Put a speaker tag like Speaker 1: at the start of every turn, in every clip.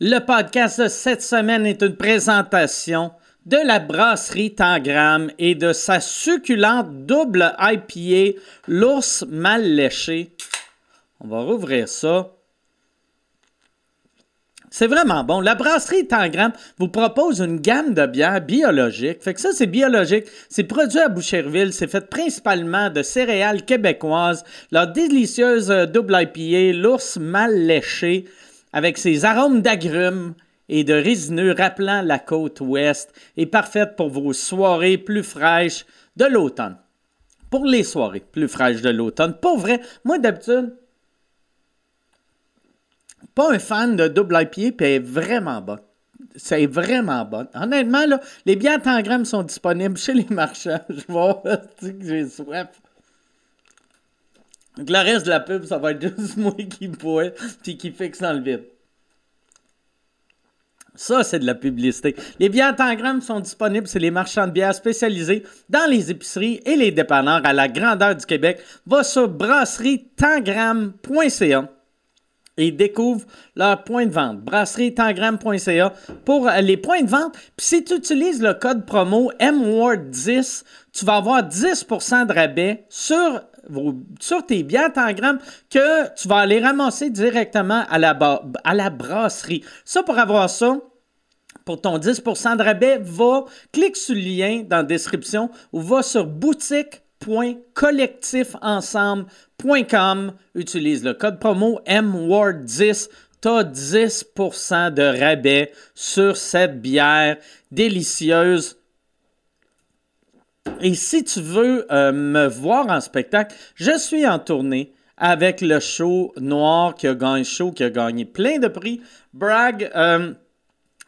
Speaker 1: Le podcast de cette semaine est une présentation de la brasserie Tangram et de sa succulente double IPA, l'ours mal léché. On va rouvrir ça. C'est vraiment bon. La brasserie Tangram vous propose une gamme de bières biologiques. Fait que ça, c'est biologique. C'est produit à Boucherville. C'est fait principalement de céréales québécoises. Leur délicieuse euh, double IPA, l'ours mal léché, avec ses arômes d'agrumes et de résineux rappelant la côte ouest, est parfaite pour vos soirées plus fraîches de l'automne. Pour les soirées plus fraîches de l'automne. Pour vrai, moi d'habitude, pas un fan de double IPA, puis elle est vraiment bonne. C'est vraiment bon. Honnêtement, là, les bières Tangram sont disponibles chez les marchands. Je vois, tu sais que j'ai soif. Donc, le reste de la pub, ça va être juste moi qui bois, puis qui fixe dans le vide. Ça, c'est de la publicité. Les bières Tangram sont disponibles chez les marchands de bières spécialisés dans les épiceries et les dépanneurs à la grandeur du Québec. Va sur brasserietangram.ca et découvre leur point de vente. Brasserietangram.ca pour euh, les points de vente. Puis si tu utilises le code promo MWARD10, tu vas avoir 10% de rabais sur, vos- sur tes bières Tangram que tu vas aller ramasser directement à la, ba- à la brasserie. Ça, pour avoir ça, pour ton 10 de rabais, va, clique sur le lien dans la description ou va sur boutique.collectifensemble.com. Utilise le code promo MWARD10. Tu as 10 de rabais sur cette bière délicieuse. Et si tu veux euh, me voir en spectacle, je suis en tournée avec le show noir qui a gagné show, qui a gagné plein de prix. Bragg. euh,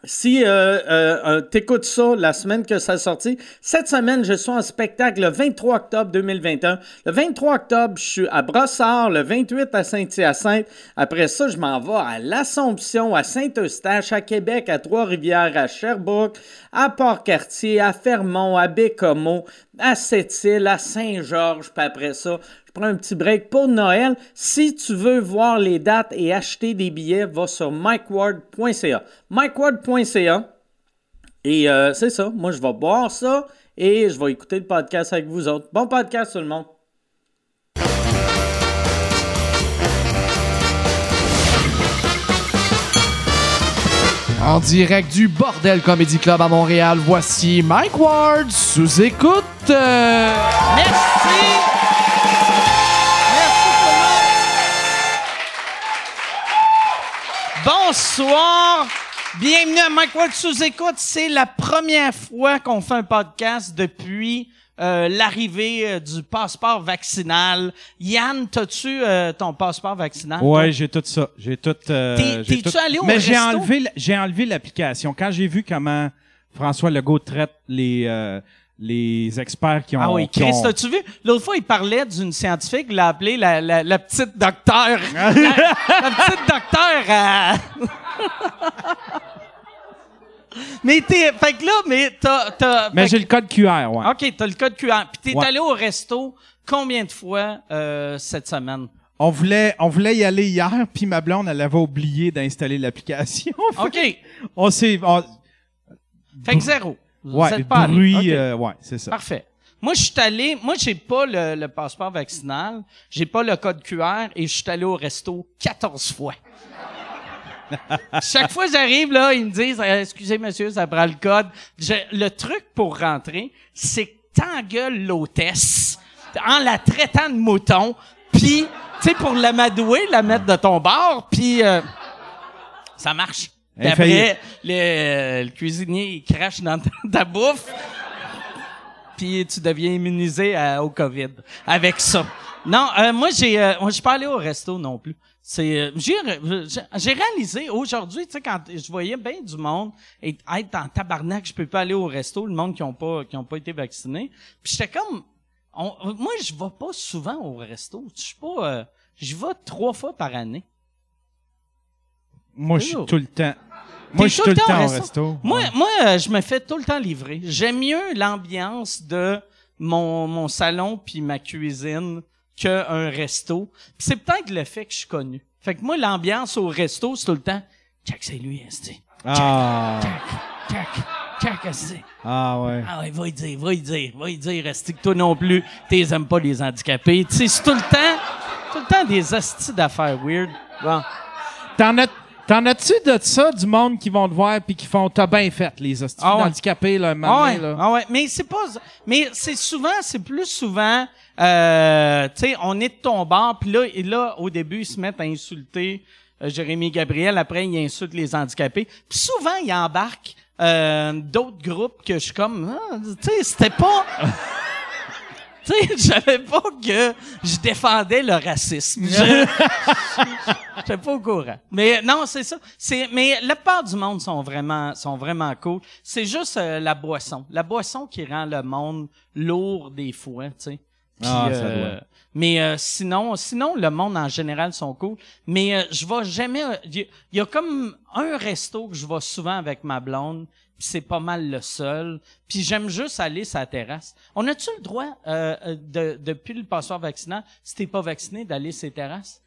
Speaker 1: si euh, euh, euh, t'écoutes ça la semaine que ça a sorti, cette semaine, je suis en spectacle le 23 octobre 2021. Le 23 octobre, je suis à Brossard, le 28 à Saint-Hyacinthe. Après ça, je m'en vais à l'Assomption, à Saint-Eustache, à Québec, à Trois-Rivières, à Sherbrooke, à Port-Cartier, à Fermont, à Bécomo, à Sept-Îles, à Saint-Georges. Puis après ça, je prends un petit break pour Noël. Si tu veux voir les dates et acheter des billets, va sur mikeward.ca. mikeward.ca. Et euh, c'est ça. Moi, je vais boire ça et je vais écouter le podcast avec vous autres. Bon podcast, tout le monde.
Speaker 2: En direct du Bordel Comedy Club à Montréal, voici Mike Ward sous écoute. Euh,
Speaker 1: Merci! Merci tout le monde! Bonsoir! Bienvenue à Mike Ward sous écoute. C'est la première fois qu'on fait un podcast depuis euh, l'arrivée euh, du passeport vaccinal. Yann, t'as-tu euh, ton passeport vaccinal?
Speaker 3: Ouais, j'ai tout ça. J'ai tout. euh,
Speaker 1: Hein? T'es-
Speaker 3: j'ai
Speaker 1: t'es-tu
Speaker 3: tout-
Speaker 1: allé au
Speaker 3: Mais j'ai
Speaker 1: resto?
Speaker 3: enlevé, l- j'ai enlevé l'application. Quand j'ai vu comment François Legault traite les euh, les experts qui ont.
Speaker 1: Ah oui,
Speaker 3: qui ont-
Speaker 1: Chris, t'as-tu vu? L'autre fois, il parlait d'une scientifique, il l'a appelée la, la, la petite docteur. la, la petite docteur. à- mais t'es. Fait que là, mais t'as. t'as-
Speaker 3: Mais
Speaker 1: fait
Speaker 3: j'ai le code QR, ouais.
Speaker 1: que- OK, t'as le code QR. Puis t'es
Speaker 3: Ouais.
Speaker 1: allé au resto combien de fois euh, cette semaine?
Speaker 4: On voulait, on voulait y aller hier, puis ma blonde, elle avait oublié d'installer l'application.
Speaker 1: OK. fait
Speaker 4: on s'est... on-
Speaker 1: que zéro. Vous
Speaker 4: ouais,
Speaker 1: êtes pas allé.
Speaker 4: bruit,
Speaker 1: OK.
Speaker 4: euh, ouais, c'est ça.
Speaker 1: Parfait. Moi, je suis allé, moi, j'ai pas le, le passeport vaccinal, j'ai pas le code QR et je suis allé au resto 14 fois. Chaque fois que j'arrive, là, ils me disent, Euh, excusez, monsieur, ça prend le code. Je- le truc pour rentrer, c'est que t'engueules l'hôtesse en la traitant de mouton, puis, tu sais, pour l'amadouer, la mettre de ton bord, puis euh, ça marche. Puis après, le, le cuisinier, il crache dans ta, ta bouffe puis tu deviens immunisé à- au COVID avec ça. Non, euh, moi j'ai euh, moi, je suis pas allé au resto non plus. C'est euh, j'ai re- j'ai- j'ai réalisé aujourd'hui, tu sais quand je voyais bien du monde et être en tabarnak, je peux pas aller au resto, le monde qui ont pas qui ont pas été vaccinés. Puis j'étais comme on- moi je vais pas souvent au resto, je suis pas euh, je vais trois fois par année.
Speaker 4: Moi, je suis
Speaker 1: Toujours.
Speaker 4: tout le temps... Moi,
Speaker 1: T'es
Speaker 4: je suis tout le temps au resto.
Speaker 1: Moi,
Speaker 4: Ouais.
Speaker 1: moi euh, je me fais tout le temps livrer. J'aime mieux l'ambiance de mon, mon salon puis ma cuisine qu'un resto. Puis c'est peut-être le fait que je suis connu. Fait que moi, l'ambiance au resto, c'est tout le temps
Speaker 5: Check, c'est lui, esti.
Speaker 3: Ah,
Speaker 5: Check, check, check, esti.
Speaker 3: ah ouais.
Speaker 5: Ah ouais, va y dire, va y dire, va y dire, esti que toi non plus, t'es aimes pas les handicapés. Tu sais, c'est tout le temps, tout le temps des esti d'affaires weird. Bon.
Speaker 4: T'en as- T'en as-tu de ça, du monde qui vont te voir puis qui font « t'as bien fait, les hosties
Speaker 5: Ah ouais.
Speaker 4: handicapés, là, un moment
Speaker 5: Ah
Speaker 4: donné,
Speaker 5: ouais,
Speaker 4: là.
Speaker 5: ah ouais, mais c'est pas, mais c'est souvent, c'est plus souvent, euh, tu sais, on est de ton bord, puis là, et là, au début, ils se mettent à insulter euh, Jérémy Gabriel, après, ils insultent les handicapés, puis souvent, ils embarquent euh, d'autres groupes que je suis comme, Ah, tu sais, c'était pas, tu sais, je savais pas que je défendais le racisme. Je- J'étais pas au courant. Mais euh, non, c'est ça. C'est mais la part du monde sont vraiment sont vraiment cool. C'est juste euh, la boisson, la boisson qui rend le monde lourd des fois, tu sais. Puis,
Speaker 3: Ah, ça
Speaker 5: euh,
Speaker 3: doit.
Speaker 5: Mais euh, sinon, sinon le monde en général sont cool. Mais euh, je vais jamais. Il y, y a comme un resto que je vais souvent avec ma blonde. puis C'est pas mal le seul. Puis j'aime juste aller sa terrasse. On a-tu le droit euh, euh, de, depuis le passeport vaccinant, si t'es pas vacciné, d'aller ses terrasses?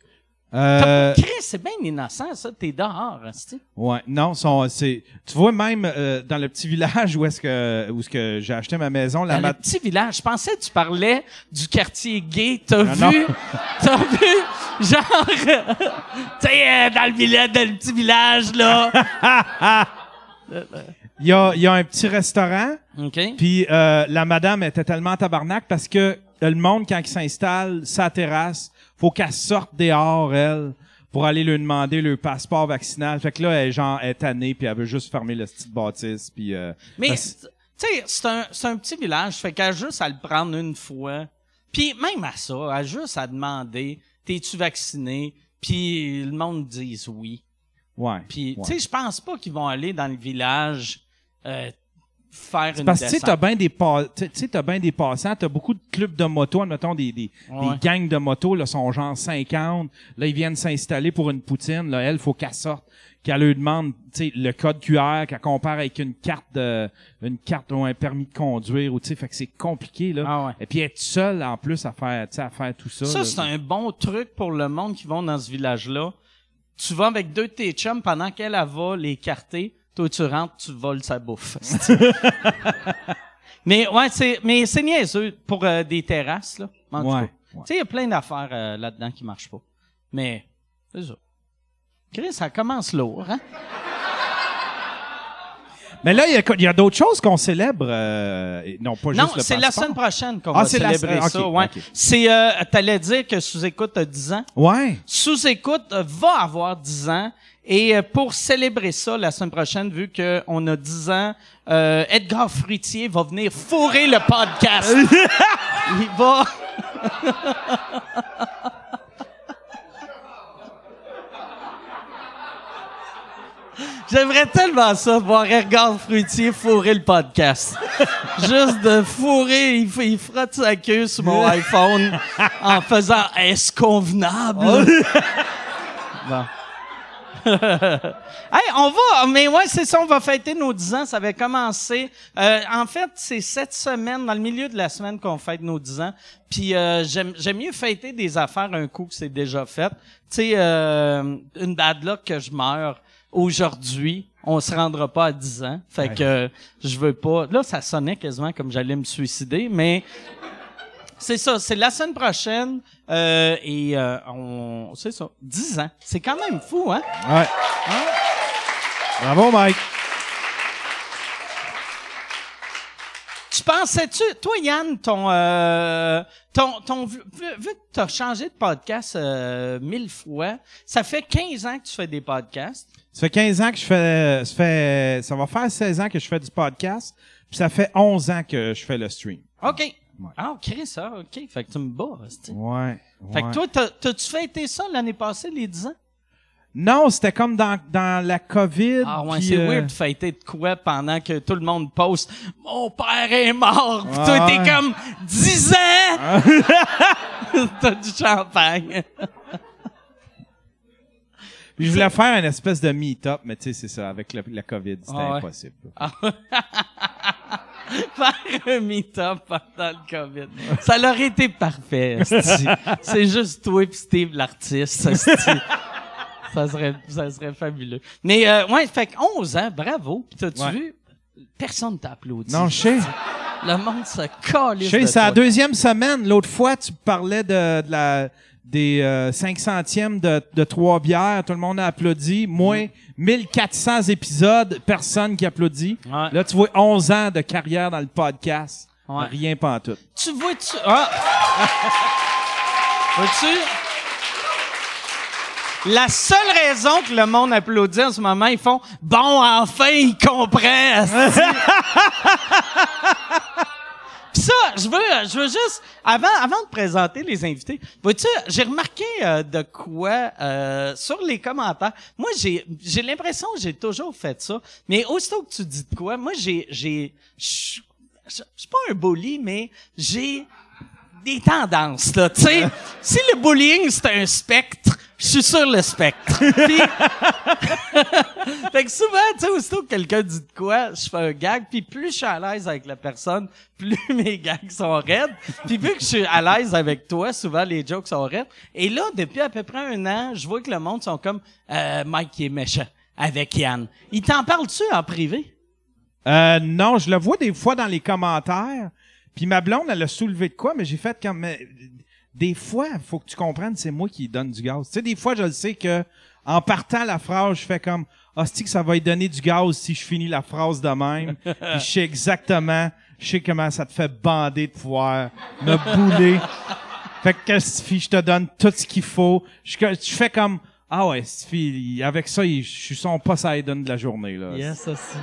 Speaker 3: Euh,
Speaker 5: Chris, c'est bien innocent, ça. T'es dehors, tu
Speaker 3: Ouais, non, sont, c'est, tu vois même euh, dans le petit village où est-ce que où est-ce que j'ai acheté ma maison la
Speaker 5: Dans le
Speaker 3: mat-
Speaker 5: petit village. Je pensais que tu parlais du quartier gay. T'as
Speaker 3: Non,
Speaker 5: vu? T'as vu? Genre, tu sais, euh, dans le village, dans le petit village, là.
Speaker 3: Il y a il y a un petit restaurant,
Speaker 5: OK.
Speaker 3: puis euh, la madame était tellement en tabarnak parce que euh, le monde quand il s'installe sa terrasse, faut qu'elle sorte dehors elle pour aller lui demander le passeport vaccinal. Fait que là elle est genre elle est tannée puis elle veut juste fermer le petit bâtisse puis euh,
Speaker 5: Mais,
Speaker 3: parce-
Speaker 5: c'est- tu sais, c'est un, c'est un petit village. Fait qu'à juste à le prendre une fois. Puis même à ça, à juste à demander, t'es-tu vacciné? Puis le monde dit oui.
Speaker 3: ouais.
Speaker 5: Puis,
Speaker 3: ouais.
Speaker 5: tu sais, je pense pas qu'ils vont aller dans le village euh, faire une
Speaker 3: Parce que tu sais,
Speaker 5: descente.
Speaker 3: t'as bien des pa- tu sais, t'as bien des passants, t'as beaucoup de clubs de moto, admettons des des,
Speaker 5: Ouais.
Speaker 3: des gangs de moto là sont genre 50, là ils viennent s'installer pour une poutine, là elle faut qu'elle sorte, qu'elle lui demande, tu sais, le code QR, qu'elle compare avec une carte de une carte ou un permis de conduire ou tu sais, fait que c'est compliqué là.
Speaker 5: Ah ouais.
Speaker 3: Et puis être seul en plus à faire, tu sais, à faire tout ça.
Speaker 5: Ça,
Speaker 3: là.
Speaker 5: c'est un bon truc pour le monde qui vont dans ce village-là. Tu vas avec deux de tes chums pendant qu'elle elle va l'écarter. Toi, tu rentres, tu voles sa bouffe. mais ouais, c'est mais c'est niaiseux pour euh, des terrasses là. En tout
Speaker 3: Ouais,
Speaker 5: cas.
Speaker 3: ouais.
Speaker 5: Tu sais, il y a plein d'affaires euh, là-dedans qui marchent pas. Mais c'est ça. Chris, ça commence lourd, hein?
Speaker 3: Mais là il y a, il y a d'autres choses qu'on célèbre, euh, et non pas
Speaker 5: Non,
Speaker 3: juste le
Speaker 5: c'est la
Speaker 3: passeport.
Speaker 5: semaine prochaine qu'on
Speaker 3: Ah,
Speaker 5: va
Speaker 3: c'est la
Speaker 5: célébrer
Speaker 3: semaine-
Speaker 5: ça.
Speaker 3: ok,
Speaker 5: ouais.
Speaker 3: ok.
Speaker 5: C'est, euh, t'allais dire que sous-écoute a 10 ans.
Speaker 3: Ouais.
Speaker 5: Sous-écoute euh, va avoir 10 ans. Et euh, pour célébrer ça la semaine prochaine, vu qu'on a 10 ans, euh, Edgar Fritier va venir fourrer le podcast. Il va... J'aimerais tellement ça, voir Edgar Frutier fourrer le podcast. Juste de fourrer, il, f- il frotte sa queue sur mon iPhone en faisant « Est-ce convenable? Bon. Hey, on va, mais ouais, c'est ça, on va fêter nos 10 ans. Ça avait commencé. euh, en fait, c'est cette semaine, dans le milieu de la semaine, qu'on fête nos 10 ans. Puis euh, j'aime j'aime mieux fêter des affaires un coup que c'est déjà fait. Tu sais, euh, une bad luck que je meurs aujourd'hui, on se rendra pas à 10 ans. Fait que euh, je veux pas. Là, ça sonnait quasiment comme j'allais me suicider, mais. C'est ça, c'est la semaine prochaine euh, et euh, on, c'est ça, 10 ans. C'est quand même fou, hein?
Speaker 3: Ouais. Bravo Mike.
Speaker 5: Tu pensais-tu, toi Yann, ton, euh, ton, ton, vu, vu- vu que t'as changé de podcast euh, mille fois, ça fait 15 ans que tu fais des podcasts.
Speaker 3: Ça fait 15 ans que je fais, ça fait, ça va faire 16 ans que je fais du podcast, puis ça fait 11 ans que je fais le stream.
Speaker 5: Ok. Ah, ok, ça, ok. Fait que tu me bats. hostie.
Speaker 3: Ouais.
Speaker 5: Fait
Speaker 3: ouais.
Speaker 5: que toi, t'as- t'as-tu fêté ça l'année passée, les 10 ans?
Speaker 3: Non, c'était comme dans, dans la COVID.
Speaker 5: Ah ouais,
Speaker 3: puis,
Speaker 5: c'est
Speaker 3: euh,
Speaker 5: weird de fêter de quoi pendant que tout le monde poste « Mon père est mort! » Pis
Speaker 3: Ah
Speaker 5: toi, t'es
Speaker 3: ouais.
Speaker 5: comme « 10 ans! » T'as du champagne.
Speaker 3: puis Je voulais faire une espèce de meet-up, mais tu sais, c'est ça, avec la, la COVID, c'était
Speaker 5: Ah ouais.
Speaker 3: impossible.
Speaker 5: faire un meet-up pendant le COVID. Ça leur été parfait, esti. C'est juste toi et Steve l'artiste, esti. ça serait, ça serait fabuleux. Mais, euh, ouais, fait que 11 ans, bravo. Puis t'as-tu
Speaker 3: Ouais.
Speaker 5: vu? Personne t'a applaudi.
Speaker 3: Non, je sais.
Speaker 5: Le monde se calisse.
Speaker 3: Je sais,
Speaker 5: de
Speaker 3: c'est la
Speaker 5: toi.
Speaker 3: deuxième semaine. L'autre fois, tu parlais de, de la des euh, 500e de, de trois bières, tout le monde a applaudi. Moi,
Speaker 5: Mm.
Speaker 3: 1400 épisodes, personne qui applaudit.
Speaker 5: Ouais.
Speaker 3: Là, tu vois 11 ans de carrière dans le podcast,
Speaker 5: Ouais.
Speaker 3: rien pas en tout.
Speaker 5: Tu vois-tu... Ah! Vois-tu? La seule raison que le monde applaudit en ce moment, ils font « Bon, enfin, ils comprennent! asti. » Puis ça, je veux, je veux juste... Avant, avant de présenter les invités, vois-tu, j'ai remarqué euh, de quoi euh, sur les commentaires. Moi, j'ai j'ai l'impression que j'ai toujours fait ça, mais aussitôt que tu dis de quoi, moi, j'ai... j'ai- Je je- je suis pas un bully, mais j'ai des tendances, là, tu sais. si le bullying, c'est un spectre, je suis sur le spectre. Puis- fait que souvent, tu sais, aussitôt que quelqu'un dit de quoi, je fais un gag, puis plus je suis à l'aise avec la personne, plus mes gags sont raides. Puis vu que je suis à l'aise avec toi, souvent les jokes sont raides. Et là, depuis à peu près un an, je vois que le monde sont comme euh, Mike qui est méchant avec Yann. Il t'en parle-tu en privé?
Speaker 3: Euh, non, je le vois des fois dans les commentaires. Puis ma blonde, elle a soulevé de quoi, mais j'ai fait comme... mais, Des fois, faut que tu comprennes, c'est moi qui donne du gaz. Tu sais, des fois, je le sais que en partant la phrase, je fais comme... Hostie que ça va lui donner du gaz si je finis la phrase de même. Puis je sais exactement... Je sais comment ça te fait bander de pouvoir me bouler. Fait que Stifi, je te donne tout ce qu'il faut. Je, je fais comme... Ah ouais, Stifi, il- avec ça, il- je suis son Poseidon de la journée, là.
Speaker 5: Yes, aussi.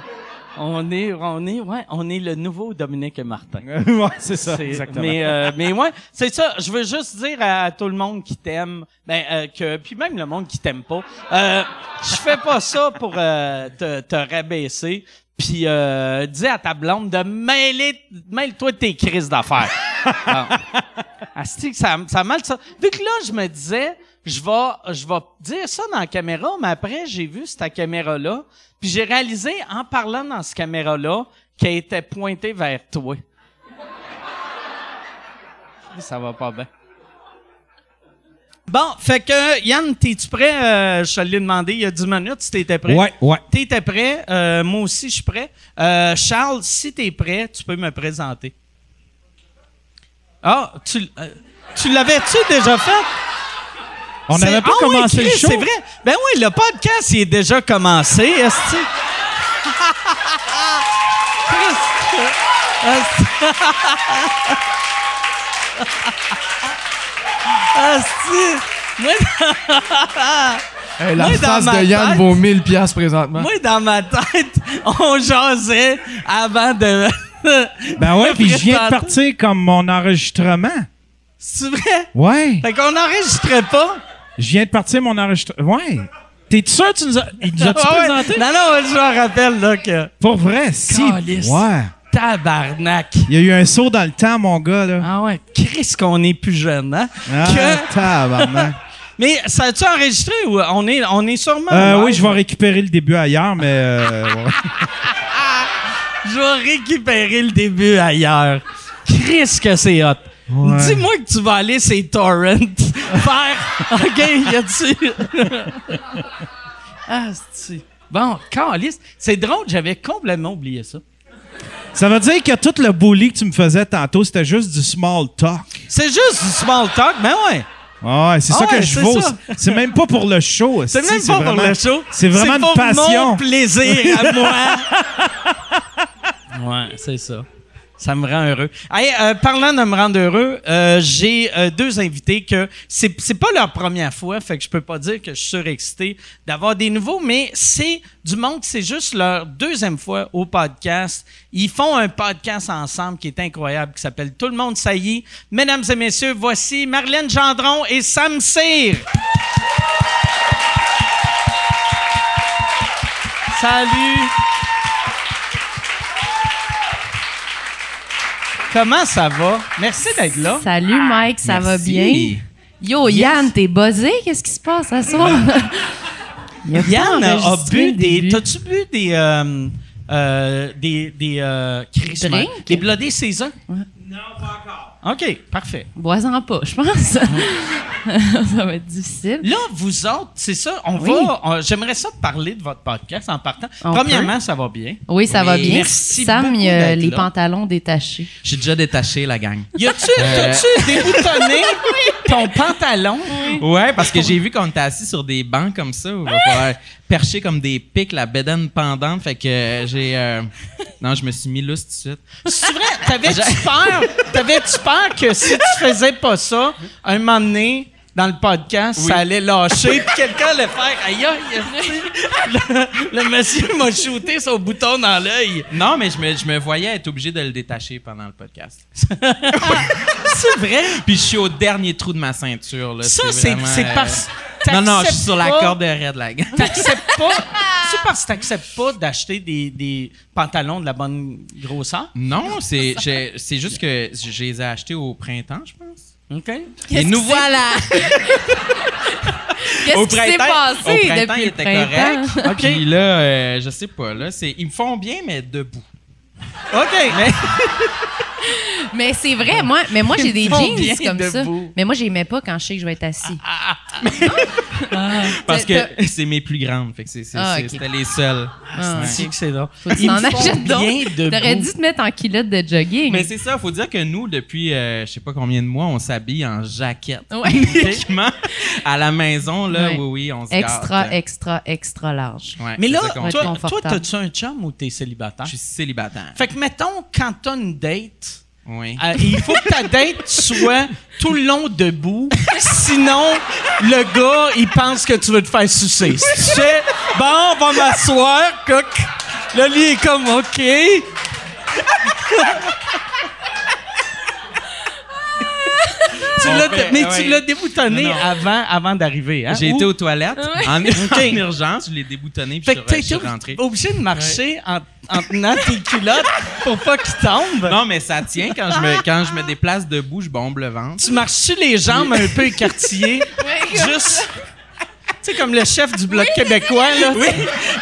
Speaker 5: On est, on est, ouais, on est le nouveau Dominique et Martin.
Speaker 3: ouais, c'est ça,
Speaker 5: C'est-
Speaker 3: exactement.
Speaker 5: Mais, euh, mais ouais, c'est ça. Je veux juste dire à tout le monde qui t'aime, ben, euh, que, puis même le monde qui t'aime pas, euh, je fais pas ça pour euh, te, te rabaisser. Puis euh, dis à ta blonde de mêler, mêle-toi de tes crises d'affaires. Ah. Asti, que ça, ça a mal ça. Vu que là, je me disais, je vais, je vais dire ça dans la caméra, mais après, j'ai vu cette caméra-là, puis j'ai réalisé en parlant dans cette caméra-là qu'elle était pointée vers toi. Ça va pas bien. Bon, fait que Yann, t'es-tu prêt? Euh, je te l'ai demandé il y a 10 minutes si t'étais prêt.
Speaker 3: Ouais, ouais.
Speaker 5: T'étais prêt, euh, moi aussi je suis prêt. Euh, Charles, si t'es prêt, tu peux me présenter. Ah, tu, l- euh, tu l'avais-tu déjà fait?
Speaker 3: On
Speaker 5: C'est-
Speaker 3: n'avait pas
Speaker 5: Ah oui,
Speaker 3: commencé le
Speaker 5: Chris,
Speaker 3: show.
Speaker 5: C'est vrai. Ben oui, le podcast, il est déjà commencé. Est-ce
Speaker 2: Hey, la
Speaker 5: Moi, dans
Speaker 2: face
Speaker 5: ma
Speaker 2: de Yann
Speaker 5: tête-
Speaker 2: vaut 1000 pièces présentement.
Speaker 5: Moi, dans ma tête, on jasait avant de.
Speaker 3: Ben ouais,
Speaker 5: de
Speaker 3: puis je viens de
Speaker 5: présenter.
Speaker 3: partir comme mon enregistrement.
Speaker 5: C'est vrai?
Speaker 3: Ouais,
Speaker 5: Fait qu'on n'enregistrait pas.
Speaker 3: je viens de partir mon enregistrement. Ouais. T'es sûr que tu nous as, il nous a-tu
Speaker 5: Ah ouais.
Speaker 3: présenté?
Speaker 5: Non, non, je me rappelle, là, que.
Speaker 3: Pour vrai, si.
Speaker 5: Calisse.
Speaker 3: Ouais.
Speaker 5: Tabarnak.
Speaker 3: Il y a eu un saut dans le temps, mon gars, là.
Speaker 5: Ah ouais, Chris, qu'on est plus jeune, hein?
Speaker 3: Ah,
Speaker 5: Que-
Speaker 3: tabarnak.
Speaker 5: Mais ça a-tu enregistré ou on est, on est sûrement.
Speaker 3: Euh,
Speaker 5: live?
Speaker 3: oui, je vais récupérer le début ailleurs, mais euh, ouais.
Speaker 5: Je vais récupérer le début ailleurs. Chris, que c'est hot.
Speaker 3: Ouais.
Speaker 5: Dis-moi que tu vas aller sur les torrents faire. OK, y a-tu. ah, c'est. Bon, calice. C'est drôle, j'avais complètement oublié ça.
Speaker 3: ça veut dire que tout le bully que tu me faisais tantôt, c'était juste du small talk.
Speaker 5: C'est juste du small talk, mais ouais.
Speaker 3: Ah ouais, c'est
Speaker 5: Ah
Speaker 3: ça
Speaker 5: ouais,
Speaker 3: que je
Speaker 5: c'est
Speaker 3: vaux.
Speaker 5: ça.
Speaker 3: C'est même pas pour le show.
Speaker 5: C'est
Speaker 3: esti,
Speaker 5: même pas pour
Speaker 3: vraiment-
Speaker 5: le show.
Speaker 3: C'est vraiment une
Speaker 5: pour
Speaker 3: passion.
Speaker 5: mon plaisir à moi. ouais, c'est ça. Ça me rend heureux. Hey, euh, parlant de me rendre heureux, euh, j'ai euh, deux invités que c'est c'est pas leur première fois, fait que je peux pas dire que je suis surexcité d'avoir des nouveaux, mais c'est du monde, que c'est juste leur deuxième fois au podcast. Ils font un podcast ensemble qui est incroyable, qui s'appelle Tout le monde saillit. Mesdames et messieurs, voici Marlène Gendron et Sam Cyr. Salut! Comment ça va? Merci d'être là.
Speaker 6: Salut Mike, ça va
Speaker 5: merci.
Speaker 6: bien? Yo,
Speaker 5: Yes.
Speaker 6: Yann, t'es buzzé? Qu'est-ce qui se passe à soir? Il a pas
Speaker 5: Yann a- a
Speaker 6: enregistré
Speaker 5: bu
Speaker 6: le
Speaker 5: des.
Speaker 6: début.
Speaker 5: T'as-tu bu des. euh, euh, des. Des. euh, Chris,
Speaker 6: Drink?
Speaker 5: man, Des Bloody Saison?
Speaker 3: Non, pas encore.
Speaker 5: OK, parfait.
Speaker 6: Bois-en pas, je pense. ça va être difficile.
Speaker 5: Là, vous autres, c'est ça, on
Speaker 6: Oui.
Speaker 5: va. on- J'aimerais ça parler de votre podcast en partant.
Speaker 6: On
Speaker 5: Premièrement, ça va bien.
Speaker 6: Oui, ça va
Speaker 7: Oui.
Speaker 6: bien.
Speaker 5: Merci
Speaker 6: Sam,
Speaker 5: beaucoup
Speaker 6: il a
Speaker 5: d'être
Speaker 6: les
Speaker 5: là.
Speaker 6: pantalons détachés.
Speaker 7: Je suis déjà détaché, la gang. Euh,
Speaker 5: Y a-tu t'as-tu déboutonné ton pantalon?
Speaker 7: Ouais, parce que j'ai vu qu'on était assis sur des bancs comme ça, où il va falloir percher comme des pics, la bédaine pendante. Fait que euh, j'ai. euh, Non, je me suis mis lousse tout de suite.
Speaker 5: C'est vrai? T'avais-tu peur? T'avais-tu peur que si tu faisais pas ça, un moment donné, dans le podcast, ça allait lâcher, puis quelqu'un allait faire aïe aïe, aïe. le, le monsieur m'a shooté son bouton dans l'œil.
Speaker 7: Non, mais je me, je me voyais être obligé de le détacher pendant le podcast.
Speaker 5: C'est vrai?
Speaker 7: Puis je suis au dernier trou de ma ceinture. Là.
Speaker 5: Ça, c'est
Speaker 7: vraiment,
Speaker 5: c'est
Speaker 7: euh,
Speaker 5: parce.
Speaker 7: Non, non, je
Speaker 5: t'acceptes
Speaker 7: suis sur la
Speaker 5: pas-
Speaker 7: corde de raide, la gang.
Speaker 5: T'acceptes pas. C'est parce que t'acceptes pas d'acheter des, des pantalons de la bonne grosseur.
Speaker 7: Non, c'est j'ai- c'est juste que je les ai achetés au printemps, je pense.
Speaker 5: OK?
Speaker 7: Et nous
Speaker 6: qui s'est-
Speaker 7: voilà!
Speaker 6: Qu'est-ce qui s'est passé
Speaker 7: au printemps,
Speaker 6: depuis
Speaker 7: il
Speaker 6: le
Speaker 7: était
Speaker 6: printemps?
Speaker 7: correct. Puis là, euh, je sais pas, là, c'est, ils me font bien, mais debout.
Speaker 5: OK.
Speaker 6: Mais c'est vrai, moi, mais moi j'ai des
Speaker 7: Ils font
Speaker 6: jeans
Speaker 7: bien
Speaker 6: comme ça.
Speaker 7: debout.
Speaker 6: Mais moi, j'aimais pas quand je sais que je vais être assis.
Speaker 7: ah,
Speaker 6: Ah,
Speaker 7: Parce
Speaker 6: T'as-
Speaker 7: que c'est mes plus grandes, fait que c'est, c'est-
Speaker 6: Ah,
Speaker 7: c'est-
Speaker 6: ok.
Speaker 7: c'était les seuls.
Speaker 6: Ah.
Speaker 7: Ouais.
Speaker 5: C'est que c'est là.
Speaker 6: Faut que tu
Speaker 5: Ils
Speaker 6: t'en
Speaker 5: me font
Speaker 6: achètes
Speaker 5: bien
Speaker 6: d'autres.
Speaker 5: debout.
Speaker 6: T'aurais dû te mettre en culotte de jogging.
Speaker 7: Mais c'est ça, faut dire que nous, depuis euh, je sais pas combien de mois, on s'habille en jaquette.
Speaker 6: Ouais.
Speaker 7: Uniquement à la maison, là,
Speaker 6: Ouais.
Speaker 7: oui, oui, on se
Speaker 6: extra,
Speaker 7: gâte.
Speaker 6: extra, extra large.
Speaker 7: Ouais,
Speaker 5: Mais
Speaker 7: c'est
Speaker 5: là,
Speaker 7: ça qu'on
Speaker 6: Ouais.
Speaker 7: fait.
Speaker 5: toi, toi,
Speaker 6: confortable.
Speaker 5: t'as-tu un chum ou t'es célibataire?
Speaker 7: je suis célibataire.
Speaker 5: Fait que, mettons, quand t'as une date,
Speaker 7: Oui.
Speaker 5: euh, il faut que ta date soit tout le long debout. Sinon, le gars, il pense que tu veux te faire sucer. Si tu fais, bon, on va m'asseoir, coq. Là, lui, il est comme, OK. Tu l'as-
Speaker 7: fait-
Speaker 5: mais
Speaker 7: ouais.
Speaker 5: tu l'as déboutonné
Speaker 7: Ah Non, non.
Speaker 5: avant, avant d'arriver. Hein?
Speaker 7: J'ai
Speaker 5: Ou-
Speaker 7: été aux toilettes en, en urgence, je l'ai déboutonné puis
Speaker 5: Fait
Speaker 7: je
Speaker 5: que
Speaker 7: suis re-
Speaker 5: t'as
Speaker 7: je suis
Speaker 5: été
Speaker 7: rentré.
Speaker 5: obligé de marcher en, en tenant tes culottes pour pas qu'ils tombent.
Speaker 7: Non, mais ça tient quand je me, quand je me déplace debout, je bombe le ventre.
Speaker 5: Tu marches sur les jambes un peu écartillées, juste... Tu sais, comme le chef du Bloc québécois, là. Oui,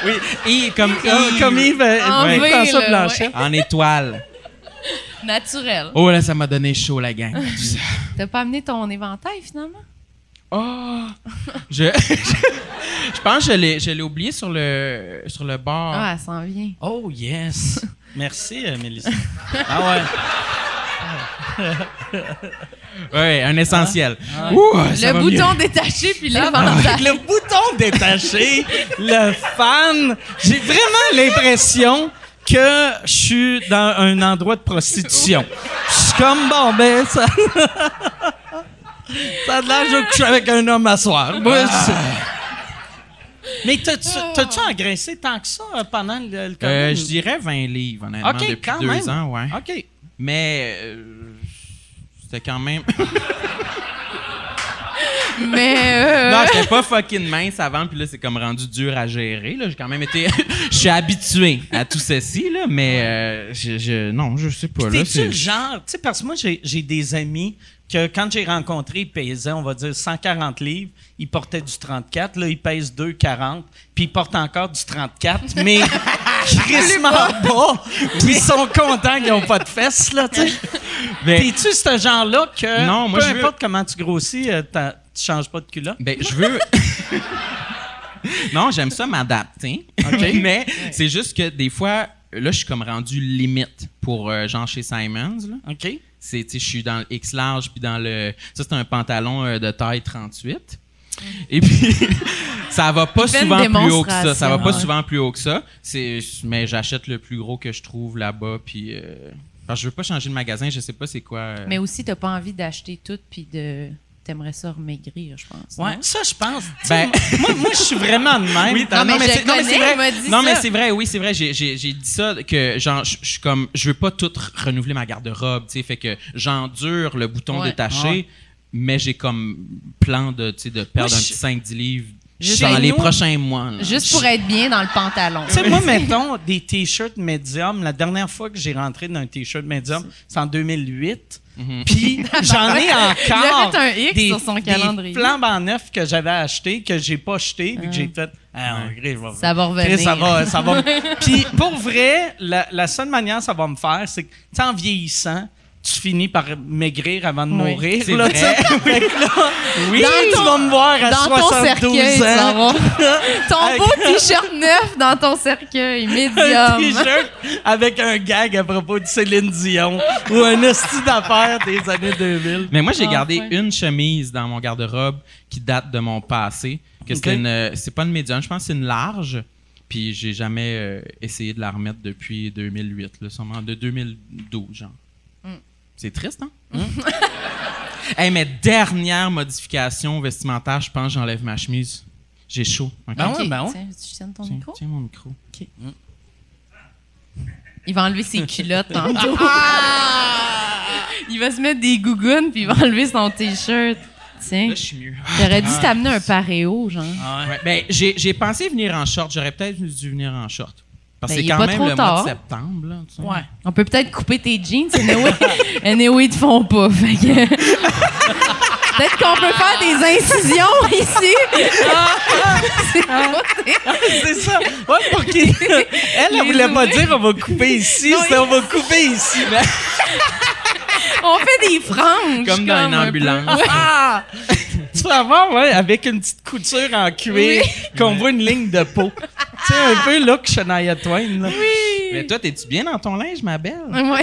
Speaker 7: Oui, et comme,
Speaker 5: comme Yves, euh,
Speaker 6: En
Speaker 5: Yves
Speaker 6: V,
Speaker 5: François
Speaker 6: là,
Speaker 5: Blanchet.
Speaker 7: en étoile.
Speaker 6: Naturel.
Speaker 7: Oh là, ça m'a donné chaud la gang.
Speaker 6: T'as pas amené ton éventail finalement?
Speaker 7: Oh, je, je pense que je l'ai, je l'ai oublié sur le sur le bord.
Speaker 6: Ah, elle s'en vient.
Speaker 5: Oh, yes. Merci, euh, Mélissa. Ah ouais.
Speaker 7: Ouais, un essentiel.
Speaker 5: Ah.
Speaker 7: Ouh, ça
Speaker 6: Le
Speaker 7: va
Speaker 6: bouton détaché puis l'éventail.
Speaker 5: Le bouton détaché, le fan. J'ai vraiment l'impression que je suis dans un endroit de prostitution. Je suis comme, bon, ben, ça. ça a de l'air, je vais coucher avec un homme à soir. Moi,
Speaker 7: Ah.
Speaker 5: je- Mais t'as-tu t'as-tu engraissé tant que ça euh, pendant le, le
Speaker 7: mieux. Euh,
Speaker 5: COVID?
Speaker 7: je dirais 20 livres honnêtement
Speaker 5: OK,
Speaker 7: depuis
Speaker 5: quand
Speaker 7: deux
Speaker 5: même.
Speaker 7: ans, ouais.
Speaker 5: OK.
Speaker 7: Mais euh, c'était quand même.
Speaker 6: Mais euh,
Speaker 7: non, Ah, j'étais pas fucking mince avant, puis là c'est comme rendu dur à gérer. Là, j'ai quand même été. Je suis habitué à tout ceci là, mais euh, je, je- non, je sais pas là.
Speaker 5: T'es-tu
Speaker 7: c'est-
Speaker 5: le genre, tu sais, parce que moi, j'ai j'ai des amis que quand j'ai rencontré, ils pesaient, on va dire, 140 livres, ils portaient du 34, là, ils pèsent 2,40, puis ils portent encore du 34, mais crissement pas, puis ils sont contents qu'ils n'ont pas de fesses, là, tu sais.
Speaker 7: Mais-
Speaker 5: T'es-tu ce genre-là que,
Speaker 7: Non, moi,
Speaker 5: peu
Speaker 7: je veux-
Speaker 5: importe comment tu grossis, euh, t'as- tu changes pas de culotte?
Speaker 7: Ben, je veux. non, j'aime ça m'adapter. Mais c'est juste que des fois, là, je suis comme rendu limite pour euh, genre chez Simons. Là.
Speaker 5: OK?
Speaker 7: C'est, tu sais, je suis dans le X large, puis dans le. Ça, c'est un pantalon euh, de taille 38. Et puis, ça va pas
Speaker 6: Pleine
Speaker 7: souvent plus haut que ça. Ça va
Speaker 6: démonstration,
Speaker 7: pas
Speaker 6: ouais.
Speaker 7: souvent plus haut que ça. C'est, mais j'achète le plus gros que je trouve là-bas, puis. euh, parce que je veux pas changer de magasin, je sais pas c'est quoi. euh,
Speaker 6: mais aussi t'as pas envie d'acheter tout puis de t'aimerais ça remaigrir, je pense.
Speaker 5: Ouais,
Speaker 6: non?
Speaker 5: ça, je pense. tu sais,
Speaker 7: Ben-
Speaker 5: moi, moi, je suis vraiment de même.
Speaker 7: Oui, t'as-
Speaker 6: Non, mais je
Speaker 7: c'est- non, mais c'est
Speaker 6: connais,
Speaker 7: vrai.
Speaker 6: il m'a dit ça.
Speaker 7: non, mais c'est vrai, oui, c'est vrai. J'ai, j'ai- j'ai dit ça que, genre, je je suis comme, je veux pas tout re- renouveler ma garde-robe, tu sais. Fait que j'endure le bouton
Speaker 6: Ouais.
Speaker 7: détaché, mais j'ai comme plan de, tu sais, de perdre
Speaker 5: Moi,
Speaker 7: un
Speaker 5: je-
Speaker 7: petit 5-10 livres
Speaker 6: Juste
Speaker 7: dans
Speaker 6: chez
Speaker 7: les
Speaker 6: nous-
Speaker 7: prochains mois. là.
Speaker 6: Juste pour être bien dans le pantalon.
Speaker 5: Tu sais, moi, mettons, des t-shirts médiums, la dernière fois que j'ai rentré dans un t-shirt médium, c'est en 2008. Puis j'en ai encore.
Speaker 6: Il a fait un X
Speaker 5: des,
Speaker 6: sur son calendrier.
Speaker 5: Des flambes en neuf que j'avais acheté, que j'ai pas acheté, puis que j'ai fait. Ah, en vrai, je vais-
Speaker 6: Ça va revenir.
Speaker 5: Chris, Ça va, ça va. puis pour vrai, la, la seule manière que ça va me faire, c'est que, tu sais, en vieillissant, tu finis par maigrir avant de
Speaker 6: Oui.
Speaker 5: mourir.
Speaker 7: C'est
Speaker 5: là,
Speaker 7: vrai.
Speaker 5: tu sais. Fait que là, oui,
Speaker 6: Dans
Speaker 5: tu
Speaker 6: ton-
Speaker 5: vas me voir à
Speaker 6: Dans ton
Speaker 5: 72
Speaker 6: cercueil, tu
Speaker 5: ans.
Speaker 6: t'en vas. Ton beau t-shirt neuf dans ton cercueil,
Speaker 5: un
Speaker 6: médium.
Speaker 5: t-shirt avec un gag à propos de Céline Dion ou un hostie d'affaires des années 2000.
Speaker 7: Mais moi, j'ai
Speaker 6: Ah,
Speaker 7: gardé
Speaker 6: ouais.
Speaker 7: une chemise dans mon garde-robe qui date de mon passé. Que c'était
Speaker 5: Ok.
Speaker 7: une, euh, c'est pas une médium, je pense que c'est une large. Puis j'ai jamais euh, essayé de la remettre depuis 2008, là, sûrement de 2012, genre.
Speaker 6: Mm.
Speaker 7: C'est triste, hein? Hey, mais dernière modification vestimentaire, je pense que j'enlève ma chemise. J'ai chaud.
Speaker 6: Bah,
Speaker 7: ok?
Speaker 5: Ben ouais, ben ouais.
Speaker 6: Tiens, tu tiennes ton
Speaker 7: Tiens,
Speaker 6: micro?
Speaker 7: tiens mon micro.
Speaker 6: Il va enlever ses culottes tantôt. il va se mettre des gougounes puis il va enlever son t-shirt. Tiens,
Speaker 7: Là, je suis mieux.
Speaker 6: j'aurais dû t'amener un paréo, genre.
Speaker 7: Ouais, ben, j'ai j'ai pensé venir en short. J'aurais peut-être dû venir en short. Parce que
Speaker 6: Ben,
Speaker 7: c'est
Speaker 6: il est
Speaker 7: quand
Speaker 6: pas
Speaker 7: même
Speaker 6: trop
Speaker 7: le mois
Speaker 6: tard.
Speaker 7: de septembre. Là, tu sais.
Speaker 6: Ouais. On peut peut-être couper tes jeans. Anyway, anyway ils te font pas. Fait que... peut-être qu'on peut faire des incisions ici. C'est
Speaker 7: Ah.
Speaker 6: pas-
Speaker 5: C'est ça. Ouais, pour qu'il- Elle, elle
Speaker 6: Les
Speaker 5: voulait pas
Speaker 6: ouvriers.
Speaker 5: dire on va couper ici,
Speaker 6: Non,
Speaker 5: c'est on va couper ici.
Speaker 6: On fait des franges.
Speaker 7: Comme dans une
Speaker 6: un peu.
Speaker 7: ambulance.
Speaker 5: Ah! tu vas avoir, ouais, avec une petite couture en cuir, qu'on voit une ligne de peau. tu sais, un peu look Shania Twain, là.
Speaker 7: Mais toi, t'es-tu bien dans ton linge, ma belle?
Speaker 6: Ouais.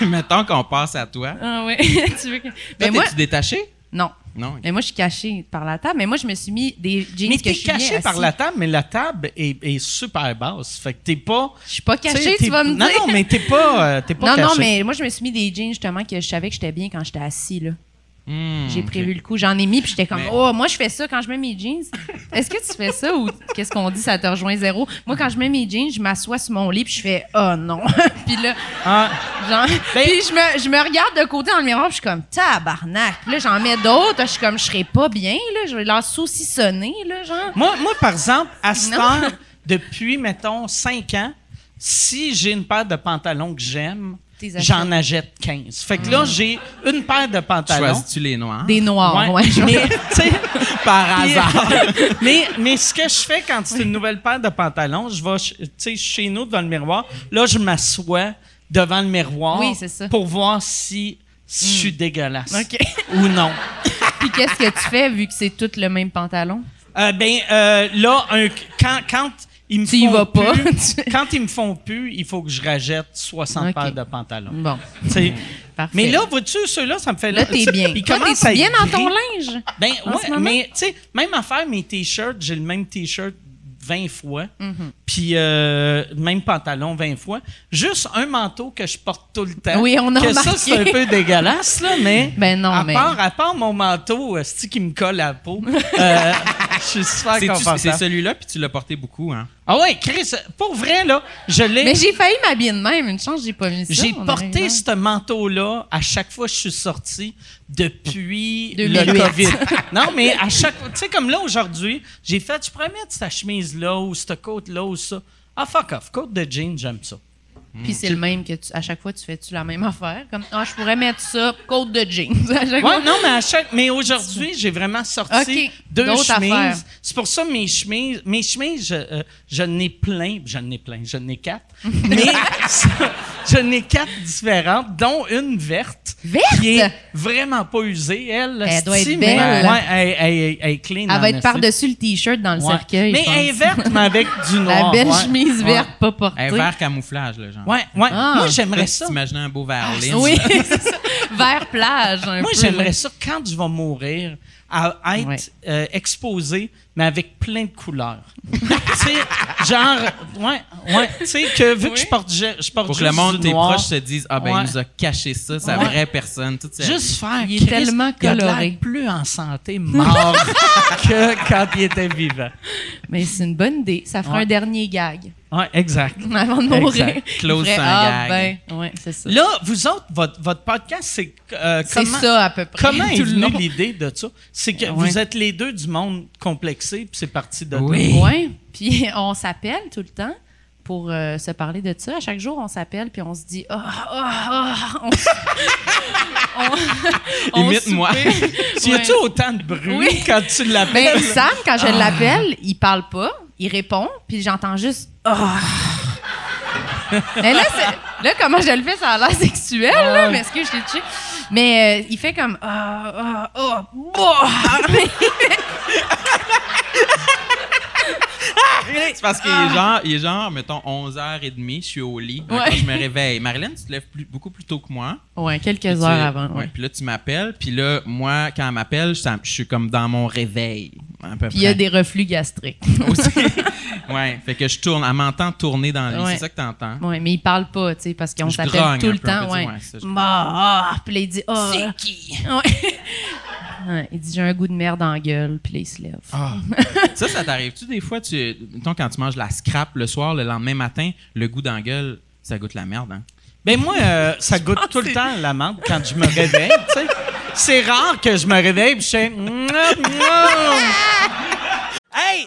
Speaker 6: oui.
Speaker 7: Mettons qu'on passe à toi.
Speaker 6: Ah ouais. tu veux que...
Speaker 7: Toi,
Speaker 6: Mais Ben, moi,
Speaker 7: t'es-tu détaché?
Speaker 6: non.
Speaker 7: Non. ok.
Speaker 6: Mais moi, je suis cachée par la table. Mais moi, je me suis mis des jeans
Speaker 5: Mais
Speaker 6: que
Speaker 5: t'es
Speaker 6: je suis bien
Speaker 5: caché par
Speaker 6: assis.
Speaker 5: la table, mais la table est, est super basse. Fait que t'es pas...
Speaker 6: Je suis pas
Speaker 5: tu sais,
Speaker 6: cachée,
Speaker 5: t'es-
Speaker 6: tu vas me
Speaker 5: non,
Speaker 6: dire.
Speaker 5: Non, mais t'es pas, euh, t'es pas
Speaker 6: non,
Speaker 5: caché.
Speaker 6: non, mais moi, je me suis mis des jeans justement que je savais que j'étais bien quand j'étais assis. Là.
Speaker 7: Hmm,
Speaker 6: J'ai
Speaker 7: ok.
Speaker 6: prévu le coup. J'en ai mis, puis j'étais comme,
Speaker 7: Mais-
Speaker 6: oh, moi, je fais ça quand je mets mes jeans. Est-ce que tu fais ça ou qu'est-ce qu'on dit, ça te rejoint zéro? Moi, quand je mets mes jeans, je m'assois sur mon lit, puis je fais, oh non. puis là,
Speaker 5: Ah.
Speaker 6: genre, puis je me, je me regarde de côté dans le miroir, puis je suis comme, tabarnak. Puis là, j'en mets d'autres, je suis comme, je serais pas bien, là. Je vais leur saucissonner, là, genre.
Speaker 5: Moi, moi, par exemple, à ce
Speaker 6: Non.
Speaker 5: temps, depuis, mettons, 5 ans, si j'ai une paire de pantalons que j'aime,
Speaker 6: T'es Mm.
Speaker 5: j'en
Speaker 6: achètes.
Speaker 5: achète 15. Fait que là, j'ai une paire de pantalons.
Speaker 7: Choisis-tu les noirs?
Speaker 6: ben Des noirs, ouais. je-
Speaker 5: mais, tu sais,
Speaker 7: Par hasard.
Speaker 5: euh, mais, mais ce que je fais quand c'est une nouvelle paire de pantalons, je vais, ch- tu sais, chez nous, devant le miroir, là, je m'assois devant le miroir
Speaker 6: Oui, c'est ça. Mm.
Speaker 5: pour voir si je suis dégueulasse
Speaker 6: OK.
Speaker 5: ou non.
Speaker 6: Puis qu'est-ce que tu fais vu que c'est tout le même pantalon?
Speaker 5: Euh, ben euh, là, un- quand, quand ils me
Speaker 6: Tu y
Speaker 5: font
Speaker 6: vas pas.
Speaker 5: plus-
Speaker 6: Tu-
Speaker 5: quand ils me font plus, il faut que je rajette 60
Speaker 6: Ok.
Speaker 5: paires de pantalons.
Speaker 6: Bon,
Speaker 5: Tu sais,
Speaker 6: parfait.
Speaker 5: Mais là, vois-tu, ceux-là, ça me fait
Speaker 6: là, t'es bien.
Speaker 5: Ils
Speaker 6: Toi,
Speaker 5: commencent
Speaker 6: t'es-tu
Speaker 5: à
Speaker 6: bien
Speaker 5: être
Speaker 6: dans ton
Speaker 5: gris.
Speaker 6: linge?
Speaker 5: Ben
Speaker 6: en ce
Speaker 5: ouais,
Speaker 6: moment?
Speaker 5: mais tu sais, même affaire, mes t-shirts, j'ai le même t-shirt 20 fois,
Speaker 6: Mhm.
Speaker 5: puis euh, même pantalon 20 fois. Juste un manteau que je porte tout le temps.
Speaker 6: Oui, on a
Speaker 5: Que ça,
Speaker 6: remarqué.
Speaker 5: c'est un peu dégueulasse, là, mais...
Speaker 6: Ben non,
Speaker 5: à
Speaker 6: mais-
Speaker 5: Part, à part mon manteau, euh, c'est-tu qui me colle à la peau? euh, je suis super
Speaker 7: C'est-tu-
Speaker 5: confortable.
Speaker 7: C'est celui-là, puis tu l'as porté beaucoup, hein?
Speaker 5: Ah ouais, Chris, pour vrai, là, je l'ai...
Speaker 6: Mais j'ai failli m'habiller de même. Une chance, j'ai pas mis ça.
Speaker 5: J'ai
Speaker 6: on aurait eu
Speaker 5: porté
Speaker 6: l'air.
Speaker 5: ce manteau-là à chaque fois que je suis sorti depuis le
Speaker 6: 2008.
Speaker 5: COVID. non, mais à chaque fois, tu sais, comme là aujourd'hui, j'ai fait, je pourrais mettre cette chemise-là ou cette cote-là ou ça. Ah, fuck off. Côte de jean, j'aime ça.
Speaker 6: Puis c'est le même que tu, à chaque fois, tu fais-tu la même affaire? Comme, ah, je pourrais mettre ça, côte de jeans. À chaque fois.
Speaker 5: Ouais, non, mais à chaque, mais aujourd'hui, j'ai vraiment sorti
Speaker 6: Ok,
Speaker 5: deux
Speaker 6: d'autres affaires.
Speaker 5: chemises. C'est pour ça mes chemises, mes chemises, je, euh, je n'ai plein, je n'ai plein, je n'ai quatre, mais ça- je n'ai quatre différentes, dont une verte,
Speaker 6: Verte?
Speaker 5: qui est vraiment pas usée. Elle,
Speaker 6: Elle doit être
Speaker 5: esti,
Speaker 6: belle.
Speaker 5: mais- ouais, elle, elle- elle- elle est clean.
Speaker 6: Elle
Speaker 5: en
Speaker 6: va être
Speaker 5: esti.
Speaker 6: par-dessus le t-shirt dans le
Speaker 5: Ouais.
Speaker 6: cercueil.
Speaker 5: Mais
Speaker 6: je pense.
Speaker 5: elle est verte, mais avec du noir.
Speaker 6: La belle
Speaker 5: ouais.
Speaker 6: chemise verte, pas portée.
Speaker 7: Un vert camouflage, là, genre.
Speaker 5: Ouais, ouais.
Speaker 6: Ah.
Speaker 5: Moi, j'aimerais
Speaker 7: Toi,
Speaker 5: ça.
Speaker 7: tu T'imagines un beau vert lin.
Speaker 6: Oui, c'est ça. Vert plage. un
Speaker 5: Moi,
Speaker 6: peu.
Speaker 5: j'aimerais ça, quand je vais mourir, à être
Speaker 6: Ouais.
Speaker 5: euh, exposé, mais avec plein de couleurs. tu sais, genre, ouais, ouais, tu sais, que vu que je porte, je, je porte
Speaker 7: Pour que
Speaker 5: juste
Speaker 7: le monde,
Speaker 5: du
Speaker 7: tes
Speaker 5: noir,
Speaker 7: proches se disent, ah ben,
Speaker 5: Ouais.
Speaker 7: il nous a caché ça, sa
Speaker 5: Ouais.
Speaker 7: vraie personne. Toute sa vie.
Speaker 5: Juste faire
Speaker 6: Il est
Speaker 5: Christ,
Speaker 6: tellement
Speaker 5: il a de l'air
Speaker 6: coloré.
Speaker 5: plus en santé mort que quand il était vivant.
Speaker 6: Mais c'est une bonne idée. Ça fera
Speaker 5: Ouais.
Speaker 6: un dernier gag
Speaker 5: Ouais, exact.
Speaker 6: avant de mourir.
Speaker 5: Exact.
Speaker 7: Close
Speaker 6: Vrai,
Speaker 7: sans
Speaker 6: ah,
Speaker 7: gag.
Speaker 6: ben, ouais, c'est ça.
Speaker 5: Là, vous autres, votre, votre podcast, c'est euh,
Speaker 6: C'est
Speaker 5: comment...
Speaker 6: ça à peu près.
Speaker 5: Comment est
Speaker 6: tout le
Speaker 5: venue
Speaker 6: long.
Speaker 5: l'idée de ça? C'est que vous êtes les deux du monde complexé, puis c'est parti de là.
Speaker 7: Oui.
Speaker 6: Ouais, puis on s'appelle tout le temps pour euh, se parler de ça. À chaque jour, on s'appelle puis on se dit ah ah ah on s- on- on
Speaker 7: Imite-moi.
Speaker 5: Tu y as-tu
Speaker 6: Ouais.
Speaker 5: autant de bruit
Speaker 6: Oui.
Speaker 5: quand tu l'appelles?
Speaker 6: Ben, Sam, quand je l'appelle, il parle pas, il répond, puis j'entends juste Ah! Mais là, c'est- là, comment je le fais, ça a l'air sexuel, là, mais excuse, je l'ai touché. Mais euh, il fait comme. Ah, ah, ah, bah.
Speaker 7: C'est parce qu'il est genre, il est genre, mettons, 11h30, je suis au lit
Speaker 6: Ah.
Speaker 7: hein,
Speaker 6: Ouais.
Speaker 7: quand je me réveille. Marilyn, tu te lèves plus- beaucoup plus tôt que moi.
Speaker 6: ouais, quelques
Speaker 7: Puis
Speaker 6: heures
Speaker 7: tu-
Speaker 6: avant. ouais.
Speaker 7: ouais, Puis là, tu m'appelles. Puis là, moi, quand elle m'appelle, je, je suis comme dans mon réveil. à peu
Speaker 6: Puis il y a
Speaker 7: près.
Speaker 6: des reflux gastriques.
Speaker 7: Aussi. ouais, fait que je tourne. Elle m'entend tourner dans le lit.
Speaker 6: Ouais.
Speaker 7: C'est ça que t'entends.
Speaker 6: Ouais, mais il parle pas, tu sais, parce qu'on
Speaker 7: Je
Speaker 6: s'appelle
Speaker 7: grogne
Speaker 6: tout
Speaker 7: un
Speaker 6: le
Speaker 7: peu, on
Speaker 6: temps.
Speaker 7: peut
Speaker 6: Ouais.
Speaker 7: dire, ouais, ça, je-
Speaker 6: Bah, ah, puis là, il dit Ah. C'est qui Il dit J'ai un goût de merde en gueule, puis là, il se lève.
Speaker 7: Ah. Ça, ça t'arrive-tu des fois? Tu, mettons, quand tu manges la scrap le soir, le lendemain matin, le goût d'engueule, ça goûte la merde. Hein?
Speaker 5: Ben moi, euh, ça goûte tout le temps la menthe quand je me réveille, tu sais. C'est rare que je me réveille puis je fais... Mmm, mmm. hey,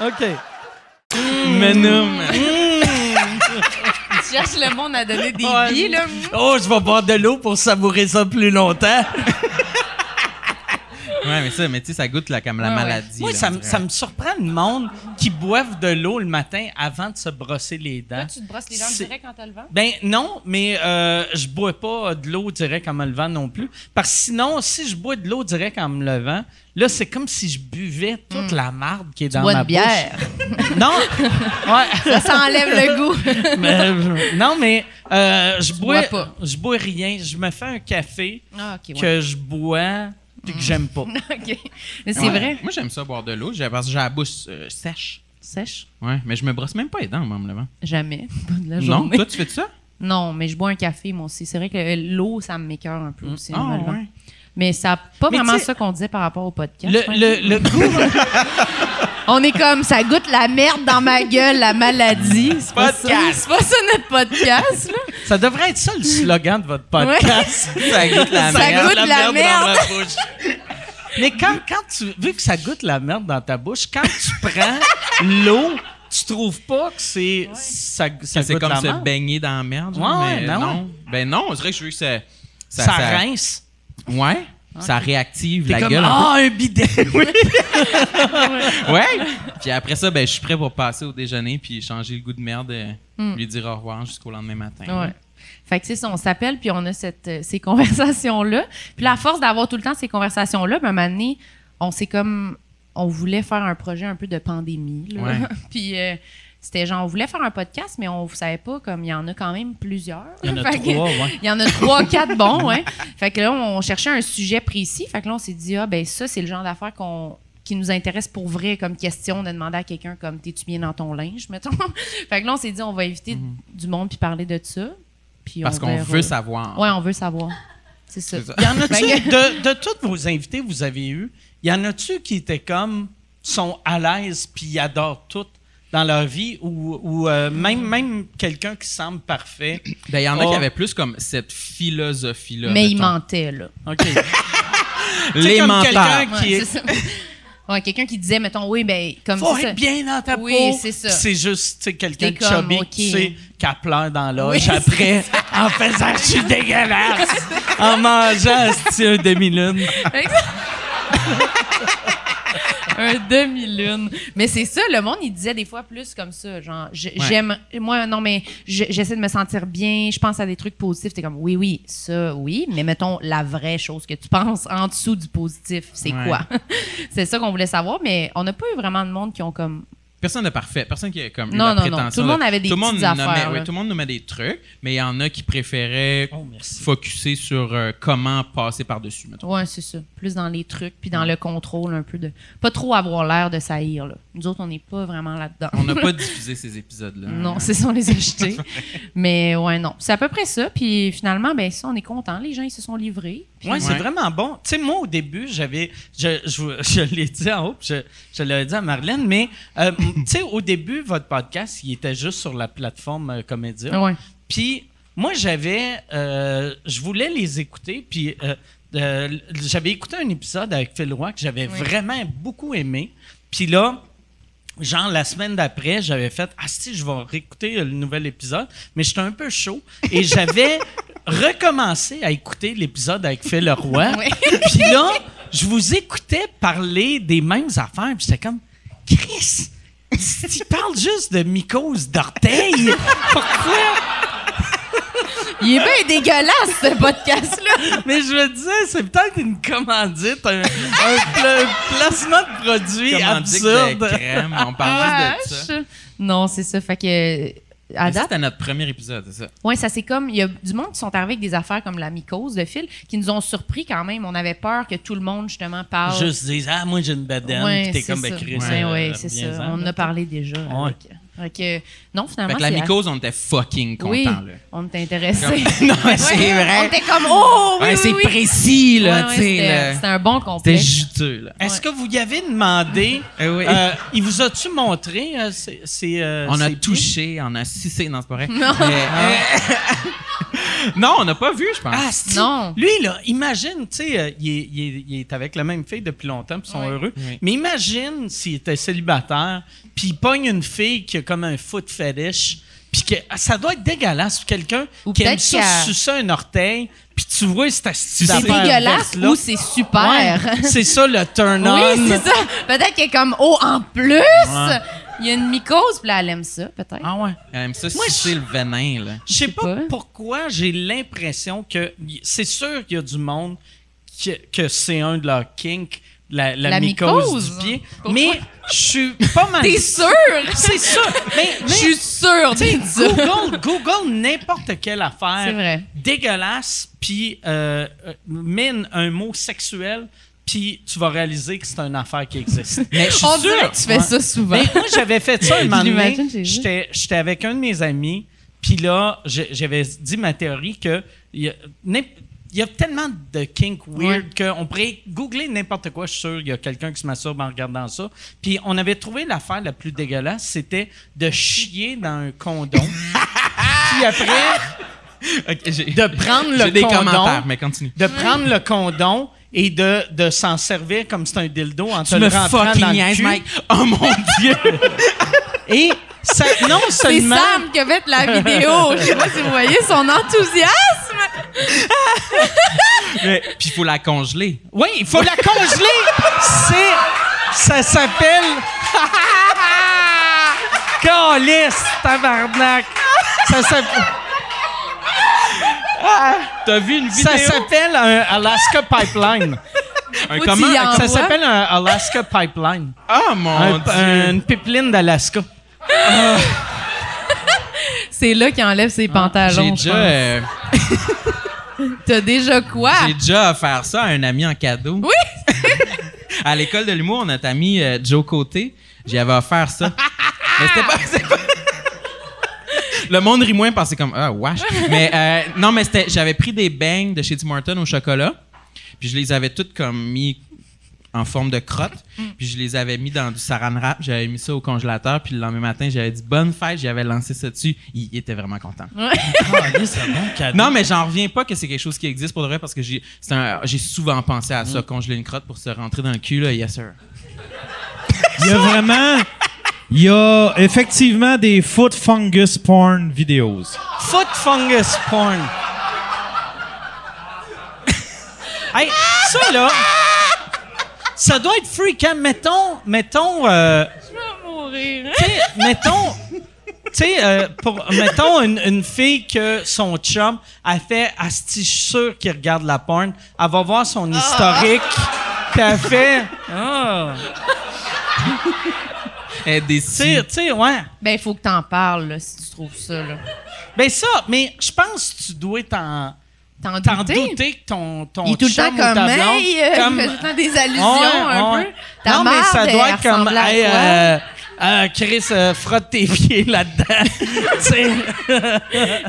Speaker 5: ha! OK. Mmh.
Speaker 7: Mais non,
Speaker 6: Tu cherches le monde à donner des
Speaker 5: Ouais.
Speaker 6: billes, là.
Speaker 5: Oh, je vais boire de l'eau pour savourer ça plus longtemps.
Speaker 7: Ouais, mais ça, mais tu sais, ça goûte la, comme la
Speaker 6: Ouais, ouais.
Speaker 7: maladie.
Speaker 5: Moi,
Speaker 7: là,
Speaker 5: ça,
Speaker 7: on
Speaker 5: me-
Speaker 7: dirait.
Speaker 5: ça me surprend le monde qui boive de l'eau le matin avant de se brosser les dents.
Speaker 6: te brosses
Speaker 5: les dents C'est- direct
Speaker 6: quand t'as le vent
Speaker 5: Ben non, mais euh, je bois pas de l'eau direct en me levant non plus. Parce que sinon, si je bois de l'eau direct en me levant, là, c'est comme si je buvais toute la marde qui est dans
Speaker 6: Hmm. Bois
Speaker 5: ma
Speaker 6: une bière.
Speaker 5: bouche. Non! Ouais.
Speaker 6: Ça s'enlève le goût.
Speaker 5: Mais, euh, non, mais euh, je bois,
Speaker 6: bois pas.
Speaker 5: je bois rien. Je me fais un café
Speaker 6: Ah, ok, ouais. Hmm.
Speaker 5: que je bois puis que j'aime pas.
Speaker 6: Ok. Mais c'est
Speaker 7: Ouais.
Speaker 6: vrai.
Speaker 7: Moi, j'aime ça boire de l'eau j'ai- parce que j'ai la bouche euh, sèche.
Speaker 6: Sèche?
Speaker 7: Ouais, mais je me brosse même pas les dents, moi, en me levant.
Speaker 6: Jamais. Pas de la
Speaker 7: Non,
Speaker 6: journée.
Speaker 7: toi, tu fais de ça?
Speaker 6: Non, mais je bois un café, moi aussi. C'est vrai que euh, l'eau, ça m'écœure un peu aussi.
Speaker 7: Ah,
Speaker 6: en me levant.
Speaker 7: ouais.
Speaker 6: Mais ça n'a pas
Speaker 5: Mais
Speaker 6: vraiment
Speaker 5: tu sais-
Speaker 6: ça qu'on disait par rapport au podcast.
Speaker 5: Le,
Speaker 6: je pense.
Speaker 5: le, le goût,
Speaker 6: On est comme, ça goûte la merde dans ma gueule, la maladie. C'est pas ça. C'est pas ça notre podcast, là.
Speaker 5: ça devrait être ça le slogan de votre podcast.
Speaker 7: Ça goûte la
Speaker 6: Ça
Speaker 7: merde.
Speaker 6: goûte la merde.
Speaker 5: dans ma bouche. Mais quand, quand tu. Vu que ça goûte la merde dans ta bouche, quand tu prends l'eau, tu trouves pas que c'est. Ça, ça
Speaker 7: C'est
Speaker 5: goûte
Speaker 7: comme
Speaker 5: la
Speaker 7: se
Speaker 5: merde.
Speaker 7: baigner dans la merde. genre,
Speaker 5: Ouais,
Speaker 7: mais
Speaker 5: ouais, non.
Speaker 7: Ben non, on dirait que je veux que ça.
Speaker 5: Ça, rince.
Speaker 7: Ouais. Ça réactive la
Speaker 5: Comme,
Speaker 7: gueule. un
Speaker 5: Ah, un bidet! Oui.
Speaker 7: peu. Ouais. Puis après ça, ben, je suis prêt pour passer au déjeuner puis changer le goût de merde, euh, lui dire au revoir jusqu'au lendemain matin.
Speaker 6: Mm. Ouais. Fait que c'est ça, on s'appelle, puis on a cette, euh, ces conversations-là. Puis la force d'avoir tout le temps ces conversations-là, ben, à un moment donné, on s'est comme... On voulait faire un projet un peu de pandémie, là.
Speaker 7: Ouais.
Speaker 6: puis... euh, c'était genre, on voulait faire un podcast, mais on ne savait pas, comme il y en a quand même plusieurs.
Speaker 5: Il y en a
Speaker 6: Fait que-
Speaker 5: trois, ouais.
Speaker 6: Il y en a trois, quatre bons, ouais. Fait que là, on cherchait un sujet précis. Fait que là, on s'est dit, ah, ben ça, c'est le genre d'affaire qu'on qui nous intéresse pour vrai comme question de demander à quelqu'un comme t'es-tu bien dans ton linge mettons fait que là on s'est dit on va éviter du monde puis parler de ça puis
Speaker 7: Parce
Speaker 6: on
Speaker 7: qu'on
Speaker 6: verra.
Speaker 7: veut savoir.
Speaker 6: ouais on veut savoir c'est ça,
Speaker 7: C'est ça.
Speaker 5: Ben, Il y en a-tu,
Speaker 6: Fait
Speaker 5: de,
Speaker 6: que-
Speaker 5: de tous vos invités que vous avez eus, il y en a-tu qui étaient comme, sont à l'aise puis ils adorent tout dans leur vie ou, ou, euh, même, même quelqu'un qui semble parfait?
Speaker 7: Ben, il y en a
Speaker 5: Oh.
Speaker 7: qui avaient plus comme cette philosophie-là.
Speaker 6: mais il
Speaker 7: mettons.
Speaker 6: mentait là
Speaker 5: OK.
Speaker 7: Les
Speaker 5: comme
Speaker 7: menteurs.
Speaker 5: quelqu'un-
Speaker 6: ouais,
Speaker 5: Qui est-
Speaker 6: c'est ça. Ouais, quelqu'un qui disait mettons oui ben comme
Speaker 5: Faut être
Speaker 6: c'est ça.
Speaker 5: bien dans ta
Speaker 6: Oui,
Speaker 5: peau.
Speaker 6: c'est ça.
Speaker 5: Puis C'est juste, tu sais, quelqu'un
Speaker 6: T'es
Speaker 5: de
Speaker 6: comme,
Speaker 5: chubby,
Speaker 6: OK.
Speaker 5: tu sais, qui a pleuré dans
Speaker 6: Oui,
Speaker 5: l'âge
Speaker 6: c'est
Speaker 5: après, en faisant « je suis dégueulasse », en mangeant c'est un demi-lune.
Speaker 6: un demi-lune. Mais c'est ça, le monde, il disait des fois plus comme ça. Genre, je- j'aime, moi, non, mais je- j'essaie de me sentir bien, je pense à des trucs positifs. T'es comme, oui, oui, ça, oui, mais mettons la vraie chose que tu penses en dessous du positif, c'est
Speaker 7: Ouais.
Speaker 6: quoi? c'est ça qu'on voulait savoir, mais on n'a pas eu vraiment de monde qui ont comme.
Speaker 7: Personne de parfait, personne qui a comme eu
Speaker 6: Non, non,
Speaker 7: la
Speaker 6: non.
Speaker 7: prétention.
Speaker 6: Tout le monde
Speaker 7: de-
Speaker 6: avait des
Speaker 7: tout le monde
Speaker 6: petites
Speaker 7: nommait-
Speaker 6: affaires,
Speaker 7: ouais,
Speaker 6: là.
Speaker 7: tout le monde nommait des trucs, mais il y en a qui préféraient
Speaker 5: Oh, merci.
Speaker 7: focuser sur euh, comment passer par-dessus, mettons.
Speaker 6: Ouais, c'est ça. Plus dans les trucs, puis dans le contrôle un peu de. Pas trop avoir l'air de saillir, là. Nous autres, on n'est pas vraiment là-dedans.
Speaker 7: On n'a pas diffusé ces épisodes-là.
Speaker 6: Non, c'est ça, on les a jetés. Mais ouais, non. C'est à peu près ça. Puis finalement, ben ça, on est content. Les gens, ils se sont livrés. Puis-
Speaker 5: Oui, c'est vraiment bon. Tu sais, moi, au début, j'avais. Je, je, je l'ai dit en haut, puis je, je l'avais dit à Marlène, mais euh, tu sais, au début, votre podcast, il était juste sur la plateforme euh, Comédia.
Speaker 6: Ouais.
Speaker 5: Puis moi, j'avais. euh, je voulais les écouter, puis euh, euh, j'avais écouté un épisode avec Phil Roy que j'avais
Speaker 6: Oui.
Speaker 5: vraiment beaucoup aimé. Puis là. Genre, la semaine d'après, j'avais fait Ah, si, je vais réécouter euh, le nouvel épisode, mais j'étais un peu chaud et j'avais recommencé à écouter l'épisode avec Phil Roy.
Speaker 6: Oui.
Speaker 5: Puis là, je vous écoutais parler des mêmes affaires, puis j'étais comme Chris, tu parles juste de mycose d'orteil. Pourquoi?
Speaker 6: Il est bien dégueulasse, ce podcast-là.
Speaker 5: Mais je me disais, c'est peut-être une commandite, un, un pla- placement de produit
Speaker 7: Comment dire que
Speaker 5: absurde.
Speaker 7: la crème, on
Speaker 6: Ah,
Speaker 7: parle juste de ça.
Speaker 6: Wesh. Non, c'est ça. Fait que, euh, à
Speaker 7: Mais ça,
Speaker 6: date,
Speaker 7: C'était notre premier épisode, c'est ça.
Speaker 6: Ouais, ça c'est comme il y a du monde qui sont arrivés avec des affaires comme la mycose de fil qui nous ont surpris quand même. On avait peur que tout le monde justement parle.
Speaker 5: Juste dire, ah, moi j'ai une bedaine,
Speaker 6: Ouais,
Speaker 5: puis t'es
Speaker 6: c'est
Speaker 5: comme ben,
Speaker 6: ça.
Speaker 5: Chris.
Speaker 6: Ouais,
Speaker 5: euh,
Speaker 6: ouais, c'est
Speaker 5: reviens-en,
Speaker 6: ça. On en
Speaker 5: là.
Speaker 6: a parlé déjà.
Speaker 5: Ouais.
Speaker 6: avec. Fait que, non,
Speaker 7: Fait
Speaker 6: finalement,
Speaker 7: que la
Speaker 6: c'est-
Speaker 5: hein?
Speaker 7: mycose, on était fucking contents.
Speaker 6: Oui,
Speaker 7: là.
Speaker 6: on était intéressé.
Speaker 7: Non, mais
Speaker 6: Ouais,
Speaker 7: c'est
Speaker 6: On
Speaker 7: vrai.
Speaker 6: était comme oh, oui,
Speaker 7: Ouais,
Speaker 6: oui,
Speaker 7: c'est
Speaker 6: oui.
Speaker 7: précis, là,
Speaker 6: Ouais, ouais,
Speaker 7: tu sais.
Speaker 6: c'était-
Speaker 7: là.
Speaker 6: C'était un bon
Speaker 7: C'était
Speaker 6: complexe.
Speaker 7: juteux, là.
Speaker 5: Est-ce que vous y avez demandé,
Speaker 7: Eh oui.
Speaker 5: euh, il vous a-tu montré euh, ces- ces, euh,
Speaker 7: on a
Speaker 5: ces
Speaker 7: touché, on a sucé, non, c'est pas vrai.
Speaker 6: Non.
Speaker 7: Mais- non, on n'a pas vu, je pense.
Speaker 5: Ah, c'est-
Speaker 6: Non.
Speaker 5: Lui, là, imagine, tu sais, euh, il, est- il est- il est avec la même fille depuis longtemps, puis ils sont
Speaker 6: Ouais.
Speaker 5: heureux.
Speaker 7: Oui.
Speaker 5: Mais imagine s'il était célibataire, puis il pogne une fille qui a comme un foot fetish, puis que ah, ça doit être dégueulasse pour quelqu'un
Speaker 6: Ou
Speaker 5: qui aime
Speaker 6: peut-être
Speaker 5: ça
Speaker 6: qu'à-
Speaker 5: sucer un orteil, puis tu vois cette astuce
Speaker 6: C'est dégueulasse ou c'est super.
Speaker 5: c'est ça le turn-on.
Speaker 6: Oui, c'est ça. Peut-être qu'elle est comme oh en plus, il y a une mycose, puis là, elle aime ça peut-être.
Speaker 5: Ah ouais.
Speaker 7: Elle aime ça
Speaker 5: Moi,
Speaker 7: sucer
Speaker 5: je-
Speaker 7: le venin, là.
Speaker 5: Je sais pas,
Speaker 6: pas.
Speaker 5: pourquoi j'ai l'impression que y- c'est sûr qu'il y a du monde que, que c'est un de leurs kinks, la, la,
Speaker 6: La
Speaker 5: mycose,
Speaker 6: mycose?
Speaker 5: du pied.
Speaker 6: Pourquoi?
Speaker 5: Mais je suis pas mal.
Speaker 6: T'es sûr?
Speaker 5: C'est ça. Mais, mais
Speaker 6: Je suis sûre
Speaker 5: tu sais,
Speaker 6: de ça.
Speaker 5: Google, Google n'importe quelle affaire
Speaker 6: C'est vrai.
Speaker 5: dégueulasse, puis euh, euh, mine un mot sexuel, puis tu vas réaliser que c'est une affaire qui existe.
Speaker 7: Mais je suis
Speaker 6: On
Speaker 7: sûr-
Speaker 6: dirait que tu fais ça souvent.
Speaker 5: Mais Ben, moi, j'avais fait ça un
Speaker 6: Je
Speaker 5: moment donné.
Speaker 6: l'imagine, j'ai vu.
Speaker 5: J'étais j'étais avec un de mes amis, puis là, j'ai- j'avais dit ma théorie que il y a, n'imp- il y a tellement de kink weird qu'on pourrait googler n'importe quoi. Je suis sûr qu'il y a quelqu'un qui se masturbe en regardant ça. Puis on avait trouvé l'affaire la plus dégueulasse, c'était de chier dans un condom. puis après,
Speaker 7: Ok, j'ai-
Speaker 5: de prendre le
Speaker 7: J'ai des
Speaker 5: condom.
Speaker 7: commentaires, mais continue.
Speaker 5: de prendre le condom et de, de s'en servir comme c'est un dildo en te
Speaker 7: Tu
Speaker 5: le
Speaker 7: me
Speaker 5: rentrant dans
Speaker 7: fucking
Speaker 5: le
Speaker 7: niaises,
Speaker 5: cul.
Speaker 7: Mike. Oh mon Dieu!
Speaker 5: Et ça, non
Speaker 6: C'est
Speaker 5: seulement...
Speaker 6: Sam qui a fait la vidéo. Je sais pas si vous voyez son enthousiasme.
Speaker 7: Puis il faut la congeler.
Speaker 5: Oui, il faut la congeler. C'est. Ça s'appelle. Calice, tabarnak. Ça s'appelle.
Speaker 7: T'as vu une vidéo?
Speaker 5: Ça s'appelle un Alaska Pipeline.
Speaker 7: un
Speaker 6: Faut
Speaker 7: comment?
Speaker 6: qu'il y en-
Speaker 7: un-
Speaker 5: Ça
Speaker 6: voit?
Speaker 5: s'appelle un Alaska Pipeline.
Speaker 7: Ah mon
Speaker 5: Un-
Speaker 7: Dieu!
Speaker 5: une pipeline d'Alaska.
Speaker 6: C'est là qu'il enlève
Speaker 5: Ah,
Speaker 6: ses
Speaker 7: J'ai
Speaker 6: pantalons. je
Speaker 7: déjà,
Speaker 6: pense.
Speaker 7: euh,
Speaker 6: T'as déjà quoi?
Speaker 7: j'ai déjà offert ça à un ami en
Speaker 5: Ah,
Speaker 7: cadeau.
Speaker 6: Oui!
Speaker 7: À l'école de l'humour, notre ami euh, Joe Côté, j'y avais offert ça. Mais c'était pas, c'est pas- Le monde rit moins parce que c'est comme ah wesh. Mais euh, non, mais c'était, j'avais pris des beignes de chez Tim Hortons au chocolat, puis je les avais toutes comme mis en forme de crotte, puis je les avais mis dans du saran wrap, j'avais mis ça au congélateur, puis le lendemain matin, j'avais dit bonne fête, j'avais lancé ça dessus, il était vraiment content. Non, mais j'en reviens pas que c'est quelque chose qui existe pour de vrai parce que j'ai c'est un- j'ai souvent pensé à ça, congeler une crotte pour se rentrer dans le cul, là, yes sir.
Speaker 3: Il y a vraiment. Il y a effectivement des foot fungus porn videos.
Speaker 5: Foot fungus porn. hey, ça là. Ça doit être freakant. Mettons. Mettons. euh,
Speaker 6: Je vais mourir.
Speaker 5: Tu sais, mettons. Tu sais, euh, pour- mettons une, une fille que son chum a fait Asti, je suis sûr qu'il regarde la porn. Elle va voir son
Speaker 6: Ah.
Speaker 5: historique. Puis elle fait. Ah.
Speaker 7: Eh, des
Speaker 5: Tu sais, tu sais, ouais.
Speaker 6: Ben, il faut que t'en parles, là, si tu trouves ça, là.
Speaker 5: Ben ça, mais je pense que tu dois t'en,
Speaker 6: T'en
Speaker 5: t'en
Speaker 6: doutais?
Speaker 5: douter que ton, ton
Speaker 6: Il est tout le temps
Speaker 5: chum ou ta
Speaker 6: comme,
Speaker 5: blonde,
Speaker 6: hey, euh, il
Speaker 5: comme-
Speaker 6: fait tout le temps des allusions
Speaker 5: Ouais,
Speaker 6: un
Speaker 5: ouais.
Speaker 6: peu. Ta
Speaker 5: non, mais
Speaker 6: marde,
Speaker 5: ça doit
Speaker 6: elle
Speaker 5: être comme.
Speaker 6: ressemblait à
Speaker 5: hey,
Speaker 6: quoi?
Speaker 5: euh, euh, Chris, euh, frotte tes pieds là-dedans. Tu sais,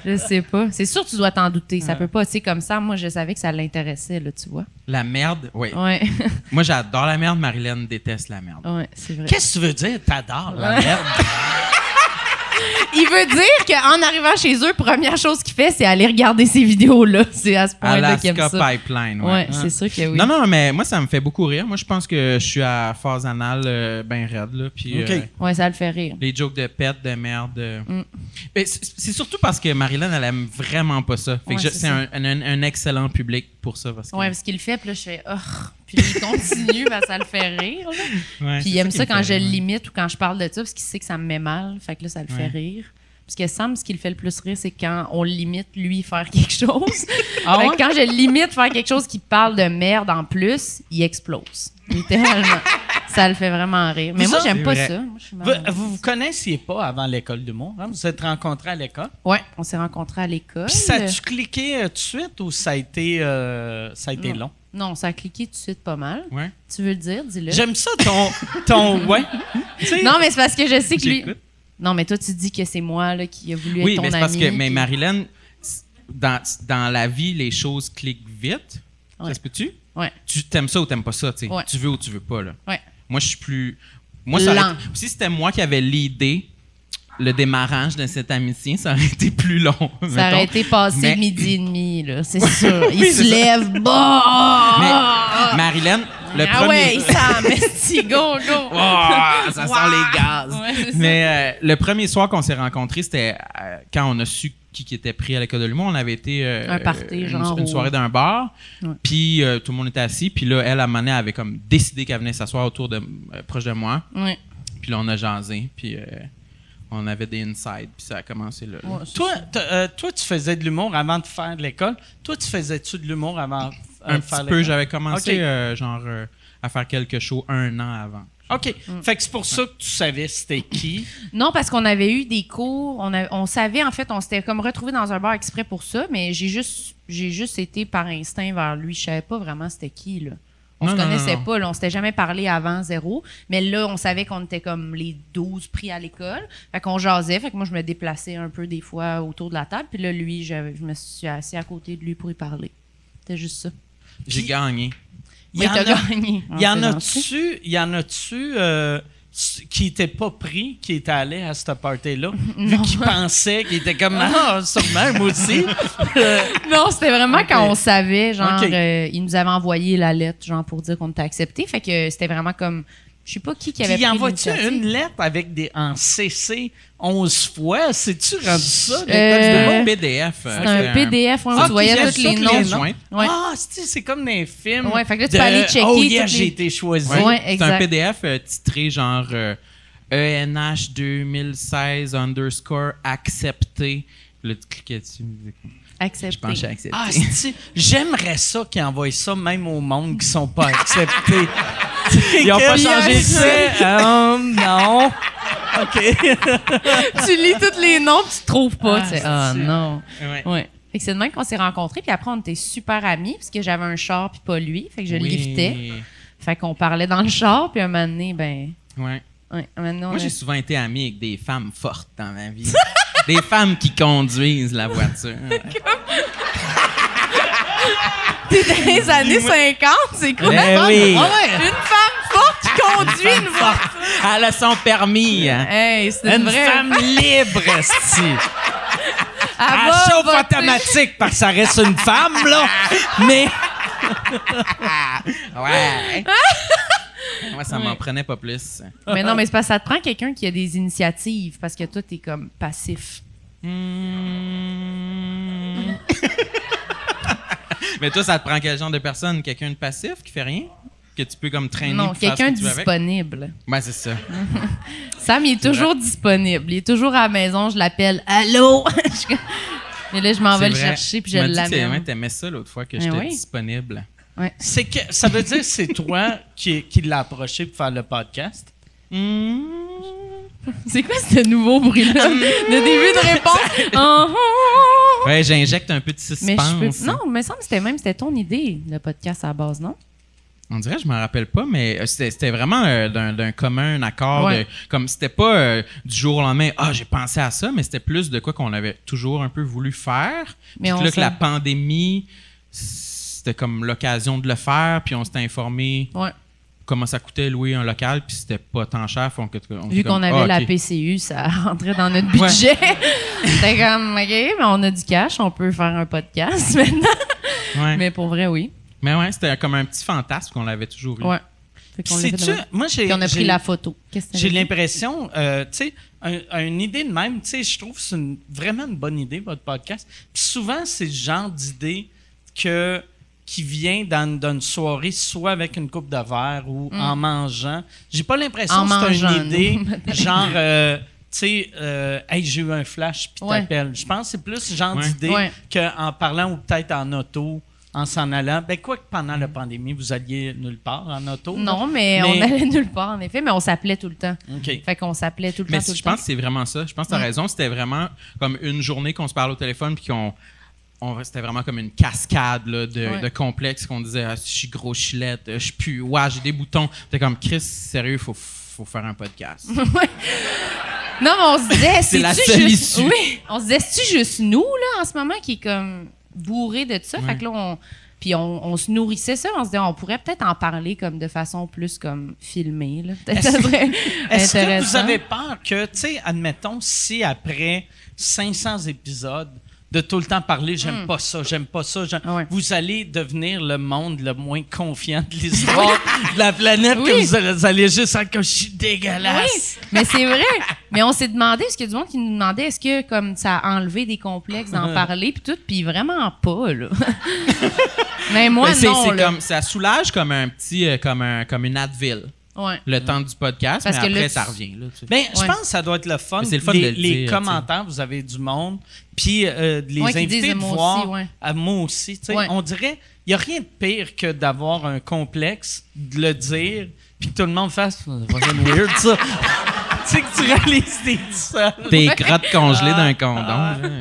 Speaker 6: Je sais pas. C'est sûr que tu dois t'en douter. Ça peut pas. Tu sais, comme ça, moi, je savais que ça l'intéressait, là, tu vois.
Speaker 7: La merde, oui.
Speaker 6: Ouais.
Speaker 7: Moi, j'adore la merde. Marilyn déteste la merde.
Speaker 6: ouais, c'est vrai.
Speaker 5: Qu'est-ce que tu veux dire? T'adores la
Speaker 6: Ouais.
Speaker 5: merde.
Speaker 6: Il veut dire qu'en arrivant chez eux, première chose qu'il fait, c'est aller regarder ces vidéos-là. C'est à ce point-là qu'il aime
Speaker 7: Alaska
Speaker 6: ça.
Speaker 7: Pipeline,
Speaker 6: Ouais, Ah.
Speaker 7: ouais. Ah.
Speaker 6: c'est sûr que oui.
Speaker 7: Non, non, mais moi, ça me fait beaucoup rire. Moi, je pense que je suis à phase anale euh, ben raide, là. Puis,
Speaker 1: OK.
Speaker 7: euh,
Speaker 6: Ouais, ça le fait rire.
Speaker 7: les jokes de pète, de merde. euh.
Speaker 6: Mm.
Speaker 7: Mais c- c'est surtout parce que Marilyn, elle aime vraiment pas ça. Fait que
Speaker 6: Ouais,
Speaker 7: je-
Speaker 6: c'est
Speaker 7: c'est
Speaker 6: ça.
Speaker 7: un, un- un excellent public pour ça. Parce que,
Speaker 6: Ouais, parce qu'il le fait, puis là, je fais « Oh! » Puis il continue, ben, ça le fait rire. là.
Speaker 7: Ouais,
Speaker 6: Puis
Speaker 7: c'est
Speaker 6: il aime
Speaker 7: qui
Speaker 6: ça
Speaker 7: me
Speaker 6: quand
Speaker 7: fait
Speaker 6: je le
Speaker 7: rire.
Speaker 6: limite ou quand je parle de ça, parce qu'il sait que ça me met mal. Fait que là, ça le fait
Speaker 7: Ouais.
Speaker 6: rire. Parce que Sam, ce qui le fait le plus rire, c'est quand on le limite, lui, faire quelque chose.
Speaker 5: Ah
Speaker 6: Fait que
Speaker 5: ouais?
Speaker 6: quand je le limite faire quelque chose qui parle de merde en plus, il explose. Littéralement. ça le fait vraiment rire. Mais
Speaker 5: Vous
Speaker 6: moi,
Speaker 5: autres,
Speaker 6: j'aime
Speaker 7: c'est
Speaker 6: pas
Speaker 7: vrai.
Speaker 6: ça. Moi, je suis
Speaker 5: Vous,
Speaker 6: mal à l'aise.
Speaker 5: vous vous connaissiez pas avant l'école d'humour, hein? Vous êtes rencontrés à l'école.
Speaker 6: Ouais, on s'est rencontrés à l'école.
Speaker 5: Puis ça a-tu cliqué euh, tout de suite ou ça a été, euh, ça a été long?
Speaker 6: Non, ça a cliqué tout de suite pas mal.
Speaker 7: Ouais.
Speaker 6: Tu veux le dire, dis-le.
Speaker 5: J'aime ça ton, ton ouais. Tu sais,
Speaker 6: Non, mais c'est parce que je sais que lui.
Speaker 7: J'écoute.
Speaker 6: Non, mais toi, tu dis que c'est moi là, qui a voulu
Speaker 7: Oui,
Speaker 6: être ton
Speaker 7: mais c'est parce
Speaker 6: ami,
Speaker 7: que mais
Speaker 6: puis-
Speaker 7: Marilyn, c- dans, dans la vie, les choses cliquent vite.
Speaker 6: Ouais.
Speaker 7: Ça se peut-tu?
Speaker 6: Ouais.
Speaker 7: Tu t'aimes ça ou t'aimes pas ça, tu sais.
Speaker 6: Ouais.
Speaker 7: Tu veux ou tu veux pas, là.
Speaker 6: Ouais.
Speaker 7: Moi, je suis plus. Moi, ça aurait-
Speaker 6: Lent.
Speaker 7: Si c'était moi qui avais l'idée, le démarrage de cette amitié, ça aurait été plus long.
Speaker 6: Ça
Speaker 7: mettons.
Speaker 6: aurait été passé
Speaker 7: Mais-
Speaker 6: midi et demi, là, c'est sûr. Il se
Speaker 7: c'est ça.
Speaker 6: lève, bon!
Speaker 7: Mais,
Speaker 6: Ah, ah,
Speaker 7: Marilyn, le
Speaker 6: ah
Speaker 7: premier.
Speaker 6: ouais, ça, mais go, go!
Speaker 7: Oh, ça sent les gaz.
Speaker 6: Ouais, c'est ça.
Speaker 7: Mais euh, le premier soir qu'on s'est rencontrés, c'était euh, quand on a su qui, qui était pris à l'école de l'humour. On avait été euh,
Speaker 6: Un party,
Speaker 7: une,
Speaker 6: genre,
Speaker 7: une
Speaker 6: au-
Speaker 7: soirée d'un bar.
Speaker 6: Ouais.
Speaker 7: Puis euh, tout le monde était assis. Puis là, elle, à un moment donné, elle avait comme décidé qu'elle venait s'asseoir autour de euh, proche de moi.
Speaker 6: Ouais.
Speaker 7: Puis là, on a jasé. Puis euh, on avait des insides. Puis ça a commencé là. là.
Speaker 6: Ouais, c'est
Speaker 5: Toi, t'as- euh, toi, tu faisais de l'humour avant de faire de l'école. Toi, tu faisais-tu de l'humour avant euh,
Speaker 7: un
Speaker 5: de faire
Speaker 7: petit peu,
Speaker 5: l'école?
Speaker 7: j'avais commencé
Speaker 5: Ok.
Speaker 7: euh, genre euh, à faire quelque chose un an avant.
Speaker 5: OK.
Speaker 6: Mm.
Speaker 5: Fait que c'est pour ça que tu savais c'était qui.
Speaker 6: Non, parce qu'on avait eu des cours, on, a- on savait, en fait, on s'était comme retrouvés dans un bar exprès pour ça, mais j'ai juste, j'ai juste été par instinct vers lui. Je savais pas vraiment c'était qui, là. On
Speaker 7: Non,
Speaker 6: se
Speaker 7: non,
Speaker 6: connaissait
Speaker 7: non, non.
Speaker 6: pas, là. on s'était jamais parlé avant zéro, mais là, on savait qu'on était comme les 12 pris à l'école. Fait qu'on jasait, fait que moi, je me déplaçais un peu des fois autour de la table, puis là, lui, j'avais- je, me suis assis à côté de lui pour y parler. C'était juste ça.
Speaker 7: J'ai
Speaker 5: Puis-
Speaker 7: gagné.
Speaker 5: Il
Speaker 6: Mais
Speaker 5: y en
Speaker 6: t'as
Speaker 5: a-
Speaker 6: gagné.
Speaker 5: Il y en
Speaker 6: Ah, c'est gentil.
Speaker 5: a-tu, il y en a-tu euh, s- qui n'étaient pas pris, qui étaient allés à cette party-là, vu qu'ils pensaient qu'ils étaient comme ah sûrement moi aussi. Euh,
Speaker 6: Non, c'était vraiment quand on savait, genre,
Speaker 5: Ok.
Speaker 6: euh, ils nous avaient envoyé la lettre, genre, pour dire qu'on était accepté. Fait que c'était vraiment comme, je sais pas qui qui avait
Speaker 5: Puis
Speaker 6: pris
Speaker 5: envoies-tu
Speaker 6: l'initiative.
Speaker 5: une lettre avec des en CC 11 fois C'est-tu rendu ça
Speaker 6: Euh,
Speaker 7: C'était pas
Speaker 6: Euh,
Speaker 7: un PDF. euh,
Speaker 6: C'était un PDF, ouais,
Speaker 7: Ah,
Speaker 6: on voyait
Speaker 7: puis
Speaker 6: tous
Speaker 7: il y a
Speaker 6: les
Speaker 7: toutes les
Speaker 6: noms.
Speaker 7: jointes.
Speaker 6: Ouais.
Speaker 5: Ah, c'est c'est comme dans les films.
Speaker 6: Ouais, fait que là, tu
Speaker 5: de,
Speaker 6: peux aller checker
Speaker 5: Oh yeah,
Speaker 6: toutes les-
Speaker 5: j'ai été choisi.
Speaker 6: Ouais.
Speaker 7: Ouais, c'est
Speaker 6: exact.
Speaker 7: un PDF euh, titré genre euh, ENH 2016 underscore accepté. Là, tu cliquais dessus. Je
Speaker 6: Accepté.
Speaker 7: penchais accepté.
Speaker 5: Ah, c'est-tu- j'aimerais ça qu'ils envoient ça même au monde qui sont pas acceptés. Ils
Speaker 7: ont pas changé de
Speaker 5: de euh, Non. OK.
Speaker 6: tu lis tous les noms, puis tu trouves pas. tu sais. Ah,
Speaker 5: c'est-
Speaker 6: non.
Speaker 7: Ouais.
Speaker 6: Ouais. Fait que c'est de même qu'on s'est rencontrés, puis après, on était super amis, parce que j'avais un char, puis pas lui. Fait que je le
Speaker 7: Oui.
Speaker 6: liftais. Fait qu'on parlait dans le char, puis un moment donné, ben.
Speaker 7: Ouais.
Speaker 6: Ouais, un moment donné, on
Speaker 7: Moi,
Speaker 6: a-
Speaker 7: j'ai souvent été ami avec des femmes fortes dans ma vie. des femmes qui conduisent la voiture.
Speaker 6: Dans les années 50, c'est quoi?
Speaker 7: Ben
Speaker 6: Ah
Speaker 7: oui.
Speaker 6: ouais. Une femme forte qui conduit une voiture.
Speaker 7: Elle a son permis. hein.
Speaker 6: Hey, c'est une,
Speaker 5: Une
Speaker 6: vraie.
Speaker 5: femme libre, esti.
Speaker 6: Elle
Speaker 5: Elle
Speaker 6: va
Speaker 5: chauffe
Speaker 6: voter.
Speaker 5: automatique parce que ça reste une femme, là. Mais
Speaker 7: Ouais. Moi, ça m'en prenait pas plus.
Speaker 6: Mais non, mais c'est parce que ça te prend quelqu'un qui a des initiatives parce que toi, t'es comme passif.
Speaker 7: Mais toi, ça te prend quel genre de personne? Quelqu'un de passif qui fait rien? Que tu peux comme traîner
Speaker 6: Non,
Speaker 7: pour faire ce
Speaker 6: quelqu'un
Speaker 7: que tu veux avec?
Speaker 6: disponible.
Speaker 7: Ben, c'est ça.
Speaker 6: Sam, il est toujours disponible. Il est toujours à la maison. Je l'appelle. Allô? Je- mais là, je m'en vais
Speaker 7: C'est
Speaker 6: le
Speaker 7: vrai.
Speaker 6: chercher puis
Speaker 7: Tu
Speaker 6: je
Speaker 7: m'as dit que t'aimais-
Speaker 6: l'amène.
Speaker 7: T'aimais ça l'autre fois que
Speaker 6: Ben
Speaker 7: j'étais
Speaker 6: oui.
Speaker 7: disponible.
Speaker 5: c'est que ça veut dire que c'est toi qui, qui l'as approché pour faire le podcast.
Speaker 6: C'est quoi ce nouveau bruit-là? Le début de réponse. Ah, ah.
Speaker 7: Ouais, j'injecte un peu de
Speaker 6: Mais
Speaker 7: suspense.
Speaker 6: je peux. Non, mais semble que c'était même c'était ton idée, le podcast à la base, non?
Speaker 7: On dirait, je me rappelle pas, mais euh, c'était c'était vraiment euh, d'un d'un commun accord.
Speaker 6: Ouais.
Speaker 7: de- comme c'était pas euh, du jour au lendemain, ah, j'ai pensé à ça, mais c'était plus de quoi qu'on avait toujours un peu voulu faire.
Speaker 6: Mais
Speaker 7: Puis
Speaker 6: on
Speaker 7: là, que
Speaker 6: s'en-
Speaker 7: la pandémie, c'était comme l'occasion de le faire, puis on s'était informé
Speaker 6: Ouais.
Speaker 7: comment ça coûtait louer un local, puis c'était pas tant cher. fait que- on était
Speaker 6: Vu qu'on
Speaker 7: comme,
Speaker 6: avait
Speaker 7: ah,
Speaker 6: la
Speaker 7: ok.
Speaker 6: PCU, ça rentrait dans notre budget. C'était comme, OK, mais on a du cash, on peut faire un podcast maintenant.
Speaker 7: Ouais. Mais,
Speaker 6: Mais pour vrai, oui.
Speaker 7: ouais, c'était comme un petit fantasme qu'on avait toujours eu.
Speaker 6: Ouais. Fait qu'on l'a fait
Speaker 5: Sais-tu,
Speaker 6: de même.
Speaker 5: moi, j'ai.
Speaker 6: Puis on a
Speaker 5: j'ai-
Speaker 6: pris la photo. Qu'est-ce que
Speaker 5: J'ai
Speaker 6: t'avais dit?
Speaker 5: l'impression, euh, tu sais, un- une idée de même, tu sais, je trouve que c'est une- vraiment une bonne idée, votre podcast. Puis souvent, c'est le genre d'idée que qui vient dans, dans une soirée, soit avec une coupe de verre ou en mangeant. J'ai pas l'impression
Speaker 6: Mm. En
Speaker 5: que c'est
Speaker 6: mangeant,
Speaker 5: une idée
Speaker 6: non.
Speaker 5: genre, euh, tu sais, euh, hey, j'ai eu un flash, puis
Speaker 6: Ouais.
Speaker 5: t'appelles. Je pense que c'est plus ce genre
Speaker 7: Ouais.
Speaker 5: d'idée
Speaker 6: Ouais.
Speaker 5: qu'en parlant ou peut-être en auto, en s'en allant. Ben, quoi que pendant la pandémie, vous alliez nulle part en auto. là.
Speaker 6: Mm. Non, mais,
Speaker 5: Mais-
Speaker 6: on allait nulle part, en effet, mais on s'appelait tout le temps.
Speaker 5: OK.
Speaker 6: Fait qu'on s'appelait tout le
Speaker 7: Mm. Mais
Speaker 6: temps, tout
Speaker 7: si-
Speaker 6: le
Speaker 7: je
Speaker 6: temps.
Speaker 7: pense que c'est vraiment ça. Je pense que tu as raison. C'était vraiment comme une journée qu'on se parle au téléphone puis qu'on. on- C'était vraiment comme une cascade là, de,
Speaker 6: Ouais.
Speaker 7: de complexes qu'on disait Ah, Je suis gros chilette, euh, je pue, ouais, j'ai des boutons. C'était comme Chris, sérieux, faut, faut faire un podcast.
Speaker 6: Non, mais on se disait,
Speaker 7: C'est la
Speaker 6: c'est-tu
Speaker 7: seule
Speaker 6: juste...
Speaker 7: issue.
Speaker 6: Oui, on se disait, c'est-tu juste nous, là, en ce moment, qui est comme bourré de ça? Fait que là, on... Puis on, on se nourrissait ça, on se disait, on pourrait peut-être en parler comme de façon plus comme filmée, là. Peut-être
Speaker 5: Est-ce-
Speaker 6: ça serait
Speaker 5: Est-ce que vous
Speaker 6: intéressant.
Speaker 5: avez peur que, tu sais, admettons, si après 500 épisodes de tout le temps parler, j'aime pas ça, j'aime pas ça, j'aime-
Speaker 6: Hmm. Ouais.
Speaker 5: vous allez devenir le monde le moins confiant de l'histoire de la planète,
Speaker 6: Oui.
Speaker 5: que vous allez, vous allez juste dire que je suis
Speaker 6: Oui,
Speaker 5: dégueulasse.
Speaker 6: mais c'est vrai. Mais on s'est demandé, est-ce qu'il y a du monde qui nous demandait, est-ce que comme ça a enlevé des complexes d'en parler, puis tout, puis vraiment pas, là. mais moi,
Speaker 7: Mais c'est-
Speaker 6: non,
Speaker 7: c'est
Speaker 6: là.
Speaker 7: comme, ça soulage comme un petit, euh, comme, un, comme une Advil,
Speaker 6: Ouais.
Speaker 7: le temps du podcast,
Speaker 6: Parce
Speaker 7: mais
Speaker 6: que là,
Speaker 7: après,
Speaker 6: tu-
Speaker 7: ça revient. Là, tu-
Speaker 5: Ben, je
Speaker 6: Ouais.
Speaker 5: pense que ça doit être le fun.
Speaker 7: Mais c'est le fun de
Speaker 5: les,
Speaker 7: le
Speaker 5: les
Speaker 7: dire,
Speaker 5: commentaires, vous avez du monde, puis euh, de les
Speaker 6: Ouais, qui
Speaker 5: invités
Speaker 6: disent,
Speaker 5: de
Speaker 6: moi
Speaker 5: voir
Speaker 6: aussi, ouais.
Speaker 5: à moi aussi. tu sais.
Speaker 6: Ouais.
Speaker 5: On dirait, il n'y a rien de pire que d'avoir un complexe, de le dire, puis que tout le monde fasse « C'est fucking weird, ça! » Tu sais que tu réalises t'es tout seul.
Speaker 7: Tes crottes congelées
Speaker 6: Ah.
Speaker 7: d'un condom.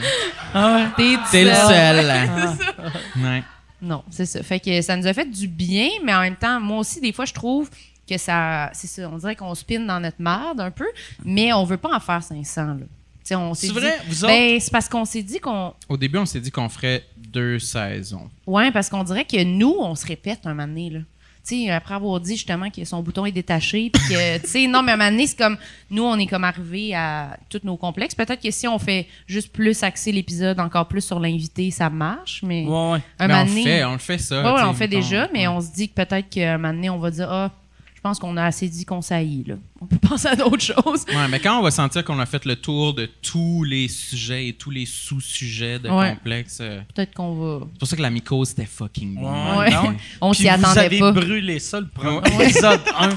Speaker 7: là.
Speaker 6: T'es
Speaker 7: T'es le
Speaker 6: seul.
Speaker 7: seul. hein. Ouais.
Speaker 6: Non, c'est ça. Fait que ça nous a fait du bien, mais en même temps, moi aussi, des fois, je trouve que ça. C'est ça. On dirait qu'on spinne dans notre merde un peu, mais on veut pas en faire 500, là. Tu sais, on s'est
Speaker 5: C'est
Speaker 6: dit-
Speaker 5: vrai, vous
Speaker 6: Ben, c'est parce qu'on s'est dit qu'on.
Speaker 7: Au début, on s'est dit qu'on ferait deux saisons.
Speaker 6: Ouais, parce qu'on dirait que nous, on se répète un moment donné, là. Tu sais, après avoir dit justement que son bouton est détaché, puis que, tu sais, non, mais un moment donné, c'est comme, nous, on est comme arrivé à tous nos complexes. Peut-être que si on fait juste plus axer l'épisode encore plus sur l'invité, ça marche, mais
Speaker 5: Ouais, ouais.
Speaker 6: un
Speaker 7: mais
Speaker 6: moment
Speaker 7: Ben, on
Speaker 6: donné-
Speaker 7: fait, on le fait ça.
Speaker 5: Euh,
Speaker 6: Ouais, ouais,
Speaker 7: tu sais,
Speaker 6: on fait
Speaker 7: mettons.
Speaker 6: déjà, mais on se dit que peut-être qu'à un moment donné, on va dire Ah, je pense qu'on a assez dit qu'on s'haït, là. On peut penser à d'autres choses.
Speaker 7: Ouais, mais quand on va sentir qu'on a fait le tour de tous les sujets et tous les sous-sujets de
Speaker 6: Ouais.
Speaker 7: complexe, euh,
Speaker 6: Peut-être qu'on va.
Speaker 7: c'est pour ça que la mycose c'était fucking bon.
Speaker 5: Ouais, non.
Speaker 6: on
Speaker 5: Puis
Speaker 6: s'y
Speaker 5: vous
Speaker 6: attendait
Speaker 5: avez
Speaker 6: pas.
Speaker 5: brûlé ça, le premier épisode 1.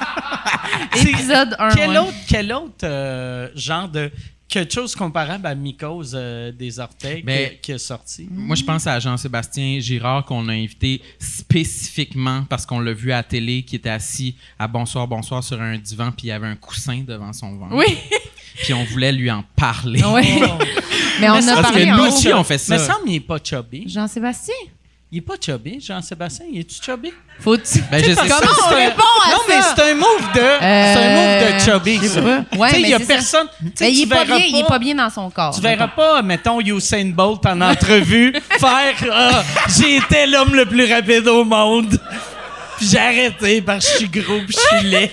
Speaker 6: Épisode 1.
Speaker 5: Quel autre, quel autre euh, genre de... Quelque chose comparable à mycose euh, des orteils
Speaker 7: Ben,
Speaker 5: qui, qui est sorti.
Speaker 7: Moi, je pense à Jean-Sébastien Girard qu'on a invité spécifiquement parce qu'on l'a vu à la télé, qui était assis à Bonsoir, Bonsoir sur un divan, puis il y avait un coussin devant son ventre.
Speaker 6: Oui,
Speaker 7: Puis on voulait lui en parler.
Speaker 6: oui. mais on
Speaker 5: Mais
Speaker 6: a
Speaker 5: ça,
Speaker 7: Parce
Speaker 6: parlé
Speaker 7: que
Speaker 6: en
Speaker 7: nous
Speaker 6: haut.
Speaker 7: aussi, on fait
Speaker 5: Mais
Speaker 7: ça.
Speaker 5: semble il n'est pas chubby.
Speaker 6: Jean-Sébastien,
Speaker 5: Il est pas chubby, Jean-Sébastien. Il est-tu chubby?
Speaker 6: faut-tu.
Speaker 7: Ben, je sais
Speaker 5: Parce
Speaker 7: pas.
Speaker 5: que
Speaker 6: Comment on
Speaker 5: c'est un-
Speaker 6: répond à
Speaker 5: Non,
Speaker 6: ça? Euh,
Speaker 5: mais c'est un move de... C'est un move de chubby, ça.
Speaker 6: Ouais,
Speaker 5: Tu sais,
Speaker 6: mais
Speaker 5: il y a
Speaker 6: c'est ça.
Speaker 5: personne... tu sais,
Speaker 6: Mais il
Speaker 5: tu
Speaker 6: est, pas
Speaker 5: verras
Speaker 6: bien, il est pas bien dans son corps.
Speaker 5: Tu verras pas, mettons, Usain Bolt en entrevue faire Ah, J'ai été l'homme le plus rapide au monde. Puis j'ai arrêté parce que je suis gros puis je suis laid.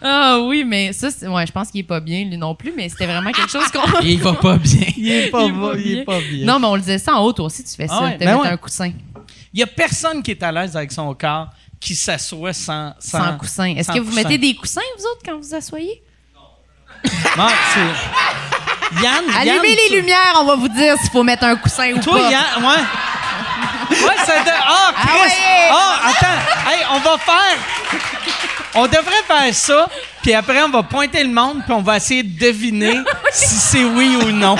Speaker 6: Ah oui, mais ça, c'est- ouais, je pense qu'il est pas bien, lui non plus, mais c'était vraiment quelque chose qu'on.
Speaker 7: Et il va pas bien.
Speaker 5: Il est pas,
Speaker 6: Il est pas
Speaker 5: il est
Speaker 6: bien.
Speaker 5: pas bien.
Speaker 6: Non, mais on le disait ça en haut, toi aussi, tu fais ça.
Speaker 5: Ah ouais,
Speaker 6: T'as
Speaker 5: ben
Speaker 6: mis
Speaker 5: ouais.
Speaker 6: un coussin.
Speaker 5: Il y a personne qui est à l'aise avec son corps qui s'assoit sans, sans,
Speaker 6: Sans coussin. Est-ce
Speaker 5: sans
Speaker 6: que vous
Speaker 5: coussin.
Speaker 6: mettez des coussins, vous autres, quand vous asseyez?
Speaker 5: Non, c'est- Yann, Yann,
Speaker 6: Allumez les
Speaker 5: tu-
Speaker 6: lumières, on va vous dire s'il faut mettre un coussin ou
Speaker 5: Toi,
Speaker 6: pas.
Speaker 5: Yann, ouais. Ouais, ça de- Ah, Chris! Ah,
Speaker 6: ouais!
Speaker 5: attends! Hey, on va faire. On devrait faire ça, puis après, on va pointer le monde, puis on va essayer de deviner si c'est oui ou non.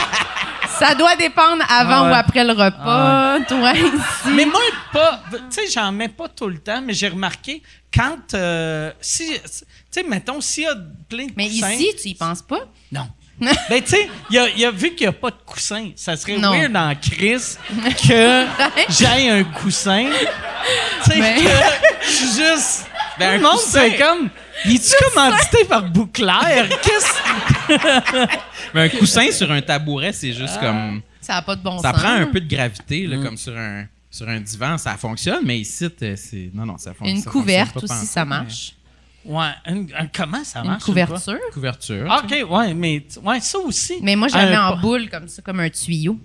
Speaker 6: Ça doit dépendre avant
Speaker 5: Ah ouais.
Speaker 6: ou après le repas. Toi, ici.
Speaker 5: Mais moi, pas. Tu sais, j'en mets pas tout le temps, mais j'ai remarqué, quand. euh, si, tu sais, mettons, s'il y a plein de
Speaker 6: Mais
Speaker 5: coussins.
Speaker 6: ici, tu y penses pas?
Speaker 5: Non. ben, tu sais, il a, il a vu qu'il n'y a pas de coussin. Ça serait
Speaker 6: Non.
Speaker 5: weird en crise que j'aille un coussin. Tu sais,
Speaker 6: Mais-
Speaker 5: que je suis juste.
Speaker 7: Ben,
Speaker 5: tout
Speaker 7: un
Speaker 5: le monde,
Speaker 7: coussin.
Speaker 5: c'est comme. Il est-tu commandité par Bouclair? Qu'est-ce.
Speaker 7: Mais un coussin sur un tabouret, c'est juste comme.
Speaker 6: Ça n'a pas de bon
Speaker 7: Ça
Speaker 6: sens.
Speaker 7: prend un peu de gravité, là, comme sur un, sur un divan, ça fonctionne, mais ici, t'es- c'est. Non, non, ça fon- ça fonctionne.
Speaker 6: Une couverte
Speaker 7: pas
Speaker 6: aussi,
Speaker 7: pantoute,
Speaker 6: ça
Speaker 7: mais-
Speaker 6: marche.
Speaker 5: Ouais, un- un- comment ça
Speaker 6: Une
Speaker 5: marche? je sais
Speaker 6: couverture.
Speaker 7: Couverture.
Speaker 6: Ah.
Speaker 5: pas. OK, ouais, mais t- ouais, ça aussi.
Speaker 6: Mais moi, je
Speaker 5: Un
Speaker 6: la mets en
Speaker 5: pa-
Speaker 6: boule comme ça, comme un tuyau.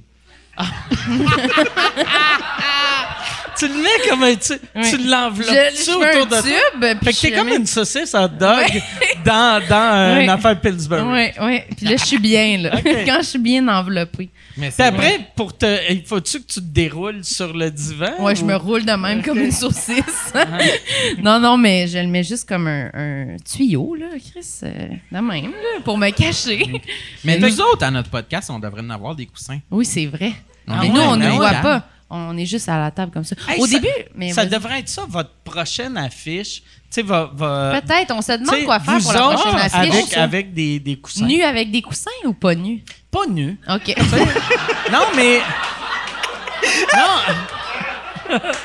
Speaker 5: Tu le mets comme un. Tu,
Speaker 6: Oui.
Speaker 5: tu
Speaker 6: Je,
Speaker 5: l'enveloppes-tu
Speaker 6: je fais
Speaker 5: autour
Speaker 6: un
Speaker 5: de toi?
Speaker 6: tube,
Speaker 5: Fait
Speaker 6: puis
Speaker 5: que
Speaker 6: je
Speaker 5: t'es
Speaker 6: le
Speaker 5: comme
Speaker 6: mets-
Speaker 5: une saucisse hot dog dans, dans euh,
Speaker 6: Oui.
Speaker 5: une affaire Pillsbury.
Speaker 6: Ouais, ouais. Puis là, je suis bien, là.
Speaker 5: Ok.
Speaker 6: Quand je suis bien enveloppée.
Speaker 7: Mais
Speaker 5: Puis
Speaker 7: c'est vrai.
Speaker 5: après, pour te, il faut-tu que tu te déroules sur le divan?
Speaker 6: Ouais, je
Speaker 5: ou-
Speaker 6: me roule de même comme une saucisse.
Speaker 5: Ah.
Speaker 6: non, non, mais je le mets juste comme un, un tuyau, là, Chris, euh, de même, là, pour me cacher.
Speaker 7: Mais nous autres, à notre podcast, on devrait en avoir des coussins.
Speaker 6: oui, c'est vrai.
Speaker 7: Ah
Speaker 6: mais
Speaker 7: ouais,
Speaker 6: nous, on
Speaker 7: on
Speaker 6: ne
Speaker 7: est
Speaker 6: voit
Speaker 7: là.
Speaker 6: pas. On est juste à la table comme ça.
Speaker 5: Hey,
Speaker 6: Au
Speaker 5: ça-
Speaker 6: début, mais
Speaker 5: Ça
Speaker 6: vas-y.
Speaker 5: devrait être ça, votre prochaine affiche. Tu sais, va. va
Speaker 6: peut-être, on
Speaker 5: tu
Speaker 6: se
Speaker 5: sais,
Speaker 6: demande quoi faire
Speaker 5: vous
Speaker 6: pour la
Speaker 5: autres,
Speaker 6: prochaine affiche.
Speaker 5: Avec, avec des, des coussins.
Speaker 6: nu avec des coussins ou pas nu?
Speaker 5: Pas nu.
Speaker 6: OK.
Speaker 5: Non, mais.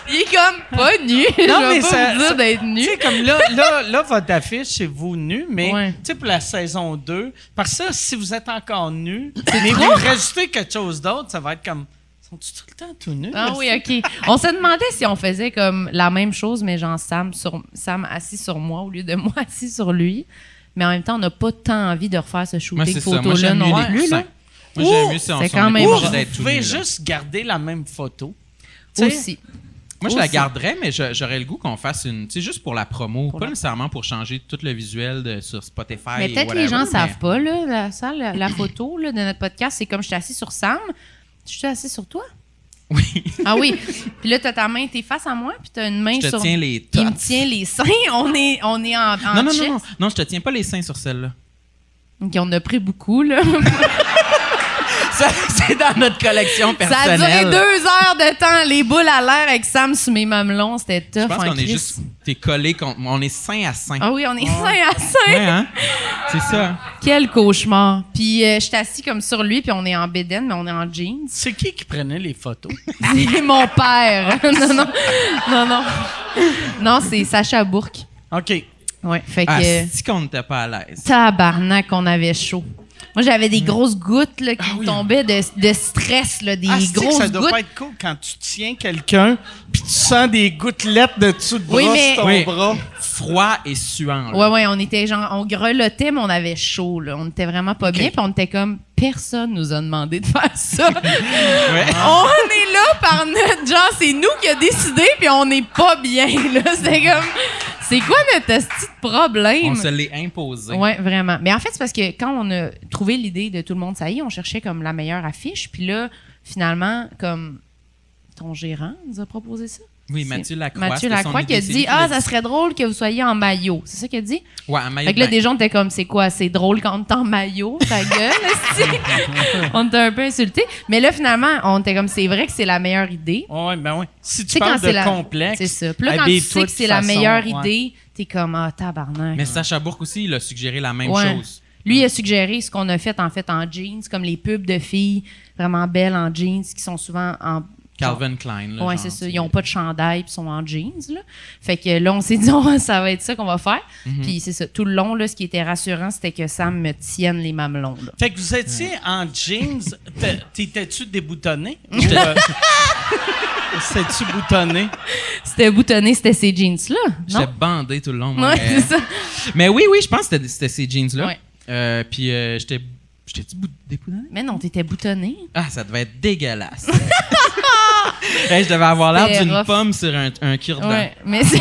Speaker 6: Il est comme pas nu.
Speaker 5: Non,
Speaker 6: je vais
Speaker 5: mais
Speaker 6: pas
Speaker 5: ça-
Speaker 6: vous dire
Speaker 5: ça-
Speaker 6: d'être
Speaker 5: Tu
Speaker 6: nu.
Speaker 5: sais, comme là, là, là, votre affiche, c'est vous nu, mais
Speaker 6: Ouais.
Speaker 5: tu sais, pour la saison 2, parce que ça, si vous êtes encore nu, mais vous rajoutez quelque chose d'autre, ça va être comme. Sont-tu tout le temps tout nu?
Speaker 6: Ah oui, OK. On se demandait si on faisait comme la même chose, mais genre Sam, sur, Sam assis sur moi au lieu de moi assis sur lui. Mais en même temps, on n'a pas tant envie de refaire ce
Speaker 7: Moi,
Speaker 6: shooting
Speaker 7: c'est ça. Moi,
Speaker 6: photo-là
Speaker 7: j'aime
Speaker 6: non
Speaker 7: mieux les
Speaker 6: plus. là.
Speaker 7: coussins. Moi, j'aime
Speaker 5: Ouh,
Speaker 7: mieux si on
Speaker 6: c'est
Speaker 7: s'en
Speaker 6: quand
Speaker 7: est
Speaker 6: même
Speaker 7: pas
Speaker 5: Ou
Speaker 7: obligé
Speaker 5: vous
Speaker 6: bon.
Speaker 7: d'être tout
Speaker 5: pouvez
Speaker 7: nu, là.
Speaker 5: juste garder la même photo. Tu sais,
Speaker 6: Aussi.
Speaker 7: Moi, je la
Speaker 6: aussi.
Speaker 7: garderais, mais je- j'aurais le goût qu'on fasse une. Tu sais, juste pour la promo,
Speaker 6: Pour
Speaker 7: pas
Speaker 6: la-
Speaker 7: nécessairement pour changer tout le visuel de- sur Spotify.
Speaker 6: Mais
Speaker 7: et
Speaker 6: peut-être les gens
Speaker 7: whatever,
Speaker 6: ne
Speaker 7: mais-
Speaker 6: savent pas, là, la, ça, la, la photo là, de notre podcast, c'est comme je suis assis sur Sam, je suis assis sur toi.
Speaker 7: Oui,
Speaker 6: Ah oui. puis là, tu as ta main, tu es face à moi, puis tu as une main
Speaker 7: je te
Speaker 6: sur.
Speaker 7: tiens les tots.
Speaker 6: Il me tient les seins. On est, on est en, en
Speaker 7: Non, non, non,
Speaker 6: chest.
Speaker 7: non. Non, je te tiens pas les seins sur celle-là.
Speaker 6: OK, on a pris beaucoup, là.
Speaker 7: Ça, c'est dans notre collection
Speaker 6: Ça a
Speaker 7: personnelle.
Speaker 6: duré deux heures de temps. Les boules à l'air avec Sam sous mes mamelons, c'était tough.
Speaker 7: Je pense
Speaker 6: en
Speaker 7: qu'on est
Speaker 6: Christ.
Speaker 7: juste. T'es collé contre moi. On est sain à sain.
Speaker 6: Ah oui, on est sain à sain.
Speaker 7: Ouais, hein? C'est ça.
Speaker 6: Quel cauchemar. Puis euh, je suis assis comme sur lui, puis on est en bédaine, mais on est en jeans.
Speaker 5: C'est qui qui prenait les photos?
Speaker 6: C'est mon père. non, non, non, non. Non, c'est Sacha Bourque.
Speaker 5: OK.
Speaker 6: Ouais, fait
Speaker 7: Ah,
Speaker 6: que...
Speaker 7: si qu'on n'était pas à l'aise.
Speaker 6: Tabarnak, on avait chaud. Moi, j'avais
Speaker 7: Mm.
Speaker 6: des grosses gouttes là,
Speaker 7: Ah
Speaker 6: qui me tombaient de, de stress, là, des
Speaker 5: Ah, c'est que ça
Speaker 6: grosses
Speaker 5: doit pas
Speaker 6: gouttes.
Speaker 5: être cool quand tu tiens quelqu'un puis tu sens des gouttelettes de dessous de bras
Speaker 6: Oui, mais-
Speaker 5: sur ton
Speaker 7: Oui.
Speaker 5: bras.
Speaker 7: Froid et suant. là.
Speaker 6: Ouais, ouais, on était genre, on grelottait, mais on avait chaud, là. On était vraiment pas bien, puis on était comme, personne nous a demandé de faire ça.
Speaker 7: Ouais.
Speaker 6: on est là par notre, genre, c'est nous qui a décidé, puis on n'est pas bien, là. C'était comme, c'est quoi notre esti de
Speaker 7: On
Speaker 6: problème?
Speaker 7: se l'est imposé.
Speaker 6: Ouais, vraiment. Mais en fait, c'est parce que quand on a trouvé l'idée de tout le monde, ça y est, on cherchait comme la meilleure affiche, puis là, finalement, comme, ton gérant nous a proposé ça.
Speaker 7: Oui,
Speaker 6: C'est
Speaker 7: Mathieu Lacroix.
Speaker 6: Mathieu
Speaker 7: c'était son
Speaker 6: Lacroix qui a
Speaker 7: idée, c'est lui
Speaker 6: dit Ah, ça
Speaker 7: l'a
Speaker 6: serait drôle que vous soyez en maillot. C'est ça qu'il a dit?
Speaker 7: Ouais, Ben, un maillot
Speaker 6: Fait que là,
Speaker 7: de bain.
Speaker 6: déjà, on était comme, c'est quoi, c'est drôle quand on est en maillot, ta gueule, esti. On était un peu insultés. Mais là, finalement, on était comme, c'est vrai que c'est la meilleure idée.
Speaker 5: Oui, ben oui. Si tu
Speaker 6: sais,
Speaker 5: parles
Speaker 6: quand
Speaker 5: de
Speaker 6: c'est la-
Speaker 5: complexe,
Speaker 6: C'est ça. Puis là, quand tu
Speaker 5: habille-toi
Speaker 6: sais
Speaker 5: de
Speaker 6: que c'est la
Speaker 5: façon-
Speaker 6: meilleure
Speaker 5: ouais.
Speaker 6: idée, t'es comme, ah, tabarnak.
Speaker 7: Mais Sacha Bourque aussi, il a suggéré la même
Speaker 6: Ouais.
Speaker 7: chose.
Speaker 6: Lui il a suggéré ce qu'on a fait, en fait, en jeans, comme les pubs de filles vraiment belles en jeans qui sont souvent en.
Speaker 7: Calvin Klein. là,
Speaker 6: Ouais,
Speaker 7: genre,
Speaker 6: c'est ça. Ils ont pas de chandail, puis sont en jeans. Là. Fait que là, on s'est dit, Oh, ça va être ça qu'on va faire. Puis c'est ça. Tout le long, là, ce qui était rassurant, c'était que Sam me tienne les mamelons. Là.
Speaker 5: Fait que vous étiez en jeans, t'é- t'étais-tu déboutonné? Ou, euh, tu boutonné?
Speaker 6: C'était boutonné, c'était ces jeans-là.
Speaker 7: J'étais
Speaker 6: Non?
Speaker 7: bandé tout le long. moi,
Speaker 6: Ouais,
Speaker 7: mais-
Speaker 6: c'est ça.
Speaker 7: Mais oui, oui, je pense que c'était- c'était ces jeans-là.
Speaker 6: Ouais.
Speaker 7: Euh, puis euh, j'étais. J'étais-tu bout- déboudonné?
Speaker 6: Mais non, t'étais boutonné.
Speaker 7: Ah, ça devait être dégueulasse. Hey, je devais avoir l'air
Speaker 6: C'était
Speaker 7: d'une
Speaker 6: rough.
Speaker 7: pomme sur un, un cure-dent.
Speaker 6: Ouais, mais c'est-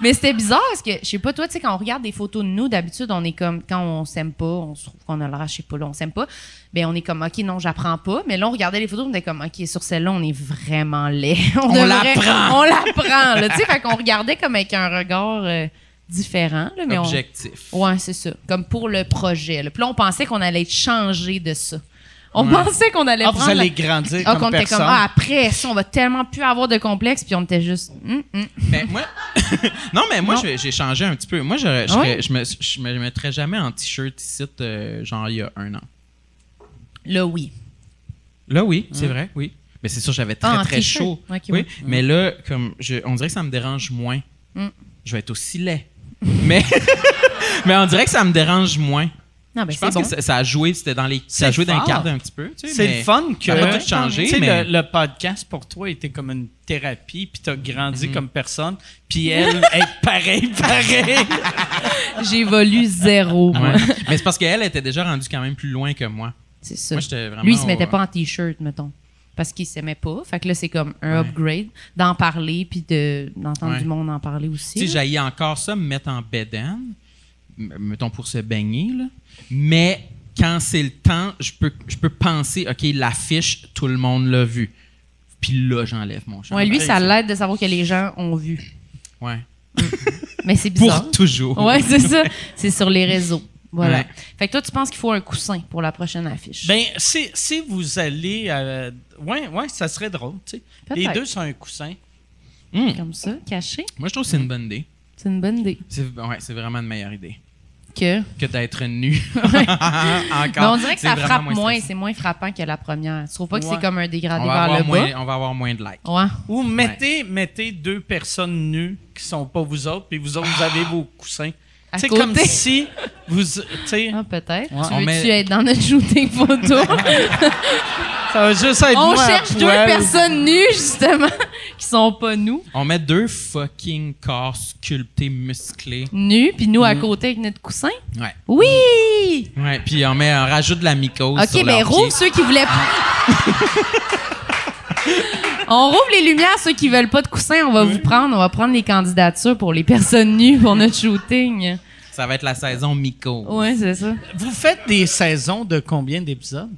Speaker 6: mais c'était bizarre parce que, je sais pas, toi, tu sais, quand on regarde des photos de nous, d'habitude, on est comme, quand on s'aime pas, on se trouve qu'on a l'air, je sais pas, là, on s'aime pas, ben on est comme, OK, non, j'apprends pas. Mais là, on regardait les photos, on était comme, OK, sur celle-là, on est vraiment laid. on l'apprend. On l'apprend, là, tu sais, fait qu'on regardait comme avec un regard euh, différent, là, mais on-
Speaker 7: Objectif.
Speaker 6: Ouais, c'est ça. Comme pour le projet. là. Puis là, on pensait qu'on allait être changé de ça. On pensait qu'on allait
Speaker 5: Ah, vous
Speaker 6: prendre.
Speaker 5: allez
Speaker 6: la-
Speaker 5: grandir
Speaker 6: Ah, qu'on
Speaker 5: comme
Speaker 6: était
Speaker 5: personne.
Speaker 6: comme, ah, après ça, on va tellement plus avoir de complexe, puis on était juste. hum, hum.
Speaker 7: Ben, moi, non, mais moi,
Speaker 6: Non.
Speaker 7: je- j'ai changé un petit peu. Moi, je, je,
Speaker 6: Ah ouais?
Speaker 7: serais- je me, je me mettrais jamais en t-shirt ici, euh, genre il y a un an.
Speaker 6: Là, oui.
Speaker 7: Là, oui, c'est vrai, oui. Mais c'est sûr, j'avais très,
Speaker 6: Ah, en
Speaker 7: très
Speaker 6: t-shirt.
Speaker 7: chaud.
Speaker 6: Ok,
Speaker 7: oui.
Speaker 6: ouais.
Speaker 7: Mais là, comme je- on dirait que ça me dérange moins.
Speaker 6: Mm.
Speaker 7: Je vais être aussi laid. mais, mais on dirait que ça me dérange moins.
Speaker 6: Non, ben,
Speaker 7: je pense
Speaker 6: c'est bon.
Speaker 7: que ça, ça a joué, c'était dans les, ça
Speaker 5: C'est
Speaker 7: a joué dans les
Speaker 5: fort.
Speaker 7: cartes un petit peu. tu sais,
Speaker 5: C'est
Speaker 7: mais-
Speaker 5: le fun que
Speaker 7: ça va tout changer,
Speaker 5: Tu sais,
Speaker 7: mais-
Speaker 5: le, le podcast pour toi était comme une thérapie, puis t'as
Speaker 6: Mm-hmm.
Speaker 5: grandi comme personne, puis elle est pareil, pareil.
Speaker 6: J'évolue zéro, moi.
Speaker 7: Ouais. mais c'est parce qu'elle était déjà rendue quand même plus loin que moi.
Speaker 6: C'est ça.
Speaker 7: Moi, j'étais vraiment
Speaker 6: Lui, il se
Speaker 7: au- euh,
Speaker 6: mettait pas en t-shirt, mettons. Parce qu'il s'aimait pas. Fait que là, c'est comme un upgrade d'en parler puis de, d'entendre
Speaker 7: Ouais.
Speaker 6: du monde en parler
Speaker 7: Tu sais,
Speaker 6: aussi. là.
Speaker 7: j'haïs encore ça, me mettre en bédaine, m- mettons pour se baigner, là. Mais quand c'est le temps, je peux, je peux penser, OK, l'affiche, tout le monde l'a vu. Puis là, j'enlève mon chandail.
Speaker 6: Ouais, lui, ça l'aide de savoir que les gens ont vu.
Speaker 7: Ouais.
Speaker 6: Mais c'est
Speaker 7: Pour
Speaker 6: bizarre.
Speaker 7: toujours.
Speaker 6: Ouais, c'est ça. C'est sur les réseaux. Voilà.
Speaker 7: Ouais.
Speaker 6: Fait que toi, tu penses qu'il faut un coussin pour la prochaine affiche.
Speaker 5: ben, si, si vous allez. euh, ouais, ouais, ça serait drôle, tu sais. Les
Speaker 6: Peut-être.
Speaker 5: deux sont un coussin.
Speaker 7: Hmm.
Speaker 6: Comme ça, caché.
Speaker 7: Moi, je trouve que c'est une bonne idée.
Speaker 6: C'est une bonne idée.
Speaker 7: C'est ouais, c'est vraiment une meilleure idée
Speaker 6: Que...
Speaker 7: que d'être nu.
Speaker 6: Mais
Speaker 7: Encore.
Speaker 6: on dirait que
Speaker 7: C'est
Speaker 6: ça
Speaker 7: vraiment
Speaker 6: frappe moins.
Speaker 7: stressant.
Speaker 6: c'est moins frappant que la première. Tu trouves pas que
Speaker 5: Ouais.
Speaker 6: c'est comme un dégradé
Speaker 7: on va,
Speaker 6: vers le
Speaker 7: avoir
Speaker 6: bas?
Speaker 7: moins, on va avoir moins de likes.
Speaker 6: Ouais.
Speaker 5: Ou mettez, mettez deux personnes nues qui sont pas vous autres, puis vous autres, vous avez vos coussins.
Speaker 6: Ah! À
Speaker 5: C'est
Speaker 6: côté.
Speaker 5: comme si vous. Tu sais,
Speaker 6: Ah, peut-être.
Speaker 7: Ouais.
Speaker 6: Tu
Speaker 7: On
Speaker 6: veux-tu
Speaker 7: met-
Speaker 6: être dans notre shooting photo?
Speaker 5: ça va juste être
Speaker 6: On
Speaker 5: moi à
Speaker 6: cherche deux
Speaker 5: poil.
Speaker 6: personnes nues, justement, qui sont pas nous.
Speaker 7: On met deux fucking corps sculptés, musclés.
Speaker 6: Nues, puis nous à côté avec notre coussin.
Speaker 7: Ouais.
Speaker 6: Oui!
Speaker 7: Ouais, puis on, met, on rajoute de la mycose. sur
Speaker 6: OK, ben
Speaker 7: leurs
Speaker 6: rouvre
Speaker 7: pieds.
Speaker 6: ceux qui voulaient pas... on rouvre les lumières, ceux qui veulent pas de coussin, on va vous prendre. On va prendre les candidatures pour les personnes nues pour notre shooting.
Speaker 7: Ça va être la saison mycose.
Speaker 6: Ouais, c'est ça.
Speaker 5: Vous faites des saisons de combien d'épisodes?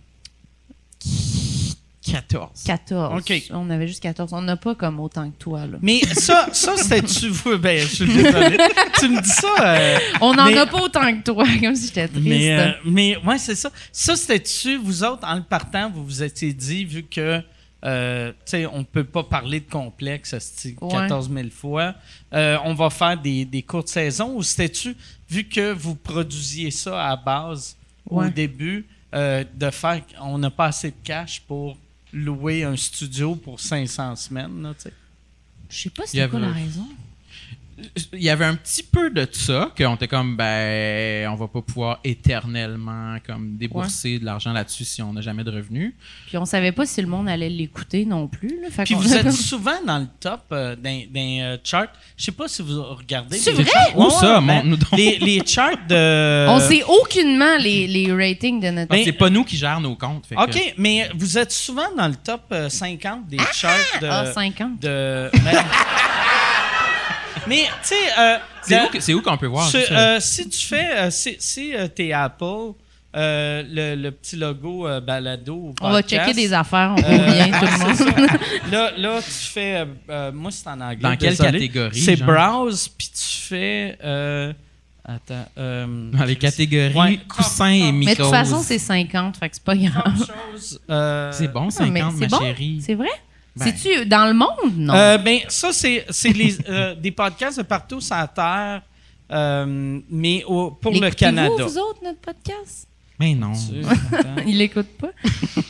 Speaker 7: 14.
Speaker 6: 14.
Speaker 5: OK.
Speaker 6: On avait juste 14. On n'a pas comme autant que toi, là.
Speaker 5: Mais ça, ça c'était-tu. vous? Ben, je suis désolé. tu me dis ça. euh,
Speaker 6: On n'en
Speaker 5: Mais-
Speaker 6: a pas autant que toi, comme si j'étais triste.
Speaker 5: mais, euh, mais ouais, c'est ça. Ça, c'était-tu, vous autres, en le partant, vous vous étiez dit, vu que, euh, tu sais, on peut pas parler de complexe esti,
Speaker 6: Ouais.
Speaker 5: 14 000 fois, euh, on va faire des, des courtes saisons, ou c'était-tu, vu que vous produisiez ça à base au
Speaker 6: Ouais.
Speaker 5: début, euh, de faire, on n'a pas assez de cash pour louer un studio pour 500 semaines, là, tu sais?
Speaker 6: Je sais pas
Speaker 7: Il y
Speaker 6: c'est
Speaker 7: avait-
Speaker 6: quoi la raison.
Speaker 7: Il y avait un petit peu de ça, qu'on était comme, ben, on va pas pouvoir éternellement comme débourser de l'argent là-dessus si on n'a jamais de revenus.
Speaker 6: Puis on savait pas si le monde allait l'écouter non plus. Là. Fait
Speaker 5: Puis
Speaker 6: qu'on
Speaker 5: vous
Speaker 6: a
Speaker 5: êtes euh,
Speaker 6: comme-
Speaker 5: souvent dans le top euh, d'un d'un, euh, chart. Je sais pas si vous regardez.
Speaker 6: C'est
Speaker 5: les
Speaker 6: vrai?
Speaker 5: charts.
Speaker 7: Où
Speaker 5: Ouais,
Speaker 7: ça?
Speaker 5: ouais,
Speaker 7: Montre-nous donc.
Speaker 5: Les, les charts de.
Speaker 6: On sait aucunement les, les ratings de notre.
Speaker 5: Ah,
Speaker 7: Parce que c'est pas nous qui gèrent nos comptes. fait que-
Speaker 5: OK, mais vous êtes souvent dans le top euh, 50 des charts de.
Speaker 6: Ah, 50.
Speaker 5: de- mais, mais, tu sais. euh,
Speaker 7: C'est
Speaker 5: de-
Speaker 7: où que- c'est où qu'on peut voir?
Speaker 5: sur-
Speaker 7: juste, euh,
Speaker 5: euh, si tu fais. euh, si si euh, t'es Apple, euh, le, le petit logo euh, balado. au
Speaker 6: On va
Speaker 5: podcast,
Speaker 6: checker des affaires, on
Speaker 5: Euh,
Speaker 6: revient
Speaker 5: ouais,
Speaker 6: tout le
Speaker 5: c'est
Speaker 6: monde.
Speaker 5: ça. Là, là, tu fais. euh, euh, moi, c'est en anglais.
Speaker 7: Dans quelle
Speaker 5: désolé.
Speaker 7: catégorie,
Speaker 5: C'est
Speaker 7: genre?
Speaker 5: browse, puis tu fais. euh, attends. euh,
Speaker 7: dans les catégories
Speaker 5: Ouais.
Speaker 7: coussins et mycoses.
Speaker 6: Mais de toute façon, c'est 50, fait que c'est pas grave.
Speaker 5: quelque chose, euh,
Speaker 7: C'est bon,
Speaker 6: Ah, mais
Speaker 7: 50, ma
Speaker 6: c'est bon,
Speaker 7: chérie.
Speaker 6: C'est vrai?
Speaker 7: Ben.
Speaker 6: C'est-tu dans le monde? Non.
Speaker 5: Euh, ben, ça, c'est c'est les, euh, des podcasts de partout sur la Terre, euh, mais au- pour le
Speaker 6: L'écoutez-vous,
Speaker 5: Canada.
Speaker 6: vous autres, notre podcast?
Speaker 7: Mais non.
Speaker 5: Tu- attends.
Speaker 6: Il l'écoute pas?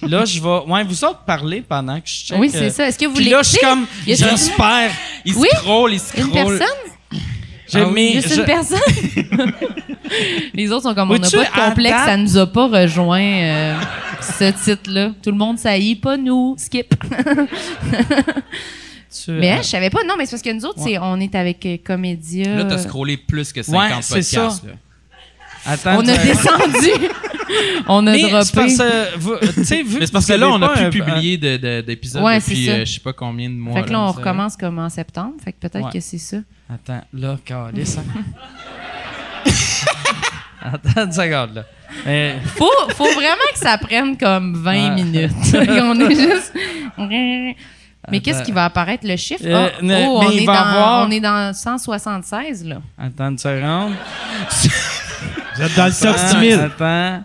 Speaker 5: là, je vais. Ouais, vous autres parlez pendant que je check.
Speaker 6: oui,
Speaker 5: euh,
Speaker 6: c'est ça. Est-ce que vous
Speaker 5: Puis là, je suis
Speaker 6: l'écoutez?
Speaker 5: comme.
Speaker 6: Y a-t-il
Speaker 5: J'espère.
Speaker 7: Ils
Speaker 6: Oui?
Speaker 7: scrollent, ils scrollent.
Speaker 6: Une personne? Ah
Speaker 5: J'ai
Speaker 7: Ah
Speaker 5: mis-
Speaker 6: Juste
Speaker 5: je-
Speaker 6: une personne? Les autres sont comme, on n'a
Speaker 5: Vois-tu,
Speaker 6: pas de
Speaker 5: à
Speaker 6: complexe,
Speaker 5: date-
Speaker 6: ça nous a pas rejoint euh, ce titre-là. Tout le monde saillit, pas nous. Skip.
Speaker 5: Euh. tu- euh,
Speaker 6: Mais hein? je savais pas. Non, mais c'est parce que nous autres, c'est- on est avec euh, Comédia.
Speaker 7: Là, t'as scrollé plus que 50
Speaker 5: Ouais, c'est
Speaker 7: podcasts.
Speaker 5: ça.
Speaker 7: là.
Speaker 5: attends,
Speaker 6: On a
Speaker 5: tu-
Speaker 6: descendu. on a
Speaker 5: Mais c'est
Speaker 6: droppé.
Speaker 5: parce que, vous- euh, tu sais, vu
Speaker 7: Mais c'est parce que
Speaker 5: Hmm? vous
Speaker 7: là,
Speaker 5: avez
Speaker 7: on a
Speaker 5: pas
Speaker 7: plus
Speaker 5: un-
Speaker 7: publié de- de- d'épisodes
Speaker 6: Ouais, c'est
Speaker 7: depuis
Speaker 6: ça.
Speaker 7: euh, je sais pas combien de mois.
Speaker 6: Fait que là, on
Speaker 7: ça.
Speaker 6: recommence comme en septembre. Fait que peut-être
Speaker 5: Ouais.
Speaker 6: que c'est ça.
Speaker 5: un- Attends, là, calisse, hein. Attends une seconde, là. Mais-
Speaker 6: Faut, faut vraiment que ça prenne comme 20
Speaker 5: Ah.
Speaker 6: minutes. on est juste. Mais qu'est-ce qui va apparaître le chiffre?
Speaker 5: Ah, ben. Euh,
Speaker 6: Ah,
Speaker 5: ne-
Speaker 6: oh,
Speaker 5: mais
Speaker 6: on,
Speaker 5: il
Speaker 6: est dans,
Speaker 5: va avoir-
Speaker 6: on est dans 176, là.
Speaker 5: Attends une seconde.
Speaker 7: Ah,
Speaker 4: Vous êtes dans le top 10 000.
Speaker 5: Attends.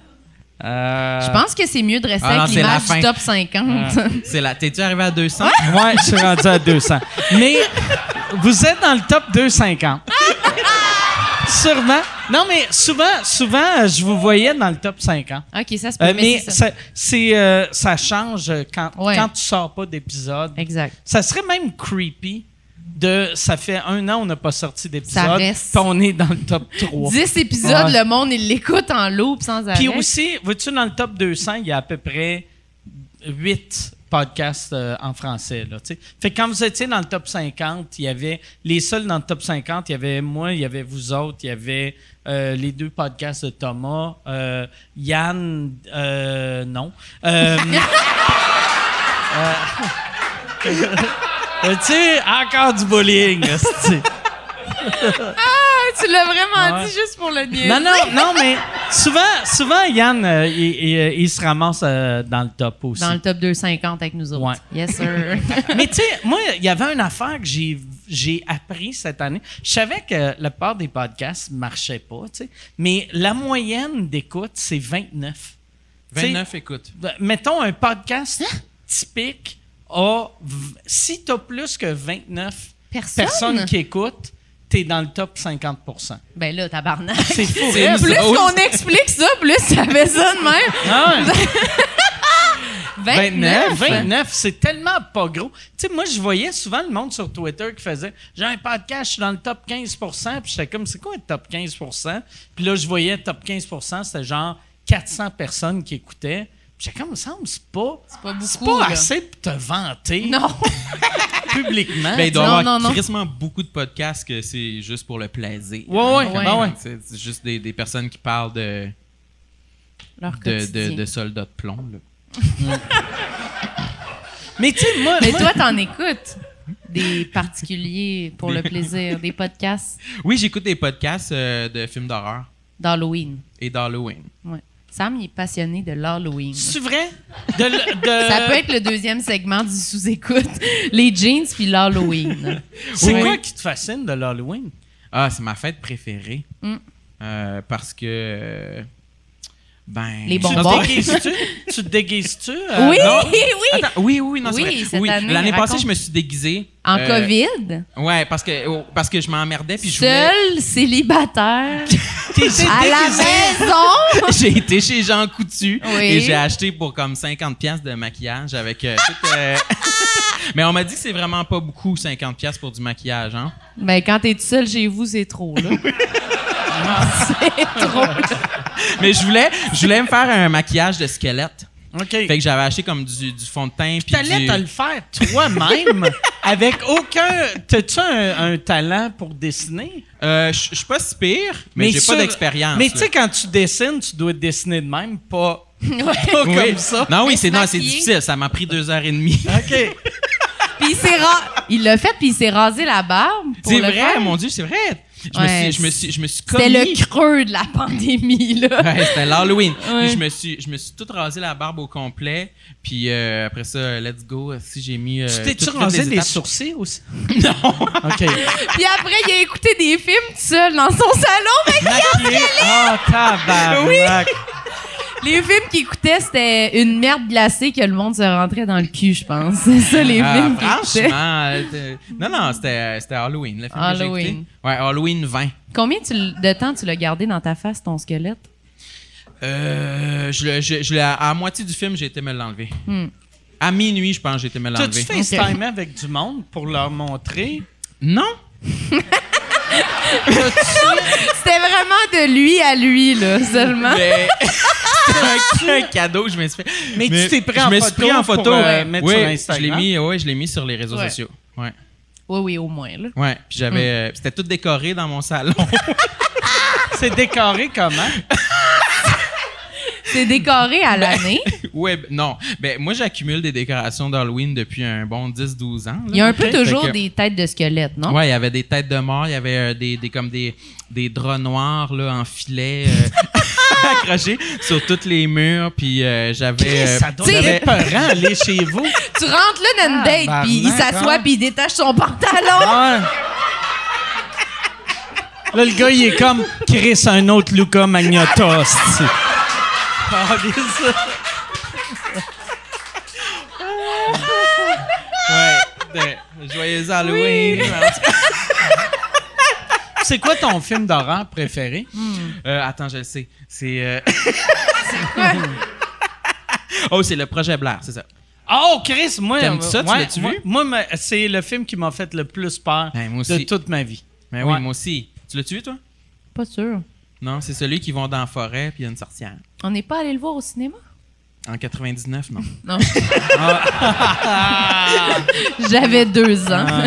Speaker 7: Euh,
Speaker 6: Je pense que c'est mieux de rester
Speaker 7: Ah non,
Speaker 6: avec
Speaker 7: c'est la
Speaker 6: l'image
Speaker 7: fin.
Speaker 6: du top 50.
Speaker 7: C'est là. T'es-tu arrivé à 200?
Speaker 5: Ouais, je suis rendu à 200. Mais vous êtes dans le top 250. Sûrement. Non, mais souvent, souvent, euh, je vous voyais dans le top 50.
Speaker 6: OK, ça se peut,
Speaker 5: Euh,
Speaker 6: mais
Speaker 5: mais
Speaker 6: c'est ça.
Speaker 5: ça, c'est, euh, ça change quand,
Speaker 6: Ouais.
Speaker 5: quand tu sors pas d'épisode.
Speaker 6: Exact.
Speaker 5: Ça serait même creepy de ça fait un an on n'a pas sorti d'épisode.
Speaker 6: Ça reste.
Speaker 5: puis on est dans le top 3.
Speaker 6: 10 épisodes,
Speaker 5: Ouais.
Speaker 6: le monde, il l'écoute en loop sans arrêt.
Speaker 5: Puis aussi, vois-tu, dans le top 200, il y a à peu près 8 podcasts euh, en français. Là, tu sais. fait que quand vous étiez dans le top 50, il y avait les seuls dans le top 50, il y avait moi, il y avait vous autres, il y avait euh, les deux podcasts de Thomas, euh, Yann, euh, non. Euh, euh, tu sais, encore du bullying. là, tu sais.
Speaker 6: Ah, Tu l'as vraiment
Speaker 5: Ouais.
Speaker 6: dit juste pour le nier.
Speaker 5: Non, non, non, mais souvent, souvent Yann, euh, il, il- il se ramasse euh, dans le top aussi.
Speaker 6: Dans le top 250 avec nous autres.
Speaker 5: Ouais.
Speaker 6: Yes, sir.
Speaker 5: Mais tu sais, moi, il y avait une affaire que j'ai, j'ai appris cette année. Je savais que la part des podcasts marchait pas, tu sais, mais la moyenne d'écoute, c'est 29. Tu sais,
Speaker 7: 29, écoute.
Speaker 5: ben, Mettons un podcast typique a. v- Si tu as plus que 29
Speaker 6: Personne?
Speaker 5: personnes qui écoutent, tu es dans le top 50
Speaker 6: ben là, tabarnak. Euh,
Speaker 5: C'est fou.
Speaker 7: C'est
Speaker 6: Plus
Speaker 7: autres.
Speaker 6: qu'on explique ça, plus ça fait ça de même.
Speaker 5: Ah ouais.
Speaker 6: 29.
Speaker 5: 29, c'est tellement pas gros. Tu sais, moi, je voyais souvent le monde sur Twitter qui faisait J'ai un podcast, je suis dans le top 15 puis j'étais comme C'est quoi le top 15 Puis là, je voyais top 15 c'était genre 400 personnes qui écoutaient. Puis j'étais comme Il me semble, c'est pas,
Speaker 6: pas beaucoup,
Speaker 5: c'est pas
Speaker 6: là.
Speaker 5: assez pour te vanter
Speaker 6: Non.
Speaker 5: publiquement.
Speaker 7: Ben, il doit y
Speaker 6: Ah, Non, non,
Speaker 7: avoir
Speaker 6: non.
Speaker 7: crissement beaucoup de podcasts que c'est juste pour le plaisir.
Speaker 5: Ouais, ouais,
Speaker 7: Comment-
Speaker 5: ben ouais.
Speaker 7: C'est c'est juste des, des personnes qui parlent de,
Speaker 6: Leur
Speaker 7: de,
Speaker 6: quotidien.
Speaker 7: de, de soldats de plomb. là.
Speaker 5: Mais tu sais, moi,
Speaker 6: Mais
Speaker 5: moi-
Speaker 6: toi, t'en écoutes des particuliers pour le plaisir, des podcasts
Speaker 7: Oui, j'écoute des podcasts euh, de films d'horreur
Speaker 6: d'Halloween.
Speaker 7: et d'Halloween.
Speaker 6: Ouais. Sam, il est passionné de l'Halloween.
Speaker 5: c'est vrai de, le- de-
Speaker 6: Ça
Speaker 7: Euh.
Speaker 6: peut être le deuxième segment du sous-écoute. Les jeans puis l'Halloween.
Speaker 5: C'est
Speaker 6: Oui.
Speaker 5: quoi qui te fascine de l'Halloween
Speaker 7: Ah, c'est ma fête préférée.
Speaker 6: Mm.
Speaker 7: Euh, parce que. euh, Ben.
Speaker 6: Les
Speaker 5: Tu
Speaker 6: bonbons.
Speaker 5: te déguises-tu Tu te déguises-tu euh,
Speaker 6: oui,
Speaker 7: non.
Speaker 6: oui.
Speaker 7: Attends, oui, oui, non, c'est
Speaker 6: Oui,
Speaker 7: vrai.
Speaker 6: cette année,
Speaker 7: L'année passée,
Speaker 6: raconte.
Speaker 7: je me suis déguisé.
Speaker 6: En
Speaker 7: euh,
Speaker 6: COVID,
Speaker 7: Ouais, parce que, oh, parce que je m'emmerdais. Puis je voulais.
Speaker 6: seul, Ah, célibataire,
Speaker 5: T'es déguisé
Speaker 6: à la maison.
Speaker 7: j'ai été chez Jean Coutu
Speaker 6: Oui.
Speaker 7: et j'ai acheté pour comme 50 pièces de maquillage avec euh, tout, euh, Mais on m'a dit que c'est vraiment pas beaucoup 50 pièces pour du maquillage hein.
Speaker 6: Ben, quand t'es tout seul chez vous, c'est trop, là. c'est trop.
Speaker 7: Mais je voulais je voulais me faire un maquillage de squelette.
Speaker 5: OK.
Speaker 7: Fait que j'avais acheté comme du, du fond de teint puis
Speaker 5: T'allais
Speaker 7: du-
Speaker 5: te le faire toi-même avec aucun. T'as-tu un, un talent pour dessiner?
Speaker 7: Euh, je je suis pas si pire, mais, j'ai
Speaker 5: sur-
Speaker 7: pas d'expérience.
Speaker 5: Mais
Speaker 7: là.
Speaker 5: tu sais, quand tu dessines, tu dois dessiner de même, pas, pas
Speaker 7: Oui.
Speaker 5: comme ça.
Speaker 7: Non, Euh, oui,
Speaker 6: Mais
Speaker 7: c'est
Speaker 6: se
Speaker 7: non, c'est
Speaker 6: maquiller.
Speaker 7: difficile. Ça m'a pris deux heures et demie.
Speaker 5: OK.
Speaker 6: Puis il s'est ra- Il l'a fait, puis il s'est rasé la barbe. pour
Speaker 7: C'est
Speaker 6: le
Speaker 7: vrai,
Speaker 6: faire.
Speaker 7: mon Dieu, c'est vrai. Je
Speaker 6: Ouais,
Speaker 7: me suis, je me suis, je me suis
Speaker 6: C'était
Speaker 7: commis.
Speaker 6: le creux de la pandémie, là.
Speaker 7: Ouais, c'était l'Halloween. Puis
Speaker 6: Ouais.
Speaker 7: je me suis, je me suis tout rasé la barbe au complet. Puis euh, après ça, let's go. Si j'ai mis. euh,
Speaker 5: tu t'es-tu
Speaker 7: toutes- toutes
Speaker 5: rasé
Speaker 7: les
Speaker 5: les
Speaker 7: étapes.
Speaker 5: sourcils aussi?
Speaker 7: Non.
Speaker 5: OK.
Speaker 6: Puis après, il a écouté des films tout seul dans son salon. mais
Speaker 5: Maquillé.
Speaker 7: Ah,
Speaker 5: Oh, tabarnak.
Speaker 6: les films qu'il écoutait, c'était une merde glacée que le monde se rentrait dans le cul, je pense. C'est ça, les
Speaker 7: Ah,
Speaker 6: films qu'il écoutait.
Speaker 7: franchement, euh, t'es- non, non, c'était, euh, c'était Halloween. Le film que j'ai
Speaker 6: Halloween.
Speaker 7: écouté. ouais, Halloween 20.
Speaker 6: Combien tu l- de temps tu l'as gardé dans ta face, ton squelette?
Speaker 7: Euh, je, le- je, je l'ai- à la moitié du film, j'ai été me l'enlever.
Speaker 6: Hmm.
Speaker 7: À minuit, je pense, j'ai été me
Speaker 5: T'as-tu
Speaker 7: l'enlever.
Speaker 5: FaceTime avec du monde pour leur montrer?
Speaker 7: Non.
Speaker 6: C'était vraiment de lui à lui, là, seulement.
Speaker 7: Mais c'était un, un cadeau que je me suis fait.
Speaker 5: Mais, tu t'es pris
Speaker 7: je
Speaker 5: en
Speaker 7: me
Speaker 5: photo.
Speaker 7: suis pris en
Speaker 5: pour,
Speaker 7: photo.
Speaker 5: euh, mettre
Speaker 7: oui,
Speaker 5: sur Instagram.
Speaker 7: je l'ai mis, ouais, je l'ai mis sur les réseaux
Speaker 6: Ouais.
Speaker 7: sociaux. Ouais.
Speaker 6: Oui, oui, au moins, là.
Speaker 7: Ouais, puis j'avais
Speaker 5: Mm.
Speaker 7: euh, c'était tout décoré dans mon salon.
Speaker 5: C'est décoré comment?
Speaker 6: C'est décoré
Speaker 7: Ben,
Speaker 6: à l'année.
Speaker 7: ouais, ben, non, ben moi j'accumule des décorations d'Halloween depuis un bon 10 12 ans. là.
Speaker 6: Il y a un peu
Speaker 7: Fait
Speaker 6: toujours
Speaker 7: que-
Speaker 6: des têtes de squelette, non?
Speaker 7: Ouais, il y avait des têtes de mort, il y avait euh, des, des comme des des draps noirs là en filet euh, accrochés sur tous les murs puis euh, j'avais euh,
Speaker 5: Ça doit
Speaker 6: tu sais-
Speaker 5: être épeurant, aller chez vous.
Speaker 6: Tu rentres là dans une date,
Speaker 7: Ah,
Speaker 5: barnac,
Speaker 6: puis il s'assoit,
Speaker 5: hein?
Speaker 6: puis il détache son pantalon.
Speaker 5: Ah. Là, le gars, il est comme Chris, un autre Luca Magnotta. c'ti.
Speaker 7: Ah, ouais. de- Joyeux Halloween. C'est quoi ton film d'horreur préféré? Euh, attends, je le sais. C'est. euh, oh, c'est le projet Blair, c'est ça.
Speaker 5: Oh, Chris, moi.
Speaker 7: T'aimes-tu ça? Tu
Speaker 5: ouais,
Speaker 7: l'as-tu
Speaker 5: moi,
Speaker 7: vu?
Speaker 5: moi, ma- c'est le film qui m'a fait le plus peur
Speaker 7: Ben, moi
Speaker 5: de
Speaker 7: aussi.
Speaker 5: toute ma vie.
Speaker 7: Mais
Speaker 5: Ouais.
Speaker 7: Ben oui, moi aussi. Tu l'as tué, toi?
Speaker 6: Pas sûr.
Speaker 7: Non, c'est celui qui vont dans la forêt puis il y a une sorcière.
Speaker 6: On n'est pas allé le voir au cinéma?
Speaker 7: En 99, non.
Speaker 6: Non. J'avais deux ans.
Speaker 7: Ah.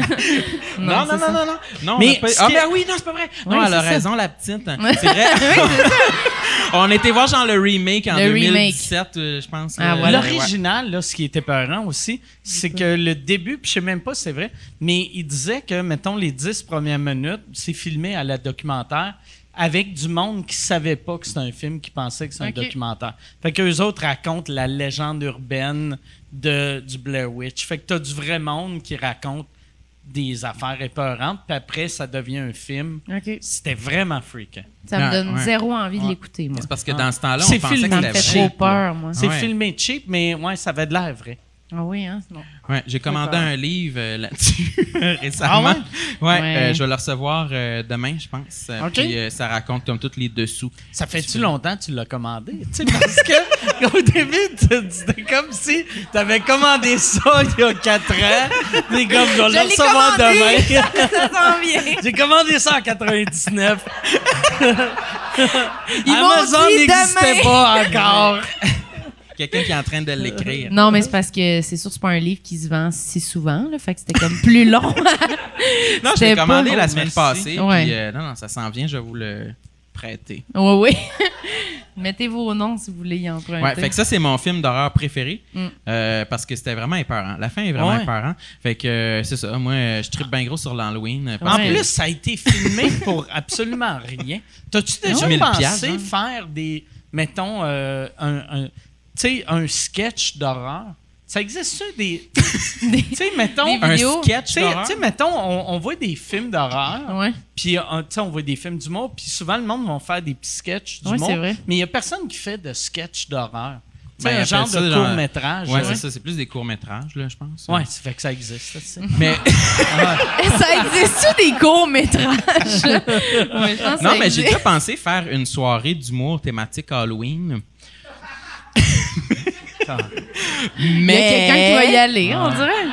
Speaker 7: Non, non,
Speaker 6: c'est
Speaker 7: non,
Speaker 6: ça.
Speaker 7: non, non. Non,
Speaker 5: Mais
Speaker 7: on a pas-
Speaker 5: ce
Speaker 7: Ah,
Speaker 5: qui-
Speaker 7: ben oui, non, c'est pas vrai. non,
Speaker 6: Oui,
Speaker 7: elle a
Speaker 6: c'est ça.
Speaker 7: raison, la petite. C'est vrai. on était voir genre le remake en
Speaker 6: Le remake.
Speaker 7: 2017, euh, je pense.
Speaker 6: Ah,
Speaker 7: là.
Speaker 6: Voilà.
Speaker 5: L'original, là, ce qui était peurant aussi, c'est que le début, puis je sais même pas si c'est vrai, mais il disait que, mettons, les dix premières minutes, c'est filmé à la documentaire avec du monde qui savait pas que c'était un film, qui pensait que c'est
Speaker 6: Ok.
Speaker 5: un documentaire. Fait qu'eux autres racontent la légende urbaine de, du Blair Witch. Fait que t'as du vrai monde qui raconte des affaires épeurantes, puis après, ça devient un film.
Speaker 6: OK.
Speaker 5: C'était vraiment freakant.
Speaker 6: Ça me
Speaker 7: Ah, Ouais,
Speaker 6: donne
Speaker 7: ouais.
Speaker 6: zéro envie de l'écouter, moi.
Speaker 7: C'est parce que dans ce temps-là,
Speaker 5: C'est
Speaker 7: on pensait que
Speaker 5: filmé.
Speaker 6: Ça me
Speaker 7: c'était
Speaker 6: fait
Speaker 7: vrai.
Speaker 6: trop peur, moi.
Speaker 5: C'est
Speaker 7: Ouais.
Speaker 5: filmé cheap, mais ouais, ça avait de l'air vrai.
Speaker 6: Ah oui, hein? Non.
Speaker 7: Ouais, j'ai commandé un livre euh, là-dessus récemment. ouais?
Speaker 6: Ouais.
Speaker 7: euh, je vais le recevoir euh, demain, je pense. Euh,
Speaker 5: Ok.
Speaker 7: Puis euh, ça raconte comme tous les dessous.
Speaker 5: Ça fait-tu
Speaker 7: Tu-
Speaker 5: longtemps que tu l'as commandé? Tu sais, parce que au début, tu- c'était comme si tu avais commandé ça il y a quatre ans. T'es comme, je vais
Speaker 6: Je
Speaker 5: le
Speaker 6: l'ai
Speaker 5: recevoir
Speaker 6: commandé!
Speaker 5: demain.
Speaker 6: Ça s'en vient.
Speaker 5: J'ai commandé ça en 99.
Speaker 6: Ils m'ont
Speaker 5: Amazon
Speaker 6: dit
Speaker 5: n'existait
Speaker 6: demain.
Speaker 5: pas encore.
Speaker 7: Quelqu'un qui est en train de l'écrire.
Speaker 6: Non, mais c'est parce que c'est sûr, c'est pas un livre qui se vend si souvent, là. Fait que c'était comme plus long.
Speaker 7: Non, je
Speaker 6: C'était
Speaker 7: l'ai
Speaker 6: pas-
Speaker 7: commandé la
Speaker 6: Oh,
Speaker 7: semaine
Speaker 6: merci.
Speaker 7: passée.
Speaker 6: Ouais.
Speaker 7: Puis, euh, non, non, ça s'en vient, je vais vous le prêter.
Speaker 6: oui, oui. Mettez vos noms si vous voulez y emprunter.
Speaker 7: Ouais, fait que ça, c'est mon film d'horreur préféré
Speaker 6: Mm.
Speaker 7: euh, parce que c'était vraiment épeurant. La fin est vraiment
Speaker 5: Ouais.
Speaker 7: épeurant. Fait que euh, c'est ça. Moi, euh, je tripe bien gros sur l'Halloween. euh, parce
Speaker 5: En
Speaker 7: que-
Speaker 5: plus, ça a été filmé pour absolument rien. T'as-tu déjà
Speaker 7: 1000
Speaker 5: pensé
Speaker 7: piastres, hein?
Speaker 5: faire des, mettons, euh, un, un- tu sais, un sketch d'horreur? Ça existe ça des, tu sais, mettons,
Speaker 6: Des
Speaker 7: un
Speaker 6: vidéos.
Speaker 5: Tu
Speaker 7: sketch
Speaker 5: sais,
Speaker 7: d'horreur.
Speaker 5: tu sais, mettons, on, on voit des films d'horreur,
Speaker 6: Ouais.
Speaker 5: puis euh, tu sais, on voit des films d'humour, puis souvent le monde va faire des petits sketchs
Speaker 6: Ouais,
Speaker 5: d'humour,
Speaker 6: c'est vrai.
Speaker 5: mais il n'y a personne qui fait de sketch d'horreur. Tu sais,
Speaker 7: Ben,
Speaker 5: un
Speaker 7: appelle
Speaker 5: genre
Speaker 7: ça
Speaker 5: de
Speaker 7: genre-
Speaker 5: court-métrage.
Speaker 7: Ouais,
Speaker 5: là.
Speaker 7: c'est ça. C'est plus des courts-métrages, là, je pense.
Speaker 5: Ouais, ça fait que ça existe. ça, tu sais.
Speaker 7: Mais,
Speaker 6: Ça existe-tu des courts-métrages? Ouais, je pense que
Speaker 7: non,
Speaker 6: ça
Speaker 7: mais j'ai
Speaker 6: existe.
Speaker 7: déjà pensé faire une soirée d'humour thématique Halloween.
Speaker 6: Il y a
Speaker 7: mais
Speaker 6: quelqu'un qui va y aller, on dirait.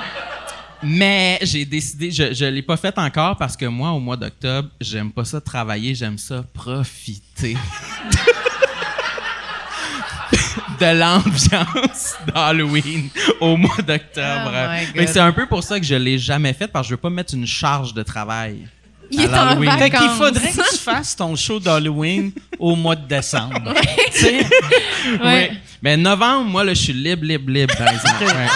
Speaker 7: mais j'ai décidé, je ne l'ai pas fait encore parce que moi, au mois d'octobre, j'aime pas ça travailler, j'aime ça profiter. de l'ambiance d'Halloween au mois d'octobre.
Speaker 6: Oh my God.
Speaker 7: Fait que c'est un peu pour ça que je l'ai jamais fait parce que je veux pas mettre une charge de travail.
Speaker 6: Il est
Speaker 7: À
Speaker 6: en
Speaker 7: l'Halloween.
Speaker 6: vacances.
Speaker 5: Fait qu'il faudrait que tu fasses ton show d'Halloween au mois de décembre. Tu sais,
Speaker 6: Ouais.
Speaker 7: Oui. Mais novembre, moi, là, je suis libre, libre, libre, par exemple. Ouais.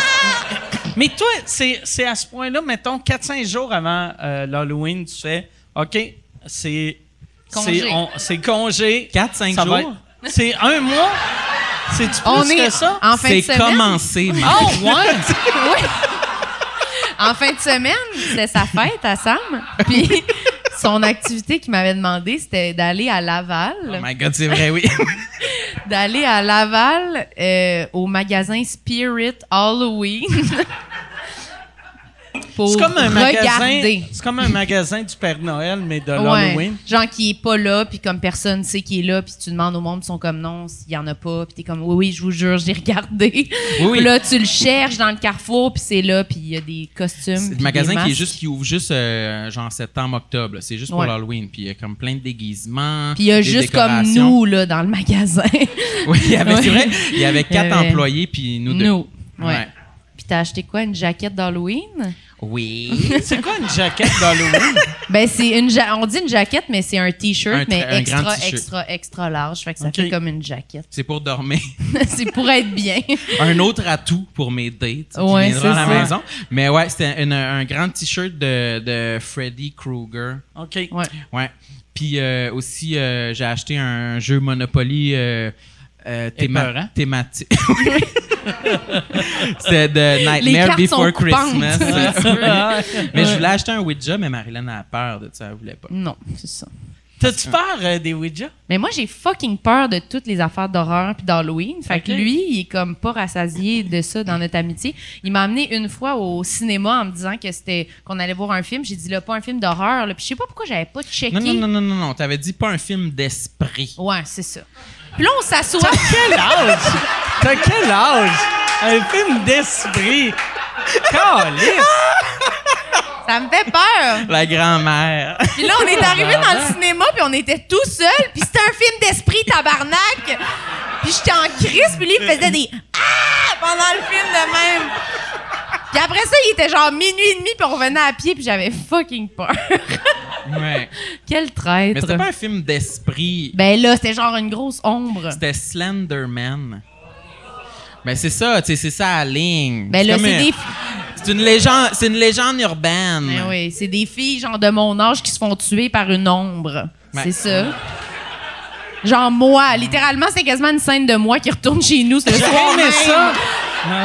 Speaker 5: Mais toi, c'est c'est à ce point-là, mettons, 4-5 jours avant euh, l'Halloween, tu fais OK, c'est.
Speaker 6: Congé.
Speaker 5: C'est on- c'est congé.
Speaker 7: 4-5
Speaker 5: Ça va
Speaker 7: jours?
Speaker 5: être- C'est un mois? C'est-tu plus
Speaker 6: On
Speaker 5: que
Speaker 6: est
Speaker 5: ça?
Speaker 6: en fin de
Speaker 7: C'est
Speaker 6: semaine.
Speaker 7: commencé, mais
Speaker 5: Oh, ouais!
Speaker 6: En fin de semaine, c'était sa fête à Sam. Puis son activité qu'il m'avait demandé, c'était d'aller à
Speaker 7: Oh
Speaker 6: Laval.
Speaker 7: my God, c'est vrai, oui.
Speaker 6: d'aller à Laval euh, au magasin Spirit Halloween. pour
Speaker 5: C'est comme un magasin.
Speaker 6: regarder.
Speaker 5: C'est comme un magasin du Père Noël, mais de
Speaker 6: Ouais,
Speaker 5: l'Halloween.
Speaker 6: genre qui est pas là, puis comme personne sait qu'il est là, puis tu demandes au monde, ils sont comme non, s'il y en a pas, puis t'es comme oui, oui, je vous jure, j'ai regardé.
Speaker 7: Oui, oui.
Speaker 6: Puis là, tu le cherches dans le carrefour, puis c'est là, puis il y a des costumes.
Speaker 7: C'est
Speaker 6: puis
Speaker 7: le
Speaker 6: des
Speaker 7: magasin qui, est
Speaker 6: masques.
Speaker 7: juste, qui ouvre juste euh, genre septembre, octobre. là. C'est juste pour
Speaker 6: Ouais.
Speaker 7: l'Halloween. Puis il y a comme plein de déguisements.
Speaker 6: Puis il y a
Speaker 7: des
Speaker 6: juste comme
Speaker 7: décorations.
Speaker 6: nous, là, dans le magasin.
Speaker 7: Oui, il y avait, c'est vrai, il y avait
Speaker 6: Il y
Speaker 7: quatre
Speaker 6: avait-
Speaker 7: employés, puis nous deux.
Speaker 6: nous. Ouais.
Speaker 7: Ouais.
Speaker 6: Puis t'as acheté quoi, une jaquette d'Halloween?
Speaker 7: Oui.
Speaker 5: C'est quoi une jaquette d'Halloween?
Speaker 6: Ben, c'est une ja- on dit une jaquette, mais c'est un
Speaker 7: Un
Speaker 6: t-shirt,
Speaker 7: tra-
Speaker 6: mais
Speaker 7: un grand
Speaker 6: extra,
Speaker 7: t-shirt.
Speaker 6: extra, extra large. Fait que ça
Speaker 5: Ok.
Speaker 6: fait comme une jaquette.
Speaker 7: C'est pour dormir.
Speaker 6: c'est pour être bien.
Speaker 7: Un autre atout pour mes dates
Speaker 6: Ouais,
Speaker 7: qui viendront à la
Speaker 6: c'est ça.
Speaker 7: maison. Mais ouais, c'était une- un grand t-shirt de, de Freddy Krueger.
Speaker 5: OK.
Speaker 6: Ouais.
Speaker 7: Ouais. Puis euh, aussi, euh, j'ai acheté un jeu Monopoly euh, euh, théma-
Speaker 5: Épeurant.
Speaker 7: thématique. C'était de
Speaker 6: Les
Speaker 7: Nightmare
Speaker 6: cartes
Speaker 7: Before
Speaker 6: sont coupantes.
Speaker 7: Christmas.
Speaker 6: si tu veux.
Speaker 7: mais je
Speaker 6: Ouais.
Speaker 7: voulais acheter un Ouija, mais Marilyn a peur de ça, elle voulait pas.
Speaker 6: Non, c'est ça.
Speaker 5: T'as-tu peur euh, des Ouija?
Speaker 6: Mais moi, j'ai fucking peur de toutes les affaires d'horreur puis d'Halloween. Fait que
Speaker 5: Ok.
Speaker 6: lui, il est comme pas rassasié de ça dans notre amitié. Il m'a amené une fois au cinéma en me disant que c'était qu'on allait voir un film. J'ai dit là, pas un film d'horreur. là. Puis je sais pas pourquoi j'avais pas checké.
Speaker 7: Non, non, non, non, non, non. T'avais dit pas un film d'esprit.
Speaker 6: Ouais, c'est ça. Puis là, on s'assoit.
Speaker 5: Quel âge? T'as quel âge? Un film d'esprit. Calice!
Speaker 6: ça me fait peur.
Speaker 7: La grand-mère.
Speaker 6: Puis là, on est arrivé dans le cinéma, puis on était tout seul. Puis c'était un film d'esprit tabarnak. Puis j'étais en crise, puis lui, il faisait des Ah! pendant le film de même. Puis après ça, il était genre minuit et demi, puis on revenait à pied, puis j'avais fucking peur.
Speaker 7: ouais.
Speaker 6: Quel
Speaker 7: Mais
Speaker 6: traître.
Speaker 7: c'était pas un film d'esprit.
Speaker 6: Ben là, c'était genre une grosse ombre.
Speaker 7: C'était Slenderman. Ben c'est ça, tu sais, c'est ça la ligne.
Speaker 6: Ben là,
Speaker 7: comme
Speaker 6: c'est
Speaker 7: un-
Speaker 6: des,
Speaker 7: c'est une légende, c'est une légende urbaine.
Speaker 6: Ben oui, c'est des filles genre de mon âge qui se font tuer par une ombre.
Speaker 7: Ouais.
Speaker 6: C'est ça. Genre moi, littéralement, c'est quasiment une scène de moi qui retourne chez nous ce soir même.
Speaker 5: ça.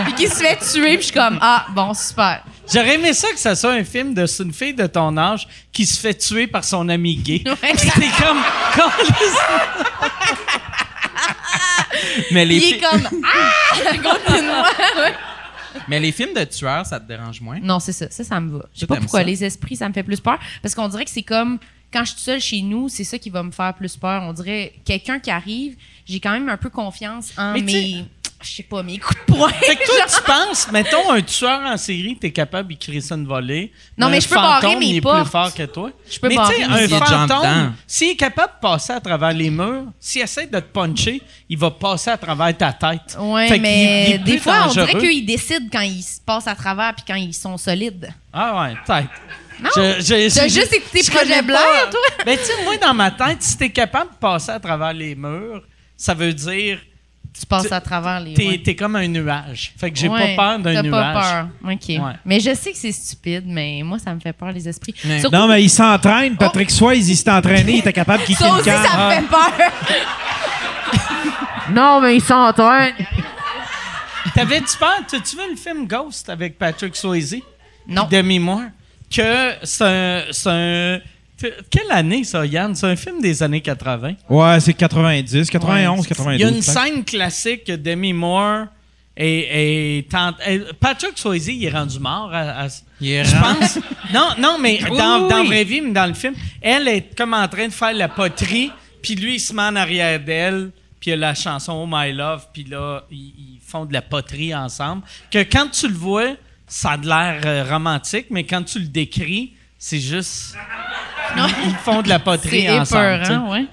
Speaker 6: Puis qui se fait tuer, puis je suis comme ah bon super.
Speaker 5: J'aurais aimé ça que ça soit un film de c'est une fille de ton âge qui se fait tuer par son ami gay.
Speaker 6: Ouais.
Speaker 5: C'est comme. Calice!
Speaker 7: Mais les,
Speaker 6: Puis il est
Speaker 7: fi-
Speaker 6: comme ah contre moi. Ouais.
Speaker 7: mais les films de tueurs, ça te dérange moins.
Speaker 6: Non, c'est ça, ça ça me va. Je sais
Speaker 7: Toi,
Speaker 6: pas
Speaker 7: t'aimes
Speaker 6: pourquoi
Speaker 7: ça?
Speaker 6: les esprits ça me fait plus peur parce qu'on dirait que c'est comme quand je suis seule chez nous, c'est ça qui va me faire plus peur. On dirait quelqu'un qui arrive, j'ai quand même un peu confiance en
Speaker 5: Mais tu sais-
Speaker 6: mes je sais pas mes coups de poing.
Speaker 5: Fait que toi,
Speaker 6: genre.
Speaker 5: tu penses, mettons un tueur en série, t'es capable de créer ça une volée.
Speaker 6: Non,
Speaker 5: Un
Speaker 6: mais je peux
Speaker 5: fantôme,
Speaker 6: barrer mes
Speaker 5: il est
Speaker 6: portes.
Speaker 5: plus fort que toi.
Speaker 6: Je peux
Speaker 5: mais
Speaker 6: barrer
Speaker 5: tu sais,
Speaker 6: mes
Speaker 5: un
Speaker 7: portes. Il y a des gens dedans.
Speaker 5: fantôme, s'il est capable de passer à travers les murs, s'il essaie de te puncher, il va passer à travers ta tête.
Speaker 6: Oui,
Speaker 5: Fait qu'il- il
Speaker 6: mais
Speaker 5: est
Speaker 6: des
Speaker 5: plus
Speaker 6: fois, on dirait
Speaker 5: dangereux.
Speaker 6: qu'ils décident quand ils se passent à travers puis quand ils sont solides.
Speaker 5: Ah ouais, peut-être.
Speaker 6: Non?
Speaker 5: Je- je-
Speaker 6: Oh! T'as
Speaker 5: je-
Speaker 6: juste écouté
Speaker 5: je
Speaker 6: Projet
Speaker 5: connais
Speaker 6: Blair,
Speaker 5: pas.
Speaker 6: toi?
Speaker 5: Ben, tu sais, moi, dans ma tête, si t'es capable de passer à travers les murs, ça veut dire
Speaker 6: Tu passes
Speaker 5: Tu-
Speaker 6: à travers les.
Speaker 5: t'es
Speaker 6: ouais.
Speaker 5: t'es comme un nuage. Fait que j'ai
Speaker 6: Ouais,
Speaker 5: pas peur d'un
Speaker 6: T'as pas
Speaker 5: nuage.
Speaker 6: peur. OK.
Speaker 5: Ouais.
Speaker 6: Mais je sais que c'est stupide, mais moi, ça me fait peur, les esprits.
Speaker 5: Ah.
Speaker 7: Mais-
Speaker 6: Surtout-
Speaker 3: Non, mais il s'entraîne. Patrick Swayze, il s'est entraîné. Il était capable qu'il
Speaker 6: ça aussi, ça me fait peur. non, mais ils s'entraînent.
Speaker 5: T'avais-tu peur? T'as-tu vu le film Ghost avec Patrick Swayze?
Speaker 6: Non.
Speaker 5: Puis Demi Moore. Que c'est un, c'est un- t- Quelle année ça, Yann? C'est un film des années 80.
Speaker 3: Ouais, c'est 90, 91,
Speaker 5: Il
Speaker 3: 92.
Speaker 5: y a une
Speaker 3: peut-être.
Speaker 5: scène classique que Demi Moore et, Patrick Swayze, il est rendu mort à- à-
Speaker 7: Il est
Speaker 5: je
Speaker 7: rendu-
Speaker 5: pense. Non, non, mais
Speaker 7: Hein? Oui,
Speaker 5: dans,
Speaker 7: oui,
Speaker 5: dans la
Speaker 7: oui.
Speaker 5: vraie vie, mais dans le film, elle est comme en train de faire la poterie, puis lui, il se met en arrière d'elle, puis il y a la chanson Oh My Love, puis là, ils, ils font de la poterie ensemble. Que quand tu le vois, ça a de l'air euh, romantique, mais quand tu le décris, c'est juste.
Speaker 6: Non.
Speaker 5: Ils font de la
Speaker 6: C'est
Speaker 5: poterie ensemble. tu sais.
Speaker 6: épeurant, ouais.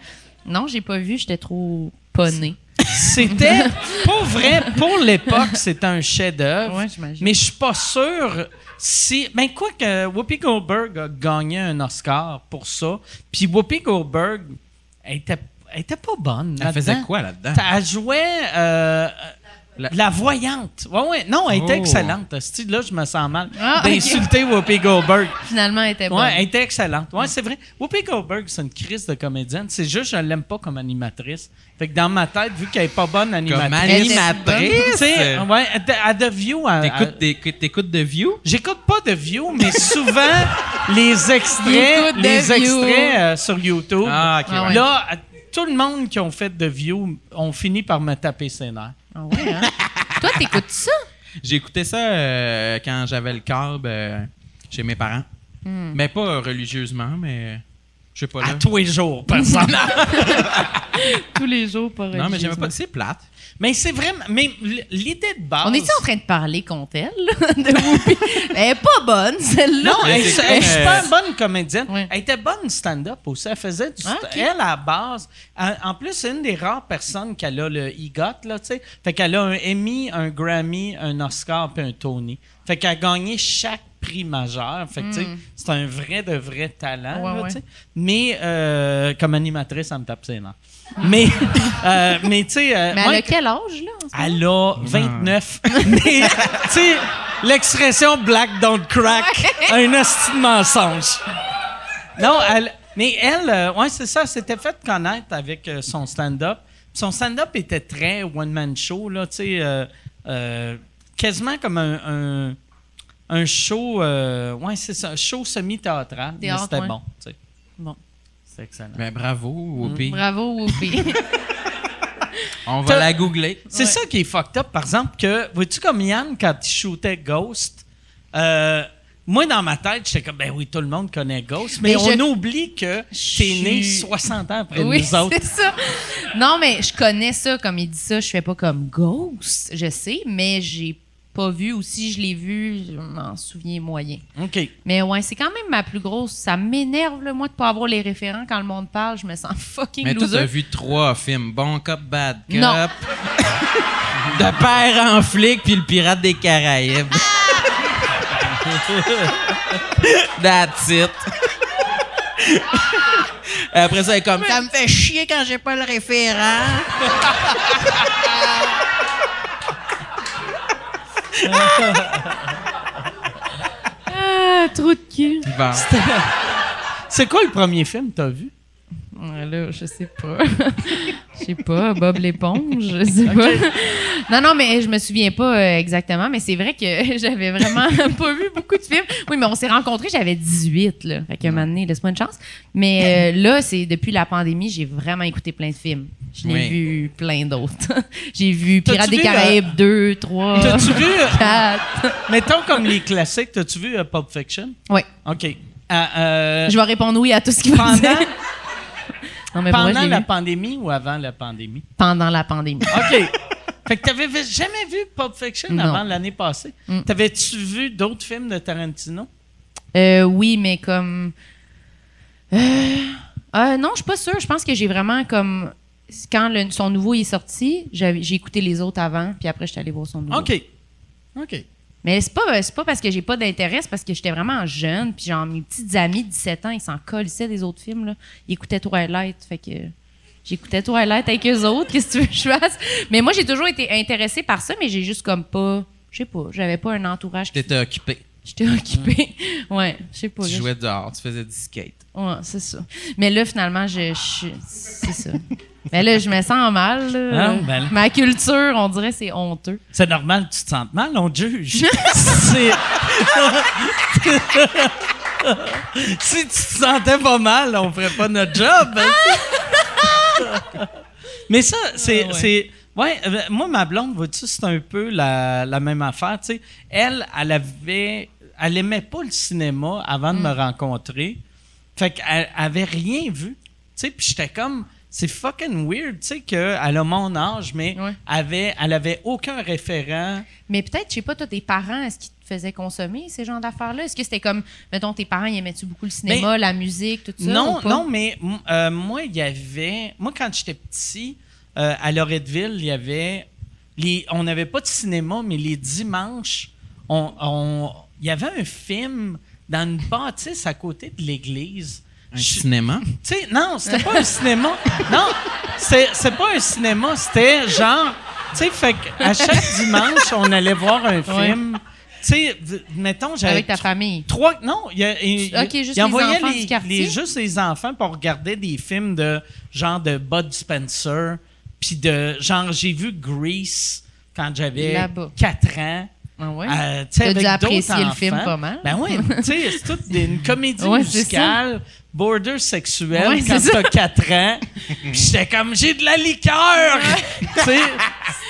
Speaker 6: Non, j'ai pas vu, j'étais trop poney.
Speaker 5: C'était, pour vrai, pour l'époque, c'était un chef-d'œuvre.
Speaker 6: Ouais, j'imagine.
Speaker 5: mais je suis pas sûr si. Ben, quoi que Whoopi Goldberg a gagné un Oscar pour ça. Puis Whoopi Goldberg, elle était, elle était pas bonne.
Speaker 7: Elle faisait
Speaker 5: là-dedans.
Speaker 7: quoi là-dedans?
Speaker 5: Elle jouait euh, euh, la...
Speaker 7: La-
Speaker 5: voyante. Ouais, ouais. Non, elle était
Speaker 7: Oh.
Speaker 5: excellente. Esti, Là, je me sens mal
Speaker 6: Ah, ok.
Speaker 5: d'insulter Whoopi Goldberg.
Speaker 6: Finalement, elle était bonne.
Speaker 5: Ouais, elle était excellente. Ouais, c'est vrai. Whoopi Goldberg, c'est une crise de comédienne. C'est juste, je l'aime pas comme animatrice. Fait que dans ma tête, vu qu'elle est pas bonne
Speaker 7: Comme
Speaker 5: animatrice, tu
Speaker 7: animatrice.
Speaker 5: sais, Euh, ouais, à, à The View, à- à-
Speaker 7: T'écoutes, t'écoutes- t'écoutes de View?
Speaker 5: j'écoute pas The View, mais souvent les
Speaker 6: Il
Speaker 5: extraits,
Speaker 6: écoute The
Speaker 5: les
Speaker 6: View.
Speaker 5: extraits euh, sur YouTube.
Speaker 7: Ah, ok,
Speaker 6: Ah ouais. ouais.
Speaker 5: Là, à- tout le monde qui ont fait The View ont fini par me taper ses nerfs.
Speaker 6: Ah ouais, hein? Toi, t'écoutes ça?
Speaker 7: J'écoutais ça euh, quand j'avais le câble euh, chez mes parents. Mais pas religieusement, mais je sais pas
Speaker 5: À
Speaker 7: là.
Speaker 5: tous les jours, personne.
Speaker 6: Tous les jours, pas
Speaker 7: Non, mais j'aimais pas. C'est plate.
Speaker 5: mais c'est vraiment. Mais l'idée de base.
Speaker 6: On est-tu en train de parler contre elle, là, de Whoopi? Elle est pas bonne, celle-là.
Speaker 5: Non, elle,
Speaker 7: Mais c'est
Speaker 5: elle est
Speaker 6: euh,
Speaker 7: comme,
Speaker 5: super bonne comédienne.
Speaker 6: Ouais.
Speaker 5: Elle était bonne stand-up aussi. Elle faisait du sta-
Speaker 6: Ah, ok.
Speaker 5: Elle, à la base, elle- en plus, c'est une des rares personnes qu'elle a le EGOT, là, tu sais. Fait qu'elle a un Emmy, un Grammy, un Oscar puis un Tony. Fait qu'elle a gagné chaque prix majeur. Fait que, tu sais, c'est un vrai de vrai talent,
Speaker 6: Hmm. Ouais,
Speaker 5: là,
Speaker 6: ouais.
Speaker 5: tu sais. Mais, euh, comme animatrice, elle me tape ses nerfs. Mais, euh, mais tu sais... euh,
Speaker 6: Mais
Speaker 5: moi, Ah,
Speaker 6: elle a quel âge, là? en ce moment?
Speaker 5: elle a 29. Mais, tu sais, l'expression black don't crack, un hostie de mensonge. Non, elle. Mais elle, euh, ouais, c'est ça, s'était fait connaître avec euh, son stand-up. Puis Son stand-up était très one-man show, là, tu sais, euh, euh, quasiment comme un. un- un show, euh, ouais, c'est ça, un show semi-théâtral, mais
Speaker 6: Théâtre,
Speaker 5: c'était
Speaker 6: ouais.
Speaker 5: bon. tu sais. C'est excellent.
Speaker 7: Ben, bravo, Whoopi.
Speaker 6: Bravo, Whoopi.
Speaker 7: On va
Speaker 5: T'as-
Speaker 7: la googler.
Speaker 5: C'est ça qui est fucked up, par exemple, que, vois-tu, comme Yann, quand il shootait Ghost, euh, moi, dans ma tête, j'étais comme, ben oui, tout le monde connaît Ghost, mais,
Speaker 6: Mais
Speaker 5: on
Speaker 6: je-
Speaker 5: oublie que t'es né
Speaker 6: Je-
Speaker 5: 60 ans après
Speaker 6: oui,
Speaker 5: nous autres.
Speaker 6: c'est ça. Non, mais je connais ça, comme il dit ça. Je fais pas comme Ghost, je sais, mais j'ai pas vu ou si je l'ai vu, je m'en souviens moyen.
Speaker 5: OK.
Speaker 6: Mais ouais, c'est quand même ma plus grosse. Ça m'énerve, le moi, de pas avoir les référents quand le monde parle. Je me sens fucking
Speaker 7: Mais toi,
Speaker 6: loser.
Speaker 7: t'as vu trois films. Bon Cop, Bad Cop.
Speaker 6: Non.
Speaker 7: De père en flic, puis le pirate des Caraïbes. That's it. Après ça, elle est comme... Ça me fait chier quand j'ai pas le référent.
Speaker 6: Ah, trou de cul.
Speaker 7: Bon.
Speaker 5: C'est quoi le premier film que t'as vu?
Speaker 6: Ouais, là, je sais pas. Je sais pas, Bob l'éponge, je sais pas. Non, non, mais je me souviens pas euh, exactement, mais c'est vrai que j'avais vraiment pas vu beaucoup de films. Oui, mais on s'est rencontrés, j'avais 18, là. Fait que un moment donné, laisse-moi une chance. Mais euh, là, c'est depuis la pandémie, j'ai vraiment écouté plein de films. Je l'ai
Speaker 7: Oui.
Speaker 6: vu plein d'autres. j'ai vu
Speaker 5: T'as-tu
Speaker 6: Pirates des
Speaker 5: vu, euh,
Speaker 6: Caraïbes 2, 3,
Speaker 5: T'as-tu vu, euh,
Speaker 6: Ah. 4.
Speaker 5: mettons comme les classiques, t'as-tu vu euh, Pulp Fiction?
Speaker 6: Ouais.
Speaker 5: OK. Ah, euh,
Speaker 6: Je vais répondre oui à tout ce qui va
Speaker 5: pendant
Speaker 6: dire. Non, mais pour vrai, je
Speaker 5: pendant
Speaker 6: l'ai
Speaker 5: la
Speaker 6: vu
Speaker 5: pandémie ou avant la pandémie?
Speaker 6: pendant la pandémie.
Speaker 5: OK. fait que t'avais vi- jamais vu Pulp Fiction
Speaker 6: Non. Mm.
Speaker 5: avant l'année passée? T'avais-tu vu d'autres films de Tarantino?
Speaker 6: Euh, oui, mais comme. Euh, euh, non, je suis pas sûre. Je pense que j'ai vraiment comme. Quand le- son nouveau est sorti, j'avais- j'ai écouté les autres avant, puis après, j'étais allée voir son nouveau.
Speaker 5: OK. OK.
Speaker 6: Mais c'est pas, c'est pas parce que j'ai pas d'intérêt, c'est parce que j'étais vraiment jeune, puis genre mes petites amies de 17 ans, ils s'en colissaient des autres films. Là. Ils écoutaient Twilight, fait que. J'écoutais Twilight avec eux autres, qu'est-ce que tu veux que je fasse? Mais moi, j'ai toujours été intéressée par ça, mais j'ai juste comme pas. Je sais pas, j'avais pas un entourage qui.
Speaker 7: T'étais occupé.
Speaker 6: J'étais occupée. Ouais, je sais pas.
Speaker 7: Tu
Speaker 6: là,
Speaker 7: jouais dehors, tu faisais du skate.
Speaker 6: Ouais, c'est ça. Mais là, finalement, je, je suis- c'est ça. Mais là, je me sens mal. là.
Speaker 5: Ah, ben là.
Speaker 6: Ma culture, on dirait, c'est honteux.
Speaker 5: C'est normal que tu te sentes mal, on te juge. C'est- si tu te sentais pas mal, on ferait pas notre job. hein. Mais ça, c'est.
Speaker 6: Ah ouais.
Speaker 5: c'est- ouais, euh, moi, ma blonde, vois-tu, c'est un peu la, la même affaire. tu sais. Elle, elle avait. Elle aimait pas le cinéma avant de me
Speaker 6: Mm.
Speaker 5: rencontrer. Fait qu'elle avait rien vu. Tu sais, puis j'étais comme. C'est fucking weird, tu sais, qu'elle a mon âge, mais
Speaker 6: Ouais.
Speaker 5: avait, elle avait aucun référent.
Speaker 6: Mais peut-être, je sais pas, toi, tes parents, est-ce qu'ils te faisaient consommer ces genres d'affaires-là? Est-ce que c'était comme, mettons, tes parents, ils aimaient-tu beaucoup le cinéma, la musique, tout ça?
Speaker 5: Ben, non,
Speaker 6: ou pas?
Speaker 5: non, mais m- euh, moi, il y avait. Moi, quand j'étais petit, euh, à Loretteville, il y avait. Les, on n'avait pas de cinéma, mais les dimanches, on, on- il y avait un film dans une bâtisse à côté de l'église.
Speaker 7: Un
Speaker 5: Je-
Speaker 7: cinéma.
Speaker 5: Tu sais, non, c'était pas un cinéma. Non, c'est c'est pas un cinéma, c'était genre. Tu sais, fait que à chaque dimanche, on allait voir un film. Tu sais, v- mettons, j'avais.
Speaker 6: Avec ta famille.
Speaker 5: Trois, non, il y a, il-
Speaker 6: Ok,
Speaker 5: il-
Speaker 6: juste
Speaker 5: il envoyait
Speaker 6: les enfants
Speaker 5: les,
Speaker 6: du quartier.
Speaker 5: les- juste les enfants pour regarder des films de genre de Bud Spencer, puis de genre j'ai vu Grease quand j'avais
Speaker 6: Là-bas.
Speaker 5: 4 ans.
Speaker 6: Ah ouais?
Speaker 5: Euh, tu sais,
Speaker 6: T'as
Speaker 5: avec
Speaker 6: dû apprécier
Speaker 5: d'autres
Speaker 6: le film
Speaker 5: enfants.
Speaker 6: pas mal.
Speaker 5: Ben oui, tu sais, c'est toute des- une comédie
Speaker 6: Ouais, c'est
Speaker 5: musicale, border sexuelle,
Speaker 6: Ouais,
Speaker 5: quand
Speaker 6: c'est
Speaker 5: t'as 4 ans. Puis j'étais comme, j'ai de la liqueur! tu sais,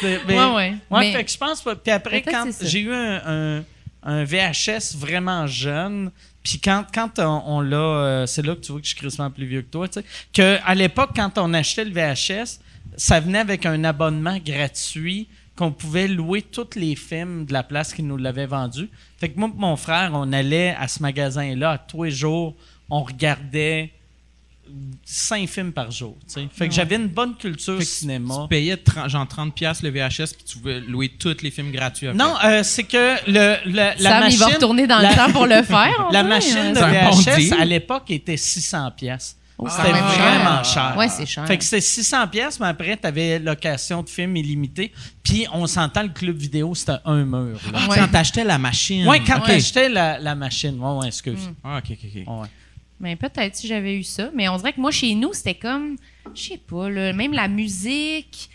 Speaker 5: c'était- mais-
Speaker 6: Ouais, ouais. Mais-
Speaker 5: fait que je pense pas. Puis après,
Speaker 6: Peut-être
Speaker 5: quand
Speaker 6: c'est ça.
Speaker 5: j'ai eu un, un- un VHS vraiment jeune, puis quand, quand on, on l'a, euh, c'est là que tu vois que je suis crissement plus vieux que toi, tu sais, qu'à l'époque, quand on achetait le VHS, ça venait avec un abonnement gratuit qu'on pouvait louer tous les films de la place qui nous l'avait vendu. Fait que moi et mon frère, on allait à ce magasin-là à tous les jours, on regardait cinq films par jour. tu sais. Fait que j'avais une bonne culture
Speaker 7: Fait que tu-
Speaker 5: cinéma.
Speaker 7: Tu payais 30 genre 30$ piastres le VHS, puis tu pouvais louer tous les films gratuits. après.
Speaker 5: Non, euh, c'est que le, le- la
Speaker 6: Sam,
Speaker 5: machine...
Speaker 6: il va retourner dans
Speaker 5: la-
Speaker 6: le temps pour le faire. on
Speaker 5: La
Speaker 6: dirait,
Speaker 5: machine
Speaker 6: hein.
Speaker 5: de
Speaker 7: C'est un bon
Speaker 5: VHS,
Speaker 7: deal.
Speaker 5: à l'époque, était 600 pièces.
Speaker 6: Oh,
Speaker 5: C'était
Speaker 6: quand même
Speaker 5: vraiment cher.
Speaker 6: Ouais, c'est cher.
Speaker 5: Fait que c'était 600 pièces, mais après, tu avais location de films illimitée. Puis, on s'entend, le club vidéo, c'était un mur. là.
Speaker 7: Ah,
Speaker 6: Ouais.
Speaker 7: Quand t'achetais la machine.
Speaker 5: Ouais, quand
Speaker 7: Ok.
Speaker 5: t'achetais la, la machine. Ouais, ouais, excuse.
Speaker 7: Ah, ok, ok, ok.
Speaker 5: Ouais.
Speaker 6: Mais Ben, peut-être si j'avais eu ça. Mais on dirait que moi, chez nous, c'était comme, je sais pas, là, même la musique.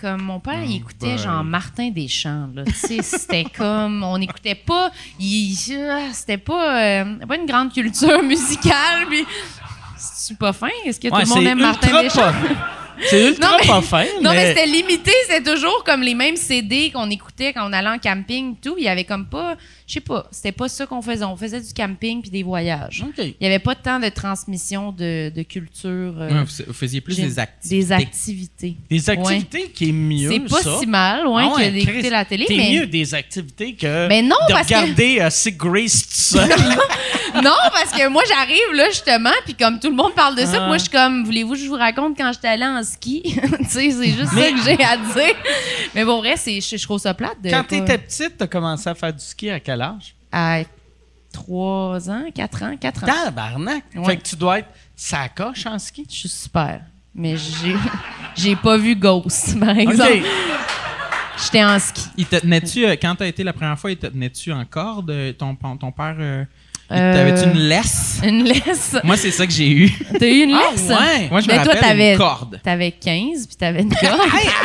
Speaker 6: Comme mon père,
Speaker 5: Oh,
Speaker 6: il écoutait
Speaker 7: boy.
Speaker 6: genre Martin Deschamps. là. Tu sais, c'était comme, on n'écoutait pas, il- ah, c'était pas, euh, pas une grande culture musicale. Puis C'est pas fin? Est-ce que tout
Speaker 5: Ouais,
Speaker 6: le monde
Speaker 5: c'est
Speaker 6: aime Martin
Speaker 5: ultra
Speaker 6: Deschamps?
Speaker 5: pas- C'est ultra
Speaker 6: Non, mais-
Speaker 5: pas fin.
Speaker 6: Non, mais
Speaker 5: mais-
Speaker 6: c'était limité. C'était toujours comme les mêmes CD qu'on écoutait quand on allait en camping, tout. Il y avait comme pas, je sais pas, c'était pas ça qu'on faisait. On faisait du camping puis des voyages.
Speaker 5: OK.
Speaker 6: Il y avait pas tant de transmission de, de culture, euh,
Speaker 7: Ouais, vous, vous faisiez plus
Speaker 6: j'ai-
Speaker 7: des activités.
Speaker 6: des activités.
Speaker 5: Des activités qui est mieux.
Speaker 6: C'est pas
Speaker 5: ça.
Speaker 6: si mal, ouais,
Speaker 5: Ah ouais,
Speaker 6: que d'écouter
Speaker 5: Chris,
Speaker 6: la télé,
Speaker 5: T'es
Speaker 6: mais
Speaker 5: mieux des activités que
Speaker 6: Mais non,
Speaker 5: de
Speaker 6: parce que-
Speaker 5: regarder euh, Sick Grace tout seul.
Speaker 6: non, parce que moi, j'arrive là, justement, puis comme tout le monde parle de ça,
Speaker 5: Ah.
Speaker 6: puis moi, je suis comme, voulez-vous que je vous raconte quand j'étais allée en ski? tu sais, c'est juste ça que j'ai à dire. Mais bon, vrai, c'est, je, je trouve ça plate. De
Speaker 5: Quand
Speaker 6: pas-
Speaker 5: t'étais petite, t'as commencé à faire du ski à quel âge?
Speaker 6: À 3 ans, 4 ans, 4 ans.
Speaker 5: Tabarnak!
Speaker 6: Ouais.
Speaker 5: Fait que tu dois être ça coche en ski.
Speaker 6: Je suis super. Mais j'ai, j'ai pas vu Ghost, par exemple. J'étais en ski.
Speaker 7: Il te tenait-tu, euh, quand t'as été la première fois, il te tenait-tu en corde? euh, Ton, pan- ton père, euh, il-
Speaker 6: Euh,
Speaker 7: t'avais-tu une laisse?
Speaker 6: Une laisse.
Speaker 7: Moi, c'est ça que j'ai eu.
Speaker 6: T'as eu une
Speaker 5: Ah
Speaker 6: laisse?
Speaker 5: ouais!
Speaker 7: Moi, je
Speaker 6: Mais Ben,
Speaker 7: me
Speaker 6: toi,
Speaker 7: rappelle
Speaker 6: t'avais-
Speaker 7: une corde.
Speaker 6: T'avais 15, puis t'avais une corde.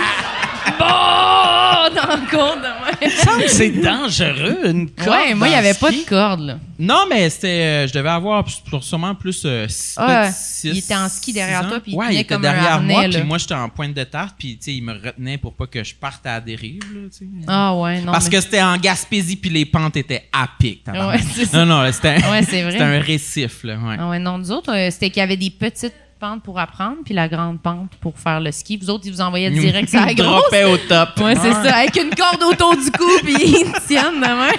Speaker 6: bon! Dans le corde, ouais.
Speaker 5: Ça me semble que c'est dangereux, une corde.
Speaker 6: Ouais, moi, il
Speaker 5: dans
Speaker 6: n'y avait
Speaker 5: le
Speaker 6: pas
Speaker 5: ski.
Speaker 6: de corde, là.
Speaker 7: Non, mais c'était, euh, je devais avoir plus- pour sûrement plus euh, six-
Speaker 6: Ah,
Speaker 7: peut-être six,
Speaker 6: il était en ski derrière
Speaker 7: six ans.
Speaker 6: toi, puis il
Speaker 7: ouais,
Speaker 6: tenait
Speaker 7: était
Speaker 6: comme un
Speaker 7: derrière
Speaker 6: harnais,
Speaker 7: moi,
Speaker 6: là.
Speaker 7: puis moi j'étais en pointe de tarte, puis tu sais, il me retenait pour pas que je parte à la dérive, là, tu sais.
Speaker 6: Ah ouais, non.
Speaker 7: Parce
Speaker 6: mais- Ah,
Speaker 7: que c'était en Gaspésie, puis les pentes étaient à pic. tabarnak.
Speaker 6: Ouais, c'est ça.
Speaker 7: non, non, c'était un,
Speaker 6: Ouais, c'est vrai.
Speaker 7: c'était un récif, là, ouais.
Speaker 6: Ah ouais, non, nous autres, euh, c'était qu'il y avait des petites pentes pour apprendre, puis la grande pente pour faire le ski. Vous autres, ils vous envoyaient
Speaker 7: Nous-
Speaker 6: direct sur la
Speaker 7: nous
Speaker 6: grosse.
Speaker 7: droppait au top.
Speaker 6: Ouais, c'est ça, avec une corde autour du cou, puis ils te tiennent de main.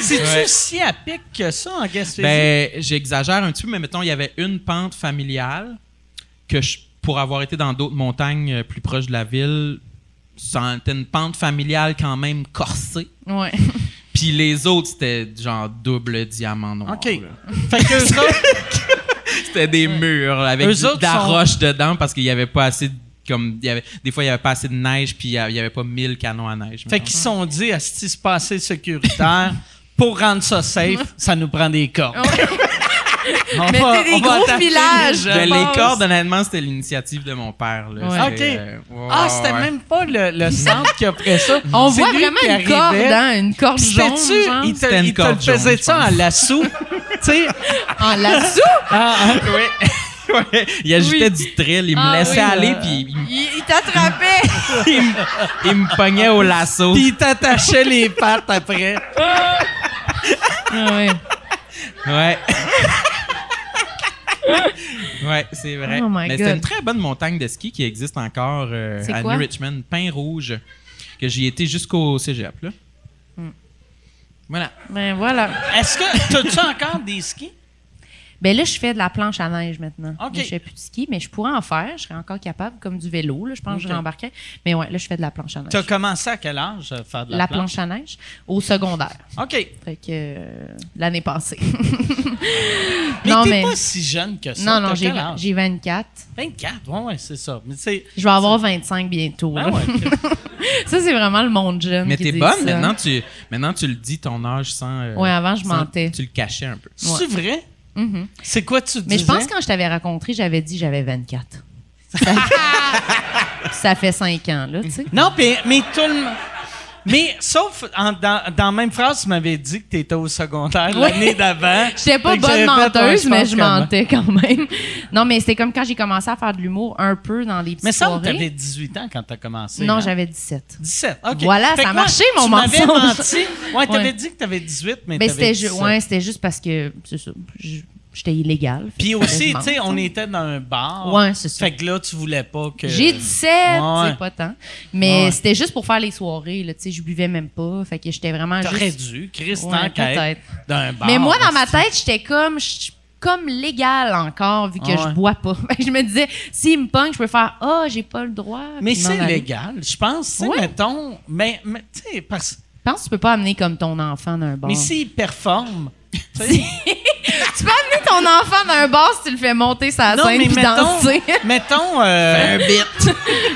Speaker 5: C'est-tu
Speaker 7: Ouais.
Speaker 5: si à pic que ça en Gaspésie?
Speaker 7: Ben, j'exagère un petit peu, mais mettons, il y avait une pente familiale que je, pour avoir été dans d'autres montagnes euh, plus proches de la ville, c'était une pente familiale quand même corsée.
Speaker 6: Ouais.
Speaker 7: Puis les autres, c'était genre double diamant noir.
Speaker 5: OK.
Speaker 7: là.
Speaker 5: fait que eux autres,
Speaker 7: C'était des murs là, avec
Speaker 5: Eux
Speaker 7: du-
Speaker 5: autres
Speaker 7: de la
Speaker 5: sont-
Speaker 7: roche dedans parce qu'il n'y avait pas assez de. Comme, il y avait, des fois, il n'y avait pas assez de neige, puis il n'y avait pas 1000 canons à neige.
Speaker 5: fait
Speaker 7: mettons.
Speaker 5: qu'ils se sont dit, à ce qui se passait sécuritaire, pour rendre ça safe, ça nous prend des cordes. On
Speaker 6: Mettez
Speaker 5: va-
Speaker 6: des
Speaker 5: on va
Speaker 6: gros
Speaker 5: attaquer
Speaker 6: filages,
Speaker 5: les
Speaker 6: je
Speaker 5: gens.
Speaker 7: Ben,
Speaker 6: pense.
Speaker 7: les cordes, honnêtement, c'était l'initiative de mon père. là.
Speaker 6: Ouais.
Speaker 7: C'était,
Speaker 5: OK.
Speaker 7: euh, ouais,
Speaker 5: Ah,
Speaker 7: ouais,
Speaker 5: c'était
Speaker 7: ouais.
Speaker 5: même pas le, le centre qui a pris ça.
Speaker 6: On
Speaker 5: C'est
Speaker 6: voit
Speaker 5: lui
Speaker 6: vraiment
Speaker 5: qui
Speaker 6: une
Speaker 5: arrivait.
Speaker 6: corde, hein, une corde
Speaker 5: Puis
Speaker 6: jaune,
Speaker 5: sais-tu,
Speaker 6: genre,
Speaker 5: il te,
Speaker 7: C'était une
Speaker 5: il te le
Speaker 7: corde jaune,
Speaker 5: faisait
Speaker 7: je
Speaker 5: ça en lasso. tu sais,
Speaker 6: en lasso.
Speaker 5: ah, ah,
Speaker 7: Ouais, il ajoutait du thrill, il me
Speaker 6: Ah
Speaker 7: laissait
Speaker 6: oui.
Speaker 7: aller, puis il,
Speaker 6: Il, il t'attrapait.
Speaker 7: il me- il me pognait au lasso.
Speaker 5: puis il t'attachait les pattes après.
Speaker 6: Ah ouais.
Speaker 7: Ouais. ouais, c'est vrai.
Speaker 6: Oh my
Speaker 7: Mais
Speaker 6: God.
Speaker 7: c'est une très bonne montagne de ski qui existe encore euh,
Speaker 6: C'est
Speaker 7: à
Speaker 6: quoi?
Speaker 7: New Richmond, Pain Rouge, que j'y étais jusqu'au cégep. Là.
Speaker 6: Hmm.
Speaker 7: Voilà.
Speaker 6: Ben voilà.
Speaker 5: Est-ce que t'as-tu encore des skis?
Speaker 6: Ben là, je fais de la planche à neige maintenant.
Speaker 5: OK.
Speaker 6: Je fais plus de ski, mais je pourrais en faire. Je serais encore capable, comme du vélo. Là, je pense que je
Speaker 5: OK.
Speaker 6: rembarquais. Mais ouais, là, je fais de la planche à neige.
Speaker 5: T'as commencé à quel âge à faire de
Speaker 6: la,
Speaker 5: la,
Speaker 6: planche. à neige au secondaire.
Speaker 5: OK.
Speaker 6: Fait que euh, l'année passée.
Speaker 5: Mais
Speaker 6: non,
Speaker 5: t'es
Speaker 6: mais.
Speaker 5: pas si jeune que ça.
Speaker 6: non, non,
Speaker 5: T'as
Speaker 6: j'ai
Speaker 5: quel âge?
Speaker 6: j'ai 24.
Speaker 5: 24, ouais, ouais, c'est ça. Mais c'est...
Speaker 6: Je vais avoir 25 bientôt.
Speaker 5: Ben
Speaker 6: là.
Speaker 5: ouais,
Speaker 6: ça, c'est vraiment le monde jeune.
Speaker 7: Mais
Speaker 6: qui
Speaker 7: t'es
Speaker 6: dit
Speaker 7: bonne
Speaker 6: ça.
Speaker 7: maintenant tu, maintenant, tu le dis ton âge sans. euh,
Speaker 6: Ouais, avant, je
Speaker 7: sans-
Speaker 6: mentais.
Speaker 7: Tu le cachais un peu.
Speaker 5: C'est vrai? C'est quoi tu disais?
Speaker 6: Mm-hmm. Mais je pense que quand je t'avais rencontré, j'avais dit j'avais 24. Ça, ça fait 5 ans, là, tu sais.
Speaker 5: Non, mais, mais tout le monde... Mais sauf, en- dans, dans la même phrase, tu m'avais dit que tu étais au secondaire
Speaker 6: Ouais.
Speaker 5: l'année d'avant.
Speaker 6: J'étais pas
Speaker 5: Fait que
Speaker 6: bonne
Speaker 5: j'avais fait, ouais,
Speaker 6: menteuse,
Speaker 5: je
Speaker 6: mais
Speaker 5: pense
Speaker 6: je
Speaker 5: que non.
Speaker 6: mentais quand même. Non, mais c'était comme quand j'ai commencé à faire de l'humour un peu dans les petites
Speaker 5: Mais ça, tu
Speaker 6: soirées.
Speaker 5: avais 18 ans quand tu as commencé.
Speaker 6: Non,
Speaker 5: hein?
Speaker 6: j'avais 17.
Speaker 5: 17. OK.
Speaker 6: Voilà, ça
Speaker 5: que
Speaker 6: a
Speaker 5: moi,
Speaker 6: marché, mon
Speaker 5: Tu m'avais
Speaker 6: mensonge.
Speaker 5: menti. Ouais, t'avais
Speaker 6: Ouais.
Speaker 5: dit que t'avais 18, mais
Speaker 6: Mais
Speaker 5: t'avais
Speaker 6: c'était ju-
Speaker 5: 17.
Speaker 6: ouais, c'était juste parce que c'est ça, j- j'étais illégale. fait
Speaker 5: Puis
Speaker 6: que
Speaker 5: aussi,
Speaker 6: je
Speaker 5: tu sais,
Speaker 6: mente.
Speaker 5: on était dans un bar.
Speaker 6: Ouais, c'est ça.
Speaker 5: Fait que là, tu voulais pas que.
Speaker 6: J'ai 17,
Speaker 5: Ouais.
Speaker 6: c'est pas tant. Mais
Speaker 5: Ouais.
Speaker 6: c'était juste pour faire les soirées, là, tu sais, je buvais même pas, fait que j'étais vraiment
Speaker 5: T'aurais
Speaker 6: juste
Speaker 5: dû, Chris,
Speaker 6: Ouais,
Speaker 5: tant qu'à
Speaker 6: peut-être.
Speaker 5: être dans un bar.
Speaker 6: Mais moi, dans ma tête, j'étais comme, je suis comme légale encore, vu que
Speaker 5: Ah
Speaker 6: je
Speaker 5: ouais.
Speaker 6: bois pas. je me disais, s'il me pogne, je peux faire, ah, j'ai pas le droit.
Speaker 5: Mais
Speaker 6: puis m'en
Speaker 5: c'est
Speaker 6: aller.
Speaker 5: légal, je pense. Tu sais,
Speaker 6: Ouais.
Speaker 5: mettons. Mais, mais tu sais, parce.
Speaker 6: Je pense que tu peux pas amener comme ton enfant d'un bar.
Speaker 5: Mais s'il performe. tu sais-
Speaker 6: Tu peux amener ton enfant d'un bar si tu le fais monter sa
Speaker 5: non,
Speaker 6: scène
Speaker 5: mais
Speaker 6: puis
Speaker 5: mettons.
Speaker 6: danser.
Speaker 5: Mettons. euh,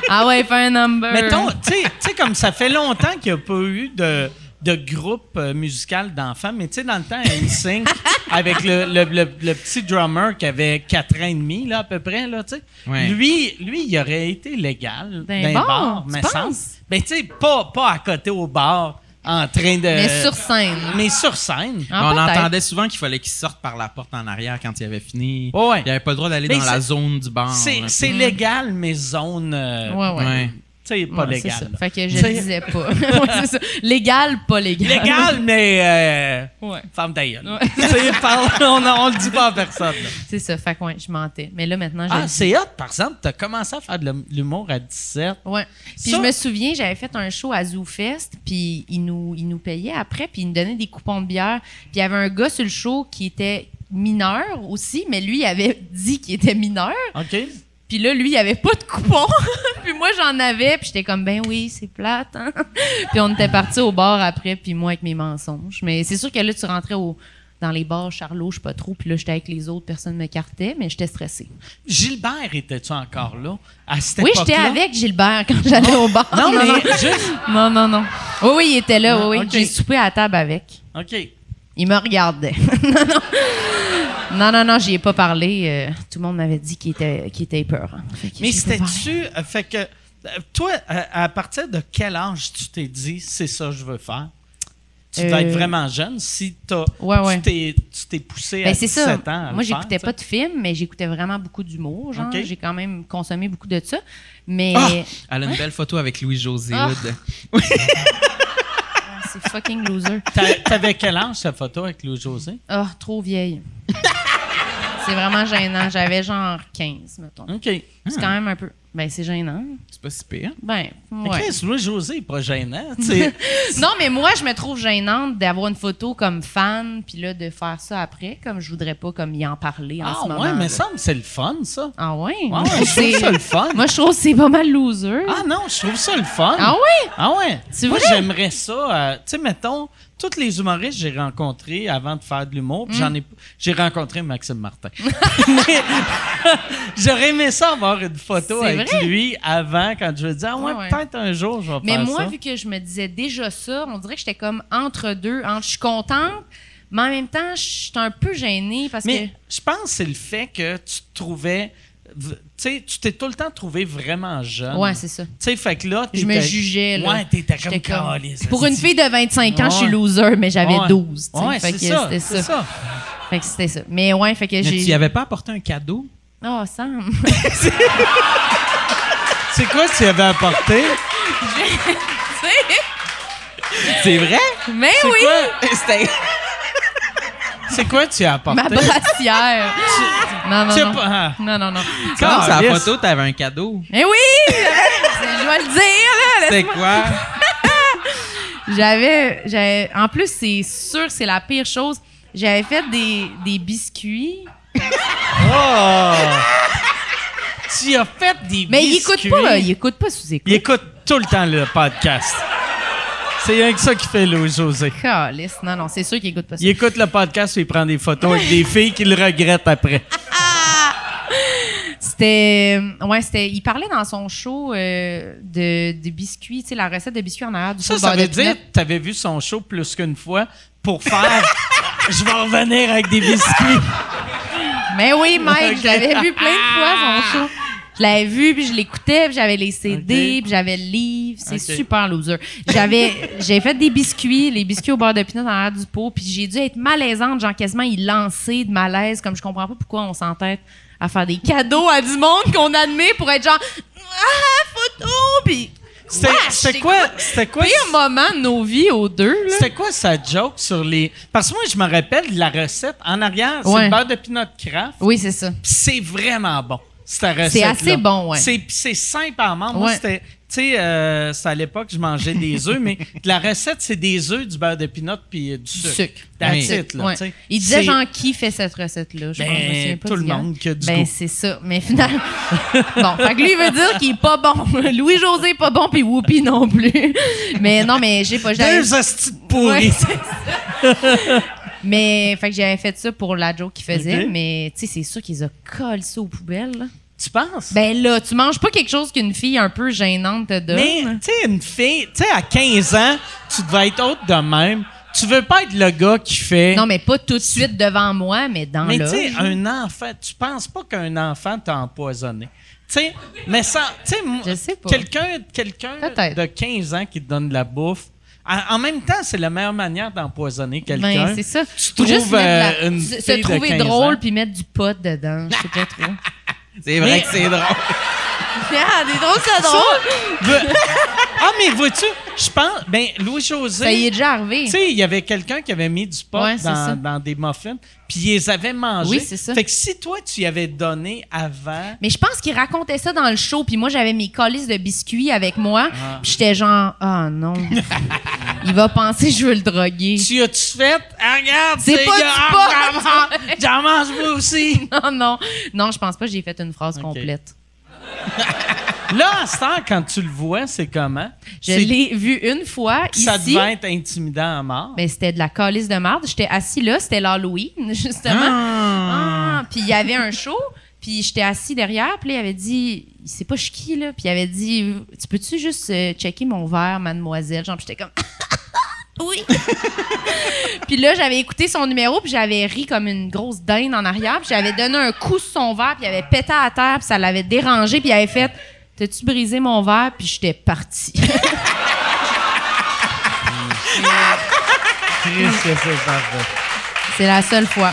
Speaker 6: ah ouais, fais un number.
Speaker 5: Mettons, euh, tu sais- tu sais, comme ça fait longtemps qu'il n'y a pas eu de, de groupe euh, musical d'enfants, mais tu sais, dans le temps, NSYNC, avec le, le, le- le petit drummer qui avait 4 ans et demi, là, à peu près, là, tu sais,
Speaker 7: Ouais.
Speaker 5: lui, lui, il aurait été légal
Speaker 6: Ben
Speaker 5: d'un
Speaker 6: bon,
Speaker 5: bar,
Speaker 6: tu
Speaker 5: mais
Speaker 6: penses?
Speaker 5: sans. Ben, tu sais, pas, pas à côté au bar. en train de.
Speaker 6: Mais sur scène.
Speaker 5: Mais sur scène.
Speaker 6: Ah,
Speaker 7: on
Speaker 6: peut-être.
Speaker 7: entendait souvent qu'il fallait qu'il sorte par la porte en arrière quand il avait fini.
Speaker 6: Oh,
Speaker 5: Ouais, ouais.
Speaker 7: Il avait pas le droit d'aller
Speaker 5: Mais
Speaker 7: dans la
Speaker 5: c'est-
Speaker 7: zone du bar.
Speaker 5: C'est
Speaker 7: là.
Speaker 5: c'est légal, mais zone. euh,
Speaker 6: Ouais, ouais.
Speaker 7: Ouais.
Speaker 5: Tu sais, pas
Speaker 6: Ouais, c'est
Speaker 5: légal.
Speaker 6: ça. Fait que je
Speaker 5: T'sais-
Speaker 6: le disais pas. Ouais, c'est ça. Légal, pas légal.
Speaker 5: Légal, mais. euh,
Speaker 6: Ouais.
Speaker 5: Ferme ta gueule.
Speaker 6: Ouais.
Speaker 5: Tu sais, parle- on, on le dit pas à personne. là.
Speaker 6: C'est ça. Fait que ouais, je mentais. Mais là, maintenant, je le
Speaker 5: Ah,
Speaker 6: dis.
Speaker 5: c'est hot, par exemple. T'as commencé à faire de l'humour à 17.
Speaker 6: Ouais. Puis
Speaker 5: Ça-
Speaker 6: je me souviens, j'avais fait un show à ZooFest, puis ils nous, ils nous payaient après, puis ils nous donnaient des coupons de bière. Puis il y avait un gars sur le show qui était mineur aussi, mais lui, il avait dit qu'il était mineur.
Speaker 5: OK?
Speaker 6: Puis là, lui, il avait pas de coupon. puis moi, j'en avais, puis j'étais comme, ben oui, c'est plate. hein. puis on était partis au bar après, puis moi avec mes mensonges. Mais c'est sûr que là, tu rentrais au, dans les bars, Charlot, je sais pas trop, puis là, j'étais avec les autres, personne ne m'écartait, mais j'étais stressée.
Speaker 5: Gilbert, étais-tu encore là à cette
Speaker 6: Oui,
Speaker 5: époque-là?
Speaker 6: j'étais avec Gilbert quand j'allais au bar.
Speaker 5: Non, mais
Speaker 6: mais-
Speaker 5: juste.
Speaker 6: Non, non, non. Oui, oui, il était là.
Speaker 5: Ah,
Speaker 6: oui, oui.
Speaker 5: ok.
Speaker 6: J'ai soupé à la table avec.
Speaker 5: OK.
Speaker 6: Il me regardait. non, non. Non, non, non, j'y ai pas parlé. euh, tout le monde m'avait dit qu'il était, qu'il était peur. hein.
Speaker 5: Mais c'était-tu. euh, Fait que. euh, Toi, euh, à partir de quel âge tu t'es dit, c'est ça que je veux faire? Tu devais
Speaker 6: Euh,
Speaker 5: être vraiment jeune si t'as,
Speaker 6: Ouais, ouais.
Speaker 5: tu t'es, tu t'es poussé à
Speaker 6: Ben, c'est
Speaker 5: 17 ans.
Speaker 6: ça.
Speaker 5: à le
Speaker 6: Moi,
Speaker 5: faire,
Speaker 6: j'écoutais
Speaker 5: tu
Speaker 6: pas de films, mais j'écoutais vraiment beaucoup d'humour. Genre,
Speaker 5: Ok. Ah!
Speaker 6: j'ai quand même consommé beaucoup de ça. Mais
Speaker 7: Elle a une belle photo avec Louis-José
Speaker 6: Ah.
Speaker 7: Hood.
Speaker 6: Ah, c'est fucking loser.
Speaker 5: T'a- T'avais quel âge, cette photo avec Louis-José?
Speaker 6: Ah, trop vieille. c'est vraiment gênant. J'avais genre 15, mettons.
Speaker 5: OK.
Speaker 6: C'est quand même un peu. Ben, c'est gênant.
Speaker 7: C'est pas si pire.
Speaker 6: Ben,
Speaker 5: Mais
Speaker 6: ouais.
Speaker 5: Chris, Louis-José est pas gênant, tu sais.
Speaker 6: Non, mais moi, je me trouve gênante d'avoir une photo comme fan, puis là, de faire ça après, comme je voudrais pas comme y en parler en
Speaker 5: ah,
Speaker 6: ce moment.
Speaker 5: ouais, mais ça me c'est le fun, ça.
Speaker 6: Ah ouais?
Speaker 5: Ah, ouais, je trouve
Speaker 6: C'est-
Speaker 5: ça le fun.
Speaker 6: moi, je trouve que c'est pas mal loser.
Speaker 5: Ah non, je trouve ça le fun.
Speaker 6: Ah ouais?
Speaker 5: Ah ouais.
Speaker 6: C'est
Speaker 5: Moi,
Speaker 6: vrai?
Speaker 5: j'aimerais ça. euh, tu sais, mettons, tous les humoristes que j'ai rencontrés avant de faire de l'humour,
Speaker 6: Mm.
Speaker 5: puis j'en ai, j'ai rencontré Maxime Martin. Mais j'aurais aimé ça avoir une photo
Speaker 6: C'est
Speaker 5: avec
Speaker 6: vrai?
Speaker 5: lui avant, quand je veux dire, ah ouais,
Speaker 6: Ah ouais.
Speaker 5: peut-être un jour, je vais
Speaker 6: mais
Speaker 5: faire
Speaker 6: moi,
Speaker 5: ça.
Speaker 6: vu que je me disais déjà ça, on dirait que j'étais comme entre deux, entre je suis contente, mais en même temps, je suis un peu gênée parce
Speaker 5: Mais
Speaker 6: que.
Speaker 5: je pense que c'est le fait que tu te trouvais. v- Tu sais, tu t'es tout le temps trouvé vraiment jeune.
Speaker 6: Ouais,
Speaker 5: tu
Speaker 6: c'est ça.
Speaker 5: sais, fait que là,
Speaker 6: Je me
Speaker 5: t'étais-
Speaker 6: jugeais, là.
Speaker 5: Ouais, t'étais comme,
Speaker 6: J'étais comme-
Speaker 5: Calisse,
Speaker 6: Pour une
Speaker 5: esti.
Speaker 6: fille de 25 ans, je suis
Speaker 5: Ouais.
Speaker 6: loser, mais j'avais
Speaker 5: Ouais.
Speaker 6: 12. tu sais.
Speaker 5: Ouais,
Speaker 6: Fait
Speaker 5: c'est
Speaker 6: que
Speaker 5: ça.
Speaker 6: c'était
Speaker 5: C'est
Speaker 6: ça.
Speaker 5: ça.
Speaker 6: Fait que c'était ça. Mais ouais, fait que
Speaker 7: Mais tu n'y
Speaker 6: j'ai.
Speaker 7: avais pas apporté un cadeau?
Speaker 6: Oh, Sam.
Speaker 5: C'est quoi que tu avais apporté?
Speaker 7: C'est vrai?
Speaker 6: mais
Speaker 5: C'est
Speaker 6: oui!
Speaker 5: quoi? C'est quoi tu as apporté?
Speaker 6: Ma brassière. non, non,
Speaker 5: Tu
Speaker 6: non.
Speaker 5: as pas- ah.
Speaker 6: Non, non, non.
Speaker 7: Quand sur la
Speaker 5: yes.
Speaker 7: photo, t'avais un cadeau.
Speaker 6: Mais oui! Je vais le dire, là.
Speaker 7: C'est quoi?
Speaker 6: J'avais, j'avais- En plus, c'est sûr que c'est la pire chose. J'avais fait des, des biscuits.
Speaker 5: Ah! Oh! Tu as fait des
Speaker 6: Mais il
Speaker 5: biscuits.
Speaker 6: écoute pas, il écoute pas sous écoute.
Speaker 5: Il écoute tout le temps le podcast. C'est rien que ça qui fait Louis-José.
Speaker 6: Calisse. Non, non, c'est sûr qu'il écoute pas
Speaker 5: Il
Speaker 6: ça.
Speaker 5: écoute le podcast et il prend des photos avec des filles qu'il regrette après.
Speaker 6: C'était. Ouais, c'était. Il parlait dans son show euh, de, de biscuits, tu sais, la recette de biscuits en arrière du
Speaker 5: Ça,
Speaker 6: four
Speaker 5: ça
Speaker 6: de
Speaker 5: veut
Speaker 6: peanut.
Speaker 5: dire que tu avais vu son show plus qu'une fois pour faire Je vais revenir avec des biscuits.
Speaker 6: Ah, Mais oui, Mike,
Speaker 5: Ok. Ah!
Speaker 6: je l'avais vu plein de fois, son show. Je l'avais vu, puis je l'écoutais, puis j'avais les CD,
Speaker 5: Ok.
Speaker 6: puis j'avais le livre. C'est
Speaker 5: Ok.
Speaker 6: super loser. J'avais, j'ai fait des biscuits, les biscuits au beurre de pinot dans l'air du pot, puis j'ai dû être malaisante, genre quasiment y lancer de malaise, comme je comprends pas pourquoi on s'entête à faire des cadeaux à du monde qu'on admet pour être genre ah photo, puis
Speaker 5: C'était
Speaker 6: wesh,
Speaker 5: c'était quoi? C'était quoi?
Speaker 6: Pire moment de nos vies aux deux là.
Speaker 5: C'était quoi sa joke sur les. Parce que moi, je me rappelle de la recette en arrière, c'est
Speaker 6: Ouais.
Speaker 5: le beurre de pinot craft.
Speaker 6: Oui, c'est ça.
Speaker 5: Pis c'est vraiment bon, cette recette.
Speaker 6: assez bon, ouais.
Speaker 5: C'est, pis c'est simple à manger. Moi,
Speaker 6: Ouais.
Speaker 5: c'était. Tu sais, euh, c'est à l'époque, je mangeais des œufs, mais de la recette, c'est des œufs, du beurre de pinot puis euh, du
Speaker 6: Du
Speaker 5: sucre.
Speaker 6: sucre.
Speaker 5: That's
Speaker 6: Ouais.
Speaker 5: it, là,
Speaker 6: Ouais.
Speaker 5: tu sais.
Speaker 6: Il disait
Speaker 5: C'est-
Speaker 6: genre qui fait cette recette là. Je
Speaker 5: Ben,
Speaker 6: pense, je me souviens pas
Speaker 5: tout
Speaker 6: du
Speaker 5: le
Speaker 6: gars.
Speaker 5: monde qui a du
Speaker 6: Ben
Speaker 5: goût.
Speaker 6: c'est ça. Mais finalement, bon, fait que lui il veut dire qu'il est pas bon. Louis José pas bon puis Whoopi non plus. Mais non mais j'ai pas. j'avais-
Speaker 5: Deux hosties de
Speaker 6: Ouais,
Speaker 5: pourris.
Speaker 6: c'est ça. mais fait que j'avais fait ça pour la joke qu'il faisait.
Speaker 5: Ok.
Speaker 6: Mais tu sais c'est sûr qu'ils ont collé ça aux poubelles. là.
Speaker 5: Tu penses?
Speaker 6: Ben là tu manges pas quelque chose qu'une fille un peu gênante te donne.
Speaker 5: mais, tu sais, une fille, tu sais, à 15 ans, tu devais être autre de même. Tu veux pas être le gars qui fait.
Speaker 6: Non mais pas tout de suite devant moi mais dans
Speaker 5: Mais tu
Speaker 6: l'âge.
Speaker 5: sais, un enfant, tu penses pas qu'un enfant t'a empoisonné. Tu sais, mais ça, tu sais, moi,
Speaker 6: Je sais pas.
Speaker 5: quelqu'un quelqu'un
Speaker 6: Peut-être.
Speaker 5: de 15 ans qui te donne de la bouffe, En en même temps, c'est la meilleure manière d'empoisonner quelqu'un.
Speaker 6: Ben, c'est ça.
Speaker 5: Tu
Speaker 6: Faut juste
Speaker 5: trouves,
Speaker 6: mettre la-
Speaker 5: euh, une
Speaker 6: se-
Speaker 5: fille
Speaker 6: se
Speaker 5: de
Speaker 6: trouver
Speaker 5: 15 ans.
Speaker 6: drôle puis mettre du pot dedans. Je sais pas trop.
Speaker 7: C'est vrai
Speaker 5: Mais-
Speaker 7: que c'est drôle.
Speaker 6: ah, des drôles, c'est drôle.
Speaker 5: ah, mais vois-tu, je pense. Ben, Louis-José.
Speaker 6: Ça y est déjà arrivé.
Speaker 5: Tu sais, il y avait quelqu'un qui avait mis du pot
Speaker 6: Ouais, c'est ça.
Speaker 5: dans, dans des muffins, puis ils les avaient mangés.
Speaker 6: Oui, c'est ça.
Speaker 5: Fait que si toi, tu y avais donné avant.
Speaker 6: Mais je pense qu'il racontait ça dans le show, puis moi j'avais mes colis de biscuits avec moi, puis j'étais genre ah non, il va penser que je veux le droguer.
Speaker 5: Tu as-tu fait? Ah, regarde,
Speaker 6: C'est pas
Speaker 5: il y a-
Speaker 6: du
Speaker 5: ah,
Speaker 6: pot!
Speaker 5: j'en mange- J'en mange moi aussi!
Speaker 6: Non Ah, non non, je pense pas. que J'ai fait une phrase complète.
Speaker 5: Là, à ce temps, quand tu le vois, c'est comment?
Speaker 6: Je
Speaker 5: C'est-
Speaker 6: l'ai vu une fois
Speaker 5: Ça
Speaker 6: ici.
Speaker 5: devait être intimidant à mort.
Speaker 6: Mais c'était de la calice de marde. J'étais assis là, c'était l'Halloween, justement. Ah!
Speaker 5: Hmm.
Speaker 6: Puis il y avait un show, puis j'étais assis derrière, puis là, il avait dit, il sait pas je qui, là, puis il avait dit, tu peux-tu juste euh, checker mon verre, mademoiselle? Genre, puis j'étais comme, oui! puis là, j'avais écouté son numéro, puis j'avais ri comme une grosse dinde en arrière, puis j'avais donné un coup sur son verre, puis il avait pété à terre, puis ça l'avait dérangé, puis il avait fait, t'as-tu brisé mon verre? Puis j'étais partie. Ben
Speaker 5: Christ, que c'est parfait.
Speaker 6: C'est la seule fois.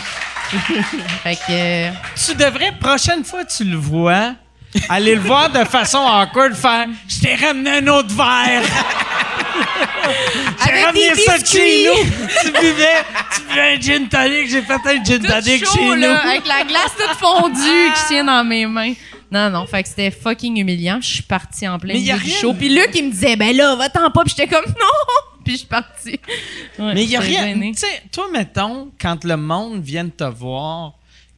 Speaker 6: fait que... euh,
Speaker 5: Tu devrais, prochaine fois que tu le vois, aller le voir de façon awkward, faire Je t'ai ramené un autre verre! J'ai
Speaker 6: Avec des
Speaker 5: ramené ça de
Speaker 6: biscuits!
Speaker 5: chez nous! tu buvais, tu buvais un gin tonic, j'ai fait un gin tonic
Speaker 6: chaud,
Speaker 5: chez
Speaker 6: là,
Speaker 5: nous! Ah.
Speaker 6: avec la glace toute fondue qui tient dans mes mains. Non, non, fait que c'était fucking humiliant. Je suis partie en plein
Speaker 5: Mais y a
Speaker 6: milieu du
Speaker 5: rien-
Speaker 6: show. Puis Luc, il me disait, ben là, va-t'en pas. Puis j'étais comme, non! Puis je suis partie. Ouais,
Speaker 5: Mais il n'y a
Speaker 6: j'étais
Speaker 5: rien.
Speaker 6: gênée.
Speaker 5: Tu sais, toi, mettons, quand le monde vient te voir,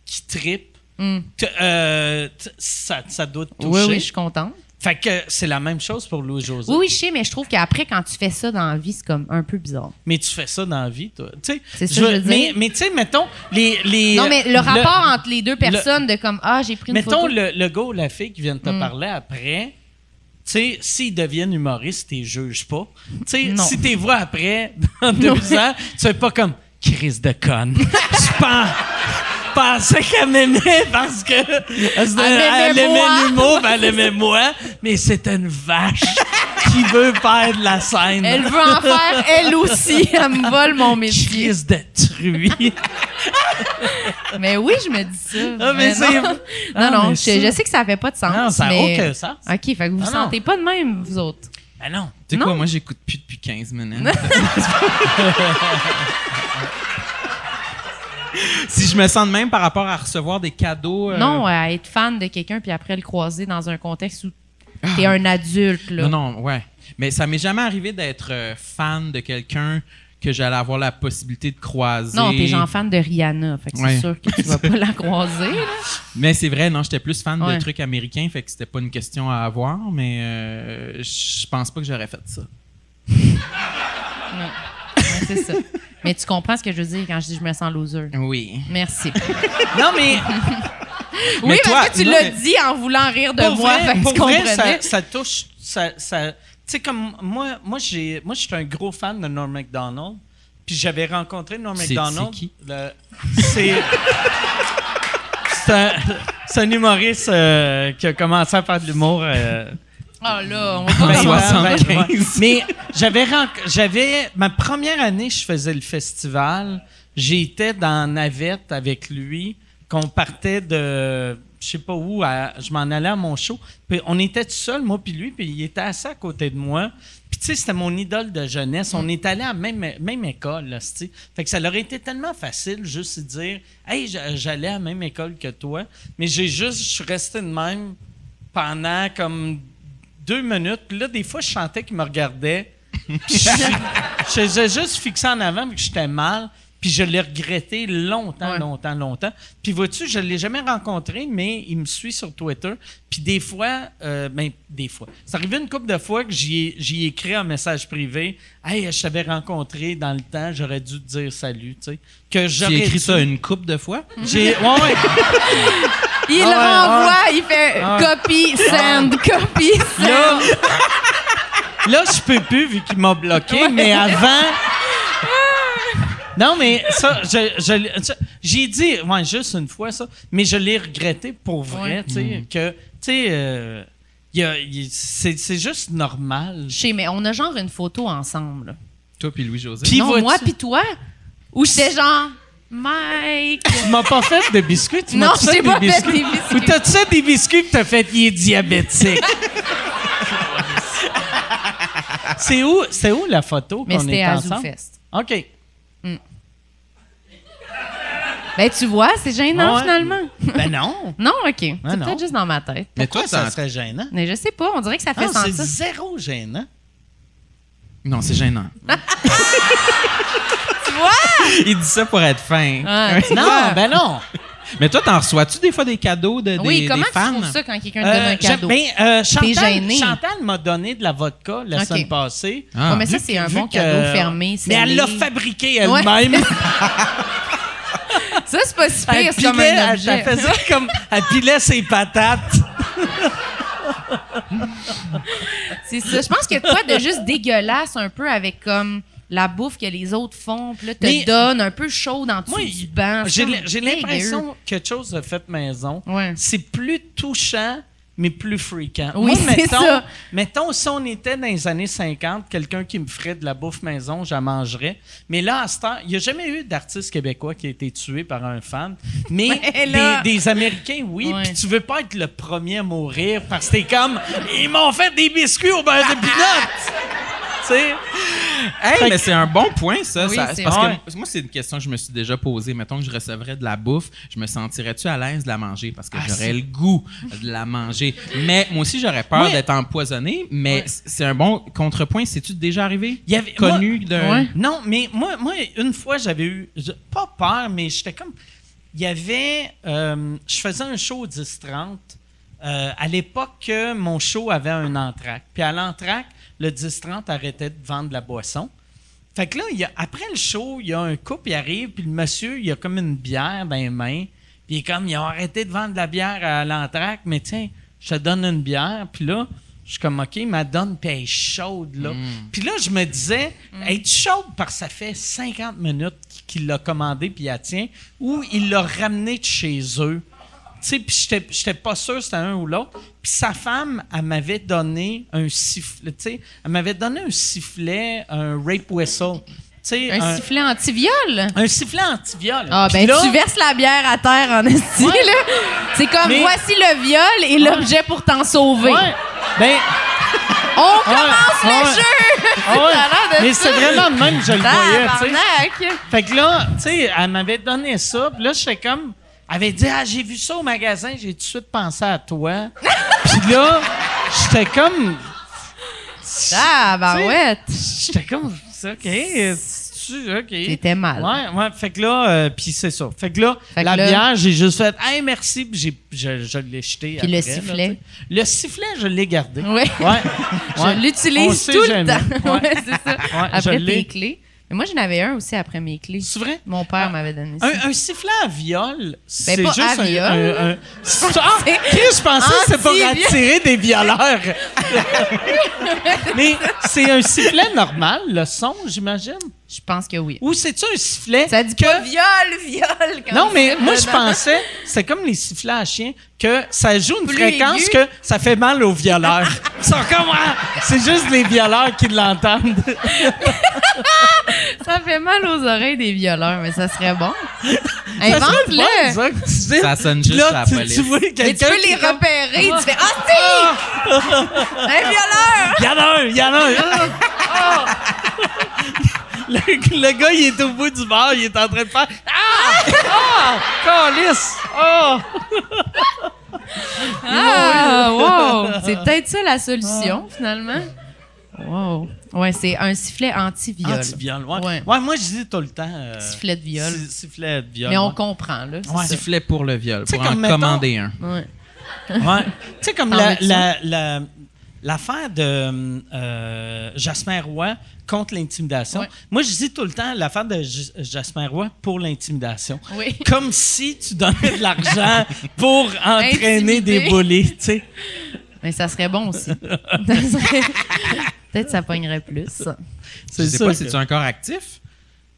Speaker 5: qui tripe,
Speaker 6: Mm.
Speaker 5: t- euh, t- ça, ça doit te toucher.
Speaker 6: Oui, oui, je suis contente.
Speaker 5: Fait que c'est la même chose pour Louis-José.
Speaker 6: Oui, oui, je sais, mais je trouve qu'après, quand tu fais ça dans la vie, c'est comme un peu bizarre.
Speaker 5: Mais tu fais ça dans la vie, toi. Tu sais,
Speaker 6: C'est ça que je veux dire.
Speaker 5: Mais, mais tu sais, mettons, les, les-
Speaker 6: non, mais le rapport entre les deux personnes de comme, ah, j'ai pris une
Speaker 5: euh, Mettons
Speaker 6: photo. Hmm.
Speaker 5: le, le gars ou la fille qui vient de te parler après. Tu sais, s'ils deviennent humoristes, t'es juges pas. Tu sais,
Speaker 6: Non.
Speaker 5: si t'es vois après, dans deux ans, tu fais pas comme crise de conne. Je pense. Pensais qu'elle m'aimait parce que parce que elle
Speaker 6: m'aimait
Speaker 5: aimait
Speaker 6: moi.
Speaker 5: l'humour, ben elle aimait moi, mais c'était une vache qui veut perdre la scène.
Speaker 6: Elle veut en faire, elle aussi. Elle me vole mon métier.
Speaker 5: Crise de truie.
Speaker 6: Mais oui, je me dis ça.
Speaker 5: Ah, mais c'est-
Speaker 6: non, non,
Speaker 5: Ah,
Speaker 6: non,
Speaker 5: mais
Speaker 6: je,
Speaker 5: ça-
Speaker 6: je sais que ça fait pas de sens.
Speaker 5: Non, ça n'a
Speaker 6: mais...
Speaker 5: aucun sens.
Speaker 6: OK, fait que vous vous
Speaker 5: Ah, non.
Speaker 6: sentez pas de même, vous autres.
Speaker 5: Ben non.
Speaker 7: Tu sais
Speaker 6: Non.
Speaker 7: quoi, moi, j'écoute plus depuis 15 minutes. si je me sens de même par rapport à recevoir des cadeaux. euh,
Speaker 6: Non, à être fan de quelqu'un puis après le croiser dans un contexte où t'es un adulte, là.
Speaker 7: Non, non, ouais. Mais ça m'est jamais arrivé d'être euh, fan de quelqu'un que j'allais avoir la possibilité de croiser.
Speaker 6: Non, t'es genre fan de Rihanna, fait que
Speaker 7: Ouais.
Speaker 6: c'est sûr que tu vas pas la croiser. là.
Speaker 7: Mais c'est vrai, non, j'étais plus fan
Speaker 6: Ouais.
Speaker 7: de trucs américains, fait que c'était pas une question à avoir, mais euh, je pense pas que j'aurais fait ça.
Speaker 6: Ouais, c'est ça. Mais tu comprends ce que je veux dire quand je dis je me sens loser.
Speaker 7: Oui.
Speaker 6: Merci.
Speaker 5: Non, mais
Speaker 6: Oui, parce
Speaker 7: toi,
Speaker 6: que tu
Speaker 7: non,
Speaker 6: l'as
Speaker 7: mais-
Speaker 6: dit en voulant rire de moi, fait que
Speaker 5: pour
Speaker 6: tu
Speaker 5: vrai,
Speaker 6: comprenais.
Speaker 5: ça, ça touche. Ça, ça- tu sais, comme moi, moi, j'ai, moi, je suis un gros fan de Norm MacDonald. Puis j'avais rencontré Norm
Speaker 7: C'est-
Speaker 5: MacDonald.
Speaker 7: c'est qui?
Speaker 5: le- c'est. c'est un, c'est un humoriste euh, qui a commencé à faire de l'humour. euh,
Speaker 6: Ah là, on va pas
Speaker 5: ben,
Speaker 6: commencer.
Speaker 7: 75.
Speaker 5: ben, ouais. Mais j'avais ren- j'avais ma première année, je faisais le festival. J'étais dans navette avec lui, qu'on partait de je sais pas où, à- je m'en allais à mon show. Puis on était tout seul, moi puis lui, puis il était assis à côté de moi. Puis tu sais, c'était mon idole de jeunesse. On est allé à la même, même école, là, c'ti. Fait que ça leur était tellement facile juste de dire, hey, j- j'allais à la même école que toi. Mais j'ai juste, je suis resté de même pendant comme deux minutes. Puis là, des fois, je chantais qu'il me regardait. Puis je, je faisais juste fixer en avant, vu que j'étais mal. Puis je l'ai regretté longtemps,
Speaker 6: Ouais.
Speaker 5: longtemps, longtemps. Puis vois-tu, je ne l'ai jamais rencontré, mais il me suit sur Twitter. Puis des fois, euh, ben, des fois. C'est arrivé une couple de fois que j'y ai, j'y ai écrit un message privé. Hey, je t'avais rencontré dans le temps, j'aurais dû te dire salut, tu sais. Que
Speaker 7: J'ai
Speaker 5: j'aurais
Speaker 7: écrit
Speaker 5: dû-
Speaker 7: ça une coupe de fois.
Speaker 5: J'ai, ouais, ouais.
Speaker 6: Il
Speaker 5: Ah ouais,
Speaker 6: renvoie, il fait copy, send, copy, send.
Speaker 5: Là, là je peux plus vu qu'il m'a bloqué, mais avant. Non, mais ça, je- je- je- j'ai dit, ouais, juste une fois ça, mais je l'ai regretté pour vrai, tu sais,
Speaker 6: Mm.
Speaker 5: que, tu sais, euh, il y a- il- c'est c'est juste normal.
Speaker 6: Je sais, mais on a genre une photo ensemble. là.
Speaker 7: Toi puis Louis-José.
Speaker 5: Puis
Speaker 6: non,
Speaker 5: vois-tu-
Speaker 6: moi puis toi. Ou j'étais genre, Mike.
Speaker 5: Tu m'as pas fait de biscuits, tu
Speaker 6: non,
Speaker 5: m'as
Speaker 6: je
Speaker 5: fait
Speaker 6: t'ai
Speaker 5: des
Speaker 6: pas fait
Speaker 5: biscuits.
Speaker 6: des
Speaker 5: Ou
Speaker 6: biscuits.
Speaker 5: t'as-tu fait des biscuits pis t'as fait « il est diabétique ». C'est où, c'est où la photo
Speaker 6: Mais
Speaker 5: qu'on
Speaker 6: c'était
Speaker 5: est
Speaker 6: à
Speaker 5: ensemble?
Speaker 6: ZooFest.
Speaker 5: OK.
Speaker 6: Ben, tu vois, c'est gênant,
Speaker 5: Ah ouais.
Speaker 6: finalement.
Speaker 5: Ben non.
Speaker 6: non, OK. c'est
Speaker 5: non.
Speaker 6: peut-être juste dans ma tête.
Speaker 7: Mais
Speaker 5: Pourquoi
Speaker 7: toi,
Speaker 5: ça
Speaker 7: dans-
Speaker 5: serait gênant?
Speaker 6: Mais je sais pas, on dirait que ça fait
Speaker 5: Non, Ah, c'est
Speaker 6: sentir.
Speaker 5: zéro gênant.
Speaker 7: Non, c'est gênant.
Speaker 6: Tu vois?
Speaker 7: Il dit ça pour être fin.
Speaker 6: Ah, tu vois.
Speaker 5: Non, ben non.
Speaker 7: Mais toi, t'en reçois-tu des fois des cadeaux de des,
Speaker 6: oui, comment
Speaker 7: des fans?
Speaker 6: tu trouves ça quand quelqu'un te donne
Speaker 5: Euh,
Speaker 6: un cadeau?
Speaker 5: j'aime- ben, euh, Chantal,
Speaker 6: gêné.
Speaker 5: Chantal m'a donné de la vodka la
Speaker 6: OK.
Speaker 5: semaine passée.
Speaker 7: Ah,
Speaker 6: Ouais, mais ça,
Speaker 5: Vu-
Speaker 6: c'est un
Speaker 5: vu
Speaker 6: bon
Speaker 5: que-
Speaker 6: cadeau fermé.
Speaker 5: Mais elle l'a
Speaker 6: scellé.
Speaker 5: fabriqué elle-même.
Speaker 6: Ça, c'est pas si
Speaker 5: Elle
Speaker 6: pire, c'est comme
Speaker 5: pilait,
Speaker 6: un
Speaker 5: elle,
Speaker 6: objet.
Speaker 5: elle faisait comme, elle pilait ses patates.
Speaker 6: C'est ça. Je pense que quoi de juste dégueulasse un peu avec comme la bouffe que les autres font, puis là, te
Speaker 5: Mais-
Speaker 6: donne un peu chaude en dessous
Speaker 5: Moi,
Speaker 6: du banc. C'est
Speaker 5: j'ai
Speaker 6: comme
Speaker 5: l- j'ai
Speaker 6: dégueu.
Speaker 5: l'impression que quelque chose de fait maison.
Speaker 6: Ouais.
Speaker 5: C'est plus touchant, mais plus fréquent.
Speaker 6: Oui,
Speaker 5: Moi,
Speaker 6: c'est
Speaker 5: mettons,
Speaker 6: ça.
Speaker 5: mettons, si on était dans les années 50, quelqu'un qui me ferait de la bouffe maison, j'en mangerais. Mais là, à ce temps, il n'y a jamais eu d'artiste québécois qui a été tué par un fan. Mais des,
Speaker 6: Ouais, là.
Speaker 5: des Américains, oui.
Speaker 6: Ouais.
Speaker 5: Puis tu veux pas être le premier à mourir parce que t'es comme, ils m'ont fait des biscuits au beurre de peanuts. tu sais?
Speaker 7: Hey,
Speaker 5: Fait
Speaker 7: mais
Speaker 5: que-
Speaker 7: c'est un bon point, ça.
Speaker 6: Oui,
Speaker 7: Ça-
Speaker 6: c'est
Speaker 7: parce
Speaker 5: vrai.
Speaker 7: que moi, c'est une question que je me suis déjà posée. Mettons que je recevrais de la bouffe, je me sentirais-tu à l'aise de la manger? Parce
Speaker 5: Ah,
Speaker 7: que j'aurais le goût de la manger. Mais moi aussi, j'aurais peur
Speaker 5: Ouais.
Speaker 7: d'être empoisonné. Mais c'est un bon contrepoint. C'est-tu déjà arrivé?
Speaker 5: Il y avait-
Speaker 7: Connu d'un.
Speaker 6: Ouais.
Speaker 5: Non, mais moi, moi une fois, j'avais eu, je- pas peur, mais j'étais comme, il y avait, euh, je faisais un show au 10-30. Euh, à l'époque, euh, mon show avait un entraque. Puis à l'entraque, le 10-30 arrêtait de vendre de la boisson. Fait que là, il y a- après le show, il y a un couple, il arrive, puis le monsieur, il a comme une bière dans les mains. Puis il est comme, ils ont arrêté de vendre de la bière à l'entraque, mais tiens, je te donne une bière. Puis là, je suis comme, OK, ma donne, puis elle est chaude, là. Puis là, je me disais, elle est chaude parce que ça fait 50 minutes qu'il l'a commandé, puis il la tient, ou il l'a ramené de chez eux. Tu sais, puis j'étais- j'étais pas sûr c'était un ou l'autre. Puis sa femme, elle m'avait donné un sifflet, tu sais, elle m'avait donné un sifflet, un rape whistle. Tu sais,
Speaker 6: Un sifflet anti-viol.
Speaker 5: un sifflet anti-viol.
Speaker 6: Ah,
Speaker 5: Puis
Speaker 6: ben,
Speaker 5: là-
Speaker 6: tu verses la bière à terre en esti, là. C'est comme
Speaker 5: Mais-
Speaker 6: voici le viol et l'objet pour t'en sauver.
Speaker 5: Ouais. Ben,
Speaker 6: On commence
Speaker 5: ouais,
Speaker 6: le
Speaker 5: ouais.
Speaker 6: jeu!
Speaker 5: Ah ouais.
Speaker 6: Ça a l'air de
Speaker 5: Mais
Speaker 6: ça.
Speaker 5: c'est vraiment de même que je le voyais, tu sais.
Speaker 6: Tabarnak!
Speaker 5: Fait que là, tu sais, elle m'avait donné ça, puis là, j'étais comme... Elle avait dit « Ah, j'ai vu ça au magasin, j'ai tout de suite pensé à toi. » Puis là, j'étais comme...
Speaker 6: Ah, bah ouais!
Speaker 5: J'étais comme... C'est OK, euh, tu- OK.
Speaker 6: T'étais mal.
Speaker 5: Ouais, ouais. Fait que là, euh, puis c'est ça. Fait que là,
Speaker 6: Fait que
Speaker 5: la
Speaker 6: là-
Speaker 5: bière, j'ai juste fait « Hey, merci! » Puis j'ai- je, je l'ai jeté
Speaker 6: Puis
Speaker 5: après,
Speaker 6: le
Speaker 5: là,
Speaker 6: sifflet?
Speaker 5: tu sais. le sifflet, je l'ai gardé.
Speaker 6: Ouais.
Speaker 5: Ouais.
Speaker 6: Je
Speaker 5: Ouais. On
Speaker 6: l'utilise
Speaker 5: sait
Speaker 6: tout le
Speaker 5: jamais.
Speaker 6: temps.
Speaker 5: Ouais.
Speaker 6: Ouais, c'est ça.
Speaker 5: Ouais,
Speaker 6: après
Speaker 5: je l'ai.
Speaker 6: tes clés. Mais moi, j'en avais un aussi après mes clés.
Speaker 5: C'est vrai?
Speaker 6: Mon père m'avait donné ça.
Speaker 5: Ah. Un, un sifflet à viol, c'est
Speaker 6: Ben, pas
Speaker 5: juste
Speaker 6: à
Speaker 5: un,
Speaker 6: viol.
Speaker 5: un- un- Ah! Chris, je pensais que c'était pour
Speaker 6: Anti-viol.
Speaker 5: attirer des violeurs. Mais c'est un sifflet normal, le son, j'imagine.
Speaker 6: Je pense que oui.
Speaker 5: Ou c'est-tu un sifflet
Speaker 6: Ça dit
Speaker 5: que...
Speaker 6: pas viol, viol. quand
Speaker 5: Non, mais
Speaker 6: c'est
Speaker 5: moi,
Speaker 6: pas
Speaker 5: je
Speaker 6: dans-
Speaker 5: pensais, c'est comme les sifflets à chien, que ça joue une
Speaker 6: Plus
Speaker 5: fréquence
Speaker 6: aigu.
Speaker 5: que ça fait mal aux violeurs. Ils sont comme, Ah! c'est juste les violeurs qui l'entendent.
Speaker 6: Ça fait mal aux oreilles des violeurs, mais ça serait bon.
Speaker 5: Ça serait le fun,
Speaker 6: Invente-le.
Speaker 5: ça, que tu dis.
Speaker 7: Ça sonne
Speaker 5: Puis
Speaker 7: juste
Speaker 5: là,
Speaker 7: à la
Speaker 5: tu-
Speaker 7: police.
Speaker 5: Tu vois
Speaker 6: Mais tu
Speaker 5: quelqu'un
Speaker 6: peux les
Speaker 5: qui- Ah!
Speaker 6: repérer. Tu fais Ah, si! Un violeur!
Speaker 5: Il y en a un, il y en a un. Le, le gars, il est au bout du bar, il est en train de faire Ah! Ah! Calice! Ah!
Speaker 6: Ah, wow! C'est peut-être ça la solution,
Speaker 5: Ah!
Speaker 6: finalement. Wow. Ouais, c'est un sifflet anti-viol.
Speaker 5: Anti-viol, ouais.
Speaker 6: Ouais.
Speaker 5: ouais. moi, je dis tout le temps. euh,
Speaker 6: Sifflet de viol.
Speaker 5: si- Sifflet de viol.
Speaker 6: Mais on
Speaker 5: ouais.
Speaker 6: comprend, là. c'est
Speaker 5: Ouais.
Speaker 6: ça.
Speaker 7: Sifflet pour le viol,
Speaker 5: Tu sais,
Speaker 7: pour en
Speaker 5: comme mettons-
Speaker 7: commander un.
Speaker 6: Ouais.
Speaker 5: Ouais. Tu sais, comme
Speaker 6: T'en
Speaker 5: la-
Speaker 6: veux-tu?
Speaker 5: la- la- l'affaire de euh, Jasmin Roy contre l'intimidation.
Speaker 6: Ouais.
Speaker 5: Moi, je dis tout le temps l'affaire de J- Jasmin Roy pour l'intimidation.
Speaker 6: Oui.
Speaker 5: Comme si tu donnais de l'argent pour entraîner
Speaker 6: Intimider.
Speaker 5: des bullies, tu sais.
Speaker 6: Mais ça serait bon aussi. Ça serait- Peut-être ça pognerait plus.
Speaker 7: Je sais
Speaker 5: sûr
Speaker 7: pas
Speaker 5: que-
Speaker 7: si tu es encore actif.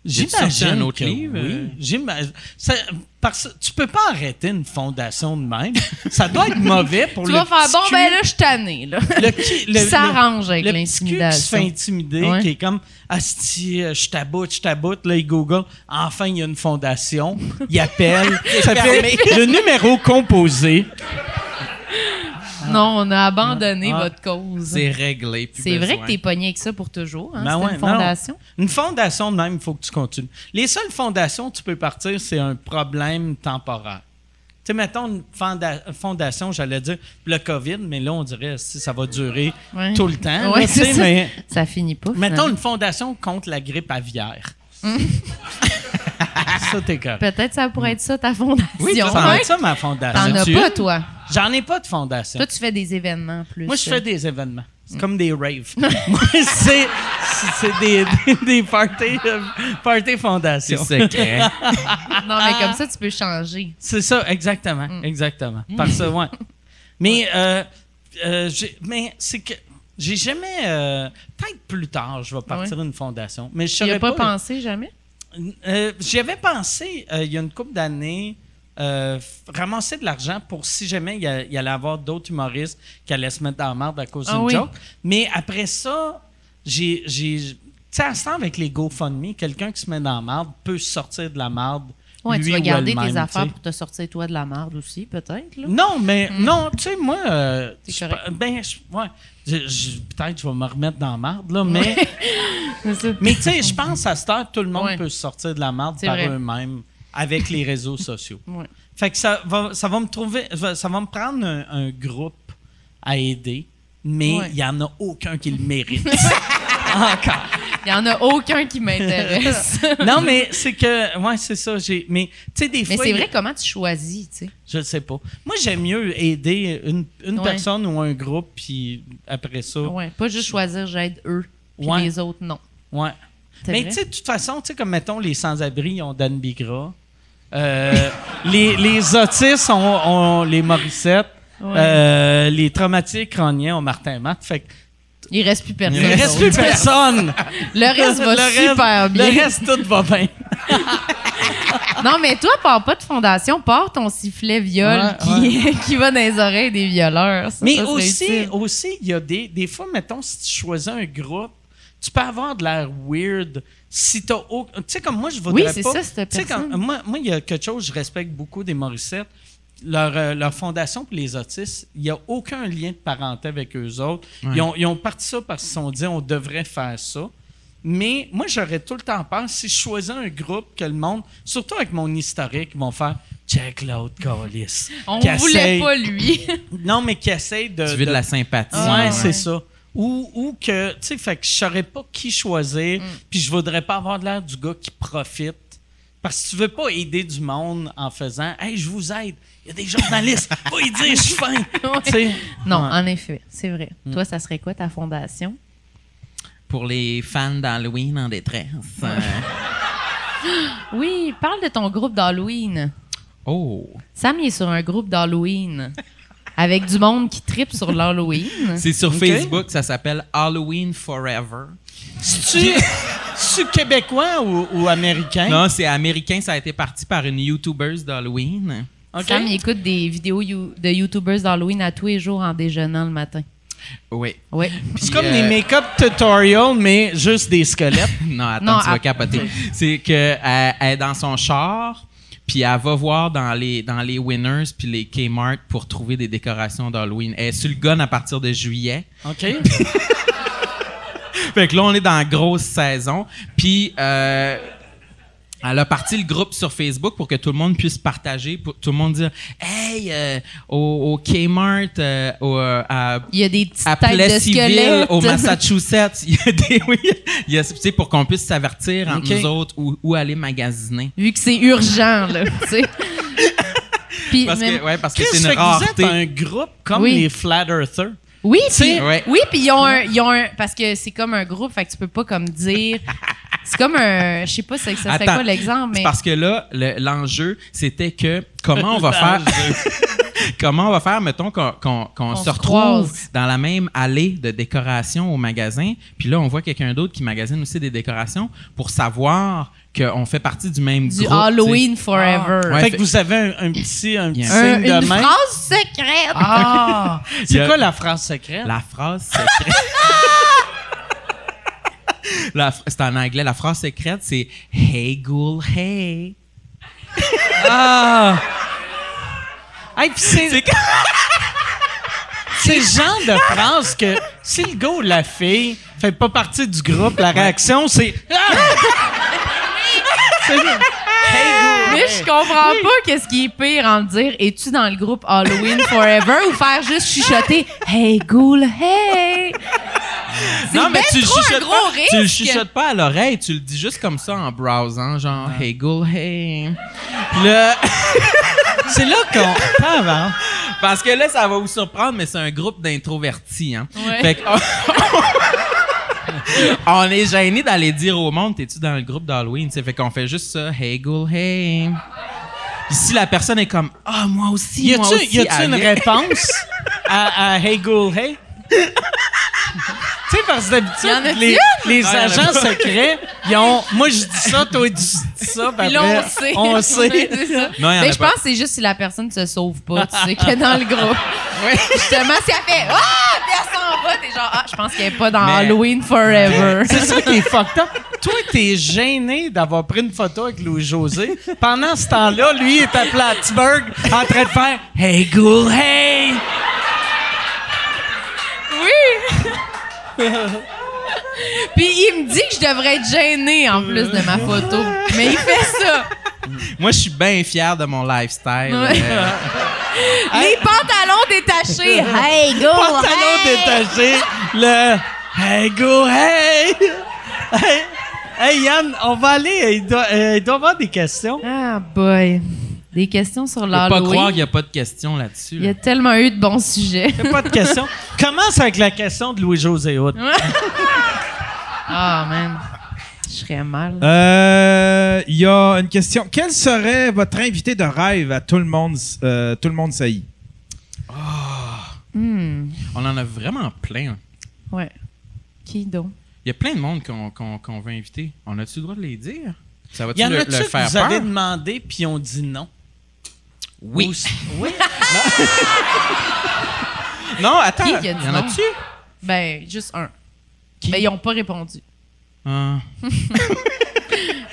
Speaker 7: sorti un autre
Speaker 5: que
Speaker 7: livre, euh?
Speaker 5: Oui, j'imagine. ça- Parce tu peux pas arrêter une fondation de même. Ça doit être mauvais pour
Speaker 6: Tu
Speaker 5: le
Speaker 6: vas faire
Speaker 5: petit
Speaker 6: bon,
Speaker 5: cul-
Speaker 6: ben là, je suis tanné, là.
Speaker 5: le qui- le-
Speaker 6: Qui s'arrange
Speaker 5: le-
Speaker 6: avec
Speaker 5: le petit cul qui se fait
Speaker 6: l'intimidation.
Speaker 5: intimider,
Speaker 6: Ouais.
Speaker 5: qui est comme Asti, euh, je taboute, je taboute. Là, il google. Enfin, il y a une fondation. Il appelle. ça fait le numéro composé.
Speaker 6: Non, on a abandonné
Speaker 5: Ah.
Speaker 6: votre cause.
Speaker 7: C'est réglé. plus
Speaker 6: C'est vrai
Speaker 7: besoin.
Speaker 6: que t'es pogné avec ça pour toujours. Hein?
Speaker 5: Ben
Speaker 6: c'est
Speaker 5: ouais,
Speaker 6: une
Speaker 5: non.
Speaker 6: fondation.
Speaker 5: Une fondation de même, il faut que tu continues. Les seules fondations où tu peux partir, c'est un problème temporaire. Tu sais, mettons une fonda- fondation, j'allais dire le COVID, mais là, on dirait si ça va durer
Speaker 6: Ouais.
Speaker 5: tout le temps.
Speaker 6: Ouais,
Speaker 5: là, tu sais,
Speaker 6: c'est ça.
Speaker 5: mais
Speaker 6: Ça finit pas.
Speaker 5: mettons
Speaker 6: finalement.
Speaker 5: une fondation contre la grippe aviaire. ça, t'es correct.
Speaker 6: Peut-être ça pourrait être ça, ta fondation.
Speaker 5: Oui, ça va
Speaker 6: hein?
Speaker 5: être ça, ma
Speaker 6: T'en
Speaker 5: fondation.
Speaker 6: as
Speaker 7: tu
Speaker 6: pas,
Speaker 7: une?
Speaker 6: toi.
Speaker 5: J'en ai pas de fondation.
Speaker 6: Toi, Mm. tu fais des événements plus.
Speaker 5: Moi, je fais des événements. C'est comme des raves. Moi, c'est c'est des, des, des parties, euh, parties
Speaker 7: C'est
Speaker 5: fondations.
Speaker 7: secret.
Speaker 6: Non,
Speaker 5: Ah!
Speaker 6: mais comme ça, tu peux changer.
Speaker 5: C'est ça, exactement.
Speaker 6: Mm.
Speaker 5: Exactement. Par ça, ouais. Mais, euh, euh, j'ai- mais c'est que j'ai jamais. euh, Peut-être plus tard, je vais partir une fondation. Mais je
Speaker 6: Tu n'y as
Speaker 5: saurais
Speaker 6: pas
Speaker 5: pas.
Speaker 6: pensé jamais?
Speaker 5: Euh, J'y avais pensé euh, il y a une couple d'années. euh, f- ramasser de l'argent pour si jamais il y, a- il y allait avoir d'autres humoristes qui allaient se mettre dans la merde à cause
Speaker 6: Ah
Speaker 5: d'une
Speaker 6: oui.
Speaker 5: joke. Mais après ça, j'ai. j'ai- Tu sais, à ce temps, avec les GoFundMe, quelqu'un qui se met dans la merde peut sortir de la merde.
Speaker 6: Ouais,
Speaker 5: lui
Speaker 6: tu vas
Speaker 5: ou
Speaker 6: garder
Speaker 5: elle-même,
Speaker 6: tes
Speaker 5: tu
Speaker 6: affaires
Speaker 5: sais.
Speaker 6: pour te sortir, toi, de la merde aussi, peut-être. là.
Speaker 5: Non, mais non, tu sais, moi, euh,
Speaker 6: T'es
Speaker 5: je-
Speaker 6: Mm. correct.
Speaker 5: ben, je- ouais, je- je- peut-être que je vais me remettre dans la marde, là, mais, mais tu sais, je pense à cette heure, tout le monde
Speaker 6: Ouais.
Speaker 5: peut se sortir de la marde
Speaker 6: C'est
Speaker 5: par
Speaker 6: vrai.
Speaker 5: eux-mêmes avec les réseaux sociaux.
Speaker 6: Ouais.
Speaker 5: Fait que ça va, ça va me trouver, ça va me prendre un, un groupe à aider, mais il
Speaker 6: Ouais.
Speaker 5: n'y en a aucun qui le mérite. Encore.
Speaker 6: Il n'y en a aucun qui m'intéresse.
Speaker 5: Non, mais c'est que, ouais, c'est ça, j'ai, mais tu sais, des
Speaker 6: mais
Speaker 5: fois.
Speaker 6: c'est
Speaker 5: il y a-
Speaker 6: vrai, comment tu choisis, tu sais?
Speaker 5: Je sais pas. Moi, j'aime mieux aider une, une
Speaker 6: Ouais.
Speaker 5: personne ou un groupe, puis après ça. Ouais.
Speaker 6: Ouais, pas juste choisir j'aide eux, puis
Speaker 5: Oh. Ouais.
Speaker 6: les autres, non. C'est
Speaker 5: Mais
Speaker 6: vrai.
Speaker 5: tu sais, de toute façon, tu sais, comme mettons, les sans-abri, ils ont Dan Bigra. Euh, les, les autistes ont, ont les Morissette.
Speaker 6: Ouais.
Speaker 5: Euh, les traumatiques crâniens ont Martin Matt. Fait que
Speaker 6: Il reste plus personne.
Speaker 5: il reste plus personne.
Speaker 6: Le reste va
Speaker 5: Le reste-
Speaker 6: super bien.
Speaker 5: Le reste, tout va bien.
Speaker 6: Non, mais toi, pars pas de fondation, pars ton sifflet viol
Speaker 5: Ouais,
Speaker 6: qui, qui va dans les oreilles des violeurs. Ça,
Speaker 5: Mais
Speaker 6: ça serait
Speaker 5: aussi,
Speaker 6: utile.
Speaker 5: aussi, il y a des, des fois, mettons, si tu choisis un groupe, tu peux avoir de l'air weird si t'as au- Tu sais, comme moi, je voudrais
Speaker 6: c'est
Speaker 5: pas...
Speaker 6: ça, cette
Speaker 5: Tu sais, quand-
Speaker 6: personne.
Speaker 5: moi, moi, il y a quelque chose, je respecte beaucoup des Morissettes. Leur, euh, leur fondation pour les autistes, il n'y a aucun lien de parenté avec eux autres. Ils, ont, ils ont parti ça parce qu'ils se sont dit, on devrait faire ça. Mais moi, j'aurais tout le temps peur si je choisis un groupe que le monde, surtout avec mon historique, ils vont faire check l'autre, Calis.
Speaker 6: On
Speaker 5: Qui
Speaker 6: voulait
Speaker 5: essaye-
Speaker 6: pas lui.
Speaker 5: Non, mais qui essaye de.
Speaker 7: tu veux de
Speaker 5: de-
Speaker 7: la sympathie.
Speaker 5: Ouais,
Speaker 6: Ouais.
Speaker 5: c'est ça. Ou, ou que, tu sais, fait que je saurais pas qui
Speaker 6: Mm.
Speaker 5: choisir, puis je voudrais pas avoir de l'air du gars qui profite. Parce que tu veux pas aider du monde en faisant Hey, je vous aide, il y a des journalistes, va y dire, je suis fin. Tu sais, ouais.
Speaker 6: Non,
Speaker 5: Mm.
Speaker 6: en effet, c'est vrai. Toi, ça serait quoi ta fondation?
Speaker 7: Pour les fans d'Halloween en détresse. Euh,
Speaker 6: Oui, parle de ton groupe d'Halloween.
Speaker 7: oh.
Speaker 6: Sam il est sur un groupe d'Halloween avec du monde qui tripe sur l'Halloween.
Speaker 7: C'est sur Facebook, ça s'appelle Halloween Forever.
Speaker 5: C'est-tu c'est-tu québécois ou, ou américain?
Speaker 7: Non, c'est américain, ça a été parti par une YouTuber d'Halloween.
Speaker 5: OK.
Speaker 6: Sam, il écoute des vidéos you- de YouTubers d'Halloween à tous les jours en déjeunant le matin.
Speaker 7: Oui.
Speaker 6: Oui.
Speaker 5: C'est comme
Speaker 7: euh,
Speaker 5: des make-up tutorials, mais juste des squelettes.
Speaker 7: Non, attends,
Speaker 6: Non,
Speaker 7: tu vas
Speaker 6: ah,
Speaker 7: capoter. C'est que elle, elle est dans son char, puis elle va voir dans les dans les Winners puis les Kmart pour trouver des décorations d'Halloween. Elle est sur le gun à partir de juillet.
Speaker 5: OK?
Speaker 7: Fait que là, on est dans la grosse saison. Puis, euh, elle a parti le groupe sur Facebook pour que tout le monde puisse partager, pour tout le monde dire Hey, euh, au, au Kmart, euh, au, euh, à,
Speaker 6: Il y a des petites
Speaker 7: à
Speaker 6: têtes de
Speaker 7: Plessisville,
Speaker 6: squelettes.
Speaker 7: au Massachusetts, il y a des. Oui, il y a- tu sais, pour qu'on puisse s'avertir entre
Speaker 5: Ok.
Speaker 7: nous autres où, où aller magasiner.
Speaker 6: Vu que c'est urgent, là, tu sais. Puis,
Speaker 7: Parce
Speaker 6: mais-
Speaker 7: que, ouais, parce que
Speaker 5: Qu'est-ce
Speaker 7: c'est une
Speaker 5: que vous êtes
Speaker 7: rareté.
Speaker 5: un groupe comme
Speaker 6: Oui.
Speaker 5: les Flat Earthers?
Speaker 6: Oui,
Speaker 5: sais,
Speaker 6: puis
Speaker 7: ouais.
Speaker 6: oui, puis ils ont un, ils ont un- parce que c'est comme un groupe, fait que tu peux pas comme dire. C'est comme un, je sais pas, c'est ça serait
Speaker 7: Attends,
Speaker 6: quoi l'exemple,
Speaker 7: C'est
Speaker 6: mais
Speaker 7: Parce que là, le- l'enjeu, c'était que comment on va faire comment on va faire mettons qu'on qu'on- qu'on
Speaker 6: On
Speaker 7: se
Speaker 6: se
Speaker 7: retrouve
Speaker 6: croise.
Speaker 7: dans la même allée de décoration au magasin puis là on voit quelqu'un d'autre qui magasine aussi des décorations pour savoir qu'on fait partie du même
Speaker 6: Du
Speaker 7: groupe, tu sais. Ah.
Speaker 6: Halloween Forever.
Speaker 7: Ouais,
Speaker 5: fait
Speaker 7: fait-
Speaker 5: que vous avez un, un petit, un petit
Speaker 7: Yeah.
Speaker 6: Un-
Speaker 5: signe
Speaker 6: une
Speaker 5: de main.
Speaker 6: phrase secrète. Ah!
Speaker 5: C'est
Speaker 7: Yeah.
Speaker 5: quoi la phrase secrète?
Speaker 7: La phrase secrète. La- c'est en anglais. La phrase secrète, c'est Hey ghoul, hey.
Speaker 5: Hey, pis c'est... C'est le genre de phrase que si le gars ou la fille fait pas partie du groupe, la réaction c'est Ah!
Speaker 6: Mais je comprends pas qu'est-ce qui est pire en dire es-tu dans le groupe Halloween Forever ou faire juste chuchoter Hey Ghoul, hey! C'est ben
Speaker 7: le
Speaker 6: trop un
Speaker 7: chuchotes
Speaker 6: gros
Speaker 7: pas,
Speaker 6: risque.
Speaker 7: tu le chuchotes pas à l'oreille, tu le dis juste comme ça en browsant, genre Hey ghoul, hey.
Speaker 5: Le... C'est là qu'on. Ah, bon.
Speaker 7: Parce que là, ça va vous surprendre, mais c'est un groupe d'introvertis. Hein?
Speaker 6: Ouais.
Speaker 7: Fait que-
Speaker 5: Oh.
Speaker 7: on est gêné d'aller dire au monde, t'es-tu dans le groupe d'Halloween? C'est fait qu'on fait juste ça, hey ghoul, hey. Puis si la personne est comme, ah, moi aussi,
Speaker 5: Y
Speaker 7: moi
Speaker 5: a-tu
Speaker 7: aussi,
Speaker 5: y a-tu une
Speaker 7: allez.
Speaker 5: réponse à, à Hey Ghoul Hey? tu sais, parce que
Speaker 6: Y en
Speaker 5: d'habitude,
Speaker 6: a-tu
Speaker 5: les, les
Speaker 7: Ah, y en a
Speaker 5: agents
Speaker 7: pas.
Speaker 5: secrets, ils ont. Moi, je dis ça, toi, tu dis ça.
Speaker 6: Puis
Speaker 5: puis
Speaker 6: là, on
Speaker 5: après,
Speaker 6: sait.
Speaker 5: On sait.
Speaker 6: C'est ça.
Speaker 7: Non, y en
Speaker 6: Mais
Speaker 7: a
Speaker 6: je
Speaker 7: pas.
Speaker 6: pense que c'est juste si la personne se sauve pas, tu sais, qu'elle est dans le groupe. Justement, si elle fait Ah! Puis elle s'en va, t'es genre Ah, je pense qu'elle est pas dans
Speaker 7: Mais-
Speaker 6: Halloween Forever.
Speaker 5: C'est ça qui est fucked up. Toi, t'es gêné d'avoir pris une photo avec Louis-José. Pendant ce temps-là, lui, il est à Plattsburgh en train de faire Hey Ghoul Hey!
Speaker 6: Oui! Puis il me dit que je devrais être gênée en plus de ma photo. Mais il fait ça.
Speaker 7: Moi, je suis bien fier de mon lifestyle.
Speaker 6: Ouais.
Speaker 7: euh,
Speaker 6: Les pantalons détachés. Hey, go!
Speaker 5: pantalon
Speaker 6: Oh, hey!
Speaker 5: détaché, le Hey go hey! hey! Hey, Yann, on va aller, il doit, euh, il doit avoir des questions.
Speaker 6: Ah, boy. Des questions sur
Speaker 7: Je peux pas croire
Speaker 6: l'Halloween.
Speaker 7: qu'il n'y a pas de question là-dessus.
Speaker 6: Il y a tellement eu de bons sujets.
Speaker 5: Il y a pas de questions. Commence avec la question de Louis-José Hood.
Speaker 6: Ah, man. Je serais mal.
Speaker 3: Euh, Il y a une question. Quel serait votre invité de rêve à tout le monde, euh, tout le monde saillit?
Speaker 6: Hmm.
Speaker 7: On en a vraiment plein.
Speaker 6: Ouais. Qui donc?
Speaker 7: Il y a plein de monde qu'on qu'on- qu'on veut inviter. On a-tu le droit de les dire? Ça va-tu
Speaker 5: Il y en
Speaker 7: le,
Speaker 5: a-tu
Speaker 7: le
Speaker 5: que
Speaker 7: faire
Speaker 5: vous avez
Speaker 7: peur?
Speaker 5: demandé puis on dit non?
Speaker 7: Oui.
Speaker 5: Ou s- oui.
Speaker 7: Non, attends.
Speaker 6: Qui
Speaker 7: Il
Speaker 6: qui a dit
Speaker 7: y en
Speaker 6: non?
Speaker 7: a-tu?
Speaker 6: Ben, juste un.
Speaker 7: Qui?
Speaker 6: Mais ils ont pas répondu.
Speaker 7: Ah.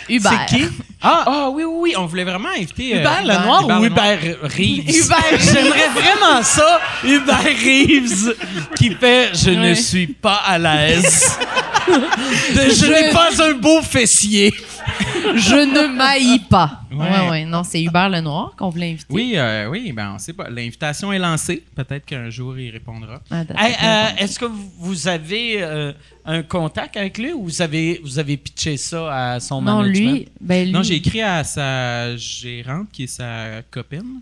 Speaker 6: Hubert.
Speaker 5: C'est qui?
Speaker 7: Ah, ah, oui, oui, oui, on voulait vraiment inviter. euh,
Speaker 5: Hubert
Speaker 6: Hubert.
Speaker 5: Lenoir
Speaker 7: Hubert
Speaker 5: ou
Speaker 7: Lenoir.
Speaker 5: Hubert Reeves?
Speaker 6: Hubert.
Speaker 5: J'aimerais vraiment ça, Hubert Reeves, qui fait Je ne
Speaker 6: Ouais.
Speaker 5: suis pas à l'aise. De, je
Speaker 6: Je-
Speaker 5: n'ai pas un beau fessier.
Speaker 6: Je ne maillis pas. Ouais,
Speaker 7: Ouais.
Speaker 6: ouais. Non, c'est Hubert Lenoir qu'on voulait inviter.
Speaker 7: Oui, euh, oui, ben on sait pas. L'invitation est lancée. Peut-être qu'un jour il répondra.
Speaker 6: Ah, d'accord.
Speaker 5: Hey, euh, Est-ce que vous- vous avez euh, un contact avec lui ou vous avez, vous avez pitché ça à son
Speaker 6: non,
Speaker 5: management?
Speaker 6: lui, ben lui.
Speaker 7: Non, j'ai écrit à sa gérante, qui est sa copine,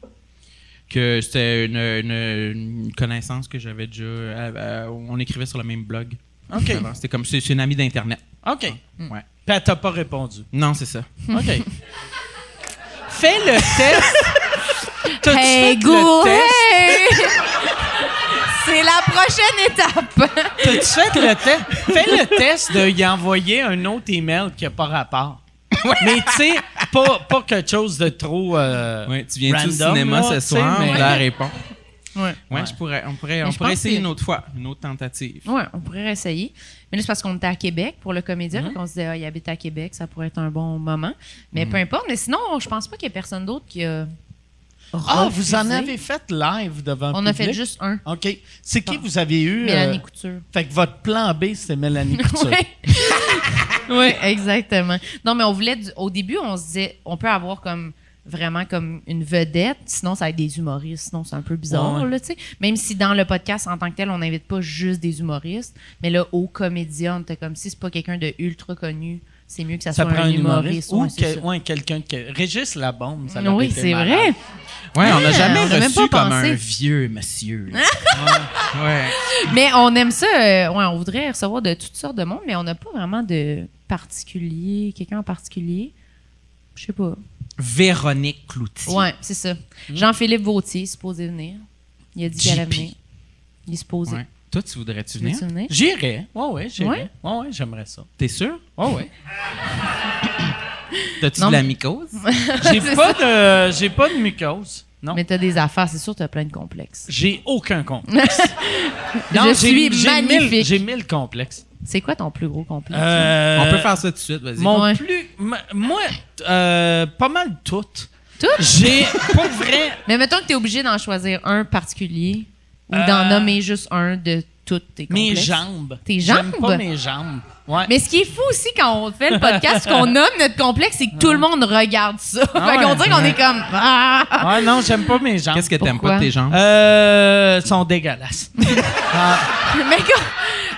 Speaker 7: que c'était une, une- une connaissance que j'avais déjà. euh, euh, on écrivait sur le même blog.
Speaker 5: OK.
Speaker 7: Avant, C'était comme c'est c'est une amie d'internet.
Speaker 5: OK. Puis
Speaker 7: Ouais.
Speaker 5: elle t'a pas répondu.
Speaker 7: Non, c'est ça.
Speaker 5: OK. Fais le test. T'as-tu fait
Speaker 6: Hey,
Speaker 5: le
Speaker 6: go,
Speaker 5: test?
Speaker 6: hey! C'est la prochaine étape.
Speaker 5: T'as-tu fait le test? Fais le test de y envoyer un autre email qui n'a pas rapport. Mais tu sais, pas, pas quelque chose de trop. euh,
Speaker 7: Ouais, tu viens du
Speaker 5: Random,
Speaker 7: cinéma
Speaker 5: là,
Speaker 7: ce
Speaker 5: tu sais,
Speaker 7: soir,
Speaker 5: mais-
Speaker 7: on la répond.
Speaker 6: Ouais.
Speaker 7: Ouais, je pourrais, on pourrait,
Speaker 6: Mais
Speaker 7: on
Speaker 6: je
Speaker 7: pourrait
Speaker 6: pense
Speaker 7: essayer
Speaker 6: que-
Speaker 7: une autre fois, une autre tentative.
Speaker 6: Ouais, on pourrait réessayer. Mais là, c'est parce qu'on était à Québec pour le comédien.
Speaker 5: Mm-hmm.
Speaker 6: donc On se disait, ah, il habite à Québec, ça pourrait être un bon moment.
Speaker 5: Mm-hmm.
Speaker 6: Mais peu importe. Mais sinon, je pense pas qu'il y ait personne d'autre qui a.
Speaker 5: Ah,
Speaker 6: refusé.
Speaker 5: vous en avez fait live devant
Speaker 6: On
Speaker 5: public?
Speaker 6: a fait juste un.
Speaker 5: OK. C'est qui vous avez eu? euh,
Speaker 6: Mélanie Couture.
Speaker 5: Fait que votre plan B, c'était Mélanie Couture.
Speaker 6: Oui, exactement. Non, mais on voulait. du- Au début, on se disait, on peut avoir comme vraiment comme une vedette, sinon ça va être des humoristes, sinon c'est un peu bizarre,
Speaker 5: Ouais.
Speaker 6: là, tu sais. Même si dans le podcast en tant que tel, on n'invite pas juste des humoristes, mais là, au comédien, on était comme si c'est pas quelqu'un de ultra connu, c'est mieux que ça,
Speaker 5: Ça
Speaker 6: soit
Speaker 5: prend
Speaker 6: un
Speaker 5: un
Speaker 6: humoriste.
Speaker 5: humoriste. Ou
Speaker 6: ouais, c'est
Speaker 5: que-
Speaker 6: ça.
Speaker 5: ouais, quelqu'un qui. Régis la bombe, ça l'aurait
Speaker 6: oui,
Speaker 5: été
Speaker 6: c'est
Speaker 5: malade.
Speaker 6: vrai.
Speaker 7: Ouais, on
Speaker 6: Ah,
Speaker 7: n'a jamais
Speaker 6: on a même
Speaker 7: reçu
Speaker 6: pas
Speaker 7: comme
Speaker 6: pensé. Ah!
Speaker 7: un vieux monsieur. là. ouais. ouais.
Speaker 6: Mais on aime ça. euh, ouais, on voudrait recevoir de toutes sortes de monde, mais on n'a pas vraiment de particulier, quelqu'un en particulier. Je sais pas.
Speaker 7: Véronique Cloutier.
Speaker 6: Ouais, c'est ça.
Speaker 5: Hmm.
Speaker 6: Jean-Philippe Vautier, supposé venir. Il a dit qu'il allait
Speaker 7: JP.
Speaker 6: venir. Il est supposé.
Speaker 7: Ouais. Toi, tu voudrais-tu venir?
Speaker 6: Veux-tu venir?
Speaker 5: J'irais. Ouais, ouais, j'irais.
Speaker 6: Ouais?
Speaker 5: Ouais, ouais, j'aimerais ça.
Speaker 7: T'es sûr?
Speaker 5: Ouais, ouais.
Speaker 7: T'as-tu
Speaker 6: Non,
Speaker 7: de la
Speaker 6: mais-
Speaker 7: mycose?
Speaker 5: J'ai
Speaker 6: C'est
Speaker 5: pas de, j'ai pas de mucose. Non.
Speaker 6: Mais t'as des affaires, c'est sûr, t'as plein de complexes.
Speaker 5: J'ai aucun complexe.
Speaker 6: je
Speaker 5: j'ai-
Speaker 6: suis
Speaker 5: j'ai mille-
Speaker 6: magnifique.
Speaker 5: J'ai mille complexes.
Speaker 6: C'est quoi ton plus gros complexe?
Speaker 5: Euh,
Speaker 7: On peut faire ça tout de suite, vas-y.
Speaker 5: Mon
Speaker 6: Ouais.
Speaker 5: plus. ma- moi, euh, pas mal toutes.
Speaker 6: Toutes?
Speaker 5: J'ai. Pour vrai.
Speaker 6: Mais mettons que t'es obligé d'en choisir un particulier ou d'en
Speaker 5: Euh,
Speaker 6: nommer juste un de toutes tes complexes.
Speaker 5: Mes jambes.
Speaker 6: Tes
Speaker 5: J'aime
Speaker 6: jambes?
Speaker 5: pas mes jambes. Ouais.
Speaker 6: Mais ce qui est fou aussi quand on fait le podcast, qu'on nomme notre complexe, c'est que tout le monde regarde ça.
Speaker 5: Ah
Speaker 6: fait qu'on
Speaker 5: ouais.
Speaker 6: dirait qu'on est comme. Ah!
Speaker 5: Ouais, non, j'aime pas mes jambes.
Speaker 7: Qu'est-ce que t'aimes
Speaker 6: Pourquoi?
Speaker 7: pas de tes jambes?
Speaker 5: Euh, sont dégueulasses.
Speaker 6: Mais comme,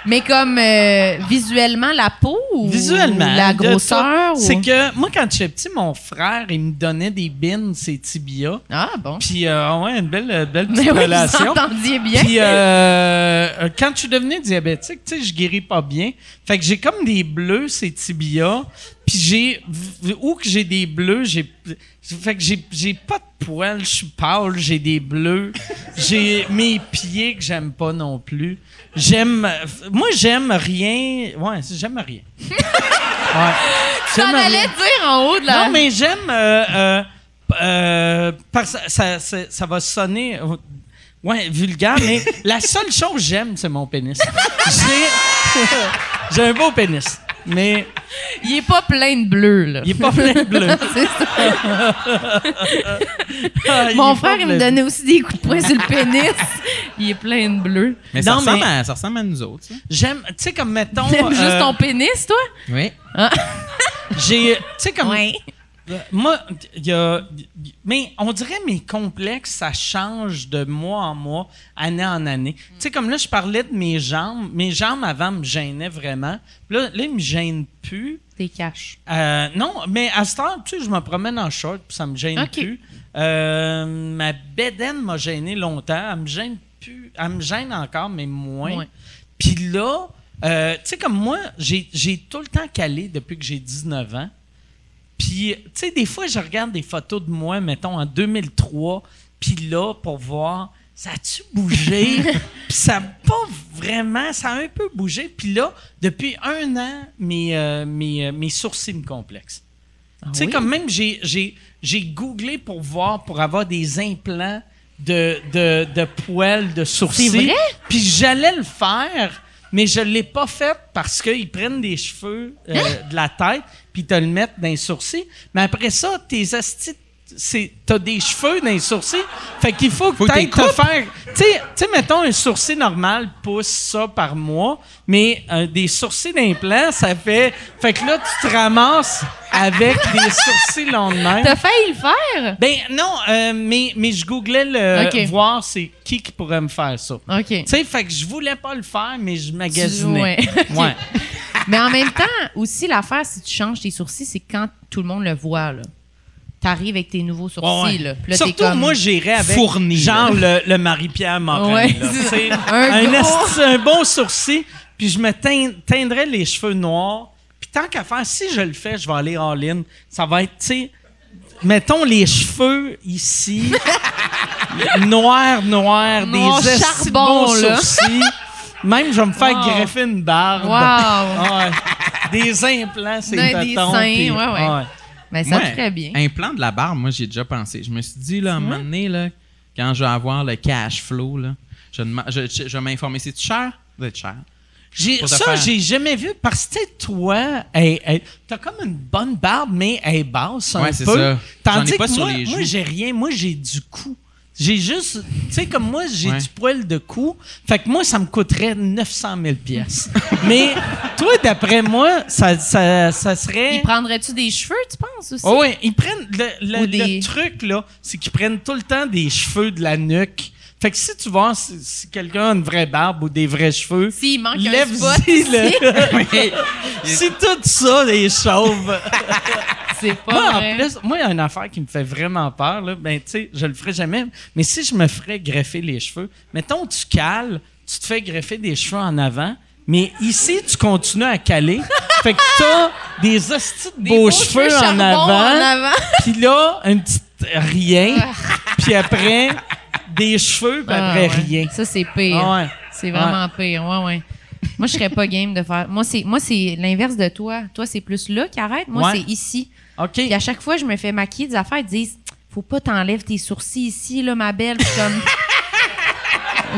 Speaker 6: mais comme euh, visuellement, la peau ou
Speaker 5: Visuellement.
Speaker 6: la
Speaker 5: de
Speaker 6: grosseur
Speaker 5: tout.
Speaker 6: ou-
Speaker 5: C'est que moi, quand j'étais petit, mon frère, il me donnait des bines, ses tibias.
Speaker 6: Ah bon.
Speaker 5: Puis, euh, ouais, une belle, euh, belle
Speaker 6: Mais
Speaker 5: petite
Speaker 6: oui, vous
Speaker 5: relation.
Speaker 6: entendiez bien.
Speaker 5: Puis, euh, euh, quand je suis devenu diabétique, tu sais, je guéris pas bien. Fait que j'ai comme des bleus, ces tibias. Puis j'ai... Où que j'ai des bleus, j'ai... Fait que j'ai, j'ai pas de poils, je suis pâle, j'ai des bleus. J'ai mes pieds que j'aime pas non plus. J'aime... Moi, j'aime rien... Ouais, j'aime rien. Ouais.
Speaker 6: J'en
Speaker 5: J'aime rien.
Speaker 6: allais dire en haut de la.
Speaker 5: Non, mais j'aime. euh, euh, euh, parce- ça, ça- ça va sonner. euh, Ouais, vulgaire, mais la seule chose que j'aime, c'est mon pénis. J'ai, j'ai un beau pénis, mais
Speaker 6: Il est pas plein de bleu, là.
Speaker 5: il est pas plein de bleu.
Speaker 6: C'est ça.
Speaker 5: Ah, il est
Speaker 6: Mon
Speaker 5: pas
Speaker 6: frère, il me
Speaker 5: bleu.
Speaker 6: donnait aussi des coups de poing sur le pénis. Il est plein de bleu.
Speaker 7: Mais, ça,
Speaker 5: non,
Speaker 7: ressemble
Speaker 5: mais-
Speaker 7: À, ça ressemble à nous autres, ça.
Speaker 5: J'aime, tu sais, comme mettons.
Speaker 6: T'aimes juste
Speaker 5: euh,
Speaker 6: ton pénis, toi?
Speaker 7: Oui.
Speaker 5: J'ai, tu sais, comme.
Speaker 6: Ouais.
Speaker 5: Euh, Moi, il y a. Mais on dirait mes complexes, ça change de mois en mois, année en année. Tu sais, comme là, je parlais de mes jambes. Mes jambes avant me gênaient vraiment. Puis Là, là ils me gênent plus.
Speaker 6: T'es cash.
Speaker 5: Euh, non, mais à ce temps, tu sais, je me promène en short, puis ça me gêne
Speaker 6: Ok.
Speaker 5: plus. Euh, ma bédaine m'a gêné longtemps. Elle me gêne plus. Elle me gêne encore, mais moins.
Speaker 6: Moins.
Speaker 5: Puis là, euh, tu sais, comme moi, j'ai j'ai tout le temps calé depuis que j'ai 19 ans. Puis, tu sais, des fois, je regarde des photos de moi, mettons, en 2003, puis là, pour voir, ça a-tu bougé? puis ça a pas vraiment, ça a un peu bougé. Puis là, depuis un an, mes, euh, mes, euh, mes sourcils me complexent. tu sais,
Speaker 6: Ah oui?
Speaker 5: comme même, j'ai- j'ai j'ai googlé pour voir, pour avoir des implants de, de, de poils, de sourcils.
Speaker 6: C'est vrai?
Speaker 5: Puis j'allais le faire, mais je l'ai pas fait parce qu'ils prennent des cheveux euh,
Speaker 6: Hein?
Speaker 5: de la tête puis ils te le mettent dans les sourcils. Mais après ça, tes astis, c'est t'as des cheveux dans les sourcils. Fait qu'il faut que
Speaker 7: Faut que
Speaker 5: t'ailles
Speaker 7: t'y
Speaker 5: te faire... Tu sais- tu sais, mettons, un sourcil normal pousse ça par mois, mais euh, des sourcils d'implant, ça fait... Fait que là, tu te ramasses avec des sourcils longs de même.
Speaker 6: T'as failli le faire?
Speaker 5: Ben non, euh, mais, mais je googlais le,
Speaker 6: Ok.
Speaker 5: voir c'est qui qui pourrait me faire ça.
Speaker 6: OK.
Speaker 5: Tu sais, fait que je voulais pas le faire, mais je magasinais.
Speaker 6: Tu- ouais.
Speaker 5: Ouais.
Speaker 6: Mais en même temps, aussi, l'affaire, si tu changes tes sourcils, c'est quand tout le monde le voit, là. T'arrives avec tes nouveaux
Speaker 5: Ouais.
Speaker 6: sourcils, là. Puis là, t'es
Speaker 5: Surtout,
Speaker 6: comme-
Speaker 5: moi, j'irais avec
Speaker 7: fourni,
Speaker 5: genre le, le Marie-Pierre Morin.
Speaker 6: Ouais,
Speaker 5: là.
Speaker 6: c'est ça.
Speaker 5: C'est
Speaker 6: Un
Speaker 5: un,
Speaker 6: gros-
Speaker 5: esti- un bon sourcil, puis je me teint- teindrais les cheveux noirs. Puis tant qu'à faire, si je le fais, je vais aller en ligne. Ça va être, tu sais, mettons les cheveux ici, noir, noir,
Speaker 6: Noir
Speaker 5: des esti de bons
Speaker 6: charbon, là.
Speaker 5: sourcils. Même, je vais me faire
Speaker 6: Wow.
Speaker 5: greffer une barbe.
Speaker 6: Wow!
Speaker 5: Ouais. Des implants, c'est
Speaker 6: Ouais, des
Speaker 5: tétons,
Speaker 6: seins,
Speaker 5: puis- Hein?
Speaker 6: ouais, ouais. Mais ça
Speaker 7: Moi,
Speaker 6: te ferait bien.
Speaker 7: Implant de la barbe, moi, j'ai déjà pensé. Je me suis dit, là, à un moment donné, là, quand je vais avoir le cash flow, là, je, vais dema- je, je- je vais m'informer. C'est-tu cher? Ça doit être cher.
Speaker 5: J'ai,
Speaker 7: Pour te
Speaker 5: ça,
Speaker 7: faire-
Speaker 5: j'ai jamais vu parce que tu sais, toi, hey, hey, t'as comme une bonne barbe, mais elle est basse un
Speaker 7: Ouais,
Speaker 5: peu.
Speaker 7: c'est ça. J'en
Speaker 5: Tandis
Speaker 7: ai pas
Speaker 5: que
Speaker 7: sur
Speaker 5: moi,
Speaker 7: les
Speaker 5: moi,
Speaker 7: joues.
Speaker 5: j'ai rien. Moi, j'ai du cou. J'ai juste, tu sais, comme moi, j'ai
Speaker 7: Ouais.
Speaker 5: du poil de cou. Fait que moi, ça me coûterait 900 000 pièces. mais toi, d'après moi, ça, ça, ça serait.
Speaker 6: Il prendrait-tu des cheveux, tu penses, aussi?
Speaker 5: Oh, ouais, ils prennent le, le-
Speaker 6: Ou
Speaker 5: le
Speaker 6: des-
Speaker 5: truc là, c'est qu'ils prennent tout le temps des cheveux de la nuque. Fait que si tu vois si, si quelqu'un a une vraie barbe ou des vrais cheveux,
Speaker 6: S'il manque un spot,
Speaker 5: Lève-y le. Oui. C'est tout ça, les chauves.
Speaker 6: c'est pas
Speaker 5: Moi,
Speaker 6: vrai.
Speaker 5: Ah, en plus, moi, il y a une affaire qui me fait vraiment peur. Là. Ben, tu sais, je le ferai jamais. Mais si je me ferais greffer les cheveux, mettons, tu cales, tu te fais greffer des cheveux en avant, Mais ici, tu continues à caler. fait que t'as des hosties de
Speaker 6: Des
Speaker 5: beaux, cheveux, en
Speaker 6: charbon en
Speaker 5: avant.
Speaker 6: avant.
Speaker 5: Puis là, un petit rien. Puis après, des cheveux, puis
Speaker 6: Ah,
Speaker 5: après
Speaker 6: ouais.
Speaker 5: rien.
Speaker 6: Ça, c'est pire.
Speaker 5: Ah ouais.
Speaker 6: C'est vraiment pire. Ouais, ouais. Moi, je serais pas game de faire. Moi, c'est, moi, c'est l'inverse de toi. Toi, c'est plus là qui arrête. Moi,
Speaker 5: Ouais.
Speaker 6: c'est ici.
Speaker 5: OK.
Speaker 6: Puis à chaque fois, je me fais maquiller des affaires. Ils disent Faut pas t'enlèves tes sourcils ici, là, ma belle. Puis comme.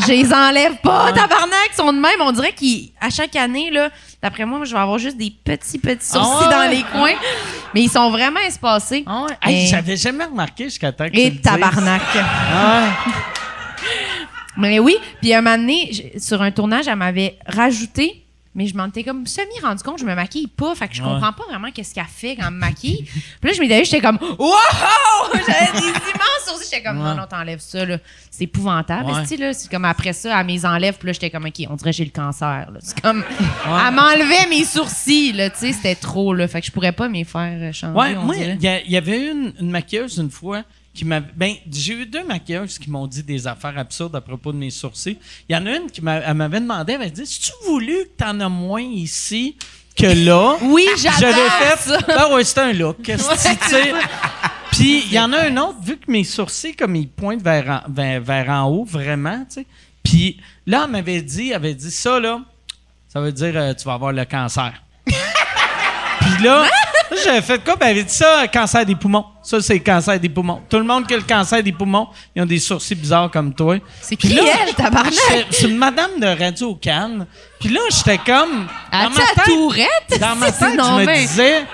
Speaker 6: je les enlève pas, tabarnak. Ils sont de même. On dirait qu'à chaque année, là, d'après moi, je vais avoir juste des petits, petits sourcils
Speaker 5: Ah ouais,
Speaker 6: dans les coins. Mais ils sont vraiment espacés.
Speaker 5: Ah ouais. Hey,
Speaker 6: Mais-
Speaker 5: J'avais jamais remarqué jusqu'à temps que tu
Speaker 6: Et
Speaker 5: le dises.
Speaker 6: tabarnak.
Speaker 5: Ah ouais.
Speaker 6: Mais oui, puis un moment donné, j- sur un tournage, elle m'avait rajouté, mais je m'en étais comme semi rendu compte, je me maquille pas, fait que je comprends pas vraiment qu'est-ce qu'elle fait quand elle me maquille. puis là, je m'étais j'étais comme wow! J'avais des immenses sourcils, j'étais comme non, non, t'enlèves ça là, c'est épouvantable.
Speaker 5: Ouais.
Speaker 6: Esti, là, c'est comme après ça, elle mes enlève, puis là j'étais comme OK, on dirait que j'ai le cancer là. C'est comme elle m'enlevait mes sourcils là, tu sais, c'était trop là, fait que je pourrais pas m'y faire euh, changer.
Speaker 5: Ouais,
Speaker 6: on
Speaker 5: moi,
Speaker 6: dirait.
Speaker 5: il y, a- il y avait une, une maquilleuse une fois qui m'avait. Ben, j'ai eu deux maquilleuses qui m'ont dit des affaires absurdes à propos de mes sourcils. Il y en a une qui m'a- elle m'avait demandé, elle m'avait dit Si tu voulu que t'en as moins ici que là
Speaker 6: Oui, j'adore
Speaker 5: J'avais fait.
Speaker 6: ça.
Speaker 5: Ah ouais, c'est un look. Qu'est-ce que tu sais? Puis il y en a un autre, vu que mes sourcils, comme ils pointent vers en, vers, vers en haut, vraiment, tu sais. Puis là, elle m'avait dit, elle avait dit ça, là, ça veut dire euh, tu vas avoir le cancer. Puis là, là, j'avais fait quoi? Ben, elle avait dit ça, euh, cancer des poumons. Ça, c'est le cancer des poumons. Tout le monde qui a le cancer des poumons, ils ont des sourcils bizarres comme toi.
Speaker 6: C'est
Speaker 5: Puis
Speaker 6: qui
Speaker 5: là,
Speaker 6: elle, tabarnak?
Speaker 5: j'étais- C'est une madame de Radio Cannes. Puis là, j'étais comme. dans
Speaker 6: Ah,
Speaker 5: ma
Speaker 6: tu la
Speaker 5: tête-
Speaker 6: tourette?
Speaker 5: dans ma tête,
Speaker 6: Non,
Speaker 5: je me
Speaker 6: ben.
Speaker 5: disais,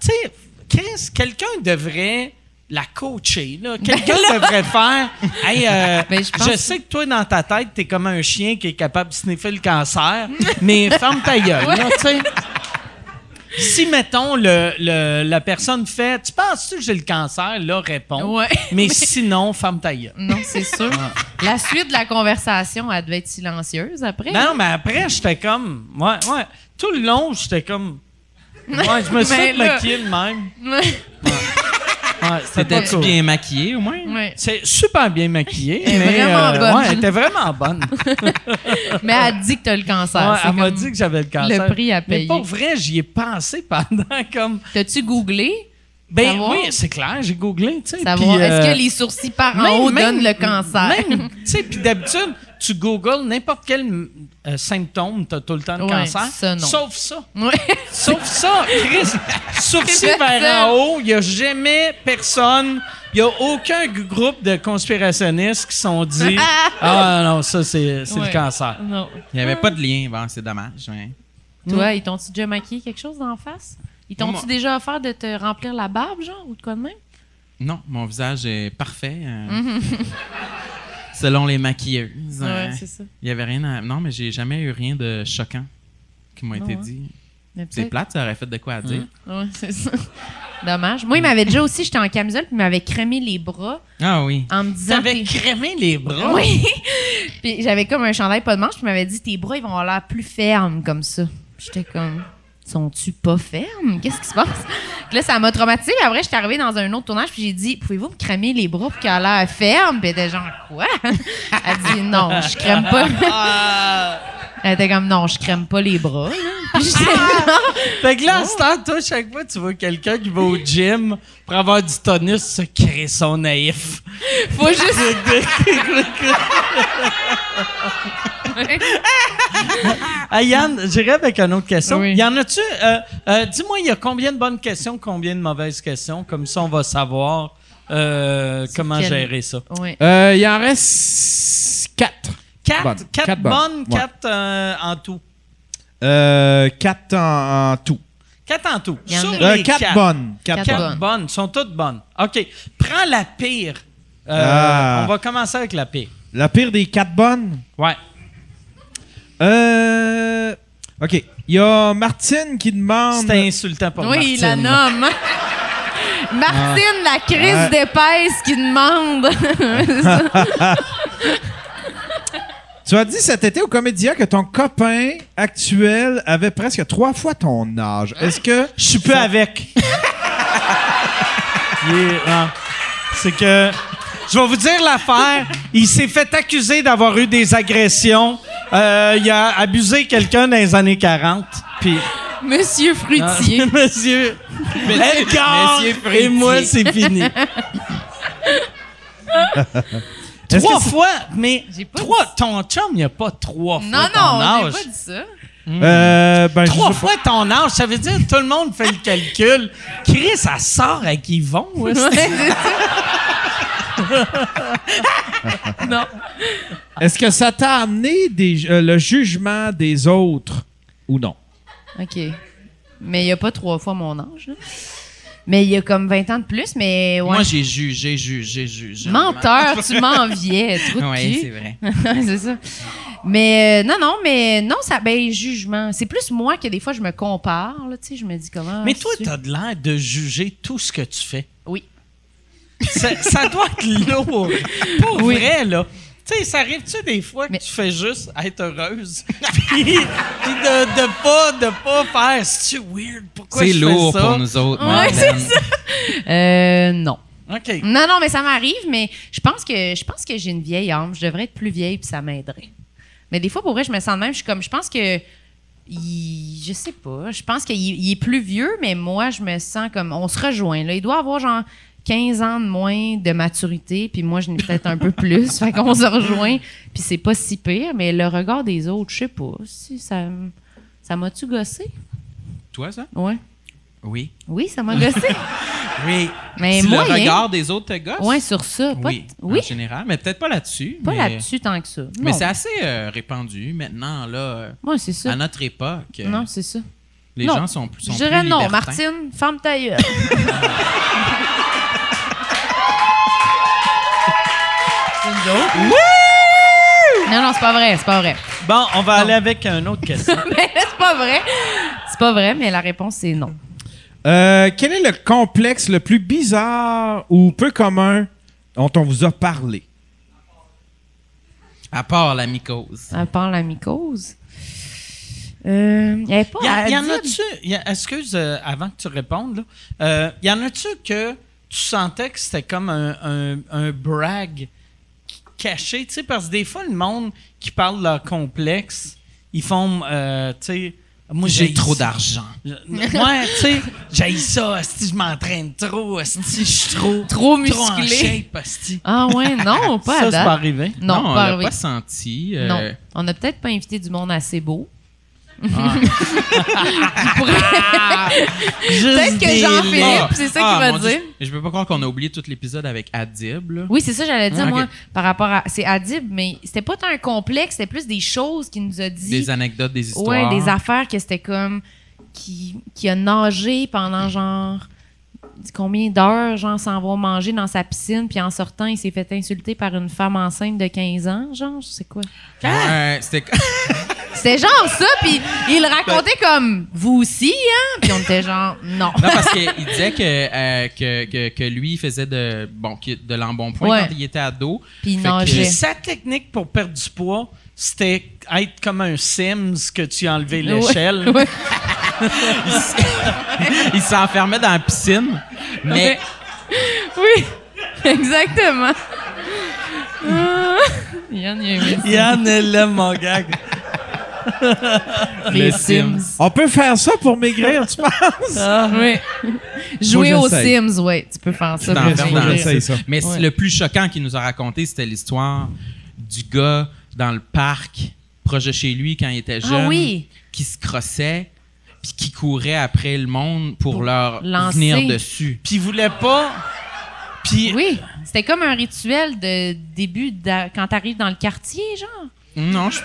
Speaker 5: tu sais, Chris, quelqu'un devrait la coacher, là. Quelqu'un devrait faire, hey, euh,
Speaker 6: Ben, je pense-
Speaker 5: je sais que toi, dans ta tête, t'es comme un chien qui est capable de sniffer le cancer, mais ferme ta gueule, là, tu sais. Si, mettons, le, le- la personne fait, tu penses-tu que j'ai le cancer? Là, réponds.
Speaker 6: Ouais.
Speaker 5: Mais sinon, ferme ta gueule.
Speaker 6: Non, c'est sûr.
Speaker 5: Ah.
Speaker 6: La suite de la conversation, elle devait être silencieuse après.
Speaker 5: Non, mais après, j'étais comme, ouais, ouais. Tout le long, j'étais comme, ouais, je me suis
Speaker 6: Mais
Speaker 5: fait
Speaker 6: là-
Speaker 5: maquiller de même.
Speaker 6: Ouais.
Speaker 5: Ouais, c'était
Speaker 7: T'étais-tu bien maquillée, au moins?
Speaker 6: Ouais.
Speaker 5: C'est super bien maquillée.
Speaker 6: Elle est
Speaker 5: mais,
Speaker 6: vraiment
Speaker 5: euh,
Speaker 6: bonne.
Speaker 5: Ouais, elle était vraiment bonne.
Speaker 6: Mais elle dit que t'as le cancer.
Speaker 5: Ouais,
Speaker 6: C'est
Speaker 5: elle m'a
Speaker 6: comme-
Speaker 5: dit que j'avais le cancer.
Speaker 6: le prix à payer.
Speaker 5: Mais pour vrai, j'y ai pensé pendant comme.
Speaker 6: T'as-tu googlé?
Speaker 5: Ben
Speaker 6: Savoir.
Speaker 5: oui, c'est clair, j'ai googlé, tu sais.
Speaker 6: Savoir
Speaker 5: puis,
Speaker 6: est-ce
Speaker 5: euh,
Speaker 6: que les sourcils par en
Speaker 5: même-
Speaker 6: haut
Speaker 5: même-
Speaker 6: donnent le cancer?
Speaker 5: Même, tu sais, puis d'habitude, tu googles n'importe quel euh, symptôme, t'as tout le temps le
Speaker 6: Ouais,
Speaker 5: cancer.
Speaker 6: ça, non.
Speaker 5: Sauf ça.
Speaker 6: Ouais.
Speaker 5: Sauf ça, Chris, sourcil vers
Speaker 6: Personne.
Speaker 5: en haut, il n'y a jamais personne, il n'y a aucun g- groupe de conspirationnistes qui se sont dit Ah non, ça c'est c'est le
Speaker 6: Ouais.
Speaker 5: cancer.
Speaker 6: Non.
Speaker 7: Il n'y avait pas de lien, bon, c'est dommage. mais-
Speaker 6: Toi, ils t'ont-tu déjà maquillé quelque chose d'en face? Ils t'ont-tu
Speaker 7: Moi-
Speaker 6: déjà offert de te remplir la barbe, genre, ou de quoi de même?
Speaker 7: Non, mon visage est parfait. euh, selon les maquilleuses. euh,
Speaker 6: Mhm. Ouais, c'est ça.
Speaker 7: Il y avait rien à... Non, mais j'ai jamais eu rien de choquant qui m'a
Speaker 6: Non,
Speaker 7: été
Speaker 6: hein.
Speaker 7: dit.
Speaker 6: Mais
Speaker 7: C'est
Speaker 6: peut-être-
Speaker 7: plate, ça aurait fait de quoi à dire.
Speaker 6: Ouais, c'est ça. Dommage. Moi, il m'avait déjà aussi, j'étais en camisole, puis il m'avait crémé les bras
Speaker 7: Ah oui.
Speaker 6: en me disant.
Speaker 5: T'avais
Speaker 6: T'es-
Speaker 5: crémé les bras.
Speaker 6: Oui. puis j'avais comme un chandail pas de manche, puis il m'avait dit tes bras ils vont avoir l'air plus fermes comme ça. Puis J'étais comme sont-tu pas fermes Qu'est-ce qui se passe Puis Là ça m'a traumatisée. Puis après j'étais arrivée dans un autre tournage, puis j'ai dit pouvez-vous me cramer les bras pour qu'ils aient l'air fermes Puis elle était genre quoi Elle dit non, je crème pas. elle était comme non, je crème pas les bras. là. Puis j'étais
Speaker 5: Ah! Fait que
Speaker 6: Oh.
Speaker 5: là, à ce temps, toi, chaque fois tu vois quelqu'un qui va au gym pour avoir du tonus, ce crisson naïf.
Speaker 6: faut juste
Speaker 5: Ah, Yann, j'irai avec une autre question.
Speaker 6: Oui.
Speaker 5: Y en a-tu? euh, euh, Dis-moi, il y a combien de bonnes questions, combien de mauvaises questions? Comme ça, on va savoir euh, comment
Speaker 6: quel-
Speaker 5: gérer ça.
Speaker 6: Ouais.
Speaker 4: Euh, il en reste quatre.
Speaker 5: Quatre,
Speaker 4: Bonnes.
Speaker 5: quatre,
Speaker 4: Quatre bonnes.
Speaker 5: bonnes,
Speaker 4: Ouais.
Speaker 5: quatre euh, en tout.
Speaker 3: Euh, quatre en, en tout.
Speaker 5: Quatre en tout.
Speaker 6: Il y en
Speaker 5: Sur
Speaker 6: a-
Speaker 3: Euh,
Speaker 5: les
Speaker 3: quatre,
Speaker 5: quatre.
Speaker 3: bonnes. Quatre,
Speaker 6: Quatre
Speaker 5: Quatre
Speaker 3: bonnes.
Speaker 5: bonnes. Sont toutes bonnes. OK. Prends la pire. Euh,
Speaker 3: Ah.
Speaker 5: On va commencer avec la pire.
Speaker 3: La pire des quatre bonnes.
Speaker 5: Ouais.
Speaker 3: Euh, OK. Il y a Martine qui demande...
Speaker 5: C'était insultant pour moi.
Speaker 6: Oui, la nomme. Martine, la crise
Speaker 3: Ouais.
Speaker 6: d'épaisse qui demande.
Speaker 3: Tu as dit cet été au Comédia que ton copain actuel avait presque trois fois ton âge. Est-ce que...
Speaker 5: Je suis peu avec. Il est- non. C'est que. Je vais vous dire l'affaire. Il s'est fait accuser d'avoir eu des agressions Euh, il a abusé quelqu'un dans les années 40. Puis,
Speaker 6: Monsieur Fruitier.
Speaker 5: monsieur, Edgar
Speaker 7: Monsieur Fruitier.
Speaker 5: et moi, c'est fini.
Speaker 3: Est-ce
Speaker 5: trois
Speaker 3: que c'est-
Speaker 5: fois, mais
Speaker 6: J'ai pas
Speaker 5: trois,
Speaker 6: dit-
Speaker 5: ton chum, il n'y a pas trois fois
Speaker 6: Non,
Speaker 5: ton
Speaker 6: non,
Speaker 5: âge.
Speaker 6: j'ai pas dit ça.
Speaker 3: Euh, ben, je
Speaker 5: Hmm. Trois
Speaker 3: sais
Speaker 5: fois ton âge, ça veut dire que tout le monde fait le calcul. Chris, ça sort avec Yvon. ouais, c'est-
Speaker 6: Ouais, c'est ça. non.
Speaker 3: pas. Est-ce que ça t'a amené des, euh, le jugement des autres ou non?
Speaker 6: OK. Mais il n'y a pas trois fois mon âge. là. Mais il y a comme 20 ans de plus, mais ouais.
Speaker 7: Moi, j'ai jugé, jugé, jugé.
Speaker 6: Menteur, tu m'enviais, trou de
Speaker 7: Oui, c'est
Speaker 6: cul.
Speaker 7: vrai.
Speaker 6: c'est ça. Mais euh, non, non, mais non, ça, ben, jugement. C'est plus moi que des fois je me compare, là, tu sais, je me dis comment.
Speaker 5: Mais toi,
Speaker 6: c'est-
Speaker 5: t'as de l'air de juger tout ce que tu fais.
Speaker 6: Ah, Oui.
Speaker 5: Ça, ça doit être lourd. Pour
Speaker 6: Oui.
Speaker 5: vrai, là. Tu sais, ça arrive-tu des fois que
Speaker 6: Mais-
Speaker 5: tu fais juste être heureuse? puis puis de, de pas, de pas faire, c'est-tu weird? Pourquoi je
Speaker 7: C'est
Speaker 5: fais
Speaker 7: lourd
Speaker 5: ça?
Speaker 7: pour nous autres.
Speaker 6: Ouais,
Speaker 7: Marlène.
Speaker 6: c'est ça. Euh, non.
Speaker 5: OK.
Speaker 6: Non, non, mais ça m'arrive, mais je pense que je pense que j'ai une vieille âme. Je devrais être plus vieille puis ça m'aiderait. Mais des fois, pour vrai, je me sens de même. Je suis comme, je pense que. Il, je sais pas. Je pense qu'il il est plus vieux, mais moi, je me sens comme. On se rejoint, là. Il doit avoir genre 15 ans de moins de maturité, puis moi, je n'ai peut-être un peu plus. Fait qu'on se rejoint, puis c'est pas si pire, mais le regard des autres, je sais pas. Si ça. m- Ça m'a-tu gossé?
Speaker 7: Toi, ça?
Speaker 6: Ouais.
Speaker 7: Oui.
Speaker 6: Oui, ça m'a gossé.
Speaker 7: Oui.
Speaker 6: Mais
Speaker 7: si
Speaker 6: moi,
Speaker 7: le regard des autres te gosse?
Speaker 6: Ouais, sur ça. pas
Speaker 7: oui,
Speaker 6: t- oui.
Speaker 7: en général, mais peut-être pas là-dessus.
Speaker 6: Pas
Speaker 7: mais-
Speaker 6: là-dessus tant que ça.
Speaker 7: Mais
Speaker 6: Non.
Speaker 7: c'est assez euh, répandu maintenant, là, euh,
Speaker 6: Ouais, c'est
Speaker 5: Ah
Speaker 6: ça.
Speaker 7: à notre époque. euh,
Speaker 6: Non, c'est ça.
Speaker 7: les
Speaker 6: non.
Speaker 7: gens sont, plus- sont
Speaker 6: Je dirais
Speaker 7: plus
Speaker 6: non,
Speaker 7: libertins.
Speaker 6: Martine, ferme ta gueule. Non, non, c'est pas vrai, c'est pas vrai.
Speaker 5: Bon, on va aller avec une autre question.
Speaker 6: Mais c'est pas vrai. C'est pas vrai, mais la réponse c'est non.
Speaker 3: Euh, quel est le complexe le plus bizarre ou peu commun dont on vous a parlé?
Speaker 7: À part la mycose.
Speaker 6: À part la mycose. Euh, il y avait pas.
Speaker 5: Il y, a-
Speaker 6: à
Speaker 5: y en
Speaker 6: dire-
Speaker 5: a-tu, y a- excuse, euh, avant que tu répondes, euh, il y en a-tu que tu sentais que c'était comme un, un, un brag qui- caché, tu sais, parce que des fois, le monde qui parle de leur complexe, ils font, euh, tu sais, moi
Speaker 7: J'ai
Speaker 5: j'haïs
Speaker 7: trop
Speaker 5: ça.
Speaker 7: d'argent.
Speaker 5: Je- Ouais, tu sais, j'ai ça, si je m'entraîne trop, si je suis trop,
Speaker 6: Trop
Speaker 5: en
Speaker 6: musclé.
Speaker 5: shape, asti.
Speaker 6: Ah ouais, non, pas
Speaker 5: ça, c'est
Speaker 6: à
Speaker 5: pas
Speaker 6: date.
Speaker 5: arrivé.
Speaker 6: Non,
Speaker 7: on
Speaker 6: pas
Speaker 7: l'a
Speaker 6: arrivé.
Speaker 7: pas senti. euh,
Speaker 6: Non, on a peut-être pas invité du monde assez beau.
Speaker 7: ah.
Speaker 6: Peut-être que Jean-Philippe,
Speaker 7: Ah,
Speaker 6: c'est ça
Speaker 7: ah,
Speaker 6: qu'il va
Speaker 7: mon Dieu,
Speaker 6: dire.
Speaker 7: Je je peux pas croire qu'on a oublié tout l'épisode avec Adib. là.
Speaker 6: Oui, c'est ça, j'allais dire,
Speaker 7: Ah, ok.
Speaker 6: moi, par rapport à. C'est Adib, mais c'était pas tant un complexe, c'était plus des choses qu'il nous a dit.
Speaker 7: Des anecdotes, des histoires.
Speaker 6: Ouais, des affaires que c'était comme. Qui, qui a nagé pendant genre. Combien d'heures, genre, s'en va manger dans sa piscine, puis en sortant, il s'est fait insulter par une femme enceinte de 15 ans, genre, je sais quoi.
Speaker 7: Ouais, c'était
Speaker 6: C'était genre ça, puis il le racontait comme vous aussi, hein? Puis on était genre, non.
Speaker 7: Ben- Non, parce qu'il disait que, euh, que, que, que lui, il faisait de, bon, qu'il- de l'embonpoint
Speaker 6: Ouais.
Speaker 7: quand il était ado.
Speaker 6: Puis il
Speaker 7: Fait que-
Speaker 5: Puis
Speaker 6: nageait.
Speaker 5: sa technique pour perdre du poids, c'était être comme un Sims que tu as enlevé
Speaker 6: Ouais.
Speaker 5: l'échelle.
Speaker 6: Ouais.
Speaker 7: Il s'enfermait dans la piscine. Mais
Speaker 6: Oui, exactement. Ah, Yann, il y a aimé ça.
Speaker 5: Yann est là, mon gars.
Speaker 6: Les
Speaker 7: le
Speaker 6: Sims. Ah,
Speaker 3: On peut faire ça pour maigrir, tu penses?
Speaker 6: Oui. Jouer
Speaker 3: Faut
Speaker 6: aux
Speaker 3: que j'essaye.
Speaker 6: Sims, oui. Tu peux faire ça.
Speaker 7: Tu
Speaker 5: Ah,
Speaker 6: pour
Speaker 7: t'enfermes
Speaker 6: jouer.
Speaker 7: dans le
Speaker 3: J'essaye ça.
Speaker 7: Mais
Speaker 6: Ouais.
Speaker 7: le plus choquant qu'il nous a raconté, c'était l'histoire du gars dans le parc, proche de chez lui, quand il était jeune,
Speaker 6: Ah oui.
Speaker 7: qui se crossait, puis qui courait après le monde pour,
Speaker 6: Pour
Speaker 7: leur
Speaker 6: lancer.
Speaker 7: venir dessus.
Speaker 5: Puis il voulait pas. Puis
Speaker 6: Oui, c'était comme un rituel de début d'a- quand t'arrives dans le quartier, genre.
Speaker 7: Non, je,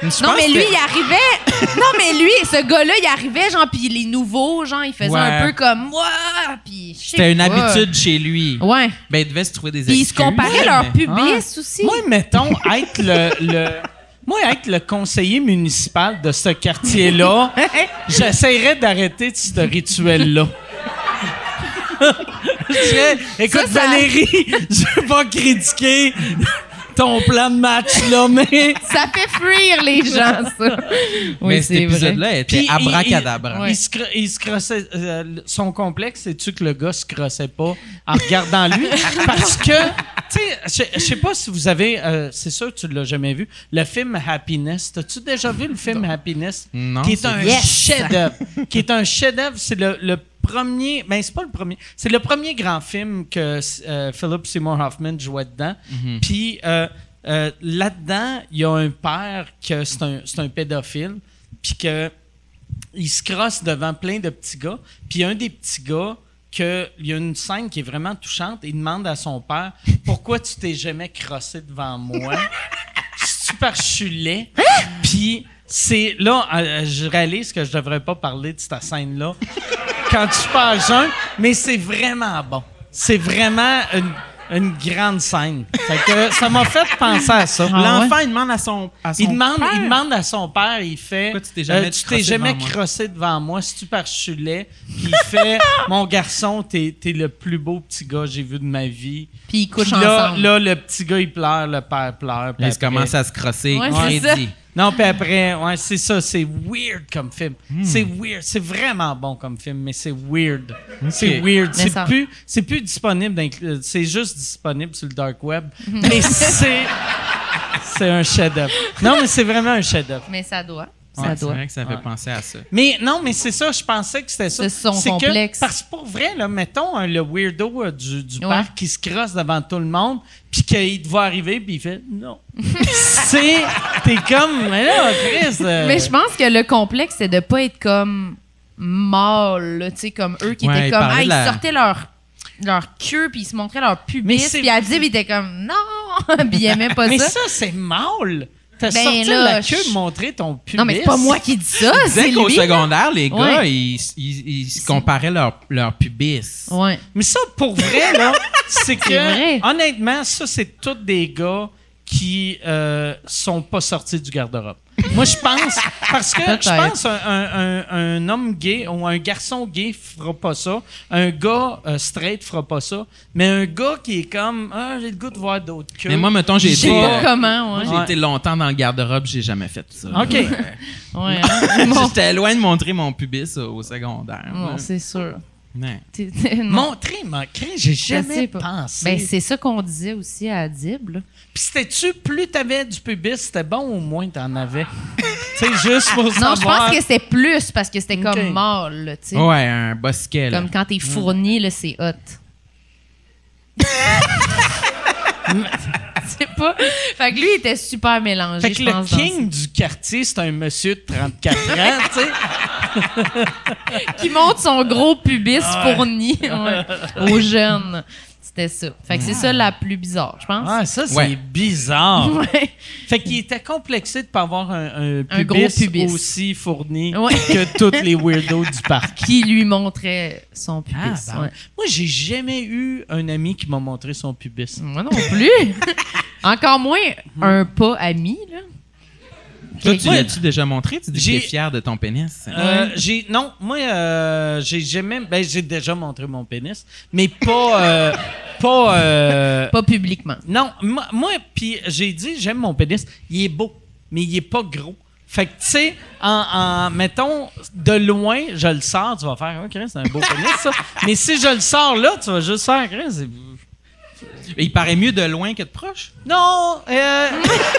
Speaker 7: je
Speaker 6: non,
Speaker 7: pense
Speaker 6: mais
Speaker 7: que
Speaker 6: lui, il arrivait. non, mais lui, ce gars-là, il arrivait, genre, puis les nouveaux, genre, il faisait
Speaker 7: Ouais.
Speaker 6: un peu comme moi, puis je sais
Speaker 7: c'était une
Speaker 6: pas.
Speaker 7: habitude chez lui.
Speaker 6: Ouais.
Speaker 7: Ben, il devait se trouver des
Speaker 6: Puis ils
Speaker 7: excuses.
Speaker 6: se comparaient leur
Speaker 7: mais-
Speaker 6: pubis aussi.
Speaker 5: moi, mettons, être le, le- moi, être le conseiller municipal de ce quartier-là, j'essaierais d'arrêter de ce rituel-là. Je dirais, Écoute,
Speaker 6: Ça, ça-
Speaker 5: Valérie, je veux pas critiquer ton plan de match, là, mais.
Speaker 6: Ça fait fuir les gens, ça. Oui,
Speaker 7: Mais cet
Speaker 6: c'est vrai.
Speaker 7: épisode-là était
Speaker 5: Puis, il-
Speaker 7: abracadabra.
Speaker 5: Il, il se cro- il se crossait. euh, son complexe, c'est-tu que le gars se crossait pas en regardant lui? Parce que Tu sais, je je sais pas si vous avez, euh, c'est sûr que tu l'as jamais vu, le film Happiness. T'as-tu déjà vu le film Happiness?
Speaker 7: Non,
Speaker 5: Qui est
Speaker 7: c'est-
Speaker 5: un
Speaker 6: Yes!
Speaker 5: chef-d'œuvre. qui est un chef-d'œuvre. C'est le, le premier, ben c'est pas le premier, c'est le premier grand film que euh, Philip Seymour Hoffman jouait dedans. Puis euh, euh, là-dedans, il y a un père que c'est un, c'est un pédophile, puis que il se crosse devant plein de petits gars. Puis un des petits gars, que, il y a une scène qui est vraiment touchante. Il demande à son père Pourquoi tu t'es jamais crossé devant moi C'est-tu parce que je suis laid? Puis c'est là, euh, je réalise que je devrais pas parler de cette scène-là quand tu parles jeune, mais c'est vraiment bon. C'est vraiment une, une grande scène. Fait que ça m'a fait penser à ça.
Speaker 6: Ah,
Speaker 1: Ah
Speaker 7: L'enfant, il demande à son, à son
Speaker 5: Il demande,
Speaker 7: père.
Speaker 5: il demande à son père, il fait Euh,
Speaker 7: Pourquoi tu t'es jamais
Speaker 5: Tu
Speaker 7: crossé
Speaker 5: t'es jamais
Speaker 7: devant moi?
Speaker 5: crossé devant moi, si tu par chulet. Puis il fait Mon garçon, t'es t'es le plus beau petit gars que j'ai vu de ma vie.
Speaker 6: Puis ils couchent
Speaker 5: Puis là,
Speaker 6: ensemble.
Speaker 5: là, le petit gars, il pleure, le père pleure. puis
Speaker 7: Là, il
Speaker 5: après-
Speaker 7: commence à se crosser.
Speaker 6: Ouais,
Speaker 7: crédit.
Speaker 6: c'est ça.
Speaker 5: Non, puis après, ouais, c'est ça, c'est weird comme film.
Speaker 7: Hmm.
Speaker 5: C'est weird, c'est vraiment bon comme film, mais c'est weird. C'est weird.
Speaker 6: Mais
Speaker 5: C'est
Speaker 6: ça-
Speaker 5: plus, c'est plus disponible, dans les- c'est juste disponible sur le dark web, mais c'est, c'est un chef-d'œuvre. Non, mais c'est vraiment un chef-d'œuvre.
Speaker 6: Mais ça doit.
Speaker 7: Ouais,
Speaker 6: Ça
Speaker 7: c'est
Speaker 6: doit.
Speaker 7: vrai que ça fait
Speaker 5: Ouais.
Speaker 7: penser à ça.
Speaker 5: Mais non, mais c'est ça, je pensais que c'était ça.
Speaker 6: C'est son
Speaker 5: que-
Speaker 6: complexe.
Speaker 5: parce que pour vrai, là, mettons hein, le weirdo euh, du, du
Speaker 6: Ouais.
Speaker 5: parc qui se crosse devant tout le monde, puis qu'il te voit arriver, puis il fait non. c'est. T'es comme. Mais là, Chris. euh,
Speaker 6: Mais je pense que le complexe, c'est de pas être comme mâle, là, tu sais, comme eux qui
Speaker 7: Ouais,
Speaker 6: étaient
Speaker 7: ils
Speaker 6: comme.
Speaker 7: parlaient
Speaker 6: Ah,
Speaker 7: de
Speaker 6: ils
Speaker 7: la-
Speaker 6: sortaient leur, leur queue, puis ils se montraient leur
Speaker 5: Mais
Speaker 6: pubis,
Speaker 5: c'est-
Speaker 6: puis Adib, il était comme non, puis il aimait pas
Speaker 5: mais
Speaker 6: ça.
Speaker 5: ça, c'est mal. T'as
Speaker 6: Ben
Speaker 5: sorti de
Speaker 6: là,
Speaker 5: la queue,
Speaker 6: je-
Speaker 5: montrer ton pubis.
Speaker 6: Non, mais c'est pas moi qui dis ça, c'est
Speaker 7: Dès qu'au
Speaker 6: lui.
Speaker 7: secondaire, les gars,
Speaker 6: Ouais.
Speaker 7: ils, ils, ils se comparaient leur, leur pubis.
Speaker 6: Ouais.
Speaker 5: Mais ça, pour vrai, là, c'est que.
Speaker 6: vrai.
Speaker 5: Honnêtement, ça, c'est tous des gars qui euh, sont pas sortis du garde-robe. Moi, je pense. Parce que je
Speaker 6: Peut-être.
Speaker 5: pense un, un, un, un homme gay ou un garçon gay fera pas ça. Un gars euh, straight fera pas ça. Mais un gars qui est comme. Ah, j'ai le goût de voir d'autres queues.
Speaker 7: Mais moi, mettons, j'ai
Speaker 6: Je sais
Speaker 7: été,
Speaker 6: pas
Speaker 7: euh,
Speaker 6: comment, ouais.
Speaker 7: j'ai été longtemps dans le garde-robe, j'ai jamais fait ça.
Speaker 5: OK.
Speaker 6: Ouais, hein. Bon,
Speaker 7: J'étais loin de montrer mon pubis au secondaire.
Speaker 6: non,
Speaker 7: Ouais.
Speaker 6: c'est sûr.
Speaker 7: Ouais.
Speaker 6: T'es- t'es- non.
Speaker 5: Montrer, montrer, j'ai
Speaker 6: Je sais
Speaker 5: jamais
Speaker 6: pas.
Speaker 5: pensé.
Speaker 6: Ben, c'est ça qu'on disait aussi à Adib, là.
Speaker 5: Puis c'était-tu, plus t'avais du pubis, c'était bon ou moins t'en avais? tu sais, juste pour
Speaker 6: Non, je
Speaker 5: savoir.
Speaker 6: pense que c'est plus parce que c'était
Speaker 5: Ok.
Speaker 6: comme mâle, là, tu sais.
Speaker 7: Ouais, un bosquet, là.
Speaker 6: Comme quand
Speaker 5: Mm.
Speaker 6: t'es fourni, là, c'est hot. c'est pas. Fait que lui, il était super mélangé.
Speaker 5: Fait que
Speaker 6: je
Speaker 5: le
Speaker 6: pense, dans
Speaker 5: king du quartier, c'est un monsieur de 34 ans, tu sais.
Speaker 6: ça. Qui monte son gros pubis
Speaker 5: Ah
Speaker 6: fourni ouais, aux jeunes. C'était ça. Fait que c'est ça la plus bizarre, je pense.
Speaker 5: Ah, ça, c'est
Speaker 7: Ouais.
Speaker 5: bizarre.
Speaker 6: Ouais.
Speaker 5: Fait qu'il était complexé de pas avoir un, un pubis,
Speaker 6: Un gros pubis.
Speaker 5: aussi fourni
Speaker 6: Ouais.
Speaker 5: que tous les weirdos du parc.
Speaker 6: Qui lui montrait son pubis.
Speaker 5: Ah, ben,
Speaker 6: ouais.
Speaker 5: Moi, j'ai jamais eu un ami qui m'a montré son pubis.
Speaker 6: Moi non plus. Encore moins un pas ami, là.
Speaker 7: Toi, tu l'as-tu déjà montré? Tu dis que
Speaker 5: J'ai-
Speaker 7: t'es fier de ton pénis.
Speaker 5: Euh, j'ai non moi euh, j'ai jamais ben j'ai déjà montré mon pénis mais pas euh, pas euh,
Speaker 6: Pas publiquement.
Speaker 5: Non, moi, moi, puis j'ai dit, j'aime mon pénis. Il est beau, mais il est pas gros. Fait que, tu sais, en, en- mettons, de loin, je le sors, tu vas faire, oh, Chris, c'est un beau pénis, ça. Mais si je le sors là, tu vas juste faire, Chris, c'est-
Speaker 7: Il paraît mieux de loin que de proche.
Speaker 5: Non, euh,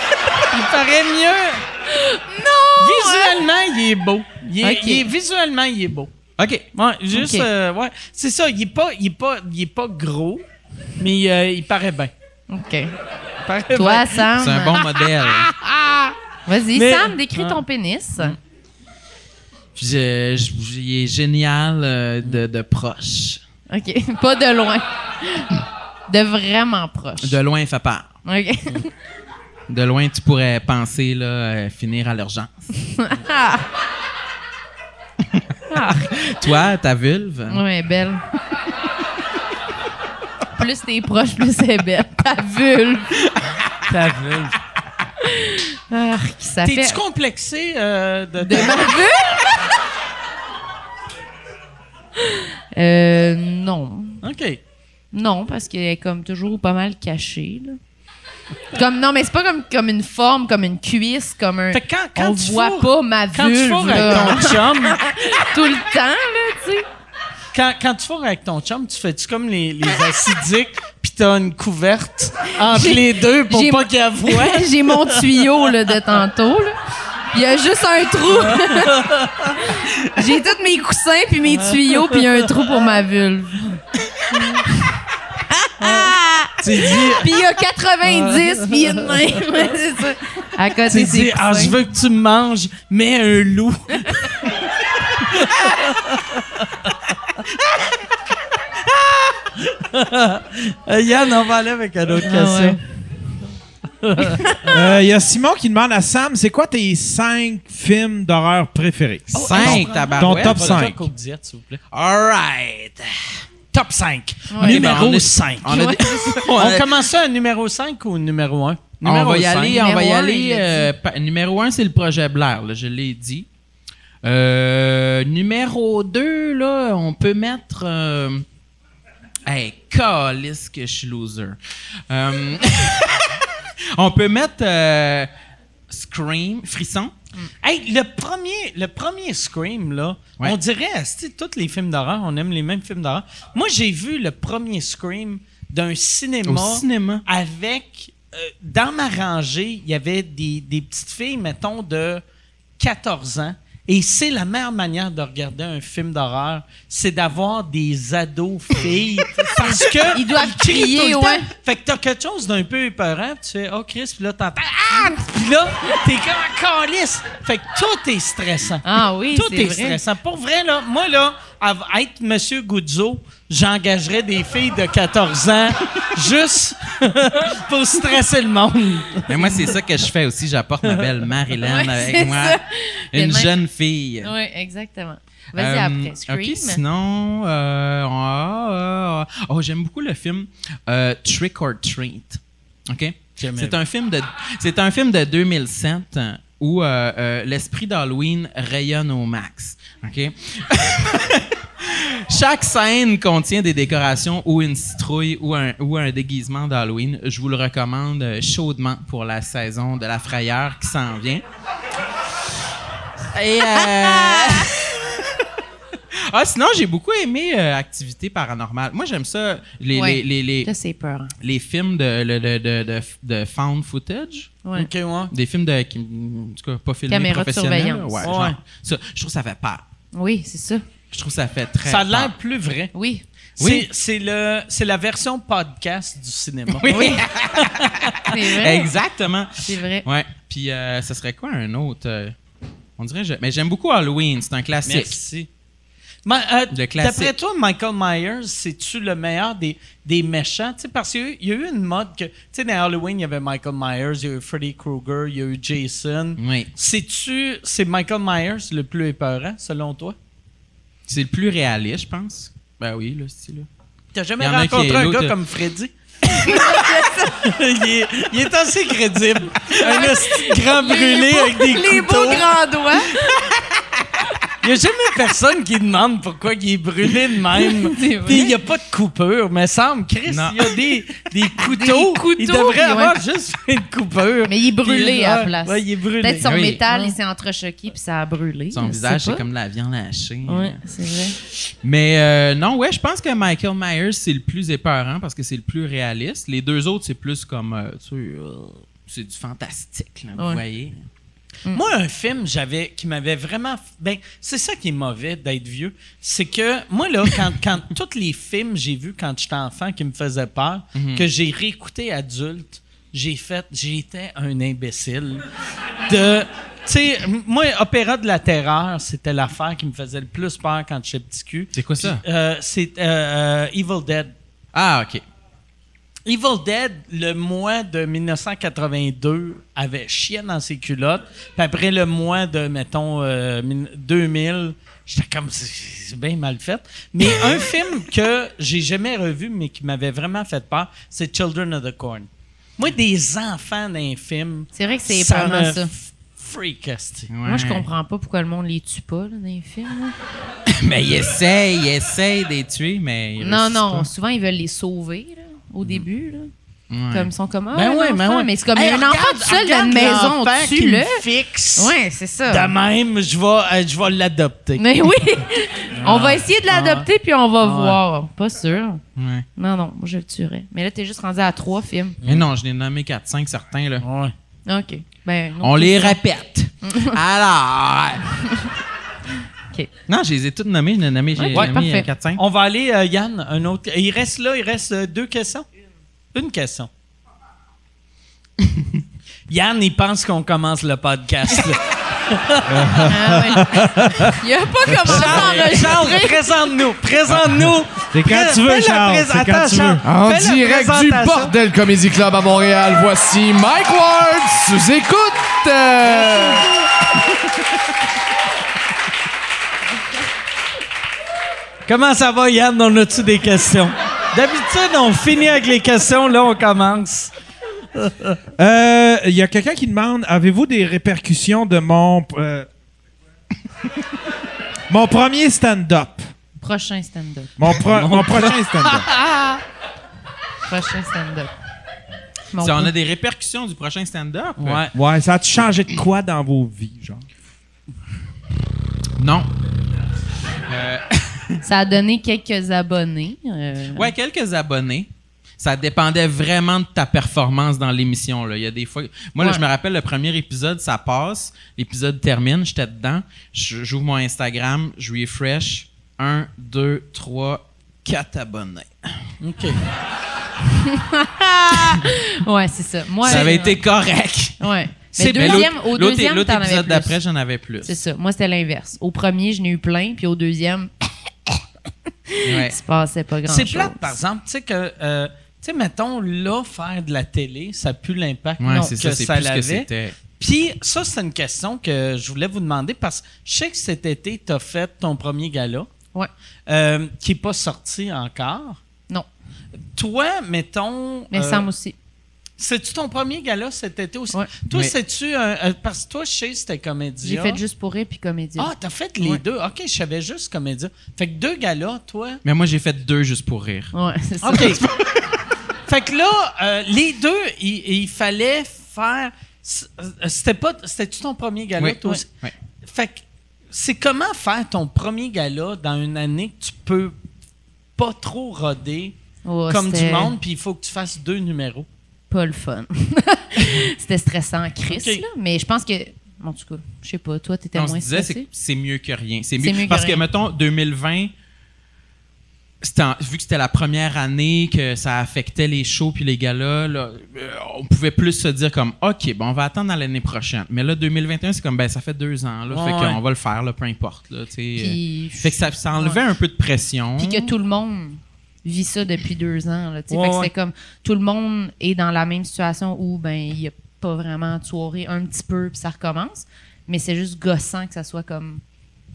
Speaker 5: il paraît mieux. Non! Visuellement, il est beau. Il est,
Speaker 6: hein? Ok.
Speaker 5: il est- visuellement, il est beau.
Speaker 7: OK.
Speaker 5: Ouais, juste,
Speaker 6: Ok.
Speaker 5: euh, ouais. C'est ça, il est pas, il est pas, il est pas gros, mais euh, il paraît bien.
Speaker 6: OK.
Speaker 5: Il paraît bien.
Speaker 6: Toi, Sam.
Speaker 7: C'est un bon modèle.
Speaker 6: Vas-y,
Speaker 5: Mais- Mm.
Speaker 6: Sam, décris ton pénis.
Speaker 7: euh, Je- je- il est génial euh, de, de proche.
Speaker 6: OK. Pas de loin. De vraiment proche.
Speaker 7: De loin, il fait peur.
Speaker 6: OK.
Speaker 7: De loin, tu pourrais penser là, euh, finir à l'urgence. Toi, ta vulve,
Speaker 6: ouais, belle. plus t'es proche, plus c'est belle. Ta vulve.
Speaker 5: Ta vulve.
Speaker 6: Ah, qui ça fait.
Speaker 5: T'es-tu complexé euh, de,
Speaker 6: De ma vulve? euh, non.
Speaker 5: OK.
Speaker 6: Non, parce qu'elle est comme toujours pas mal cachée, là. Comme, non, mais c'est pas comme, comme une forme, comme une cuisse, comme un.
Speaker 5: Fait que quand, quand
Speaker 6: on
Speaker 5: tu
Speaker 6: voit
Speaker 5: fourres-
Speaker 6: pas ma
Speaker 5: Quand tu
Speaker 6: vulve
Speaker 5: fourres
Speaker 6: là,
Speaker 5: avec ton chum,
Speaker 6: tout le temps, là, tu sais.
Speaker 5: quand, quand tu fourres avec ton chum, tu fais-tu comme les, les acidiques, pis t'as une couverte entre
Speaker 6: J'ai-
Speaker 5: les deux pour
Speaker 6: j'ai-
Speaker 5: pas qu'il la voie?
Speaker 6: J'ai mon tuyau là, de tantôt. là. Il y a juste un trou. J'ai tous mes coussins, puis mes tuyaux, puis il y a un trou pour ma vulve.
Speaker 5: Tu dis, euh,
Speaker 6: Puis il y a 90, puis il y a de même. Ouais, c'est ça. À
Speaker 5: tu
Speaker 6: côté
Speaker 5: dis,
Speaker 6: des
Speaker 5: ah, je
Speaker 6: coussins.
Speaker 5: veux que tu me manges, mais un loup. Euh, Yann, on va aller avec un autre
Speaker 6: Ah, ouais.
Speaker 5: question.
Speaker 3: Euh, Il y a Simon qui demande à Sam, c'est quoi tes cinq films d'horreur préférés?
Speaker 7: 5,
Speaker 5: Ah
Speaker 3: Ton top
Speaker 5: Voilà,
Speaker 3: 5.
Speaker 5: Coke Diet, s'il vous plaît.
Speaker 7: All right.
Speaker 5: Top 5.
Speaker 6: Ouais.
Speaker 5: Numéro
Speaker 7: Ben, on est-
Speaker 5: 5.
Speaker 7: On, a
Speaker 6: Ouais.
Speaker 7: des- on a-
Speaker 5: On commence ça à numéro 5 ou numéro 1?
Speaker 7: Ah, on
Speaker 5: Numéro
Speaker 7: va y
Speaker 5: cinq.
Speaker 7: aller, on va y
Speaker 6: Numéro un,
Speaker 7: aller.
Speaker 6: il l'a
Speaker 7: euh, pa- numéro 1, c'est le projet Blair, là, je l'ai dit. Euh, numéro 2, là, on peut mettre. Euh, hey, calisse que je suis loser. Euh, on peut mettre euh, Scream, Frisson.
Speaker 5: Hey, le premier, le premier Scream, là,
Speaker 7: Ouais.
Speaker 5: on dirait, asti, tous les films d'horreur, on aime les mêmes films d'horreur. Moi, j'ai vu le premier Scream d'un cinéma,
Speaker 7: Au cinéma.
Speaker 5: avec... euh, dans ma rangée, il y avait des, des petites filles, mettons, de 14 ans. Et c'est la meilleure manière de regarder un film d'horreur, c'est d'avoir des ados filles. parce que
Speaker 6: Ils doivent
Speaker 5: crient tout le
Speaker 6: crier,
Speaker 5: temps.
Speaker 6: ouais.
Speaker 5: Fait que t'as quelque chose d'un peu épeurant, puis tu fais « Oh, Chris », puis là, t'entends « Ah! » Puis là, t'es comme un calice. Fait que tout est stressant.
Speaker 6: Ah oui,
Speaker 5: Tout
Speaker 6: c'est
Speaker 5: est,
Speaker 6: vrai.
Speaker 5: stressant. Pour vrai, là, moi, là, à être Monsieur Guzzo, j'engagerais des filles de 14 ans juste pour stresser le monde.
Speaker 7: Mais Ben, moi, c'est ça que je fais aussi. J'apporte ma belle Marilyn
Speaker 6: Ouais, c'est
Speaker 7: avec moi.
Speaker 6: ça.
Speaker 7: Une
Speaker 6: Tellement-
Speaker 7: jeune fille.
Speaker 6: Oui, exactement. Vas-y
Speaker 7: Euh,
Speaker 6: après. Scream.
Speaker 7: OK, sinon, euh, ah, ah, ah. oh, j'aime beaucoup le film euh, Trick or Treat. OK? C'est un, film de, c'est un film de 2007 euh, où euh, euh, l'esprit d'Halloween rayonne au max. OK? Chaque scène contient des décorations ou une citrouille ou un, ou un déguisement d'Halloween. Je vous le recommande euh, chaudement pour la saison de la frayeur qui s'en vient. Et, euh, ah, sinon, j'ai beaucoup aimé euh, Activité paranormale. Moi, j'aime ça, les,
Speaker 6: Ouais.
Speaker 7: les, les, les-
Speaker 6: Là, c'est peur. hein.
Speaker 7: les films de, le- de, de, de, de found footage.
Speaker 6: Ouais.
Speaker 5: OK, ouais.
Speaker 7: Des films de, qui- en tout cas, pas filmés
Speaker 6: Caméra de
Speaker 7: professionnels.
Speaker 6: surveillance.
Speaker 7: Ouais,
Speaker 5: Ouais.
Speaker 7: genre, ça, je trouve que ça fait peur.
Speaker 6: Oui, c'est ça.
Speaker 7: Je trouve que ça fait très
Speaker 5: Ça a l'air
Speaker 7: peur.
Speaker 5: plus vrai.
Speaker 6: Oui.
Speaker 5: Oui. C'est le, c'est la version podcast du cinéma.
Speaker 7: Oui,
Speaker 6: C'est vrai.
Speaker 7: exactement.
Speaker 6: C'est vrai.
Speaker 7: Ouais. Puis, euh, ça serait quoi un autre? euh, on dirait... je- Mais j'aime beaucoup Halloween. C'est un classique.
Speaker 5: Merci. Ma- euh,
Speaker 7: Le classique.
Speaker 5: D'après toi, Michael Myers, c'est-tu le meilleur des, des méchants? Tu sais, parce qu'il y a eu- il y, a eu une mode que. Tu sais, dans Halloween, il y avait Michael Myers, il y a eu Freddy Krueger, il y a eu Jason.
Speaker 7: Oui.
Speaker 5: C'est-tu. C'est Michael Myers le plus épeurant, selon toi?
Speaker 7: C'est le plus réaliste, je pense. Ben oui, là, style-là.
Speaker 5: T'as
Speaker 7: Il
Speaker 5: jamais
Speaker 7: y en a qui
Speaker 5: rencontré
Speaker 7: est
Speaker 5: un
Speaker 7: l'autre-
Speaker 5: gars comme Freddy? il, est, il est assez crédible. Un esti de grand brûlé avec des
Speaker 6: Les beaux
Speaker 5: couteaux.
Speaker 6: grands doigts.
Speaker 5: Il n'y a jamais personne qui demande pourquoi il est brûlé de même.
Speaker 6: C'est vrai.
Speaker 5: Puis il n'y a pas de coupure, mais semble, Chris, il y
Speaker 7: Non.
Speaker 5: a des, des couteaux.
Speaker 6: Des couteaux,
Speaker 5: il devrait
Speaker 6: puis
Speaker 5: avoir
Speaker 6: ouais.
Speaker 5: juste une coupure.
Speaker 6: Mais il est brûlé
Speaker 5: Puis,
Speaker 6: à la
Speaker 5: ouais,
Speaker 6: place.
Speaker 5: ouais, il est brûlé.
Speaker 6: Peut-être son
Speaker 7: Oui.
Speaker 6: métal, il s'est entrechoqué puis ça a brûlé. je
Speaker 7: Son
Speaker 6: sais
Speaker 7: visage,
Speaker 6: pas.
Speaker 7: c'est comme de la viande hachée.
Speaker 6: Ouais, c'est vrai.
Speaker 7: Mais euh, non, ouais, je pense que Michael Myers, c'est le plus épeurant parce que c'est le plus réaliste. Les deux autres, c'est plus comme, euh, tu sais, euh, c'est du fantastique, là, vous
Speaker 6: Ouais.
Speaker 7: voyez.
Speaker 5: Moi, un film j'avais qui m'avait vraiment. Ben, c'est ça qui est mauvais d'être vieux. C'est que moi, là, quand, quand tous les films j'ai vus quand j'étais enfant qui me faisaient peur, que j'ai réécouté adulte, j'ai fait. J'étais un imbécile. De. Tu sais, m- moi, Opéra de la Terreur, c'était l'affaire qui me faisait le plus peur quand j'étais petit cul.
Speaker 7: C'est quoi ça?
Speaker 5: Euh, c'est euh, euh, Evil Dead.
Speaker 7: Ah, OK.
Speaker 5: Evil Dead, le mois de 1982, avait chien dans ses culottes. Puis après le mois de, mettons, euh, min- 2000, j'étais comme, c'est- c'est bien mal fait. Mais un film que j'ai jamais revu, mais qui m'avait vraiment fait peur, c'est Children of the Corn. Moi, des enfants dans un film.
Speaker 6: C'est vrai que c'est
Speaker 5: ça
Speaker 6: épeurant,
Speaker 5: me
Speaker 6: ça.
Speaker 5: f- Freak, esti.
Speaker 7: Ouais.
Speaker 6: Moi, je comprends pas pourquoi le monde les tue pas là, dans les films. là.
Speaker 7: mais il essaye, il essaye de les tuer, mais. il
Speaker 6: Non,
Speaker 7: réussit
Speaker 6: non.
Speaker 7: pas. Mm.
Speaker 6: Souvent, ils veulent les sauver là, au début. Là.
Speaker 7: Ouais.
Speaker 6: Comme ils sont comme, ah,
Speaker 5: Ben
Speaker 6: un
Speaker 5: ouais, ben
Speaker 6: enfant.
Speaker 5: ouais.
Speaker 6: mais c'est comme,
Speaker 5: Hey,
Speaker 6: il y a un
Speaker 5: regarde-
Speaker 6: enfant tout seul dans
Speaker 5: regarde
Speaker 6: une maison,
Speaker 5: l'enfant qui
Speaker 6: tu le
Speaker 5: me fixe.
Speaker 6: Ouais, c'est ça.
Speaker 5: De même, je vais, euh, je vais l'adopter.
Speaker 6: Mais oui, on va essayer de
Speaker 5: Ah.
Speaker 6: l'adopter puis on va voir. Pas sûr.
Speaker 7: Ouais.
Speaker 6: Non, non, moi, je le tuerais. Mais là, t'es juste rendu à trois films.
Speaker 7: Mais non, je l'ai nommé 4-5 certains, là.
Speaker 5: Ouais.
Speaker 6: OK. Ben, non.
Speaker 7: On les répète. Alors.
Speaker 6: OK.
Speaker 7: Non, je les ai toutes nommées. Je les ai nommées. J'ai
Speaker 6: Ouais,
Speaker 7: nommé
Speaker 6: parfait.
Speaker 7: 4-5.
Speaker 5: On va aller, euh, Yann, un autre. Il reste là, il reste euh, deux questions. Une question. Yann, il pense qu'on commence le podcast. là.
Speaker 6: Ah, ouais. Il a pas commencé à
Speaker 5: Charles, Charles,
Speaker 6: enregistrer.
Speaker 5: présente-nous, présente-nous.
Speaker 3: C'est quand
Speaker 5: Fais-
Speaker 3: tu veux,
Speaker 5: fais la
Speaker 3: Charles,
Speaker 5: prés-
Speaker 3: c'est quand
Speaker 5: Attends,
Speaker 3: tu veux.
Speaker 5: Charles,
Speaker 2: En
Speaker 5: fais la
Speaker 2: direct du
Speaker 5: présentation.
Speaker 2: Bordel Comedy Club à Montréal, voici Mike Ward sous écoute. Euh,
Speaker 5: Comment ça va, Yann? On a-tu des questions? D'habitude, on finit avec les questions. Là, on commence.
Speaker 3: Euh, Il y a quelqu'un qui demande avez-vous des répercussions de mon. euh, mon premier stand-up.
Speaker 6: Prochain stand-up.
Speaker 3: Mon, pro- mon prochain stand-up.
Speaker 6: Prochain stand-up. Mon
Speaker 7: Si on
Speaker 6: Dieu.
Speaker 7: a des répercussions du prochain stand-up. euh,
Speaker 5: Ouais.
Speaker 3: Ouais, ça a-tu changé de quoi dans vos vies, genre
Speaker 7: Non.
Speaker 6: Ça a donné quelques abonnés. euh,
Speaker 7: Ouais, quelques abonnés. Ça dépendait vraiment de ta performance dans l'émission. Là. Il y a des fois. Moi, là,
Speaker 6: Ouais.
Speaker 7: je me rappelle le premier épisode, ça passe. L'épisode termine, j'étais dedans. Je- J'ouvre mon Instagram, je refresh. Un, deux, trois, quatre abonnés.
Speaker 5: OK.
Speaker 6: Ouais, c'est ça. Moi,
Speaker 7: ça
Speaker 6: euh,
Speaker 7: avait été correct.
Speaker 6: Ouais. Mais
Speaker 7: C'est
Speaker 6: deuxième, au
Speaker 7: l'autre,
Speaker 6: deuxième,
Speaker 7: l'autre
Speaker 6: t'en avais
Speaker 7: épisode
Speaker 6: plus.
Speaker 7: d'après, j'en avais plus.
Speaker 6: C'est ça. Moi, c'était l'inverse. Au premier, je n'ai eu plein, puis au deuxième,
Speaker 7: Ouais.
Speaker 6: il se passait pas grand-chose.
Speaker 5: C'est plate, par exemple. Tu sais que, euh, tu sais, mettons, là, faire de la télé, ça pue l'impact
Speaker 7: Ouais,
Speaker 5: non,
Speaker 7: c'est
Speaker 5: que
Speaker 7: ça,
Speaker 5: ça,
Speaker 7: c'est plus ce que
Speaker 5: l'avait.
Speaker 7: c'était.
Speaker 5: Puis ça, c'est une question que je voulais vous demander parce que je sais que cet été, tu as fait ton premier gala
Speaker 6: Ouais.
Speaker 5: euh, qui n'est pas sorti encore.
Speaker 6: Non.
Speaker 5: Toi, mettons.
Speaker 6: Mais
Speaker 5: euh,
Speaker 6: Sam aussi.
Speaker 5: C'est-tu ton premier gala cet été aussi?
Speaker 6: Ouais.
Speaker 5: Toi,
Speaker 7: Oui.
Speaker 5: c'est-tu un. euh, parce que toi, je sais, c'était comédien.
Speaker 6: J'ai fait juste pour rire puis comédie.
Speaker 5: Ah, t'as fait les
Speaker 6: Ouais.
Speaker 5: deux. OK, je savais juste comédien. Fait que deux galas, toi.
Speaker 7: Mais moi, j'ai fait deux juste pour rire.
Speaker 6: Ouais, c'est ça.
Speaker 5: OK. fait que là, euh, les deux, il, il fallait faire. euh, C'était pas. C'était-tu ton premier gala,
Speaker 7: Oui,
Speaker 5: toi
Speaker 7: oui,
Speaker 5: aussi?
Speaker 7: oui.
Speaker 5: Fait que c'est comment faire ton premier gala dans une année que tu peux pas trop roder
Speaker 6: Ouais,
Speaker 5: comme du
Speaker 6: Oh, c'était
Speaker 5: monde, puis il faut que tu fasses deux numéros.
Speaker 6: Pas le fun. c'était stressant en Chris,
Speaker 5: Ok.
Speaker 6: là, mais je pense que. En tout cas, je sais pas, toi, t'étais
Speaker 7: On se
Speaker 6: moins
Speaker 7: disait, c'est
Speaker 6: stressé.
Speaker 7: c'est mieux que rien.
Speaker 6: C'est
Speaker 7: C'est mieux.
Speaker 6: mieux que
Speaker 7: Parce que,
Speaker 6: rien.
Speaker 7: mettons, 2020, c'était en- vu que c'était la première année que ça affectait les shows puis les galas, là, euh, on pouvait plus se dire comme, OK, bon, on va attendre à l'année prochaine. Mais là, 2021, c'est comme, ben, ça fait deux ans, là, fait
Speaker 5: Ouais.
Speaker 7: qu'on va le faire, là, peu importe. Là, tu sais,
Speaker 6: Puis-
Speaker 7: euh. fait que ça, ça enlevait un peu de pression.
Speaker 6: Puis que tout le monde vit ça depuis deux ans. Là, tu sais.
Speaker 5: Ouais,
Speaker 6: fait que
Speaker 5: ouais.
Speaker 6: c'est comme tout le monde est dans la même situation où ben il n'y a pas vraiment de soirée un petit peu puis ça recommence. Mais c'est juste gossant que ça soit comme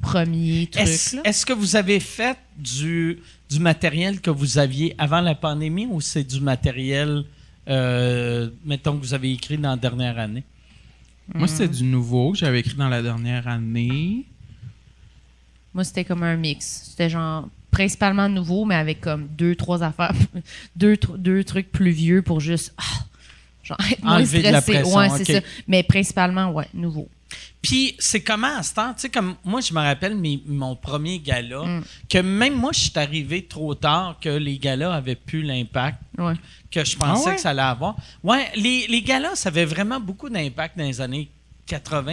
Speaker 6: premier truc.
Speaker 5: Est-ce
Speaker 6: là.
Speaker 5: est-ce que vous avez fait du, du matériel que vous aviez avant la pandémie ou c'est du matériel, euh, mettons, que vous avez écrit dans la dernière année?
Speaker 7: Moi, c'était du nouveau que j'avais écrit dans la dernière année.
Speaker 6: Moi c'était comme un mix. C'était genre principalement nouveau mais avec comme deux trois affaires, deux tr- deux trucs plus vieux pour juste ah, genre être moins
Speaker 5: Enlever de la
Speaker 6: stressé.
Speaker 5: pression,
Speaker 6: ouais c'est
Speaker 5: ok.
Speaker 6: ça. Mais principalement ouais nouveau.
Speaker 5: Puis c'est comment à ce temps? Tu sais, comme moi, je me rappelle mes- mon premier gala,
Speaker 6: Mm.
Speaker 5: que même moi, je suis arrivé trop tard que les galas avaient plus l'impact
Speaker 6: Ouais.
Speaker 5: que je pensais
Speaker 7: Ah ouais?
Speaker 5: que ça allait avoir. Ouais, les, les galas, ça avait vraiment beaucoup d'impact dans les années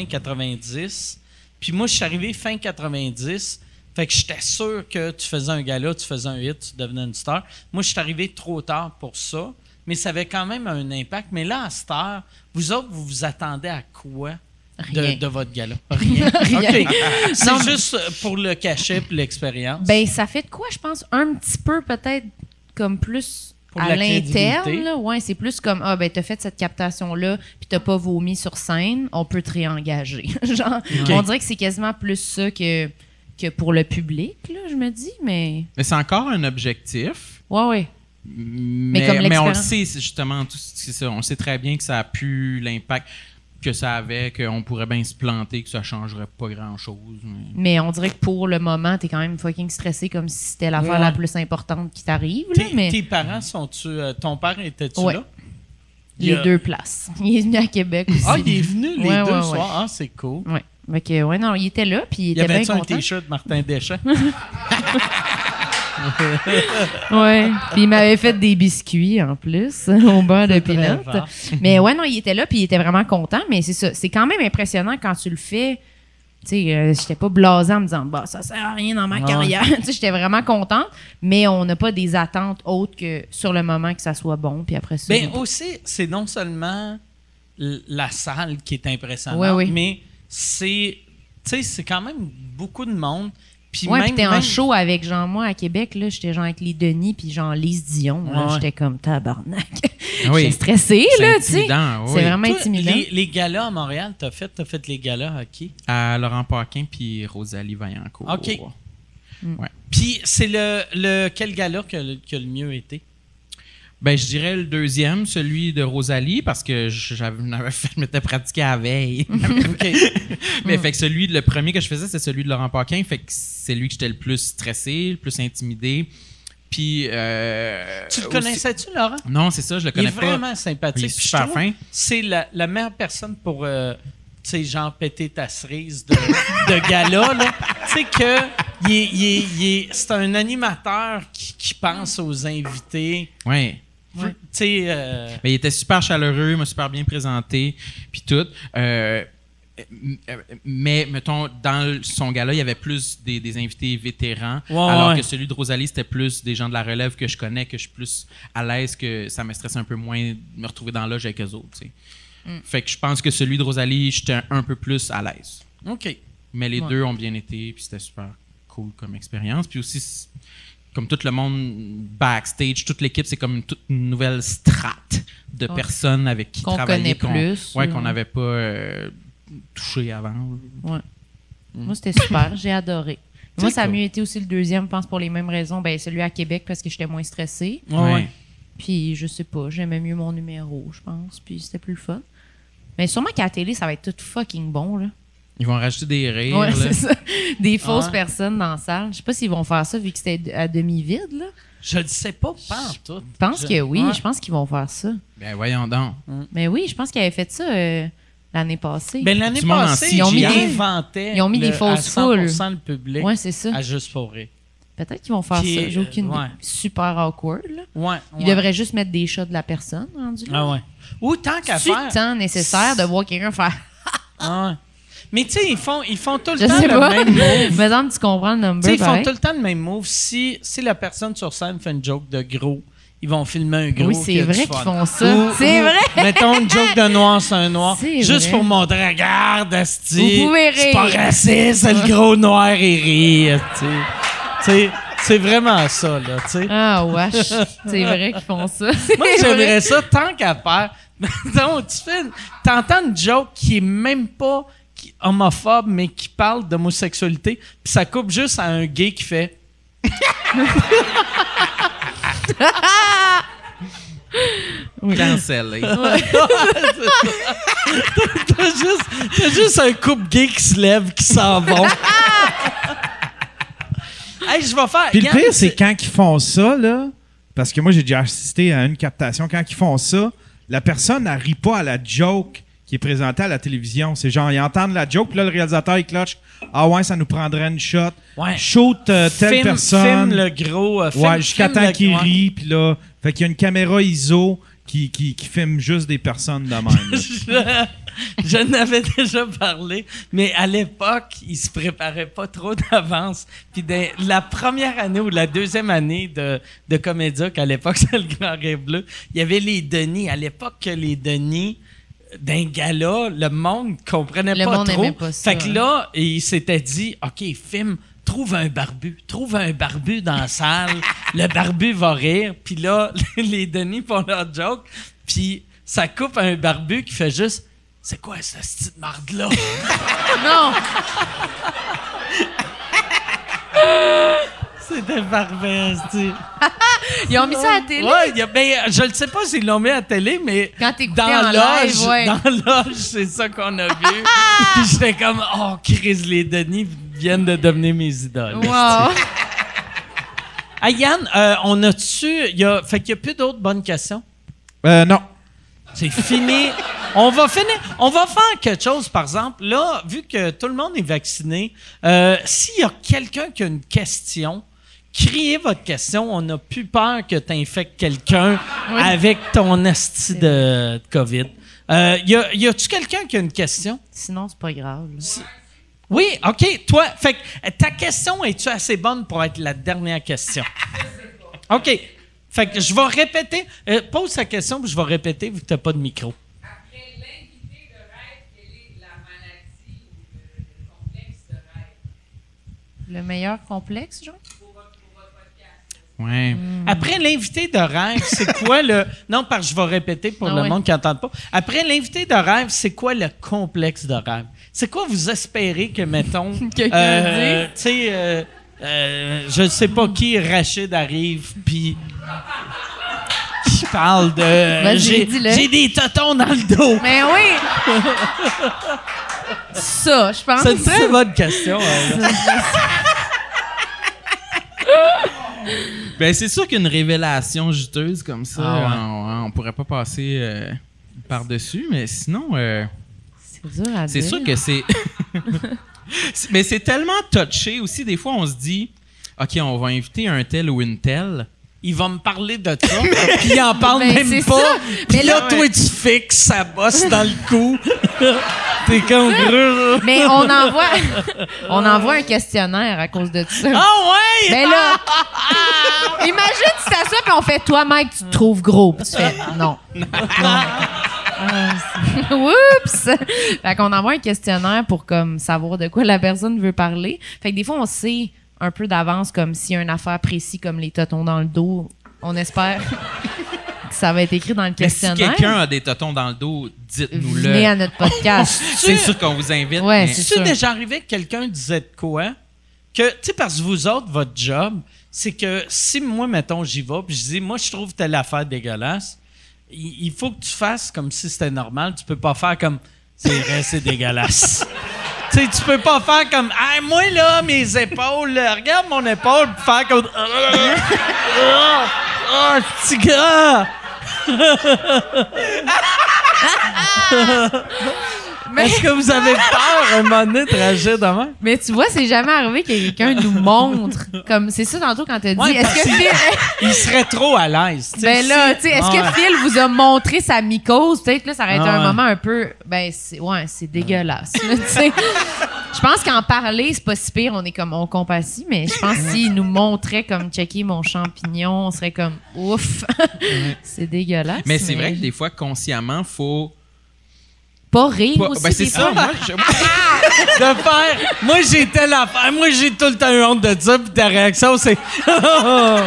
Speaker 5: 80-90. Puis moi, je suis arrivé fin 90. Fait que j'étais sûr que tu faisais un gala, tu faisais un hit, tu devenais une star. Moi, je suis arrivé trop tard pour ça. Mais ça avait quand même un impact. Mais là, à cette heure, vous autres, vous vous attendez à quoi de,
Speaker 6: Rien.
Speaker 5: de votre gala? Rien.
Speaker 6: Rien.
Speaker 5: OK. C'est juste pour le cachet pour l'expérience.
Speaker 6: Ben, ça fait de quoi, je pense, un petit peu peut-être comme plus
Speaker 5: Pour la
Speaker 6: à l'interne.
Speaker 5: crédibilité.
Speaker 6: là. Ouais, c'est plus comme, ah, ben, t'as fait cette captation-là, puis t'as pas vomi sur scène, on peut te réengager. Genre, on dirait que c'est quasiment plus ça que, que pour le public, là, je me dis, mais.
Speaker 7: Mais c'est encore un objectif.
Speaker 6: Ouais, ouais.
Speaker 7: Mais,
Speaker 6: comme
Speaker 7: mais on le
Speaker 6: l'expérience.
Speaker 7: sait, c'est justement, tout- c'est ça, on le sait très bien que ça a pu l'impact que ça avait, qu'on pourrait bien se planter, que ça changerait pas grand-chose. mais-
Speaker 6: Mais on dirait que pour le moment, t'es quand même fucking stressé comme si c'était l'affaire
Speaker 5: Ouais.
Speaker 6: la plus importante qui t'arrive, là,
Speaker 5: Tes,
Speaker 6: mais.
Speaker 5: tes parents sont-tu. euh, ton père était-tu
Speaker 6: Ouais.
Speaker 5: là?
Speaker 6: les
Speaker 5: Yeah.
Speaker 6: deux places. Il est venu à Québec aussi.
Speaker 5: Ah, il est venu les
Speaker 6: Ouais,
Speaker 5: deux
Speaker 6: ouais,
Speaker 5: soirs. Ah, c'est cool.
Speaker 6: Ouais. Fait que, ouais, non, il était là, puis il
Speaker 5: Il y
Speaker 6: était
Speaker 5: avait
Speaker 6: bien
Speaker 5: un
Speaker 6: content.
Speaker 5: t-shirt Martin Deschamps.
Speaker 6: Ouais. Puis il m'avait fait des biscuits en plus au beurre de peanut.
Speaker 5: rare.
Speaker 6: Mais ouais, non, il était là puis il était vraiment content. Mais c'est ça, c'est quand même impressionnant quand tu le fais. Tu sais, euh, j'étais pas blasée en me disant bah ça sert à rien dans ma
Speaker 5: Ouais.
Speaker 6: carrière. tu sais, j'étais vraiment contente. Mais on n'a pas des attentes autres que sur le moment que ça soit bon. Puis après ça.
Speaker 5: Ben aussi, c'est non seulement l- la salle qui est impressionnante,
Speaker 6: Ouais, oui.
Speaker 5: mais c'est, tu sais, c'est quand même beaucoup de monde. Puis
Speaker 6: ouais,
Speaker 5: même,
Speaker 6: puis t'es en
Speaker 5: même-
Speaker 6: show avec genre moi à Québec là, j'étais genre avec les Denis puis genre Lise Dion. là.
Speaker 5: Ouais. Ah
Speaker 6: J'étais comme tabarnak.
Speaker 7: Oui.
Speaker 6: J'étais stressée
Speaker 7: C'est
Speaker 6: là, tu sais.
Speaker 7: intimidant, oui.
Speaker 6: C'est vraiment
Speaker 5: Toi,
Speaker 6: intimidant.
Speaker 5: Les, les galas à Montréal, t'as fait, t'as fait les galas à qui?
Speaker 7: À Laurent Paquin puis Rosalie Vaillancourt.
Speaker 5: OK.
Speaker 7: Ouais.
Speaker 5: Puis c'est le, le quel gala que, le- que le mieux été?
Speaker 7: Ben, je dirais le deuxième, celui de Rosalie, parce que je- j'avais j'avais fait- je m'étais pratiqué à la veille. Mais
Speaker 6: Mm.
Speaker 7: fait que celui, le premier que je faisais, c'est celui de Laurent Paquin. Fait que c'est lui que j'étais le plus stressé, le plus intimidé. Puis. euh,
Speaker 5: Tu le
Speaker 7: aussi-
Speaker 5: connaissais-tu, Laurent?
Speaker 7: Non, c'est ça, je
Speaker 5: Il
Speaker 7: le
Speaker 5: est
Speaker 7: connais pas.
Speaker 5: vraiment sympathique.
Speaker 7: Il est
Speaker 5: Puis je
Speaker 7: super
Speaker 5: trouve
Speaker 7: fin.
Speaker 5: C'est la, la meilleure personne pour, euh, tu sais, genre péter ta cerise de, de gala, là. Tu sais que il est- il est- il est- c'est un animateur qui, qui pense aux invités.
Speaker 7: Ouais.
Speaker 5: Tu sais, euh,
Speaker 7: Mais il était super chaleureux, il m'a super bien présenté, puis tout. Euh, m- euh, mais, mettons, dans le- son gala, il y avait plus des, des invités vétérans,
Speaker 5: Ouais,
Speaker 7: alors
Speaker 5: ouais.
Speaker 7: que celui de Rosalie, c'était plus des gens de la relève que je connais, que je suis plus à l'aise, que ça me stresse un peu moins de me retrouver dans la loge avec eux autres. tu sais.
Speaker 5: Mm.
Speaker 7: Fait que je pense que celui de Rosalie, j'étais un, un peu plus à l'aise.
Speaker 5: OK.
Speaker 7: Mais les
Speaker 6: Ouais.
Speaker 7: deux ont bien été, puis c'était super cool comme expérience. Puis aussi, c- comme tout le monde backstage, toute l'équipe, c'est comme une toute nouvelle strate de
Speaker 6: Ouais.
Speaker 7: personnes avec qui
Speaker 6: Qu'on
Speaker 7: travailler.
Speaker 6: connaît
Speaker 7: qu'on-
Speaker 6: plus,
Speaker 7: Ouais,
Speaker 6: ou-
Speaker 7: qu'on n'avait pas euh, touché avant.
Speaker 6: Ouais. Moi, c'était super. J'ai adoré. Moi, ça a mieux été aussi le deuxième, je pense, pour les mêmes raisons. Ben, celui à Québec, parce que j'étais moins stressée.
Speaker 7: Ouais.
Speaker 6: Puis, je sais pas, j'aimais mieux mon numéro, je pense. Puis, c'était plus le fun. Mais sûrement qu'à la télé, ça va être tout fucking bon, là.
Speaker 7: Ils vont rajouter des rires.
Speaker 6: Ouais,
Speaker 7: là.
Speaker 6: c'est ça. Des fausses
Speaker 5: Ouais.
Speaker 6: personnes dans la salle. Je sais pas s'ils vont faire ça, vu que c'était à demi-vide, là.
Speaker 5: Je ne sais pas, pas en tout.
Speaker 6: Je pense
Speaker 5: Je-
Speaker 6: que oui.
Speaker 5: Ouais.
Speaker 6: Je pense qu'ils vont faire ça.
Speaker 7: Ben voyons donc.
Speaker 6: Mais oui, je pense qu'ils avaient fait ça euh, l'année passée.
Speaker 5: Mais Ben, l'année
Speaker 7: Du monde en
Speaker 5: passée,
Speaker 7: CGI.
Speaker 5: ils ont mis
Speaker 6: Ils
Speaker 5: des,
Speaker 6: ont mis ils ont mis des fausses
Speaker 5: foules.
Speaker 6: foules.
Speaker 5: le public
Speaker 6: ouais, c'est ça.
Speaker 5: à juste pour rire.
Speaker 6: Peut-être qu'ils vont faire
Speaker 5: Qui
Speaker 6: ça.
Speaker 5: est-
Speaker 6: J'ai aucune idée.
Speaker 5: ouais.
Speaker 6: Super awkward, là.
Speaker 5: Ouais,
Speaker 6: Il
Speaker 5: ouais.
Speaker 6: devrait juste mettre des shots de la personne rendu là.
Speaker 5: Ah ouais. Ou tant qu'à
Speaker 6: C'est
Speaker 5: faire.
Speaker 6: le temps nécessaire de voir quelqu'un faire.
Speaker 5: Ah ouais. Mais tu sais, ils font, ils font tout le
Speaker 6: Je
Speaker 5: temps
Speaker 6: sais
Speaker 5: le
Speaker 6: pas.
Speaker 5: même move.
Speaker 6: Mais en tu comprends le
Speaker 5: Tu sais,
Speaker 6: number.
Speaker 5: ils font
Speaker 6: pareil.
Speaker 5: tout le temps le même move. Si, si la personne sur scène fait une joke de gros, ils vont filmer un gros.
Speaker 6: Oui,
Speaker 5: qui
Speaker 6: c'est
Speaker 5: a du
Speaker 6: vrai
Speaker 5: fun.
Speaker 6: qu'ils font ça.
Speaker 5: Ou-
Speaker 6: C'est
Speaker 5: ou,
Speaker 6: vrai.
Speaker 5: Mettons une joke de noir sur un noir.
Speaker 6: C'est
Speaker 5: Juste
Speaker 6: vrai.
Speaker 5: pour montrer, regarde, Asti.
Speaker 6: Vous pouvez
Speaker 5: C'est pas
Speaker 6: rire.
Speaker 5: raciste, c'est le gros noir et rire. tu sais. Tu sais, C'est vraiment ça, là. tu sais.
Speaker 6: Ah, wesh. C'est vrai qu'ils font ça.
Speaker 5: Moi,
Speaker 6: C'est vrai.
Speaker 5: j'aimerais ça tant qu'à faire. Donc, tu fais une- t'entends une joke qui est même pas qui- homophobe, mais qui parle d'homosexualité, puis ça coupe juste à un gay qui fait.
Speaker 7: Cancellé.
Speaker 5: T'as juste, t'as juste un couple gay qui se lève, qui s'en va. hey, je vais faire.
Speaker 3: Puis le
Speaker 5: Yann,
Speaker 3: pire, c'est quand ils font ça, là, parce que moi, j'ai déjà assisté à une captation, quand ils font ça, la personne n'arrive pas à la joke qui est présentée à la télévision. C'est genre, ils entendent la joke, puis là, le réalisateur, il cloche. Ah ouais, ça nous prendrait une shot.
Speaker 5: Ouais.
Speaker 3: Shoot euh, telle
Speaker 5: filme-
Speaker 3: personne.
Speaker 5: filme le gros. euh, filme-
Speaker 3: ouais, jusqu'à
Speaker 5: filme
Speaker 3: temps
Speaker 5: le-
Speaker 3: qu'il
Speaker 5: ouais.
Speaker 3: rit, puis là. Fait qu'il y a une caméra ISO qui, qui, qui filme juste des personnes de même. là.
Speaker 5: je, je n'avais déjà parlé, mais à l'époque, ils se préparaient pas trop d'avance. Puis dès la première année ou la deuxième année de, de Comédia, qu'à l'époque, c'est le Grand Rêve Bleu, il y avait les Denis. À l'époque, que les Denis d'un gala, le monde comprenait
Speaker 6: Le
Speaker 5: pas
Speaker 6: monde
Speaker 5: trop.
Speaker 6: aimait pas ça,
Speaker 5: fait que
Speaker 6: hein.
Speaker 5: là, il s'était dit, OK, film, trouve un barbu. Trouve un barbu dans la salle. le barbu va rire. Puis là, les Denis font leur joke. Puis ça coupe à un barbu qui fait juste, c'est quoi ce style de marde-là?
Speaker 6: Non.
Speaker 5: C'était parfait, c'ti.
Speaker 6: Ils ont mis ça à la télé.
Speaker 5: Ouais, il y a- ben, je ne sais pas s'ils l'ont mis à la télé, mais
Speaker 6: Quand t'écoutais
Speaker 5: dans
Speaker 6: en
Speaker 5: l'âge,
Speaker 6: live, ouais.
Speaker 5: dans l'âge, c'est ça qu'on a vu. Puis j'étais comme, oh, Chris, les Denis viennent de devenir mes idoles.
Speaker 6: Wow.
Speaker 5: Hey, Yann, euh, on a-tu. il Y a, fait qu'il n'y a plus d'autres bonnes questions?
Speaker 3: Euh, non.
Speaker 5: C'est fini. On va finir. On va faire quelque chose, par exemple. Là, vu que tout le monde est vacciné, euh, s'il y a quelqu'un qui a une question, criez votre question. On n'a plus peur que tu infectes quelqu'un
Speaker 6: Oui.
Speaker 5: avec ton asti de, de COVID. Euh, y a- y a-tu quelqu'un qui a une question?
Speaker 6: Sinon, c'est pas grave. là.
Speaker 5: Oui, OK. Toi, fait que, euh, ta question, es-tu assez bonne pour être la dernière question? OK. Fait que je vais répéter. euh, pose ta question, puis je vais répéter vu que tu pas de micro.
Speaker 8: Après l'invité de rêve, quelle est la maladie ou le, le complexe de rêve
Speaker 6: Le meilleur complexe, genre?
Speaker 7: Ouais.
Speaker 5: Après l'invité de rêve, c'est quoi le. Non, parce que je vais répéter pour
Speaker 6: Ah
Speaker 5: le
Speaker 6: ouais.
Speaker 5: monde qui n'entend pas. Après l'invité de rêve, c'est quoi le complexe de rêve? C'est quoi vous espérez que, mettons.
Speaker 6: Quelqu'un
Speaker 5: euh,
Speaker 6: dise.
Speaker 5: Tu sais, euh, euh, je ne sais pas qui, Rachid arrive, puis. Qui parle de.
Speaker 6: Vas-y,
Speaker 5: j'ai,
Speaker 6: dis-le.
Speaker 5: j'ai des totons dans le dos.
Speaker 6: Mais oui! ça, je pense.
Speaker 5: C'est une très bonne question. hein, là.
Speaker 7: Ben, c'est sûr qu'une révélation juteuse comme ça,
Speaker 5: Ah ouais.
Speaker 7: on, on pourrait pas passer euh, par-dessus, mais sinon, euh,
Speaker 6: C'est dur à
Speaker 7: c'est
Speaker 6: dire.
Speaker 7: sûr hein? que c'est. C'est- mais c'est tellement touché aussi. Des fois, on se dit, OK, on va inviter un tel ou une telle.
Speaker 5: Il va me parler de toi, puis il en parle
Speaker 6: Ben,
Speaker 5: même
Speaker 6: c'est
Speaker 5: pas.
Speaker 6: ça.
Speaker 5: Puis
Speaker 6: Mais
Speaker 5: là,
Speaker 6: là-
Speaker 5: toi, tu fixes sa bosse dans le cou. Ah T'es comme gros. là.
Speaker 6: Mais on envoie, on envoie un questionnaire à cause de ça.
Speaker 5: Ah ouais!
Speaker 6: Mais là, imagine si t'as ça, puis on fait toi, Mike, tu te trouves gros. Puis tu fais non. Non. Ah, c'est- Oups! Fait qu'on envoie un questionnaire pour comme savoir de quoi la personne veut parler. Fait que des fois, on sait un peu d'avance comme s'il y a une affaire précise comme les totons dans le dos. On espère que ça va être écrit dans le
Speaker 7: Mais si
Speaker 6: questionnaire.
Speaker 7: quelqu'un a des totons dans le dos,
Speaker 6: Venez à
Speaker 7: dites-nous-le.
Speaker 6: notre podcast.
Speaker 7: C'est sûr qu'on vous invite.
Speaker 6: Ouais,
Speaker 7: mais-
Speaker 6: c'est
Speaker 5: C'est
Speaker 6: sûr.
Speaker 5: déjà arrivé que quelqu'un disait de quoi? Que, tu sais, parce que vous autres, votre job, c'est que si moi, mettons, j'y vais, puis je dis, moi, je trouve telle affaire dégueulasse, il il faut que tu fasses comme si c'était normal. Tu peux pas faire comme, c'est vrai, c'est dégueulasse. Tu sais, tu peux pas faire comme, hey, moi, là, mes épaules, là, regarde mon épaule, puis faire comme, euh, oh, oh, petit gars! Est-ce que vous avez peur un moment donné de réagir demain?
Speaker 6: Mais tu vois, c'est jamais arrivé que quelqu'un nous montre. Comme c'est ça tantôt quand t'as dit.
Speaker 5: Ouais,
Speaker 6: est-ce que
Speaker 5: parce que-
Speaker 6: Phil,
Speaker 5: Il serait trop à l'aise. tu sais,
Speaker 6: ben
Speaker 5: si-
Speaker 6: là, tu sais, est-ce
Speaker 5: Ouais.
Speaker 6: que Phil vous a montré sa mycose Peut-être là, ça aurait été
Speaker 5: Ah
Speaker 6: un
Speaker 5: ouais.
Speaker 6: moment un peu. Ben c'est ouais, c'est dégueulasse. là, tu sais. Je pense qu'en parler, c'est pas si pire. On est comme on compassie, mais je pense s'il nous montrait comme checker mon champignon, on serait comme ouf, c'est dégueulasse.
Speaker 7: Mais c'est vrai que des fois, consciemment, faut.
Speaker 6: pas rire
Speaker 7: pas-
Speaker 6: aussi.
Speaker 7: ben, c'est
Speaker 6: des
Speaker 7: ça,
Speaker 6: fois.
Speaker 7: moi, je- moi,
Speaker 5: de faire. Moi, j'ai telle affaire. Moi, j'ai tout le temps eu honte de ça. Puis ta réaction, c'est. ouais,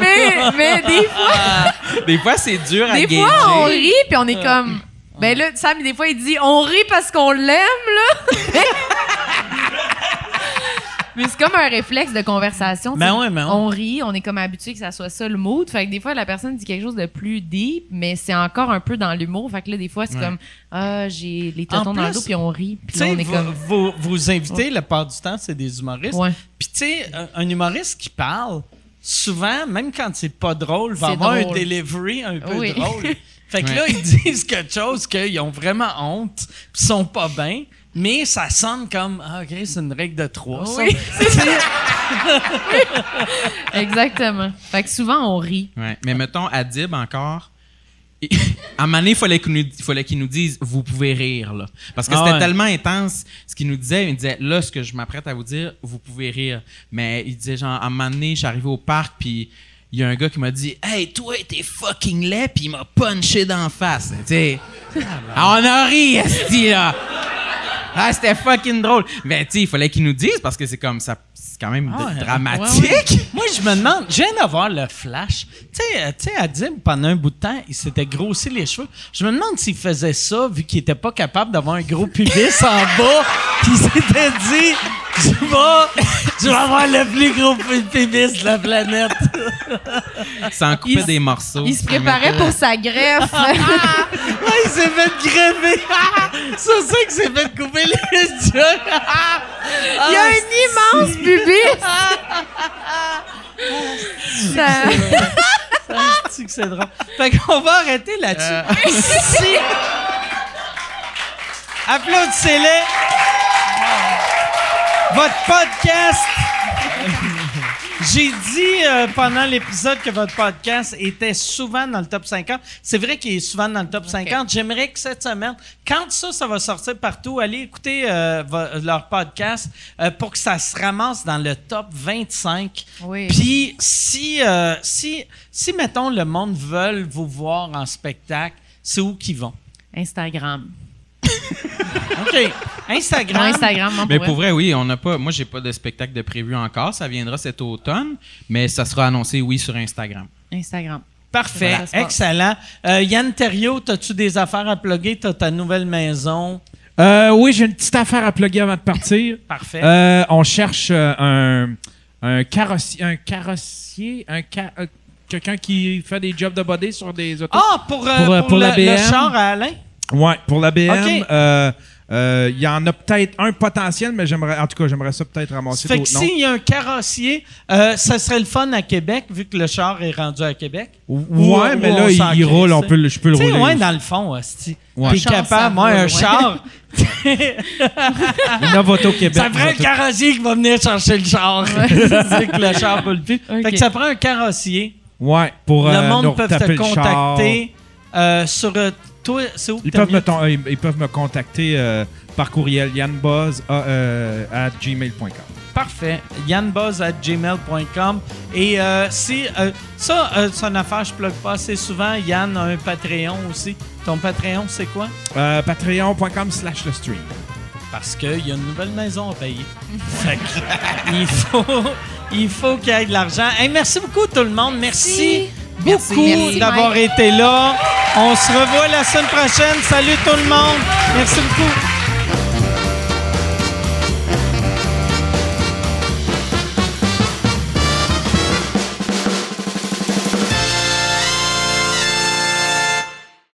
Speaker 6: Mais, mais des fois,
Speaker 7: des fois, c'est dur
Speaker 5: Ah,
Speaker 7: à
Speaker 6: des
Speaker 7: gager.
Speaker 6: fois, on rit puis on est comme. Ben là, Sam, des fois, il dit on rit parce qu'on l'aime, là. mais c'est comme un réflexe de conversation.
Speaker 5: Ben
Speaker 6: c'est-
Speaker 5: ouais, ben ouais.
Speaker 6: On rit, on est comme habitué que ça soit ça le mood. Fait que des fois, la personne dit quelque chose de plus deep, mais c'est encore un peu dans l'humour. Fait que là, des fois, c'est comme ah, j'ai les
Speaker 5: En
Speaker 6: totons dans le
Speaker 5: plus,
Speaker 6: dos puis on rit. Puis
Speaker 5: Tu
Speaker 6: là,
Speaker 5: sais,
Speaker 6: on est
Speaker 5: vous,
Speaker 6: comme.
Speaker 5: vous, vous invitez, la part du temps, c'est des humoristes.
Speaker 6: Ouais.
Speaker 5: Puis, tu sais, un, un humoriste qui parle, souvent, même quand c'est pas drôle, va
Speaker 6: C'est
Speaker 5: avoir un
Speaker 6: drôle.
Speaker 5: delivery un peu
Speaker 6: Oui.
Speaker 5: drôle. Fait que
Speaker 7: Ouais.
Speaker 5: là, ils disent quelque chose qu'ils ont vraiment honte, puis ils sont pas bien, mais ça sonne comme Ah, ok, c'est une règle de trois. ça.
Speaker 6: Oui, Exactement. Fait que souvent, on rit.
Speaker 7: Ouais. Mais mettons, Adib encore. et- à un moment donné, il fallait qu'il nous, fallait qu'il nous dise Vous pouvez rire. Là. Parce que
Speaker 5: Ah
Speaker 7: c'était
Speaker 5: ouais.
Speaker 7: tellement intense ce qu'il nous disait. Il nous disait Là, ce que je m'apprête à vous dire, vous pouvez rire. Mais il disait genre, À un moment donné, je suis arrivé au parc, puis il y a un gars qui m'a dit Hey, toi, t'es fucking laid, puis il m'a punché d'en face. Tu sais. Ah, on a ri, Esti, là. Ah, c'était fucking drôle. Mais tu sais, il fallait qu'il nous dise parce que c'est comme ça. C'est quand même
Speaker 5: Ah ouais.
Speaker 7: dramatique.
Speaker 5: Moi, je me demande, je viens d'avoir le flash. Tu sais, euh, tu sais, Adib, pendant un bout de temps, il s'était grossi les cheveux. Je me demande s'il faisait ça, vu qu'il était pas capable d'avoir un gros pubis en bas, puis il s'était dit, je vais, je vais avoir le plus gros pu- pubis de la planète.
Speaker 7: Ça en coupait
Speaker 6: Il-
Speaker 7: des morceaux.
Speaker 6: Il se préparait pour sa greffe.
Speaker 5: Ouais, il s'est fait grever. ça, c'est que s'est fait couper les yeux.
Speaker 6: Il y a un immense
Speaker 5: Ah,
Speaker 6: pubis! Ça-
Speaker 1: Asti que c'est drôle. Fait qu'on va arrêter là-dessus. Si- Applaudissez-les. Votre podcast. J'ai dit euh, pendant l'épisode que votre podcast était souvent dans le top 50. C'est vrai qu'il est souvent dans le top 50. J'aimerais que cette semaine, quand ça, ça va sortir partout, allez écouter euh, vo- leur podcast euh, pour que ça se ramasse dans le top 25.
Speaker 6: Oui.
Speaker 1: Puis si, euh, si, si, mettons, le monde veut vous voir en spectacle, c'est où qu'ils vont?
Speaker 6: Instagram.
Speaker 1: OK.
Speaker 6: Non,
Speaker 1: Instagram.
Speaker 6: Instagram, non,
Speaker 7: Mais
Speaker 6: Hein, pour
Speaker 7: pour vrai, oui, on n'a pas. Moi, j'ai pas de spectacle de prévu encore. Ça viendra cet automne, mais ça sera annoncé, oui, sur Instagram.
Speaker 6: vrai. Instagram.
Speaker 1: Parfait.
Speaker 6: Voilà.
Speaker 1: Excellent. Euh, Yann Terriot, as-tu des affaires à plugger? T'as ta nouvelle maison.
Speaker 3: Euh, oui, j'ai une petite affaire à plugger avant de partir.
Speaker 1: Parfait.
Speaker 3: Euh, on cherche euh, un, un carrossier, un carrossier, un ca- euh, quelqu'un qui fait des jobs de body sur des autos.
Speaker 1: ah, pour, euh,
Speaker 3: pour, euh,
Speaker 1: pour
Speaker 3: pour
Speaker 1: le,
Speaker 3: la
Speaker 1: le
Speaker 3: BM.
Speaker 1: char à Alain?
Speaker 3: Ouais, pour la BM,
Speaker 1: Ok.
Speaker 3: euh, euh, il y en a peut-être un potentiel, mais j'aimerais, en tout cas, j'aimerais ça peut-être ramasser
Speaker 1: fait que
Speaker 3: d'autres noms.
Speaker 1: s'il y a un carrossier, euh, ça serait le fun à Québec, vu que le char est rendu à Québec.
Speaker 3: Ou- Ouais,
Speaker 1: ou-
Speaker 3: mais
Speaker 1: ou on
Speaker 3: là,
Speaker 1: s'en
Speaker 3: il,
Speaker 1: crisse,
Speaker 3: il roule, on
Speaker 1: hein.
Speaker 3: peut, le- je peux
Speaker 1: Tu
Speaker 3: le
Speaker 1: sais,
Speaker 3: rouler.
Speaker 1: ouais, dans le fond, hostie.
Speaker 3: Ouais.
Speaker 1: T'es
Speaker 6: Un char, ça
Speaker 1: capable, moi,
Speaker 6: roule,
Speaker 1: un
Speaker 6: ouais.
Speaker 1: char,
Speaker 3: Innovato Québec.
Speaker 1: ça prend le carrossier qui va venir chercher le char. C'est que le char peut le plus. Fait que
Speaker 6: Ok.
Speaker 1: ça prend un carrossier.
Speaker 3: Ouais, pour euh,
Speaker 1: le
Speaker 3: nous
Speaker 1: monde peut
Speaker 3: retaper
Speaker 1: te
Speaker 3: le char.
Speaker 1: contacter euh, sur euh, toi, c'est où que
Speaker 3: Ils
Speaker 1: t'as
Speaker 3: peuvent,
Speaker 1: mis?
Speaker 3: me ton- euh, ils- ils peuvent me contacter euh, par courriel yanbuzz à, euh, à gmail.com.
Speaker 1: Parfait. YannBuzz@gmail.com. Et euh, si. euh, ça, euh, c'est une affaire, que je plug pas assez souvent. Yann a un Patreon aussi. Ton Patreon, c'est quoi?
Speaker 3: Euh, Patreon.com slash le stream.
Speaker 1: Parce qu'il y a une nouvelle maison à payer. Fait que, il faut, il faut qu'il y ait de l'argent. Hey, merci beaucoup, tout le monde. Merci,
Speaker 6: Merci.
Speaker 1: beaucoup
Speaker 6: Merci,
Speaker 1: d'avoir
Speaker 6: Mike.
Speaker 1: été là. On se revoit la semaine prochaine. Salut, tout le monde. Merci beaucoup.